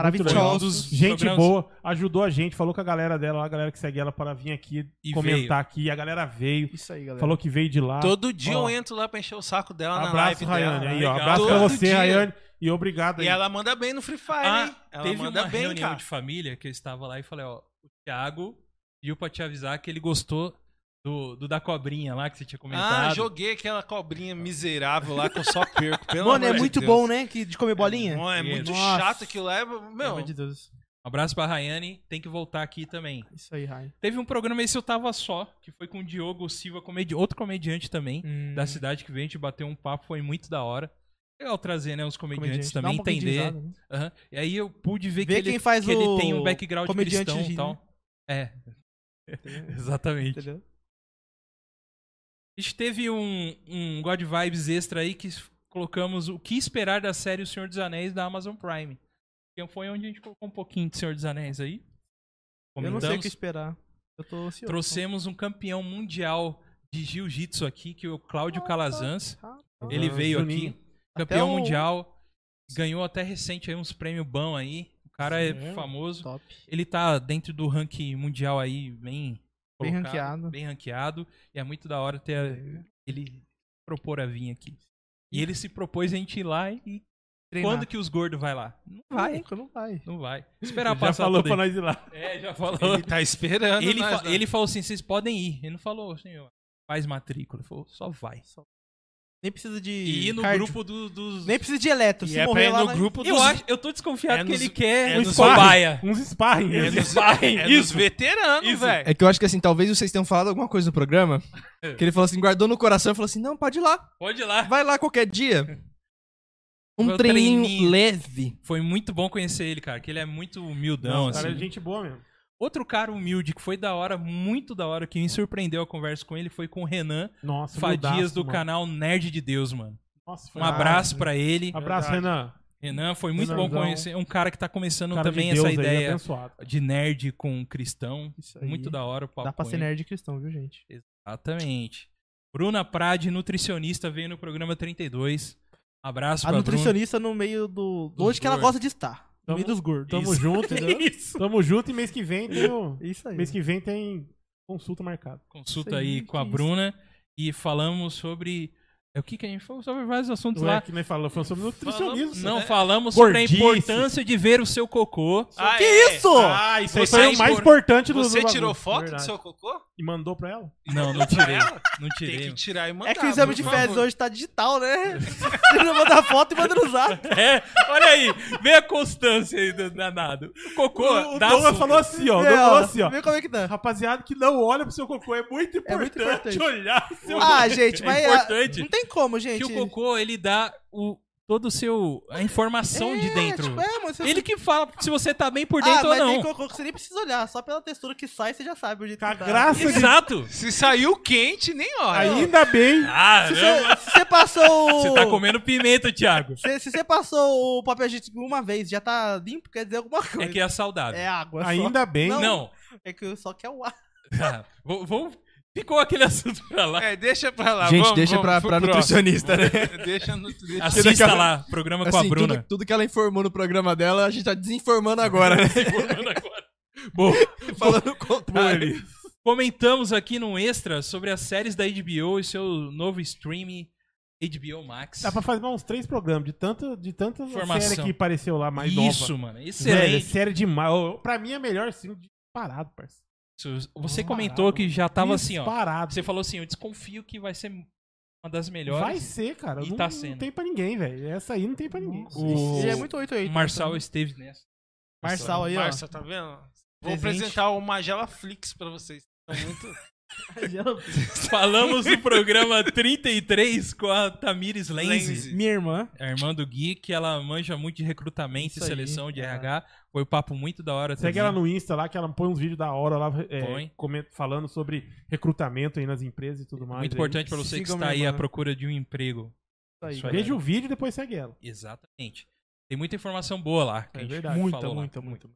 Speaker 5: Maravilhosa.
Speaker 2: um dos
Speaker 1: Gente
Speaker 2: programas-
Speaker 1: boa, ajudou a gente, falou com a galera dela, a galera que segue ela para vir aqui
Speaker 2: E
Speaker 1: comentar aqui. A galera veio,
Speaker 5: Isso aí, galera.
Speaker 1: falou que veio de lá.
Speaker 3: Todo dia
Speaker 1: Ah, Ó.
Speaker 3: eu entro lá pra encher o saco dela na
Speaker 1: abraço,
Speaker 3: live
Speaker 1: Rayane.
Speaker 3: dela.
Speaker 1: Aí, ó,
Speaker 2: Legal.
Speaker 1: abraço pra
Speaker 3: Todo
Speaker 1: você,
Speaker 3: dia.
Speaker 1: Rayane. E obrigado aí.
Speaker 3: E ela manda bem no Free Fire, hein?
Speaker 2: Ah,
Speaker 3: Ela
Speaker 2: teve
Speaker 3: manda
Speaker 2: uma
Speaker 3: bem,
Speaker 2: reunião
Speaker 3: cara.
Speaker 2: de família que eu estava lá e falei, ó, o Thiago pediu pra te avisar que ele gostou do, do da cobrinha lá que você tinha
Speaker 3: Ah,
Speaker 2: comentado.
Speaker 3: joguei aquela cobrinha miserável lá que eu só perco. Pelo
Speaker 5: Mano, é
Speaker 3: amor de
Speaker 5: muito
Speaker 3: Deus.
Speaker 5: bom, né? Que de comer bolinha.
Speaker 3: Mano, é muito
Speaker 5: Nossa.
Speaker 3: chato aquilo lá. é- Meu,
Speaker 5: Pelo amor de Deus.
Speaker 2: Um abraço pra Rayane, tem que voltar aqui também.
Speaker 5: Isso aí, Rai.
Speaker 2: Teve um programa esse eu tava só, que foi com o Diogo Silva, comedi outro comediante também,
Speaker 5: Hum, Uhum.
Speaker 2: da cidade que veio, a gente bateu um papo, foi muito da hora. Legal trazer, né, os comediantes
Speaker 5: um
Speaker 2: também, entender. Aham. E aí eu pude ver,
Speaker 5: Ver
Speaker 2: que,
Speaker 5: né? quem
Speaker 2: ele,
Speaker 5: faz
Speaker 2: que
Speaker 5: o
Speaker 2: ele tem um background
Speaker 5: comediante
Speaker 2: cristão e
Speaker 5: Gil,
Speaker 2: tal.
Speaker 5: né?
Speaker 2: É. Exatamente.
Speaker 5: Entendeu?
Speaker 2: A gente teve um, um God Vibes extra aí que colocamos o que esperar da série O Senhor dos Anéis da Amazon Prime. Que foi onde a gente colocou um pouquinho de Senhor dos Anéis aí.
Speaker 5: Eu não sei o
Speaker 2: Comentamos.
Speaker 5: que esperar. Eu tô ansioso.
Speaker 2: Trouxemos um campeão mundial de jiu-jitsu aqui, que é o Cláudio Calazans. Ele
Speaker 1: Ah,
Speaker 2: veio
Speaker 1: Juninho.
Speaker 2: aqui, campeão
Speaker 5: o-
Speaker 2: mundial, ganhou até recente aí uns prêmios bons aí. O cara é
Speaker 1: Sim.
Speaker 2: famoso.
Speaker 5: Top.
Speaker 2: Ele tá dentro do ranking mundial aí, bem
Speaker 5: Bem
Speaker 2: colocado,
Speaker 5: ranqueado.
Speaker 2: Bem ranqueado. E é muito da hora ter a- ele propor a vir aqui. E ele se propôs a gente ir lá e.
Speaker 5: Treinar.
Speaker 2: Quando que os gordos vai lá? Não vai,
Speaker 5: Nunca, não vai.
Speaker 2: não vai. Esperar
Speaker 1: Já
Speaker 2: passar
Speaker 1: falou
Speaker 2: tudo
Speaker 1: pra
Speaker 2: aí.
Speaker 1: nós ir lá.
Speaker 2: É, já falou.
Speaker 3: Ele tá esperando.
Speaker 2: Ele,
Speaker 3: nós,
Speaker 2: fa-
Speaker 3: né?
Speaker 2: ele falou assim: vocês podem ir. Ele não falou assim, ó, faz matrícula. Ele falou, só vai.
Speaker 5: Nem precisa de.
Speaker 2: E ir no
Speaker 5: cardio.
Speaker 2: grupo do- dos.
Speaker 5: Nem precisa de eletro.
Speaker 3: E
Speaker 5: Se
Speaker 3: é pra
Speaker 5: morrer
Speaker 3: ir
Speaker 5: lá. né?
Speaker 3: no
Speaker 5: vai-
Speaker 3: grupo
Speaker 2: Eu,
Speaker 3: dos-
Speaker 2: acho, eu tô desconfiado
Speaker 3: É
Speaker 2: que
Speaker 3: nos-
Speaker 2: ele quer
Speaker 3: é
Speaker 2: um
Speaker 3: nos-
Speaker 2: cobaia.
Speaker 1: Uns sparring.
Speaker 3: É
Speaker 1: Uns
Speaker 3: dos,
Speaker 1: sparring.
Speaker 3: é dos
Speaker 1: Isso.
Speaker 3: veteranos, velho.
Speaker 4: É que eu acho que assim, talvez vocês tenham falado alguma coisa no programa. que ele falou assim, guardou no coração e falou assim: não, pode ir lá,
Speaker 2: Pode ir lá.
Speaker 4: vai lá qualquer dia. Um
Speaker 2: Vai o
Speaker 4: treininho,
Speaker 2: treininho.
Speaker 4: leve.
Speaker 2: Foi muito bom conhecer ele, cara, que ele é muito humildão,
Speaker 1: Cara,
Speaker 2: assim.
Speaker 1: é gente boa mesmo.
Speaker 2: Outro cara humilde que foi da hora, muito da hora, que me surpreendeu a conversa com ele foi com o Renan
Speaker 1: Nossa,
Speaker 2: Fadias
Speaker 1: humildaço,
Speaker 2: do
Speaker 1: mano. Ah,
Speaker 2: canal Nerd de Deus, mano.
Speaker 1: Nossa,
Speaker 2: Um
Speaker 1: foi-
Speaker 2: abraço pra ele.
Speaker 1: Abraço, Renan.
Speaker 2: Renan, foi muito bom
Speaker 1: Renanzão.
Speaker 2: conhecer. Um cara que tá começando
Speaker 1: Cara de
Speaker 2: também
Speaker 1: Deus
Speaker 2: essa
Speaker 1: aí, né?
Speaker 2: ideia
Speaker 1: abençoado.
Speaker 2: de nerd com cristão.
Speaker 5: Isso aí.
Speaker 2: Muito da hora o papo.
Speaker 5: Dá pra
Speaker 2: com
Speaker 5: ser
Speaker 2: ele.
Speaker 5: nerd cristão, viu, gente?
Speaker 2: Exatamente. Bruna Prade, nutricionista, veio no programa 32. Abraço
Speaker 5: A
Speaker 2: pra
Speaker 5: nutricionista no meio do. do onde que ela
Speaker 2: gordos.
Speaker 5: gosta de estar. No
Speaker 1: Tamo-
Speaker 5: meio dos gordos.
Speaker 1: Tamo
Speaker 5: Isso.
Speaker 1: junto.
Speaker 5: Entendeu?
Speaker 2: Isso.
Speaker 1: Tamo junto e mês que vem tem o-
Speaker 5: Isso aí.
Speaker 1: mês que vem tem consulta marcada.
Speaker 2: Consulta
Speaker 5: Isso aí,
Speaker 2: aí com a
Speaker 5: que
Speaker 2: Bruna. E falamos sobre... é, O que que a gente falou? Sobre vários assuntos
Speaker 1: Ué,
Speaker 2: lá.
Speaker 1: é que nós falamos, falamos sobre nutricionismo.
Speaker 2: Não,
Speaker 5: É.
Speaker 1: né?
Speaker 2: falamos
Speaker 1: Gordice.
Speaker 2: sobre a importância de ver o seu cocô.
Speaker 3: Ah,
Speaker 5: Que
Speaker 3: é?
Speaker 5: isso?
Speaker 3: Ah, isso aí
Speaker 1: Isso aí é o mais importante do
Speaker 3: Você
Speaker 1: do
Speaker 3: tirou
Speaker 1: bagulho,
Speaker 3: foto do
Speaker 1: verdade.
Speaker 3: seu cocô?
Speaker 1: E mandou pra ela?
Speaker 2: Não, não tirei. Não
Speaker 3: Tem que
Speaker 2: tirei.
Speaker 3: tirar e mandar.
Speaker 5: É que o exame de
Speaker 3: por
Speaker 5: fezes
Speaker 3: favor.
Speaker 5: hoje tá digital, né? Você não manda foto e manda no zap.
Speaker 2: É, olha aí, vê a constância aí do danado. O cocô
Speaker 1: o
Speaker 2: dá
Speaker 1: Douglas
Speaker 2: açúcar.
Speaker 1: falou assim, ó. O
Speaker 5: É,
Speaker 1: Douglas falou assim, ó.
Speaker 5: Vê como é que dá.
Speaker 1: Rapaziada que não olha pro seu cocô, é muito importante,
Speaker 5: É muito importante.
Speaker 1: olhar pro seu
Speaker 5: Ah, gente,
Speaker 2: É
Speaker 5: mas ah,
Speaker 2: importante
Speaker 5: não tem como,
Speaker 2: que
Speaker 5: gente.
Speaker 2: o cocô, ele dá o, todo o seu... a informação de
Speaker 5: É,
Speaker 2: dentro.
Speaker 5: tipo, é, mano, você-
Speaker 2: Ele que fala se você tá bem por
Speaker 5: ah,
Speaker 2: dentro ou
Speaker 5: mas tem
Speaker 2: não.
Speaker 5: cocô que você nem precisa olhar, só pela textura que sai você já sabe o jeito
Speaker 1: Com a
Speaker 5: que tá.
Speaker 1: graça de...
Speaker 2: Exato.
Speaker 3: Se saiu quente, nem olha.
Speaker 1: Ainda bem.
Speaker 2: Ah,
Speaker 5: Se você, se você passou o...
Speaker 2: você tá comendo pimenta, Thiago.
Speaker 5: se, se você passou o papel higiênico uma vez, já tá limpo, quer dizer alguma coisa.
Speaker 2: É que é saudável.
Speaker 5: É água só.
Speaker 1: Ainda bem.
Speaker 5: Não.
Speaker 2: Não.
Speaker 5: É que só que é o ar.
Speaker 2: Tá, vou- vou- Ficou aquele assunto pra lá.
Speaker 3: É, deixa pra lá.
Speaker 4: Gente,
Speaker 3: vamos,
Speaker 4: deixa
Speaker 3: vamos
Speaker 4: pra,
Speaker 3: pro
Speaker 4: pra
Speaker 3: próximo.
Speaker 4: nutricionista, né?
Speaker 3: Deixa no... deixa-
Speaker 4: daqui
Speaker 2: Assista
Speaker 4: a-
Speaker 2: lá, programa com
Speaker 4: Assim,
Speaker 2: a Bruna.
Speaker 4: tudo, tudo que ela informou no programa dela, a gente tá desinformando agora, né?
Speaker 2: Formando agora. Bom,
Speaker 4: Falando o
Speaker 1: Ah,
Speaker 4: contrário.
Speaker 2: comentamos aqui no Extra sobre as séries da HBO e seu novo streaming HBO Max.
Speaker 1: Dá pra fazer mais uns três programas de tanta, de tanta
Speaker 2: Formação.
Speaker 1: série que apareceu lá mais nova.
Speaker 2: Isso, mano.
Speaker 1: Velho, é
Speaker 2: Excelente.
Speaker 1: série demais. Ô, Pra mim é melhor assim, disparado, parceiro.
Speaker 2: Você
Speaker 1: Maravilha.
Speaker 2: comentou que já tava assim, ó.
Speaker 1: Disparado.
Speaker 2: Você falou assim, eu desconfio que vai ser uma das melhores.
Speaker 1: Vai ser, cara.
Speaker 2: E
Speaker 1: não,
Speaker 2: tá
Speaker 1: não
Speaker 2: sendo.
Speaker 1: tem pra ninguém, velho. Essa aí não tem pra ninguém.
Speaker 2: O-
Speaker 5: Ele é muito 8-8.
Speaker 2: O Marçal esteve né? nessa.
Speaker 5: Marçal aí, ó.
Speaker 3: Marcia, tá vendo? Vou
Speaker 5: Presente.
Speaker 3: apresentar o Magela Flix pra vocês. Tá muito...
Speaker 2: Falamos do programa 33 com a Tamires Lenz.
Speaker 3: Lenze.
Speaker 5: Minha irmã.
Speaker 2: A irmã do Gui, que ela manja muito de recrutamento
Speaker 5: Isso
Speaker 2: e
Speaker 5: aí,
Speaker 2: seleção de
Speaker 5: é.
Speaker 2: RH. Foi um papo muito da hora
Speaker 1: Segue
Speaker 2: também.
Speaker 1: ela no Insta lá, que ela põe uns vídeos da hora lá, é,
Speaker 2: Põe.
Speaker 1: comenta- falando sobre recrutamento aí nas empresas e tudo mais.
Speaker 2: Muito
Speaker 1: aí.
Speaker 2: importante pra você que
Speaker 5: Sigam
Speaker 2: está
Speaker 5: minha
Speaker 2: aí à
Speaker 5: irmã.
Speaker 2: procura de um emprego. Isso aí.
Speaker 1: Veja o vídeo e depois segue ela.
Speaker 2: Exatamente. Tem muita informação boa lá. Que
Speaker 1: É
Speaker 2: a gente
Speaker 1: verdade.
Speaker 2: falou
Speaker 5: Muita,
Speaker 2: lá.
Speaker 5: muita, muita.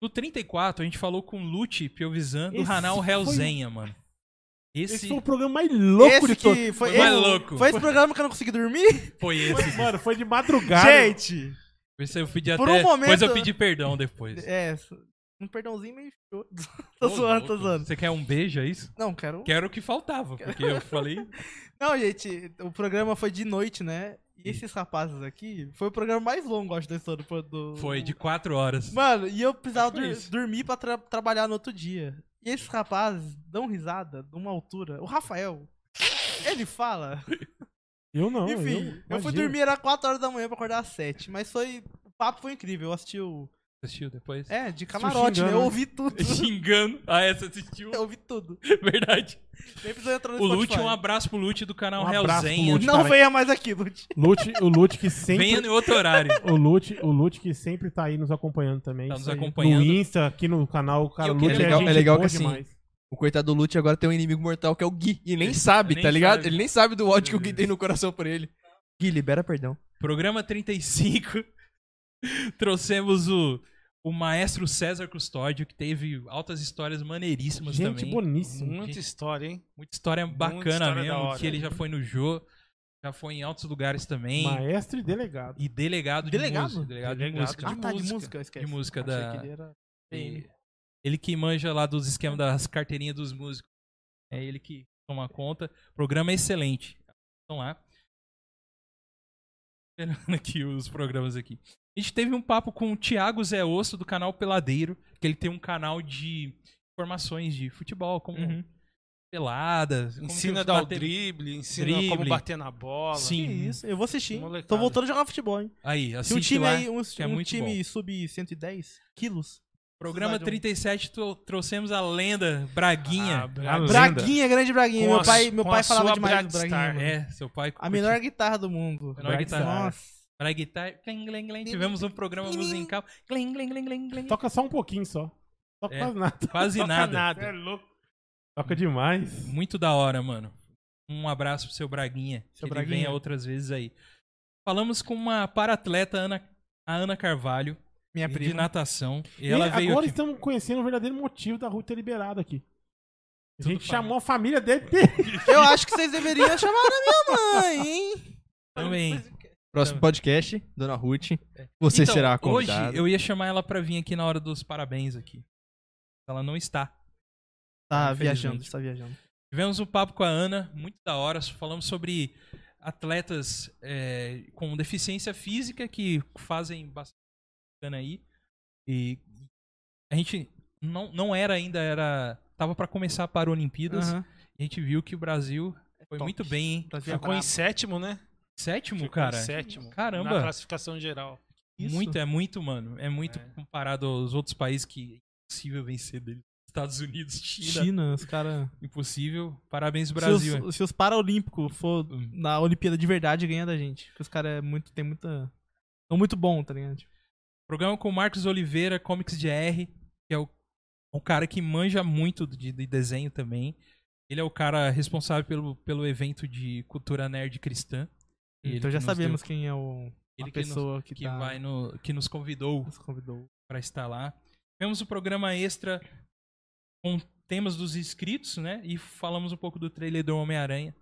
Speaker 2: No 34, a gente falou com o Lute Piovisan do
Speaker 1: Esse
Speaker 2: Ranal
Speaker 1: foi-
Speaker 2: Hellzenha, mano.
Speaker 1: Esse,
Speaker 2: Esse
Speaker 1: foi
Speaker 5: um
Speaker 1: o programa mais louco
Speaker 5: esse
Speaker 1: de todos.
Speaker 5: que foi,
Speaker 2: Foi mais
Speaker 5: esse-
Speaker 2: louco.
Speaker 5: Foi esse programa que eu não consegui dormir?
Speaker 2: foi esse.
Speaker 1: Foi- Mano, foi de madrugada.
Speaker 5: Gente!
Speaker 2: Esse eu pedi
Speaker 5: Por
Speaker 2: até-
Speaker 5: um momento-
Speaker 2: Depois eu pedi perdão depois.
Speaker 5: É, um perdãozinho meio show.
Speaker 2: Ô,
Speaker 5: tô zoando, tô
Speaker 2: louco.
Speaker 5: zoando.
Speaker 2: Você quer um beijo, é isso?
Speaker 5: Não, quero.
Speaker 2: Quero o que faltava, porque eu falei...
Speaker 5: Não, gente, o programa foi de noite, né? E esses rapazes aqui, foi o programa mais longo, acho, da história do. do-
Speaker 2: Foi de 4 horas.
Speaker 5: Mano, e eu precisava
Speaker 2: Acho que foi
Speaker 5: dur-
Speaker 2: isso.
Speaker 5: dormir pra tra- trabalhar no outro dia. E esses rapazes dão risada de uma altura. O Rafael, ele fala.
Speaker 1: Eu não.
Speaker 5: Enfim, eu,
Speaker 1: eu
Speaker 5: fui
Speaker 1: imagino.
Speaker 5: dormir era 4 horas da manhã pra acordar às 7. Mas foi. O papo foi incrível. Eu assisti o.
Speaker 2: Você assistiu depois?
Speaker 5: É, de camarote, né?
Speaker 1: xingando,
Speaker 5: Eu
Speaker 1: né?
Speaker 5: ouvi tudo.
Speaker 2: Xingando. Ah, essa assistiu.
Speaker 5: Eu ouvi tudo.
Speaker 2: Verdade.
Speaker 5: Nem precisou entrar no
Speaker 2: O Lute, um
Speaker 5: Spotify.
Speaker 2: abraço pro Lute do canal
Speaker 1: Um abraço pro
Speaker 2: Hellzenha.
Speaker 1: Lute,
Speaker 5: Não
Speaker 1: cara.
Speaker 5: venha mais aqui, Lute.
Speaker 1: Lute, o Lute que sempre.
Speaker 2: Venha em outro horário.
Speaker 1: O Lute, o Lute que sempre tá aí nos acompanhando também.
Speaker 2: Tá nos
Speaker 1: Isso aí.
Speaker 2: acompanhando.
Speaker 1: No Insta, aqui no canal,
Speaker 2: E
Speaker 1: cara,
Speaker 2: eu
Speaker 1: o
Speaker 2: quero-
Speaker 1: Lute
Speaker 2: é
Speaker 1: é,
Speaker 2: legal-
Speaker 1: gente
Speaker 4: é legal
Speaker 1: boa
Speaker 4: que, assim,
Speaker 1: demais.
Speaker 4: O coitado do Lute agora tem um inimigo mortal que é o Gui. E nem
Speaker 2: Ele-
Speaker 4: sabe,
Speaker 2: nem
Speaker 4: tá ligado?
Speaker 2: sabe.
Speaker 4: Ele nem sabe do ódio que o Gui tem no coração por ele. Gui, libera perdão.
Speaker 2: Programa 35, trouxemos o, o maestro César Custódio, que teve altas histórias maneiríssimas
Speaker 1: Gente
Speaker 2: também.
Speaker 1: boníssima.
Speaker 3: Muita história, hein?
Speaker 2: Muita história bacana
Speaker 3: história da
Speaker 2: mesmo,
Speaker 3: hora.
Speaker 2: que ele já foi no Jô, já foi em altos lugares também.
Speaker 1: Maestro e delegado.
Speaker 2: E delegado de
Speaker 5: Delegado?
Speaker 2: música. Delegado,
Speaker 3: Delegado
Speaker 2: de música.
Speaker 3: de
Speaker 5: Ah, tá, de
Speaker 3: música.
Speaker 5: música, esquece.
Speaker 2: De música
Speaker 5: Achei
Speaker 2: da-
Speaker 5: que ele era PM.
Speaker 2: E Ele que manja lá dos esquemas das carteirinhas dos músicos. É ele que toma conta. O programa é excelente. Estão lá. Esperando aqui os programas aqui. A gente teve um papo com o Thiago Zé Osso, do canal Peladeiro, que ele tem um canal de informações de futebol, como
Speaker 5: Uhum.
Speaker 2: peladas. como
Speaker 3: Ensina a
Speaker 2: que
Speaker 3: dar o
Speaker 2: bater-
Speaker 3: drible, ensina como
Speaker 2: drible.
Speaker 3: bater na bola.
Speaker 2: Sim.
Speaker 5: Que isso, eu vou assistir.
Speaker 3: Molecada.
Speaker 5: Tô voltando a jogar futebol, hein?
Speaker 2: Aí,
Speaker 5: Se um
Speaker 2: assiste
Speaker 5: time
Speaker 2: lá.
Speaker 5: aí, um,
Speaker 2: é
Speaker 5: um
Speaker 2: muito
Speaker 5: time sub 110 quilos.
Speaker 2: Programa
Speaker 5: precisar de um-
Speaker 2: 37, tro- trouxemos a lenda Braguinha.
Speaker 3: Ah, Braga.
Speaker 1: Lenda.
Speaker 5: Braguinha, grande Braguinha.
Speaker 3: Com
Speaker 5: Meu
Speaker 3: a
Speaker 5: pai,
Speaker 3: su-
Speaker 5: meu
Speaker 3: com a
Speaker 5: pai falava
Speaker 3: sua
Speaker 5: demais do
Speaker 3: Bragstar,
Speaker 5: Braguinha. mano.
Speaker 2: é, seu pai é
Speaker 5: A melhor guitarra do mundo.
Speaker 2: Menor
Speaker 1: É,
Speaker 2: guitarra.
Speaker 5: Nossa.
Speaker 2: Para guitarra. Glim, glim, glim. Tivemos um programa musical. Glim, glim, glim, glim, glim.
Speaker 1: Toca só um pouquinho só. Toca
Speaker 2: É.
Speaker 1: quase nada.
Speaker 2: Quase
Speaker 3: Toca
Speaker 2: nada.
Speaker 1: É louco. Toca demais.
Speaker 2: Muito da hora, mano. Um abraço pro seu Braguinha.
Speaker 5: Seu
Speaker 2: que
Speaker 5: Braguinha.
Speaker 2: ele venha outras vezes aí. Falamos com uma paratleta, Ana, a Ana Carvalho,
Speaker 5: Minha
Speaker 2: de
Speaker 5: prima.
Speaker 2: natação. E, ela
Speaker 1: agora
Speaker 2: veio aqui.
Speaker 1: estamos conhecendo o verdadeiro motivo da Ruth ter liberado aqui. A
Speaker 2: Tudo
Speaker 1: gente
Speaker 2: família.
Speaker 1: chamou a família dele. dele.
Speaker 5: Eu acho que vocês deveriam chamar a minha mãe, hein?
Speaker 2: Também.
Speaker 4: Próximo podcast, Dona Ruth. Você
Speaker 2: Então,
Speaker 4: será a
Speaker 2: Hoje
Speaker 4: convidada.
Speaker 2: eu ia chamar ela pra vir aqui na hora dos parabéns aqui. Ela não está.
Speaker 5: Tá
Speaker 2: Infelizmente.
Speaker 5: viajando, está viajando.
Speaker 2: Tivemos um papo com a Ana, muito da hora. Falamos sobre atletas é, com deficiência física que fazem bastante bacana aí. E a gente não, não era ainda, era. Tava pra começar para Olimpíadas.
Speaker 5: Aham.
Speaker 2: E a gente viu que o Brasil foi
Speaker 5: top.
Speaker 2: muito bem, hein?
Speaker 5: Brasil é
Speaker 3: Ficou em
Speaker 5: brabo.
Speaker 3: sétimo, né?
Speaker 2: Sétimo,
Speaker 3: Ficou
Speaker 2: cara.
Speaker 3: em sétimo.
Speaker 2: Caramba.
Speaker 3: Na classificação geral.
Speaker 5: Isso.
Speaker 2: Muito, é muito, mano. É muito
Speaker 3: É.
Speaker 2: comparado aos outros países que é impossível vencer deles. Estados Unidos, China.
Speaker 5: China, os caras.
Speaker 2: Impossível. Parabéns,
Speaker 5: Se
Speaker 2: Brasil.
Speaker 5: os, se os Paralímpicos for
Speaker 2: Hum.
Speaker 5: na Olimpíada de verdade, ganha da gente. Porque os caras é muito, tem muita. São muito bom, tá ligado? Tipo,
Speaker 2: Programa com o Marcos Oliveira, Comics de R, que é o, o cara que manja muito de, de desenho também. Ele é o cara responsável pelo, pelo evento de cultura nerd cristã. E ele
Speaker 5: então já
Speaker 2: que nos
Speaker 5: sabemos
Speaker 2: deu-
Speaker 5: quem é o,
Speaker 2: ele
Speaker 5: a
Speaker 2: que nos-
Speaker 5: pessoa que,
Speaker 2: que,
Speaker 5: tá-
Speaker 2: vai no, que nos convidou
Speaker 5: nos convidou.
Speaker 2: para estar lá. Tivemos um programa extra com temas dos inscritos, né? E falamos um pouco do trailer do Homem-Aranha.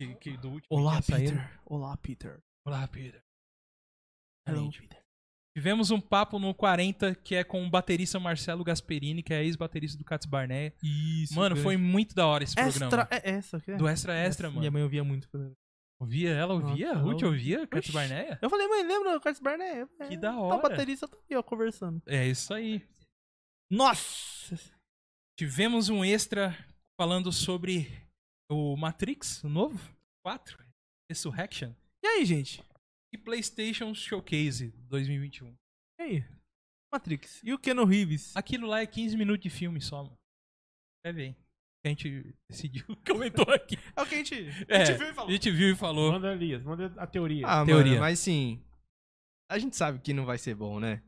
Speaker 2: Que, que do último
Speaker 5: Olá,
Speaker 2: que tinha saído.
Speaker 5: Peter. Olá, Peter.
Speaker 2: Olá, Peter.
Speaker 5: Hello,
Speaker 2: Gente,
Speaker 5: Peter.
Speaker 2: Tivemos um papo no 40 que é com o baterista Marcelo Gasperini, que é ex-baterista do Cats Barnea.
Speaker 5: Isso.
Speaker 2: Mano, foi muito da hora esse
Speaker 5: Extra,
Speaker 2: programa.
Speaker 5: é essa, que é?
Speaker 2: Do Extra Extra,
Speaker 5: Minha
Speaker 2: mano.
Speaker 5: mãe ouvia muito. quando era-
Speaker 2: Ouvia ela, ouvia?
Speaker 5: Nossa,
Speaker 2: Ruth
Speaker 5: ela-
Speaker 2: ouvia Cats
Speaker 5: Oxi.
Speaker 2: Barnea?
Speaker 5: Eu falei, mãe, lembra o Carlos Barnett?
Speaker 2: Que da
Speaker 5: Tá o
Speaker 2: hora.
Speaker 5: baterista tá aqui, ó, conversando.
Speaker 2: É isso aí.
Speaker 5: Nossa!
Speaker 2: Tivemos um extra falando sobre o Matrix, o novo 4, Resurrection
Speaker 5: E aí, gente?
Speaker 2: e PlayStation Showcase 2021.
Speaker 5: E aí? Matrix. E o Keanu Reeves?
Speaker 2: Aquilo lá é 15 minutos de filme só, mano. Escreve aí. A gente decidiu, comentou aqui.
Speaker 5: É o que a gente,
Speaker 2: É,
Speaker 5: a gente viu e falou.
Speaker 2: A gente viu e falou.
Speaker 1: Manda, Elias. Manda a teoria.
Speaker 4: Ah,
Speaker 2: Teoria.
Speaker 4: mano, mas sim. A gente sabe que não vai ser bom, né?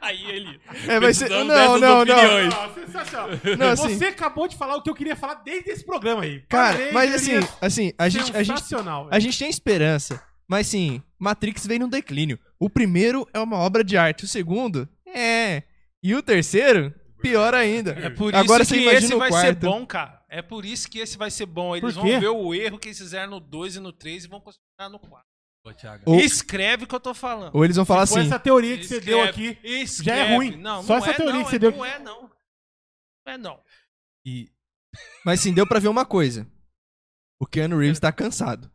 Speaker 2: Aí ele.
Speaker 4: É, vai ser. Não,
Speaker 2: precisando
Speaker 4: não,
Speaker 2: dessas
Speaker 4: não.
Speaker 2: opiniões.
Speaker 1: Ah, sensacional.
Speaker 4: Não, assim-
Speaker 1: Você acabou de falar o que eu queria falar desde esse programa aí.
Speaker 4: Cara,
Speaker 1: Parabéns,
Speaker 4: mas assim,
Speaker 1: Elias.
Speaker 4: assim, a gente, a gente,
Speaker 1: sensacional.
Speaker 4: a gente tem esperança. Mas sim, Matrix vem num declínio. O primeiro é uma obra de arte. O segundo, é. E o terceiro, pior ainda.
Speaker 3: É por
Speaker 4: Agora
Speaker 3: isso
Speaker 4: você
Speaker 3: que
Speaker 4: imagina
Speaker 3: esse
Speaker 4: o
Speaker 3: vai ser
Speaker 4: quarto.
Speaker 3: bom, cara. É por isso que esse vai ser bom. Eles
Speaker 1: Por
Speaker 3: vão
Speaker 1: quê?
Speaker 3: ver o erro que eles fizeram no 2 e no 3 e vão consertar no 4.
Speaker 2: Ô, Thiago.
Speaker 4: Ou,
Speaker 3: Escreve o que eu tô falando.
Speaker 4: ou eles vão falar
Speaker 2: Tipo
Speaker 1: Foi
Speaker 4: assim.
Speaker 1: essa teoria que você deu
Speaker 3: Escreve.
Speaker 1: aqui.
Speaker 3: Escreve.
Speaker 1: é ruim.
Speaker 3: Não,
Speaker 1: Só
Speaker 3: não
Speaker 1: essa
Speaker 3: é,
Speaker 1: teoria
Speaker 3: não,
Speaker 1: que você
Speaker 3: é-
Speaker 1: deu.
Speaker 3: Não é, não. Não é, não.
Speaker 2: E
Speaker 4: Mas sim, deu pra ver uma coisa. O Keanu Reeves tá cansado.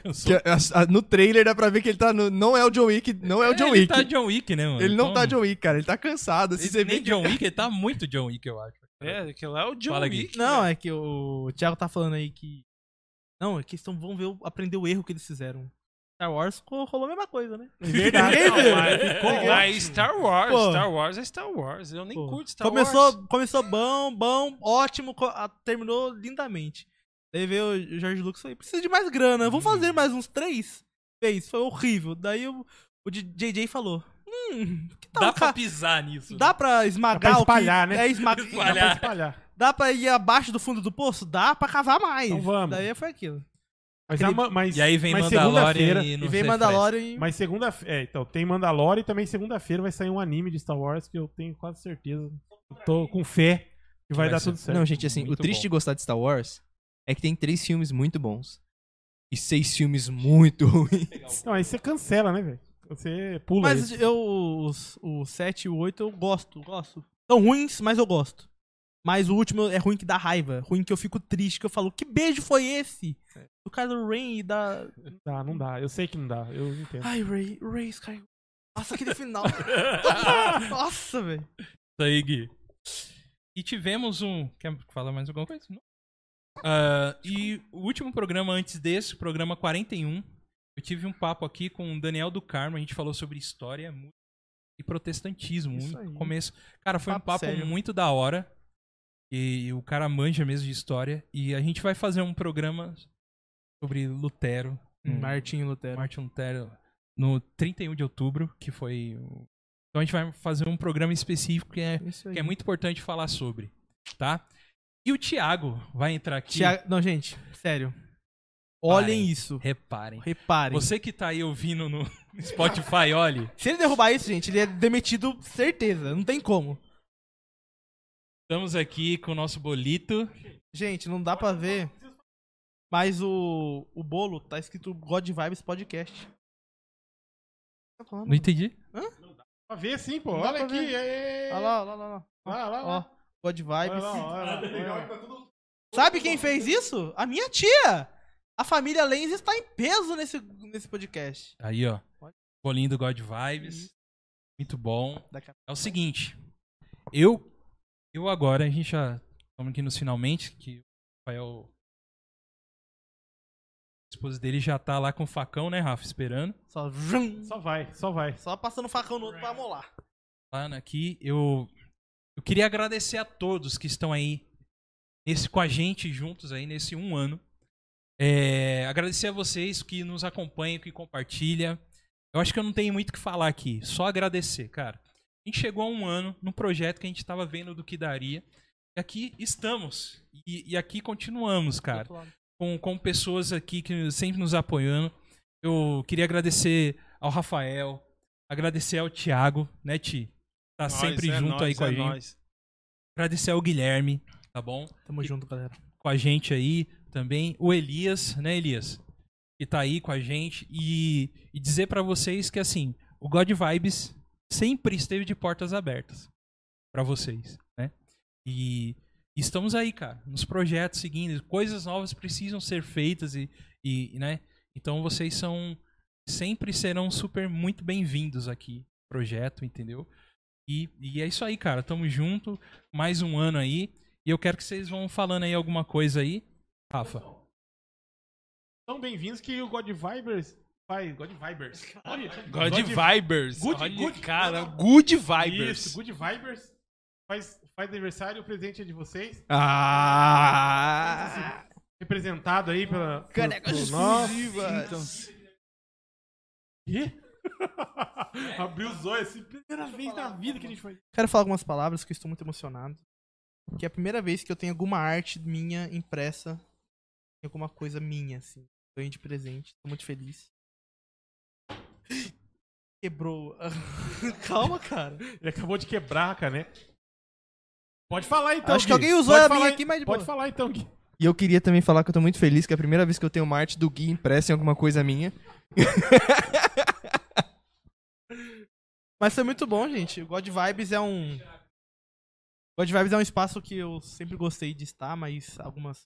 Speaker 4: Que
Speaker 2: cansou.
Speaker 4: a- a- a- no trailer dá pra ver que ele tá. no- não é o John Wick, não é o John
Speaker 2: ele
Speaker 4: Wick.
Speaker 2: tá John Wick, né, mano?
Speaker 4: Ele não
Speaker 2: Então,
Speaker 4: tá John Wick, cara. Ele tá cansado. Se
Speaker 2: ele
Speaker 4: você
Speaker 2: nem
Speaker 4: vê
Speaker 2: John Wick, ele tá muito John Wick, eu acho.
Speaker 3: É, aquilo é o John
Speaker 2: Fala, Gui.
Speaker 3: Wick.
Speaker 5: Não,
Speaker 1: né?
Speaker 3: velho.
Speaker 5: é que o Thiago tá falando aí que. Não, é que eles tão- vão ver, o- aprender o erro que eles fizeram. Star Wars ficou- rolou a mesma coisa, né?
Speaker 1: É Verdade.
Speaker 3: Não,
Speaker 1: velho.
Speaker 3: mas-
Speaker 1: Ficou
Speaker 3: mas Star Wars,
Speaker 5: Pô.
Speaker 3: Star Wars é Star Wars. Eu nem
Speaker 5: Pô,
Speaker 3: curto Star
Speaker 5: começou,
Speaker 3: Wars.
Speaker 5: Começou bom, bom, ótimo, co- a- terminou lindamente. Daí veio o George Lucas e falou, precisa de mais grana,
Speaker 1: Uhum.
Speaker 5: vou fazer mais uns três. Fez, foi horrível. Daí o, o JJ falou, hum, que
Speaker 4: Então,
Speaker 5: tal,
Speaker 2: Dá pra
Speaker 5: cara?
Speaker 2: pisar nisso.
Speaker 5: Dá pra esmagar
Speaker 1: Dá pra
Speaker 5: o que-
Speaker 1: espalhar, né?
Speaker 5: É esma-
Speaker 1: Dá
Speaker 2: Espalhar.
Speaker 1: pra espalhar.
Speaker 5: Dá pra ir abaixo do fundo do poço? Dá pra cavar mais.
Speaker 1: Então vamos.
Speaker 5: Daí foi aquilo.
Speaker 1: Mas,
Speaker 5: Acredito.
Speaker 1: ama- mas-
Speaker 2: E aí vem
Speaker 1: mas
Speaker 2: Mandalorian
Speaker 1: segunda-feira-
Speaker 2: e, não
Speaker 5: e vem
Speaker 2: refresca.
Speaker 5: Mandalorian e...
Speaker 1: Mas segunda É, então, tem Mandalore e também segunda-feira vai sair um anime de Star Wars que eu tenho quase certeza. Eu Tô com fé que vai,
Speaker 2: vai
Speaker 1: dar
Speaker 2: ser-
Speaker 1: tudo certo.
Speaker 4: Não, gente, assim, o
Speaker 2: Muito
Speaker 4: triste
Speaker 2: bom.
Speaker 4: de gostar de Star Wars é que tem três filmes muito bons e seis filmes muito ruins.
Speaker 1: Não, aí você cancela, né, velho? Você pula.
Speaker 5: Mas
Speaker 1: isso.
Speaker 5: eu, os, o 7 e o 8 eu gosto, gosto. São ruins, mas eu gosto. Mas o último é ruim que dá raiva, ruim que eu fico triste, que eu falo, que beijo foi esse?
Speaker 2: É.
Speaker 5: Do Kylo Ren e da...
Speaker 1: Não dá, não dá. Eu sei que não dá. Eu
Speaker 2: É.
Speaker 1: entendo.
Speaker 5: Ai, Ray, Ray Skywalker. Nossa, aquele final. Nossa, velho.
Speaker 2: Isso aí, Gui. E tivemos um. Quer falar mais alguma coisa? Não. Ah, e o último programa antes desse, o programa 41, eu tive um papo aqui com o Daniel do Carmo. A gente falou sobre história música e protestantismo.
Speaker 5: Isso
Speaker 2: muito
Speaker 5: aí.
Speaker 2: começo. Cara, foi um
Speaker 5: Papo
Speaker 2: papo
Speaker 5: sério.
Speaker 2: muito da hora. E o cara manja mesmo de história. E a gente vai fazer um programa sobre Lutero. Hum.
Speaker 5: Martinho Lutero.
Speaker 2: Martin Lutero no 31 de outubro, que foi. o- Então a gente vai fazer um programa específico que é,
Speaker 5: Isso
Speaker 2: que é muito importante falar sobre, tá? E o Thiago vai entrar aqui.
Speaker 5: Tiago- Não, gente, sério. Olhem
Speaker 2: Parem.
Speaker 5: isso.
Speaker 2: Reparem.
Speaker 5: Reparem.
Speaker 2: Você que tá aí ouvindo no Spotify, olhe.
Speaker 5: Se ele derrubar isso, gente, ele é demitido, certeza. Não tem como.
Speaker 2: Estamos aqui com o nosso bolito.
Speaker 5: Gente, não dá pra ver. Mas o, o bolo tá escrito God Vibes Podcast. Tá falando?
Speaker 2: Não entendi.
Speaker 1: Pra ver sim, pô.
Speaker 5: dá
Speaker 1: Olha
Speaker 5: pra
Speaker 1: aqui.
Speaker 5: ver.
Speaker 1: é-
Speaker 5: Olha lá, olha lá, olha lá.
Speaker 1: Olha lá, olha
Speaker 5: Ó,
Speaker 1: lá.
Speaker 5: God
Speaker 1: Olha
Speaker 5: Vibes.
Speaker 1: lá, olha lá, olha lá.
Speaker 5: Sabe quem fez isso? A minha tia! A família Lenz está em peso nesse, nesse podcast.
Speaker 2: Aí, ó. Bolinho do God Vibes. Muito bom.
Speaker 5: Daqui a-
Speaker 2: É o seguinte. Eu. Eu agora, a gente já. Estamos aqui nos finalmente, que o Rafael. A esposa dele já tá lá com o facão, né, Rafa? Esperando.
Speaker 5: Só, vrum,
Speaker 1: Só vai, só vai.
Speaker 5: só passando facão no outro pra molar.
Speaker 2: Falando aqui, eu. Eu queria agradecer a todos que estão aí nesse com a gente juntos aí nesse um ano. É, agradecer a vocês que nos acompanham, que compartilham. Eu acho que eu não tenho muito o que falar aqui, só agradecer, cara. A gente chegou a um ano num projeto que a gente estava vendo do que daria. E aqui estamos. E, e aqui continuamos, cara. Com, com pessoas aqui que sempre nos apoiando. Eu queria agradecer ao Rafael, agradecer ao Thiago, né, Ti? Tá sempre
Speaker 3: é
Speaker 2: junto aí com a gente. Agradecer ao Guilherme, tá bom?
Speaker 5: Tamo junto, galera.
Speaker 2: Com a gente aí também. O Elias, né, Elias? Que tá aí com a gente. E, e dizer pra vocês que, assim, o God Vibes sempre esteve de portas abertas pra vocês, né? E estamos aí, cara, nos projetos seguindo. Coisas novas precisam ser feitas e, e né? Então vocês são. Sempre serão super muito bem-vindos aqui no projeto, entendeu? E, e é isso aí, cara. Tamo junto. Mais um ano aí. E eu quero que vocês vão falando aí alguma coisa aí. Rafa.
Speaker 1: São bem-vindos que o God Vibers. Vai, God Vibers. Olha,
Speaker 3: God,
Speaker 1: God
Speaker 3: Vibers.
Speaker 1: Good-
Speaker 3: Olha,
Speaker 1: good-
Speaker 3: cara, Good Vibers.
Speaker 1: Isso, Good Vibers. Faz, faz aniversário, o presente é de vocês.
Speaker 4: Ah!
Speaker 1: Representado aí pela. por-
Speaker 4: Caneca
Speaker 1: por nós.
Speaker 2: então.
Speaker 1: Ih? Abriu os olhos assim, primeira vez na vida que a gente faz.
Speaker 5: Quero falar algumas palavras que eu estou muito emocionado. Que é a primeira vez que eu tenho alguma arte minha impressa em alguma coisa minha, assim. Ganhei de presente. Estou muito feliz. Quebrou. Calma, cara.
Speaker 1: Ele acabou de quebrar a caneca. Pode falar então,
Speaker 5: Acho
Speaker 1: Gui.
Speaker 5: que alguém usou
Speaker 1: Pode
Speaker 5: a minha
Speaker 1: falar,
Speaker 5: aqui, mas de
Speaker 1: Pode
Speaker 5: boa.
Speaker 1: falar então, Gui.
Speaker 4: E eu queria também falar que eu tô muito feliz, que é a primeira vez que eu tenho uma arte do Gui impressa em alguma coisa minha.
Speaker 5: Mas foi muito bom, gente. O God Vibes é um. God Vibes é um espaço que eu sempre gostei de estar, mas algumas.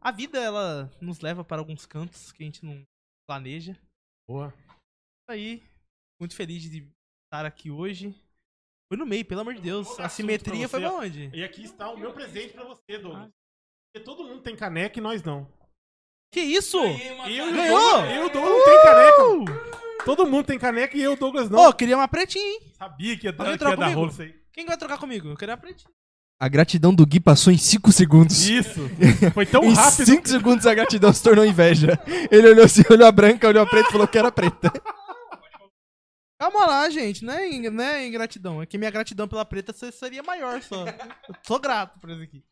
Speaker 5: A vida, ela nos leva para alguns cantos que a gente não planeja.
Speaker 1: Boa.
Speaker 5: isso aí. Muito feliz de estar aqui hoje. Foi no meio, pelo amor de Deus.
Speaker 1: Outro
Speaker 5: A
Speaker 1: assunto
Speaker 5: simetria
Speaker 1: pra
Speaker 5: foi
Speaker 1: você.
Speaker 5: pra onde?
Speaker 1: E aqui está o meu presente pra você,
Speaker 5: Ah.
Speaker 1: Douglas. Porque todo mundo tem caneca e nós não.
Speaker 5: Que isso?
Speaker 1: Eu e o
Speaker 5: Ganhou!
Speaker 1: Douglas, eu e o Douglas não tem caneca. Todo mundo tem caneca e eu e o Douglas
Speaker 5: Uh! Ô,
Speaker 1: não.
Speaker 5: eu queria uma pretinha, hein?
Speaker 1: Sabia que ia dar,
Speaker 5: Alguém
Speaker 1: que ia
Speaker 5: troca
Speaker 1: dar
Speaker 5: comigo?
Speaker 1: rolo isso aí.
Speaker 5: Quem vai trocar comigo? Eu queria uma pretinha.
Speaker 4: A gratidão do Gui passou em 5 segundos.
Speaker 1: Isso. Foi tão
Speaker 4: em
Speaker 1: é um rápido.
Speaker 4: 5 segundos a gratidão se tornou inveja. Ele olhou assim, olhou a branca, olhou a preta e falou que era preta.
Speaker 5: Calma lá, gente. Não é, in- não é ingratidão. É que minha gratidão pela preta se- seria maior só. Eu sou grato por isso aqui.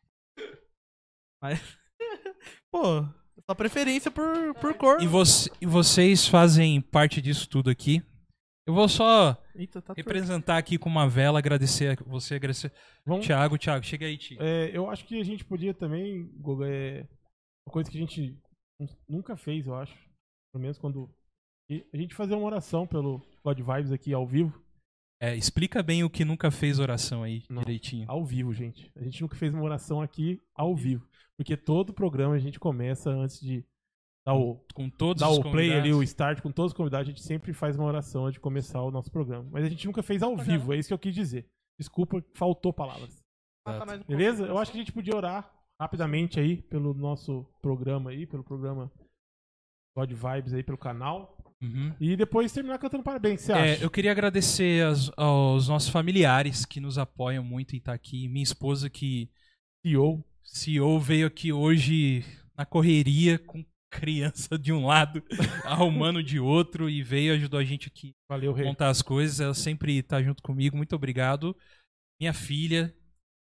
Speaker 5: Mas. Pô, Só preferência por, por cor.
Speaker 2: E, você- e vocês fazem parte disso tudo aqui. Eu vou só
Speaker 5: Eita, tá torto.
Speaker 2: representar aqui com uma vela, agradecer a você, agradecer.
Speaker 1: Vamos,
Speaker 2: Tiago, Tiago, chega aí, Ti.
Speaker 1: É, eu acho que a gente podia também, Guga, é, uma coisa que a gente nun- nunca fez, eu acho. Pelo menos quando. e A gente fazer uma oração pelo God Vibes aqui ao vivo.
Speaker 2: É, explica bem o que nunca fez oração aí,
Speaker 1: Não.
Speaker 2: direitinho.
Speaker 1: Ao vivo, gente. A gente nunca fez uma oração aqui ao vivo. Porque todo programa a gente começa antes de dar o,
Speaker 2: Com todos
Speaker 1: dar
Speaker 2: os
Speaker 1: o play ali,
Speaker 2: convidados.
Speaker 1: o start com todos os convidados. A gente sempre faz uma oração antes de começar o nosso programa. Mas a gente nunca fez ao vivo, é isso que eu quis dizer. Desculpa, faltou palavras.
Speaker 5: Ah, tá mais um pouco.
Speaker 1: Beleza? Eu acho que a gente podia orar rapidamente aí pelo nosso programa aí, pelo programa God Vibes aí, pelo canal.
Speaker 2: Uhum.
Speaker 1: E depois terminar cantando parabéns, você
Speaker 2: É,
Speaker 1: acha?
Speaker 2: eu queria agradecer aos, aos nossos familiares que nos apoiam muito em estar aqui. Minha esposa que
Speaker 1: CEO.
Speaker 2: CEO veio aqui hoje na correria com criança de um lado, arrumando de outro e veio ajudou a gente aqui
Speaker 1: Valeu,
Speaker 2: a
Speaker 1: Rei.
Speaker 2: montar as coisas. Ela sempre tá junto comigo. Muito obrigado. Minha filha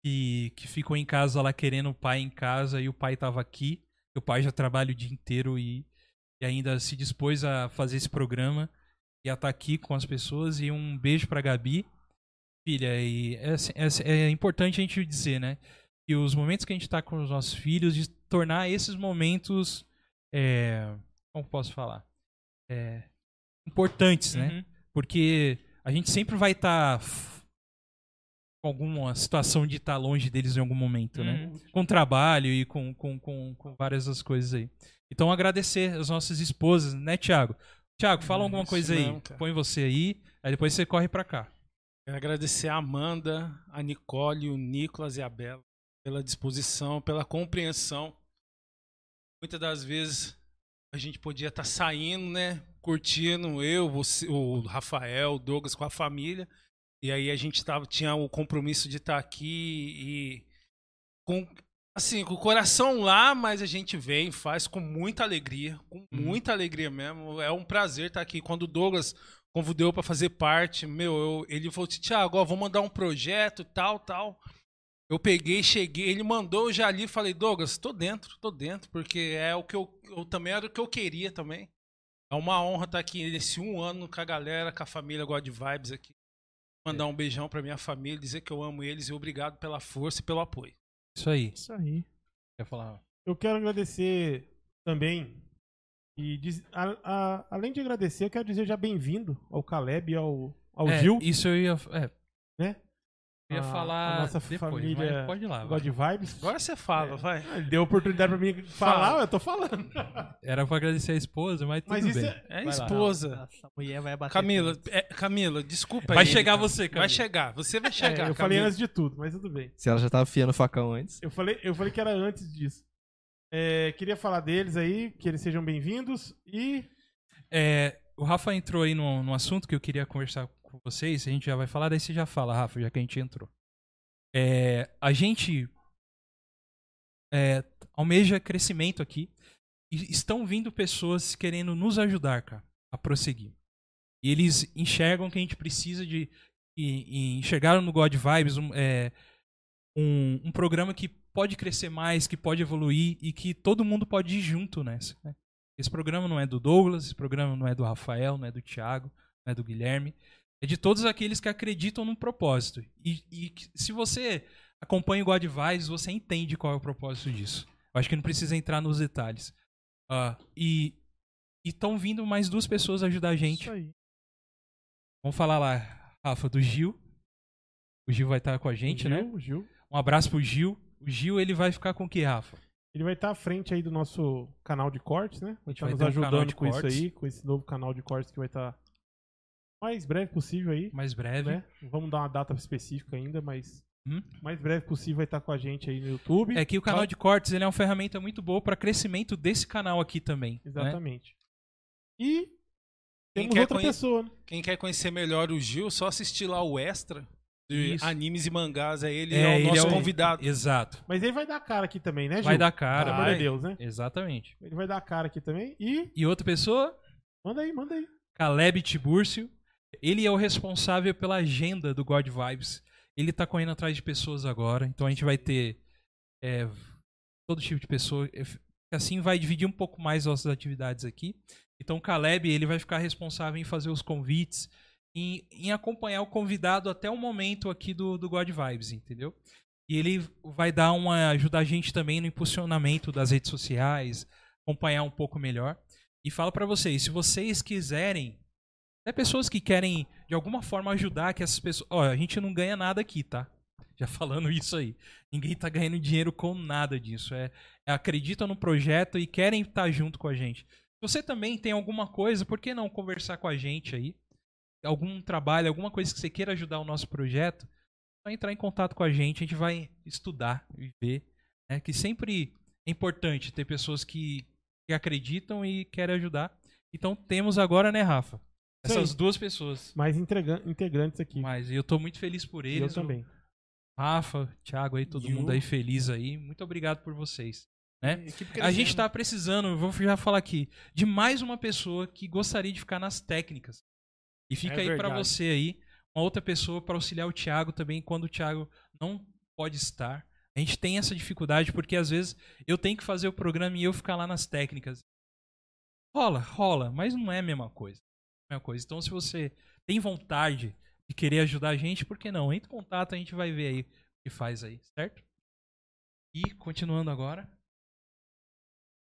Speaker 2: que que ficou em casa lá querendo o pai em casa e o pai tava aqui. O pai já trabalha o dia inteiro e, e ainda se dispôs a fazer esse programa e a estar aqui com as pessoas. E um beijo pra Gabi, filha. E é, assim- é assim- é importante a gente dizer, né? Que os momentos que a gente tá com os nossos filhos, de tornar esses momentos. é, como posso falar? É, importantes, né?
Speaker 5: Uhum.
Speaker 2: Porque a gente sempre vai estar com alguma situação de estar longe deles em algum momento, né?
Speaker 5: Uhum.
Speaker 2: Com trabalho e com, com, com, com várias das coisas aí. Então agradecer as nossas esposas, né, Thiago? Thiago, fala
Speaker 3: Não,
Speaker 2: alguma
Speaker 3: isso
Speaker 2: coisa
Speaker 3: não,
Speaker 2: aí.
Speaker 3: cara.
Speaker 2: Põe você aí, aí depois você corre pra cá.
Speaker 3: Quero agradecer a Amanda, a Nicole, o Nicolas e a Bela pela disposição, pela compreensão. Muitas das vezes a gente podia estar saindo, né? Curtindo, eu, você, o Rafael, o Douglas com a família. E aí a gente tava, tinha o compromisso de estar aqui e com assim, com o coração lá, mas a gente vem, faz com muita alegria, com muita alegria mesmo. É um prazer estar aqui. Quando o Douglas convidou pra fazer parte. Meu, eu- ele falou assim, Thiago, ó, vou mandar um projeto, tal, tal. Eu peguei, cheguei, ele mandou, eu já li, falei, Douglas, tô dentro, tô dentro, porque é o que eu, eu também era o que eu queria também. É uma honra estar aqui nesse um ano com a galera, com a família God Vibes aqui. Mandar um beijão pra minha família, dizer que eu amo eles e obrigado pela força e pelo apoio.
Speaker 2: Isso aí.
Speaker 5: Isso aí.
Speaker 2: Quer falar?
Speaker 1: Eu quero agradecer também. E diz- a- a- além de agradecer, eu quero desejar bem-vindo ao Caleb e ao, ao
Speaker 2: É,
Speaker 1: Gil,
Speaker 2: Isso eu ia. É.
Speaker 1: Né?
Speaker 2: Eu ia
Speaker 1: A-
Speaker 5: Ah,
Speaker 2: falar
Speaker 1: a nossa
Speaker 2: depois,
Speaker 1: família
Speaker 2: mas pode ir lá. vai.
Speaker 1: God Vibes.
Speaker 3: Agora você fala,
Speaker 1: É.
Speaker 3: vai.
Speaker 1: Ah, ele Deu oportunidade pra mim falar,
Speaker 3: Fala.
Speaker 1: eu tô falando.
Speaker 2: Era pra agradecer a esposa, mas tudo
Speaker 1: Mas isso
Speaker 2: bem.
Speaker 1: é.
Speaker 3: É
Speaker 2: lá.
Speaker 3: esposa.
Speaker 5: Nossa, a mulher vai bater.
Speaker 3: Camila, é, Camila, desculpa
Speaker 2: Vai
Speaker 3: aí,
Speaker 2: chegar
Speaker 3: cara.
Speaker 2: você, Camila.
Speaker 3: Vai chegar, você vai
Speaker 1: é,
Speaker 3: chegar,
Speaker 1: eu falei
Speaker 3: Camila.
Speaker 1: antes de tudo, mas tudo bem.
Speaker 4: Se ela já tava afiando o facão antes.
Speaker 1: Eu falei, eu falei que era antes disso. É, queria falar deles aí, que eles sejam bem-vindos e
Speaker 2: É, o Rafa entrou aí num, num assunto que eu queria conversar com vocês, a gente já vai falar, daí você já fala, Rafa, já que a gente entrou. É, a gente é, almeja crescimento aqui e estão vindo pessoas querendo nos ajudar, cara, a prosseguir. E eles enxergam que a gente precisa de. E, e enxergaram no God Vibes um, é, um, um programa que pode crescer mais, que pode evoluir e que todo mundo pode ir junto nessa. né? Esse programa não é do Douglas, esse programa não é do Rafael, não é do Thiago, não é do Guilherme. É de todos aqueles que acreditam num propósito. E, e que- se você acompanha o God Vibes, você entende qual é o propósito disso. Eu acho que não precisa entrar nos detalhes. Ah, e estão vindo mais duas pessoas ajudar a gente.
Speaker 5: Isso aí.
Speaker 2: Vamos falar lá, Rafa, do Gil. O Gil vai estar com a gente,
Speaker 1: o Gil,
Speaker 2: né?
Speaker 1: o Gil.
Speaker 2: Um abraço pro Gil. O Gil, ele vai ficar com o que, Rafa?
Speaker 1: Ele vai estar à frente aí do nosso canal de cortes, né? Vai estar
Speaker 2: vai
Speaker 1: nos
Speaker 2: ter um canal
Speaker 1: ajudando
Speaker 2: de
Speaker 1: com isso
Speaker 2: cortes.
Speaker 1: aí, com esse novo canal de cortes que vai estar o mais breve possível aí,
Speaker 2: Mais breve.
Speaker 1: né? Não vamos dar uma data específica ainda, mas
Speaker 2: Hum?
Speaker 1: o mais breve possível vai estar com a gente aí no YouTube.
Speaker 2: É que o canal de cortes ele é uma ferramenta muito boa para crescimento desse canal aqui também. né?
Speaker 1: Exatamente. E
Speaker 3: Quem
Speaker 1: temos
Speaker 3: quer
Speaker 1: outra
Speaker 3: conhe-
Speaker 1: pessoa, né?
Speaker 3: Quem quer conhecer melhor o Gil, só assistir lá o Extra de
Speaker 2: Isso.
Speaker 3: animes e mangás. É ele,
Speaker 2: É,
Speaker 3: é, o
Speaker 2: ele
Speaker 3: nosso
Speaker 2: é o-
Speaker 3: convidado.
Speaker 2: Exato.
Speaker 1: Mas ele vai dar a cara aqui também, né, Gil?
Speaker 2: Vai dar
Speaker 1: Pelo
Speaker 2: cara.
Speaker 1: amor de
Speaker 3: Vai.
Speaker 1: Deus, né?
Speaker 2: Exatamente.
Speaker 1: Ele vai dar a cara aqui também e
Speaker 2: E outra pessoa,
Speaker 1: manda aí, manda aí.
Speaker 2: Caleb Tibúrcio. Ele é o responsável pela agenda do God Vibes. Ele tá correndo atrás de pessoas agora. Então a gente vai ter é, todo tipo de pessoa. que assim vai dividir um pouco mais nossas atividades aqui. Então o Caleb ele vai ficar responsável em fazer os convites, em, em acompanhar o convidado até o momento aqui do, do God Vibes, entendeu? E ele vai dar uma ajudar a gente também no impulsionamento das redes sociais, acompanhar um pouco melhor. E falo pra vocês, se vocês quiserem, até pessoas que querem de alguma forma ajudar que essas pessoas, ó, a gente não ganha nada aqui, tá? Já falando isso aí. Ninguém tá ganhando dinheiro com nada disso. É, é acreditam no projeto e querem estar junto com a gente. Se você também tem alguma coisa, por que não conversar com a gente aí? Algum trabalho, alguma coisa que você queira ajudar o nosso projeto, só entrar em contato com a gente, a gente vai estudar e ver. Né? Que sempre é importante ter pessoas que, que acreditam e querem ajudar. Então temos agora, né, Rafa?
Speaker 1: Sim.
Speaker 2: Essas duas pessoas.
Speaker 1: Mais integra- integrantes aqui.
Speaker 2: Mas eu tô muito feliz por
Speaker 1: E eu
Speaker 2: eles. o
Speaker 1: também.
Speaker 2: Rafa, Thiago aí, todo
Speaker 1: E
Speaker 2: mundo
Speaker 1: o-
Speaker 2: aí feliz aí. Muito obrigado por vocês. né?
Speaker 5: Equipe
Speaker 2: A gente
Speaker 5: crescendo.
Speaker 2: está precisando, eu vou já falar aqui, de mais uma pessoa que gostaria de ficar nas técnicas. E fica
Speaker 1: É
Speaker 2: aí para
Speaker 1: verdade.
Speaker 2: você aí, uma outra pessoa para auxiliar o Thiago também quando o Thiago não pode estar. A gente tem essa dificuldade porque às vezes eu tenho que fazer o programa e eu ficar lá nas técnicas. Rola, rola, mas não é a mesma coisa. Não é a mesma coisa. Então se você tem vontade de querer ajudar a gente, por que não? Entre em contato, a gente vai ver aí o que faz aí, certo? E continuando agora,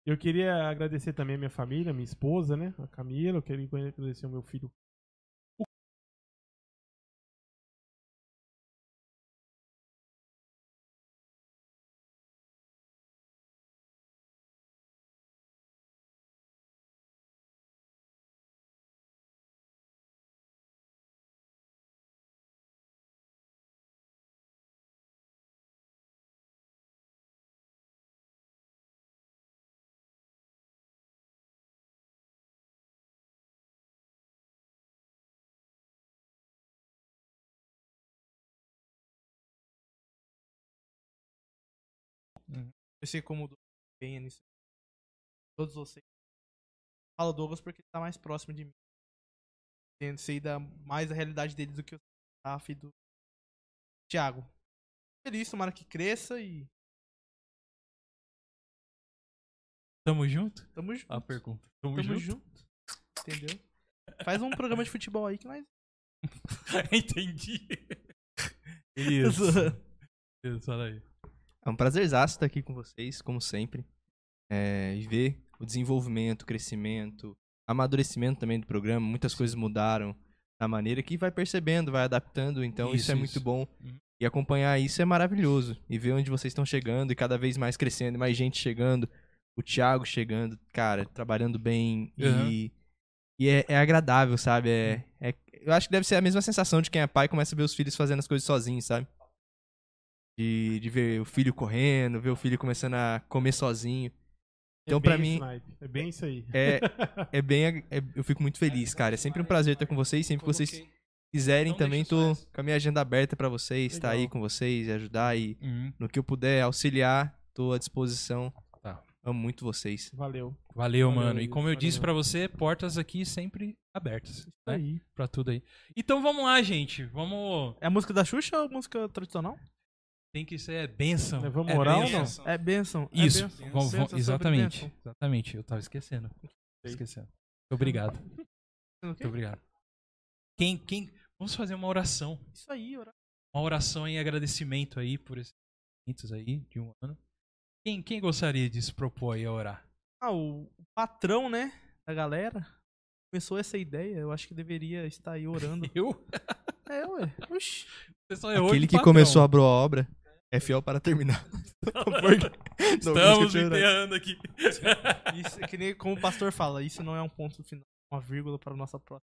Speaker 1: Eu queria agradecer também a minha família, minha esposa, né? A Camila. Eu queria agradecer ao meu filho.
Speaker 5: Eu sei como o Douglas bem é nisso. Todos vocês. Falo Douglas porque ele tá mais próximo de mim. Entendo, sei da, mais a realidade dele do que o staff e do Thiago. Feliz, tomara que cresça e
Speaker 2: tamo junto?
Speaker 5: tamo junto.
Speaker 2: a pergunta.
Speaker 5: tamo junto. Entendeu? Faz um programa de futebol aí que nós.
Speaker 2: Entendi. Isso, olha aí.
Speaker 4: É um prazerzaço estar aqui com vocês, como sempre. É, e ver o desenvolvimento, o crescimento, amadurecimento também do programa. Muitas coisas mudaram na maneira que vai percebendo, vai adaptando. Então isso,
Speaker 2: Isso,
Speaker 4: é
Speaker 2: isso.
Speaker 4: muito bom.
Speaker 2: Uhum.
Speaker 4: E acompanhar isso é maravilhoso. E ver onde vocês estão chegando e cada vez mais crescendo, e mais gente chegando. O Thiago chegando, cara, trabalhando bem.
Speaker 2: Uhum.
Speaker 4: E, e é, é agradável, sabe? É- é, eu acho que deve ser a mesma sensação de quem é pai e começa a ver os filhos fazendo as coisas sozinho, sabe? De, de ver o filho correndo, ver o filho começando a comer sozinho. Então,
Speaker 1: é
Speaker 4: pra
Speaker 1: bem
Speaker 4: mim-
Speaker 1: esse naipe. É bem isso aí.
Speaker 4: É, é bem. ag- é- eu fico muito feliz, cara. É sempre um prazer estar com vocês. Sempre que vocês
Speaker 2: Coloquei.
Speaker 4: quiserem,
Speaker 2: Não
Speaker 1: Então,
Speaker 4: também
Speaker 2: deixa
Speaker 4: tô
Speaker 2: isso.
Speaker 4: com a minha agenda aberta pra vocês, estar aí
Speaker 1: Legal.
Speaker 4: com vocês, ajudar e
Speaker 2: Uhum.
Speaker 4: no que eu puder auxiliar, tô à disposição.
Speaker 2: Tá.
Speaker 4: Amo muito vocês.
Speaker 1: Valeu.
Speaker 2: Valeu,
Speaker 1: Valeu,
Speaker 2: mano. E
Speaker 1: Luiz,
Speaker 2: como eu disse
Speaker 1: valeu.
Speaker 2: pra você, portas aqui sempre abertas. Né?
Speaker 1: Aí.
Speaker 2: Pra tudo aí. Então vamos lá, gente. Vamos.
Speaker 5: É a música da Xuxa ou música tradicional?
Speaker 2: Tem que ser benção.
Speaker 1: É, vamos orar ou não?
Speaker 2: bênção.
Speaker 5: É benção. é
Speaker 2: Isso.
Speaker 5: bênção.
Speaker 2: Vamos-
Speaker 5: Benção é
Speaker 2: vamos-
Speaker 5: sobre
Speaker 2: exatamente.
Speaker 5: benção.
Speaker 2: Exatamente. Eu tava esquecendo. Esquecendo. Muito obrigado. Muito obrigado. Quem, quem... Vamos fazer uma oração.
Speaker 5: Isso aí, ora.
Speaker 2: uma oração em agradecimento aí por esses momentos aí de um ano. Quem, quem gostaria de se propor aí a orar?
Speaker 5: Ah, o o patrão, né? Da galera. Começou essa ideia. Eu acho que deveria estar aí orando.
Speaker 2: Eu?
Speaker 5: é, ué. Oxi.
Speaker 2: Você
Speaker 1: É
Speaker 2: só errou
Speaker 4: Aquele
Speaker 2: de
Speaker 4: que
Speaker 2: patrão.
Speaker 4: começou a boa obra é fiel para terminar. Porque- Não, eu
Speaker 2: Estamos
Speaker 4: tinha orado.
Speaker 2: enterrando aqui.
Speaker 5: Isso é que nem como o pastor fala, isso não é um ponto final, uma vírgula para a nossa próxima.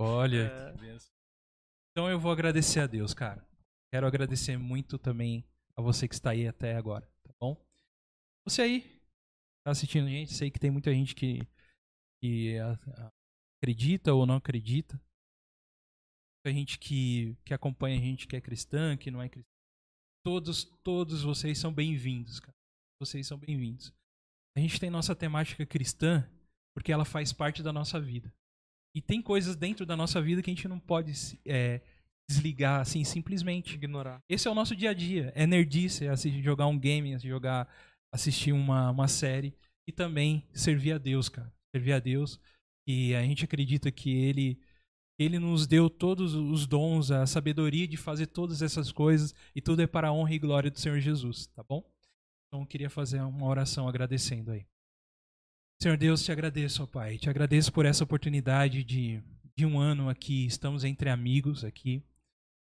Speaker 2: Olha.
Speaker 5: É.
Speaker 2: que benção. Então eu vou agradecer a Deus, cara. Quero agradecer muito também a você que está aí até agora, tá bom? Você aí, tá assistindo a gente, sei que tem muita gente que, que a- a- acredita ou não acredita. Muita gente que, que acompanha a gente que é cristã, que não é cristã. Todos, todos vocês são bem-vindos, cara. Vocês são bem-vindos. A gente tem nossa temática cristã porque ela faz parte da nossa vida. E tem coisas dentro da nossa vida que a gente não pode se- é, desligar assim simplesmente.
Speaker 5: Ignorar.
Speaker 2: Esse é o nosso dia a dia. É nerdice, é assim, jogar um game, é assim, jogar assistir uma, uma série e também servir a Deus, cara. Servir a Deus. E a gente acredita que Ele ele nos deu todos os dons, a sabedoria de fazer todas essas coisas e tudo é para a honra e glória do Senhor Jesus, tá bom? Então eu queria fazer uma oração agradecendo aí. Senhor Deus, te agradeço, ó Pai. Te agradeço por essa oportunidade de, de um ano aqui. Estamos entre amigos aqui.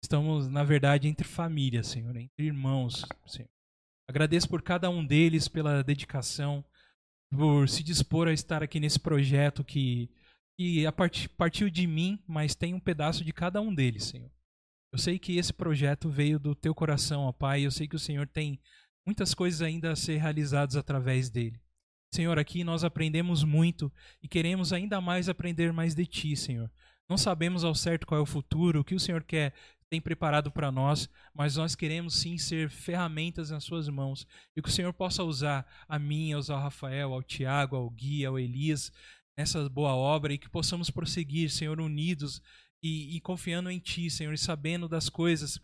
Speaker 2: Estamos, na verdade, entre família, Senhor, entre irmãos, Senhor. Agradeço por cada um deles, pela dedicação, por se dispor a estar aqui nesse projeto que, que a parti- partiu de mim, mas tem um pedaço de cada um deles, Senhor. Eu sei que esse projeto veio do teu coração, ó Pai. Eu sei que o Senhor tem muitas coisas ainda a ser realizadas através dele. Senhor, aqui nós aprendemos muito e queremos ainda mais aprender mais de ti, Senhor. Não sabemos ao certo qual é o futuro, o que o Senhor quer, tem preparado para nós, mas nós queremos sim ser ferramentas nas suas mãos e que o Senhor possa usar a mim, usar ao Rafael, ao Tiago, ao Gui, ao Elias, nessa boa obra e que possamos prosseguir, Senhor, unidos e, e confiando em Ti, Senhor, e sabendo das coisas,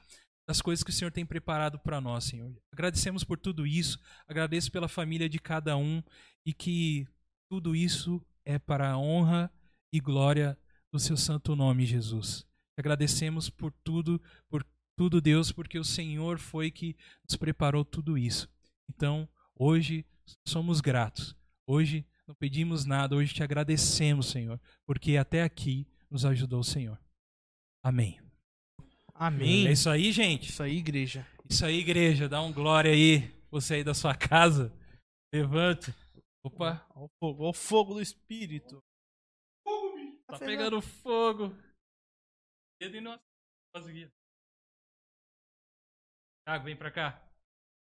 Speaker 2: das coisas que o Senhor tem preparado para nós, Senhor. Agradecemos por tudo isso, agradeço pela família de cada um e que tudo isso é para a honra e glória do Seu Santo Nome, Jesus. Agradecemos por tudo, por tudo, Deus, porque o Senhor foi que nos preparou tudo isso. Então, hoje somos gratos. Hoje não pedimos nada, hoje te agradecemos, Senhor, porque até aqui nos ajudou o Senhor. Amém.
Speaker 5: Amém.
Speaker 2: É isso aí, gente.
Speaker 5: Isso aí, igreja.
Speaker 2: Isso aí, igreja. Dá um glória aí. Você aí da sua casa. Levanta. Opa,
Speaker 5: Olha o fogo, olha o fogo do espírito.
Speaker 2: tá pegando fogo. Dedo inocentoso aqui. Thiago, vem pra cá.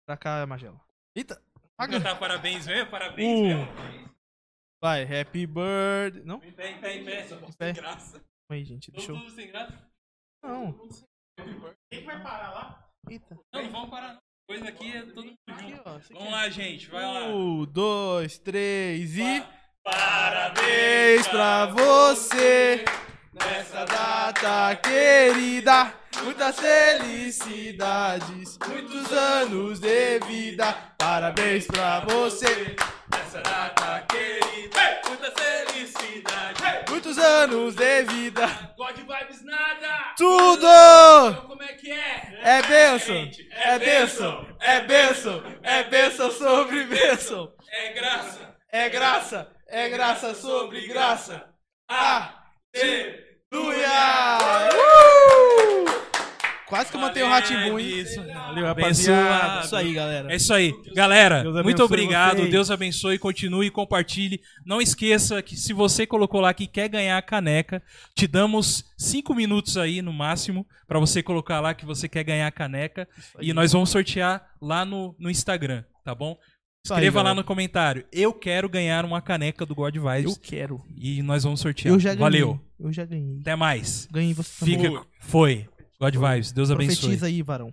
Speaker 5: Pra cá, Magela. Eita.
Speaker 2: Vou
Speaker 5: Apaga.
Speaker 2: Cantar parabéns mesmo, parabéns mesmo.
Speaker 5: Um. Vai, happy birthday. Não?
Speaker 2: Em pé, em pé, em pé.
Speaker 5: pé.
Speaker 2: Sem graça.
Speaker 5: Aí, gente,
Speaker 2: Todo
Speaker 5: deixa eu.
Speaker 2: mundo sem graça.
Speaker 5: Não.
Speaker 1: Quem vai parar lá?
Speaker 5: Eita.
Speaker 2: Não, não vamos parar. não. Coisa aqui é todo mundo junto.
Speaker 5: Aqui, ó. isso aqui
Speaker 2: Vamos
Speaker 5: é-
Speaker 2: lá, gente. Vai lá.
Speaker 5: Um, dois, três e.
Speaker 2: Parabéns
Speaker 5: Parabéns pra você nessa data querida. Muitas felicidades, muitos anos de vida. Parabéns pra você
Speaker 2: nessa data querida. Muita felicidade.
Speaker 5: muitos anos de vida.
Speaker 2: God vibes nada.
Speaker 5: Tudo
Speaker 2: Então como é que é?
Speaker 5: é bênção, é bênção, é bênção, é bênção sobre bênção.
Speaker 2: É graça.
Speaker 5: É graça, é graça sobre graça. Aleluia! Uh! Quase que eu matei o Ratibum, hein?
Speaker 2: Isso.
Speaker 5: Valeu,
Speaker 2: Abençoado.
Speaker 5: rapaziada. Isso aí, galera.
Speaker 2: É isso aí. Galera,
Speaker 5: Deus abençoe
Speaker 2: muito obrigado.
Speaker 5: vocês.
Speaker 2: Deus abençoe, continue, compartilhe. Não esqueça que se você colocou lá que quer ganhar a caneca, te damos cinco minutos aí no máximo pra você colocar lá que você quer ganhar a caneca. E nós vamos sortear lá no, no Instagram, tá bom?
Speaker 5: Isso aí,
Speaker 2: Escreva lá
Speaker 5: galera.
Speaker 2: no comentário. Eu quero ganhar uma caneca do God Vibes
Speaker 5: Eu quero.
Speaker 2: e nós vamos sortear.
Speaker 5: Eu já ganhei.
Speaker 2: Valeu.
Speaker 5: Eu já ganhei.
Speaker 2: Até mais.
Speaker 5: Ganhei você também.
Speaker 2: Fica. Foi. God Vibes. Deus abençoe.
Speaker 5: Profetiza aí, varão.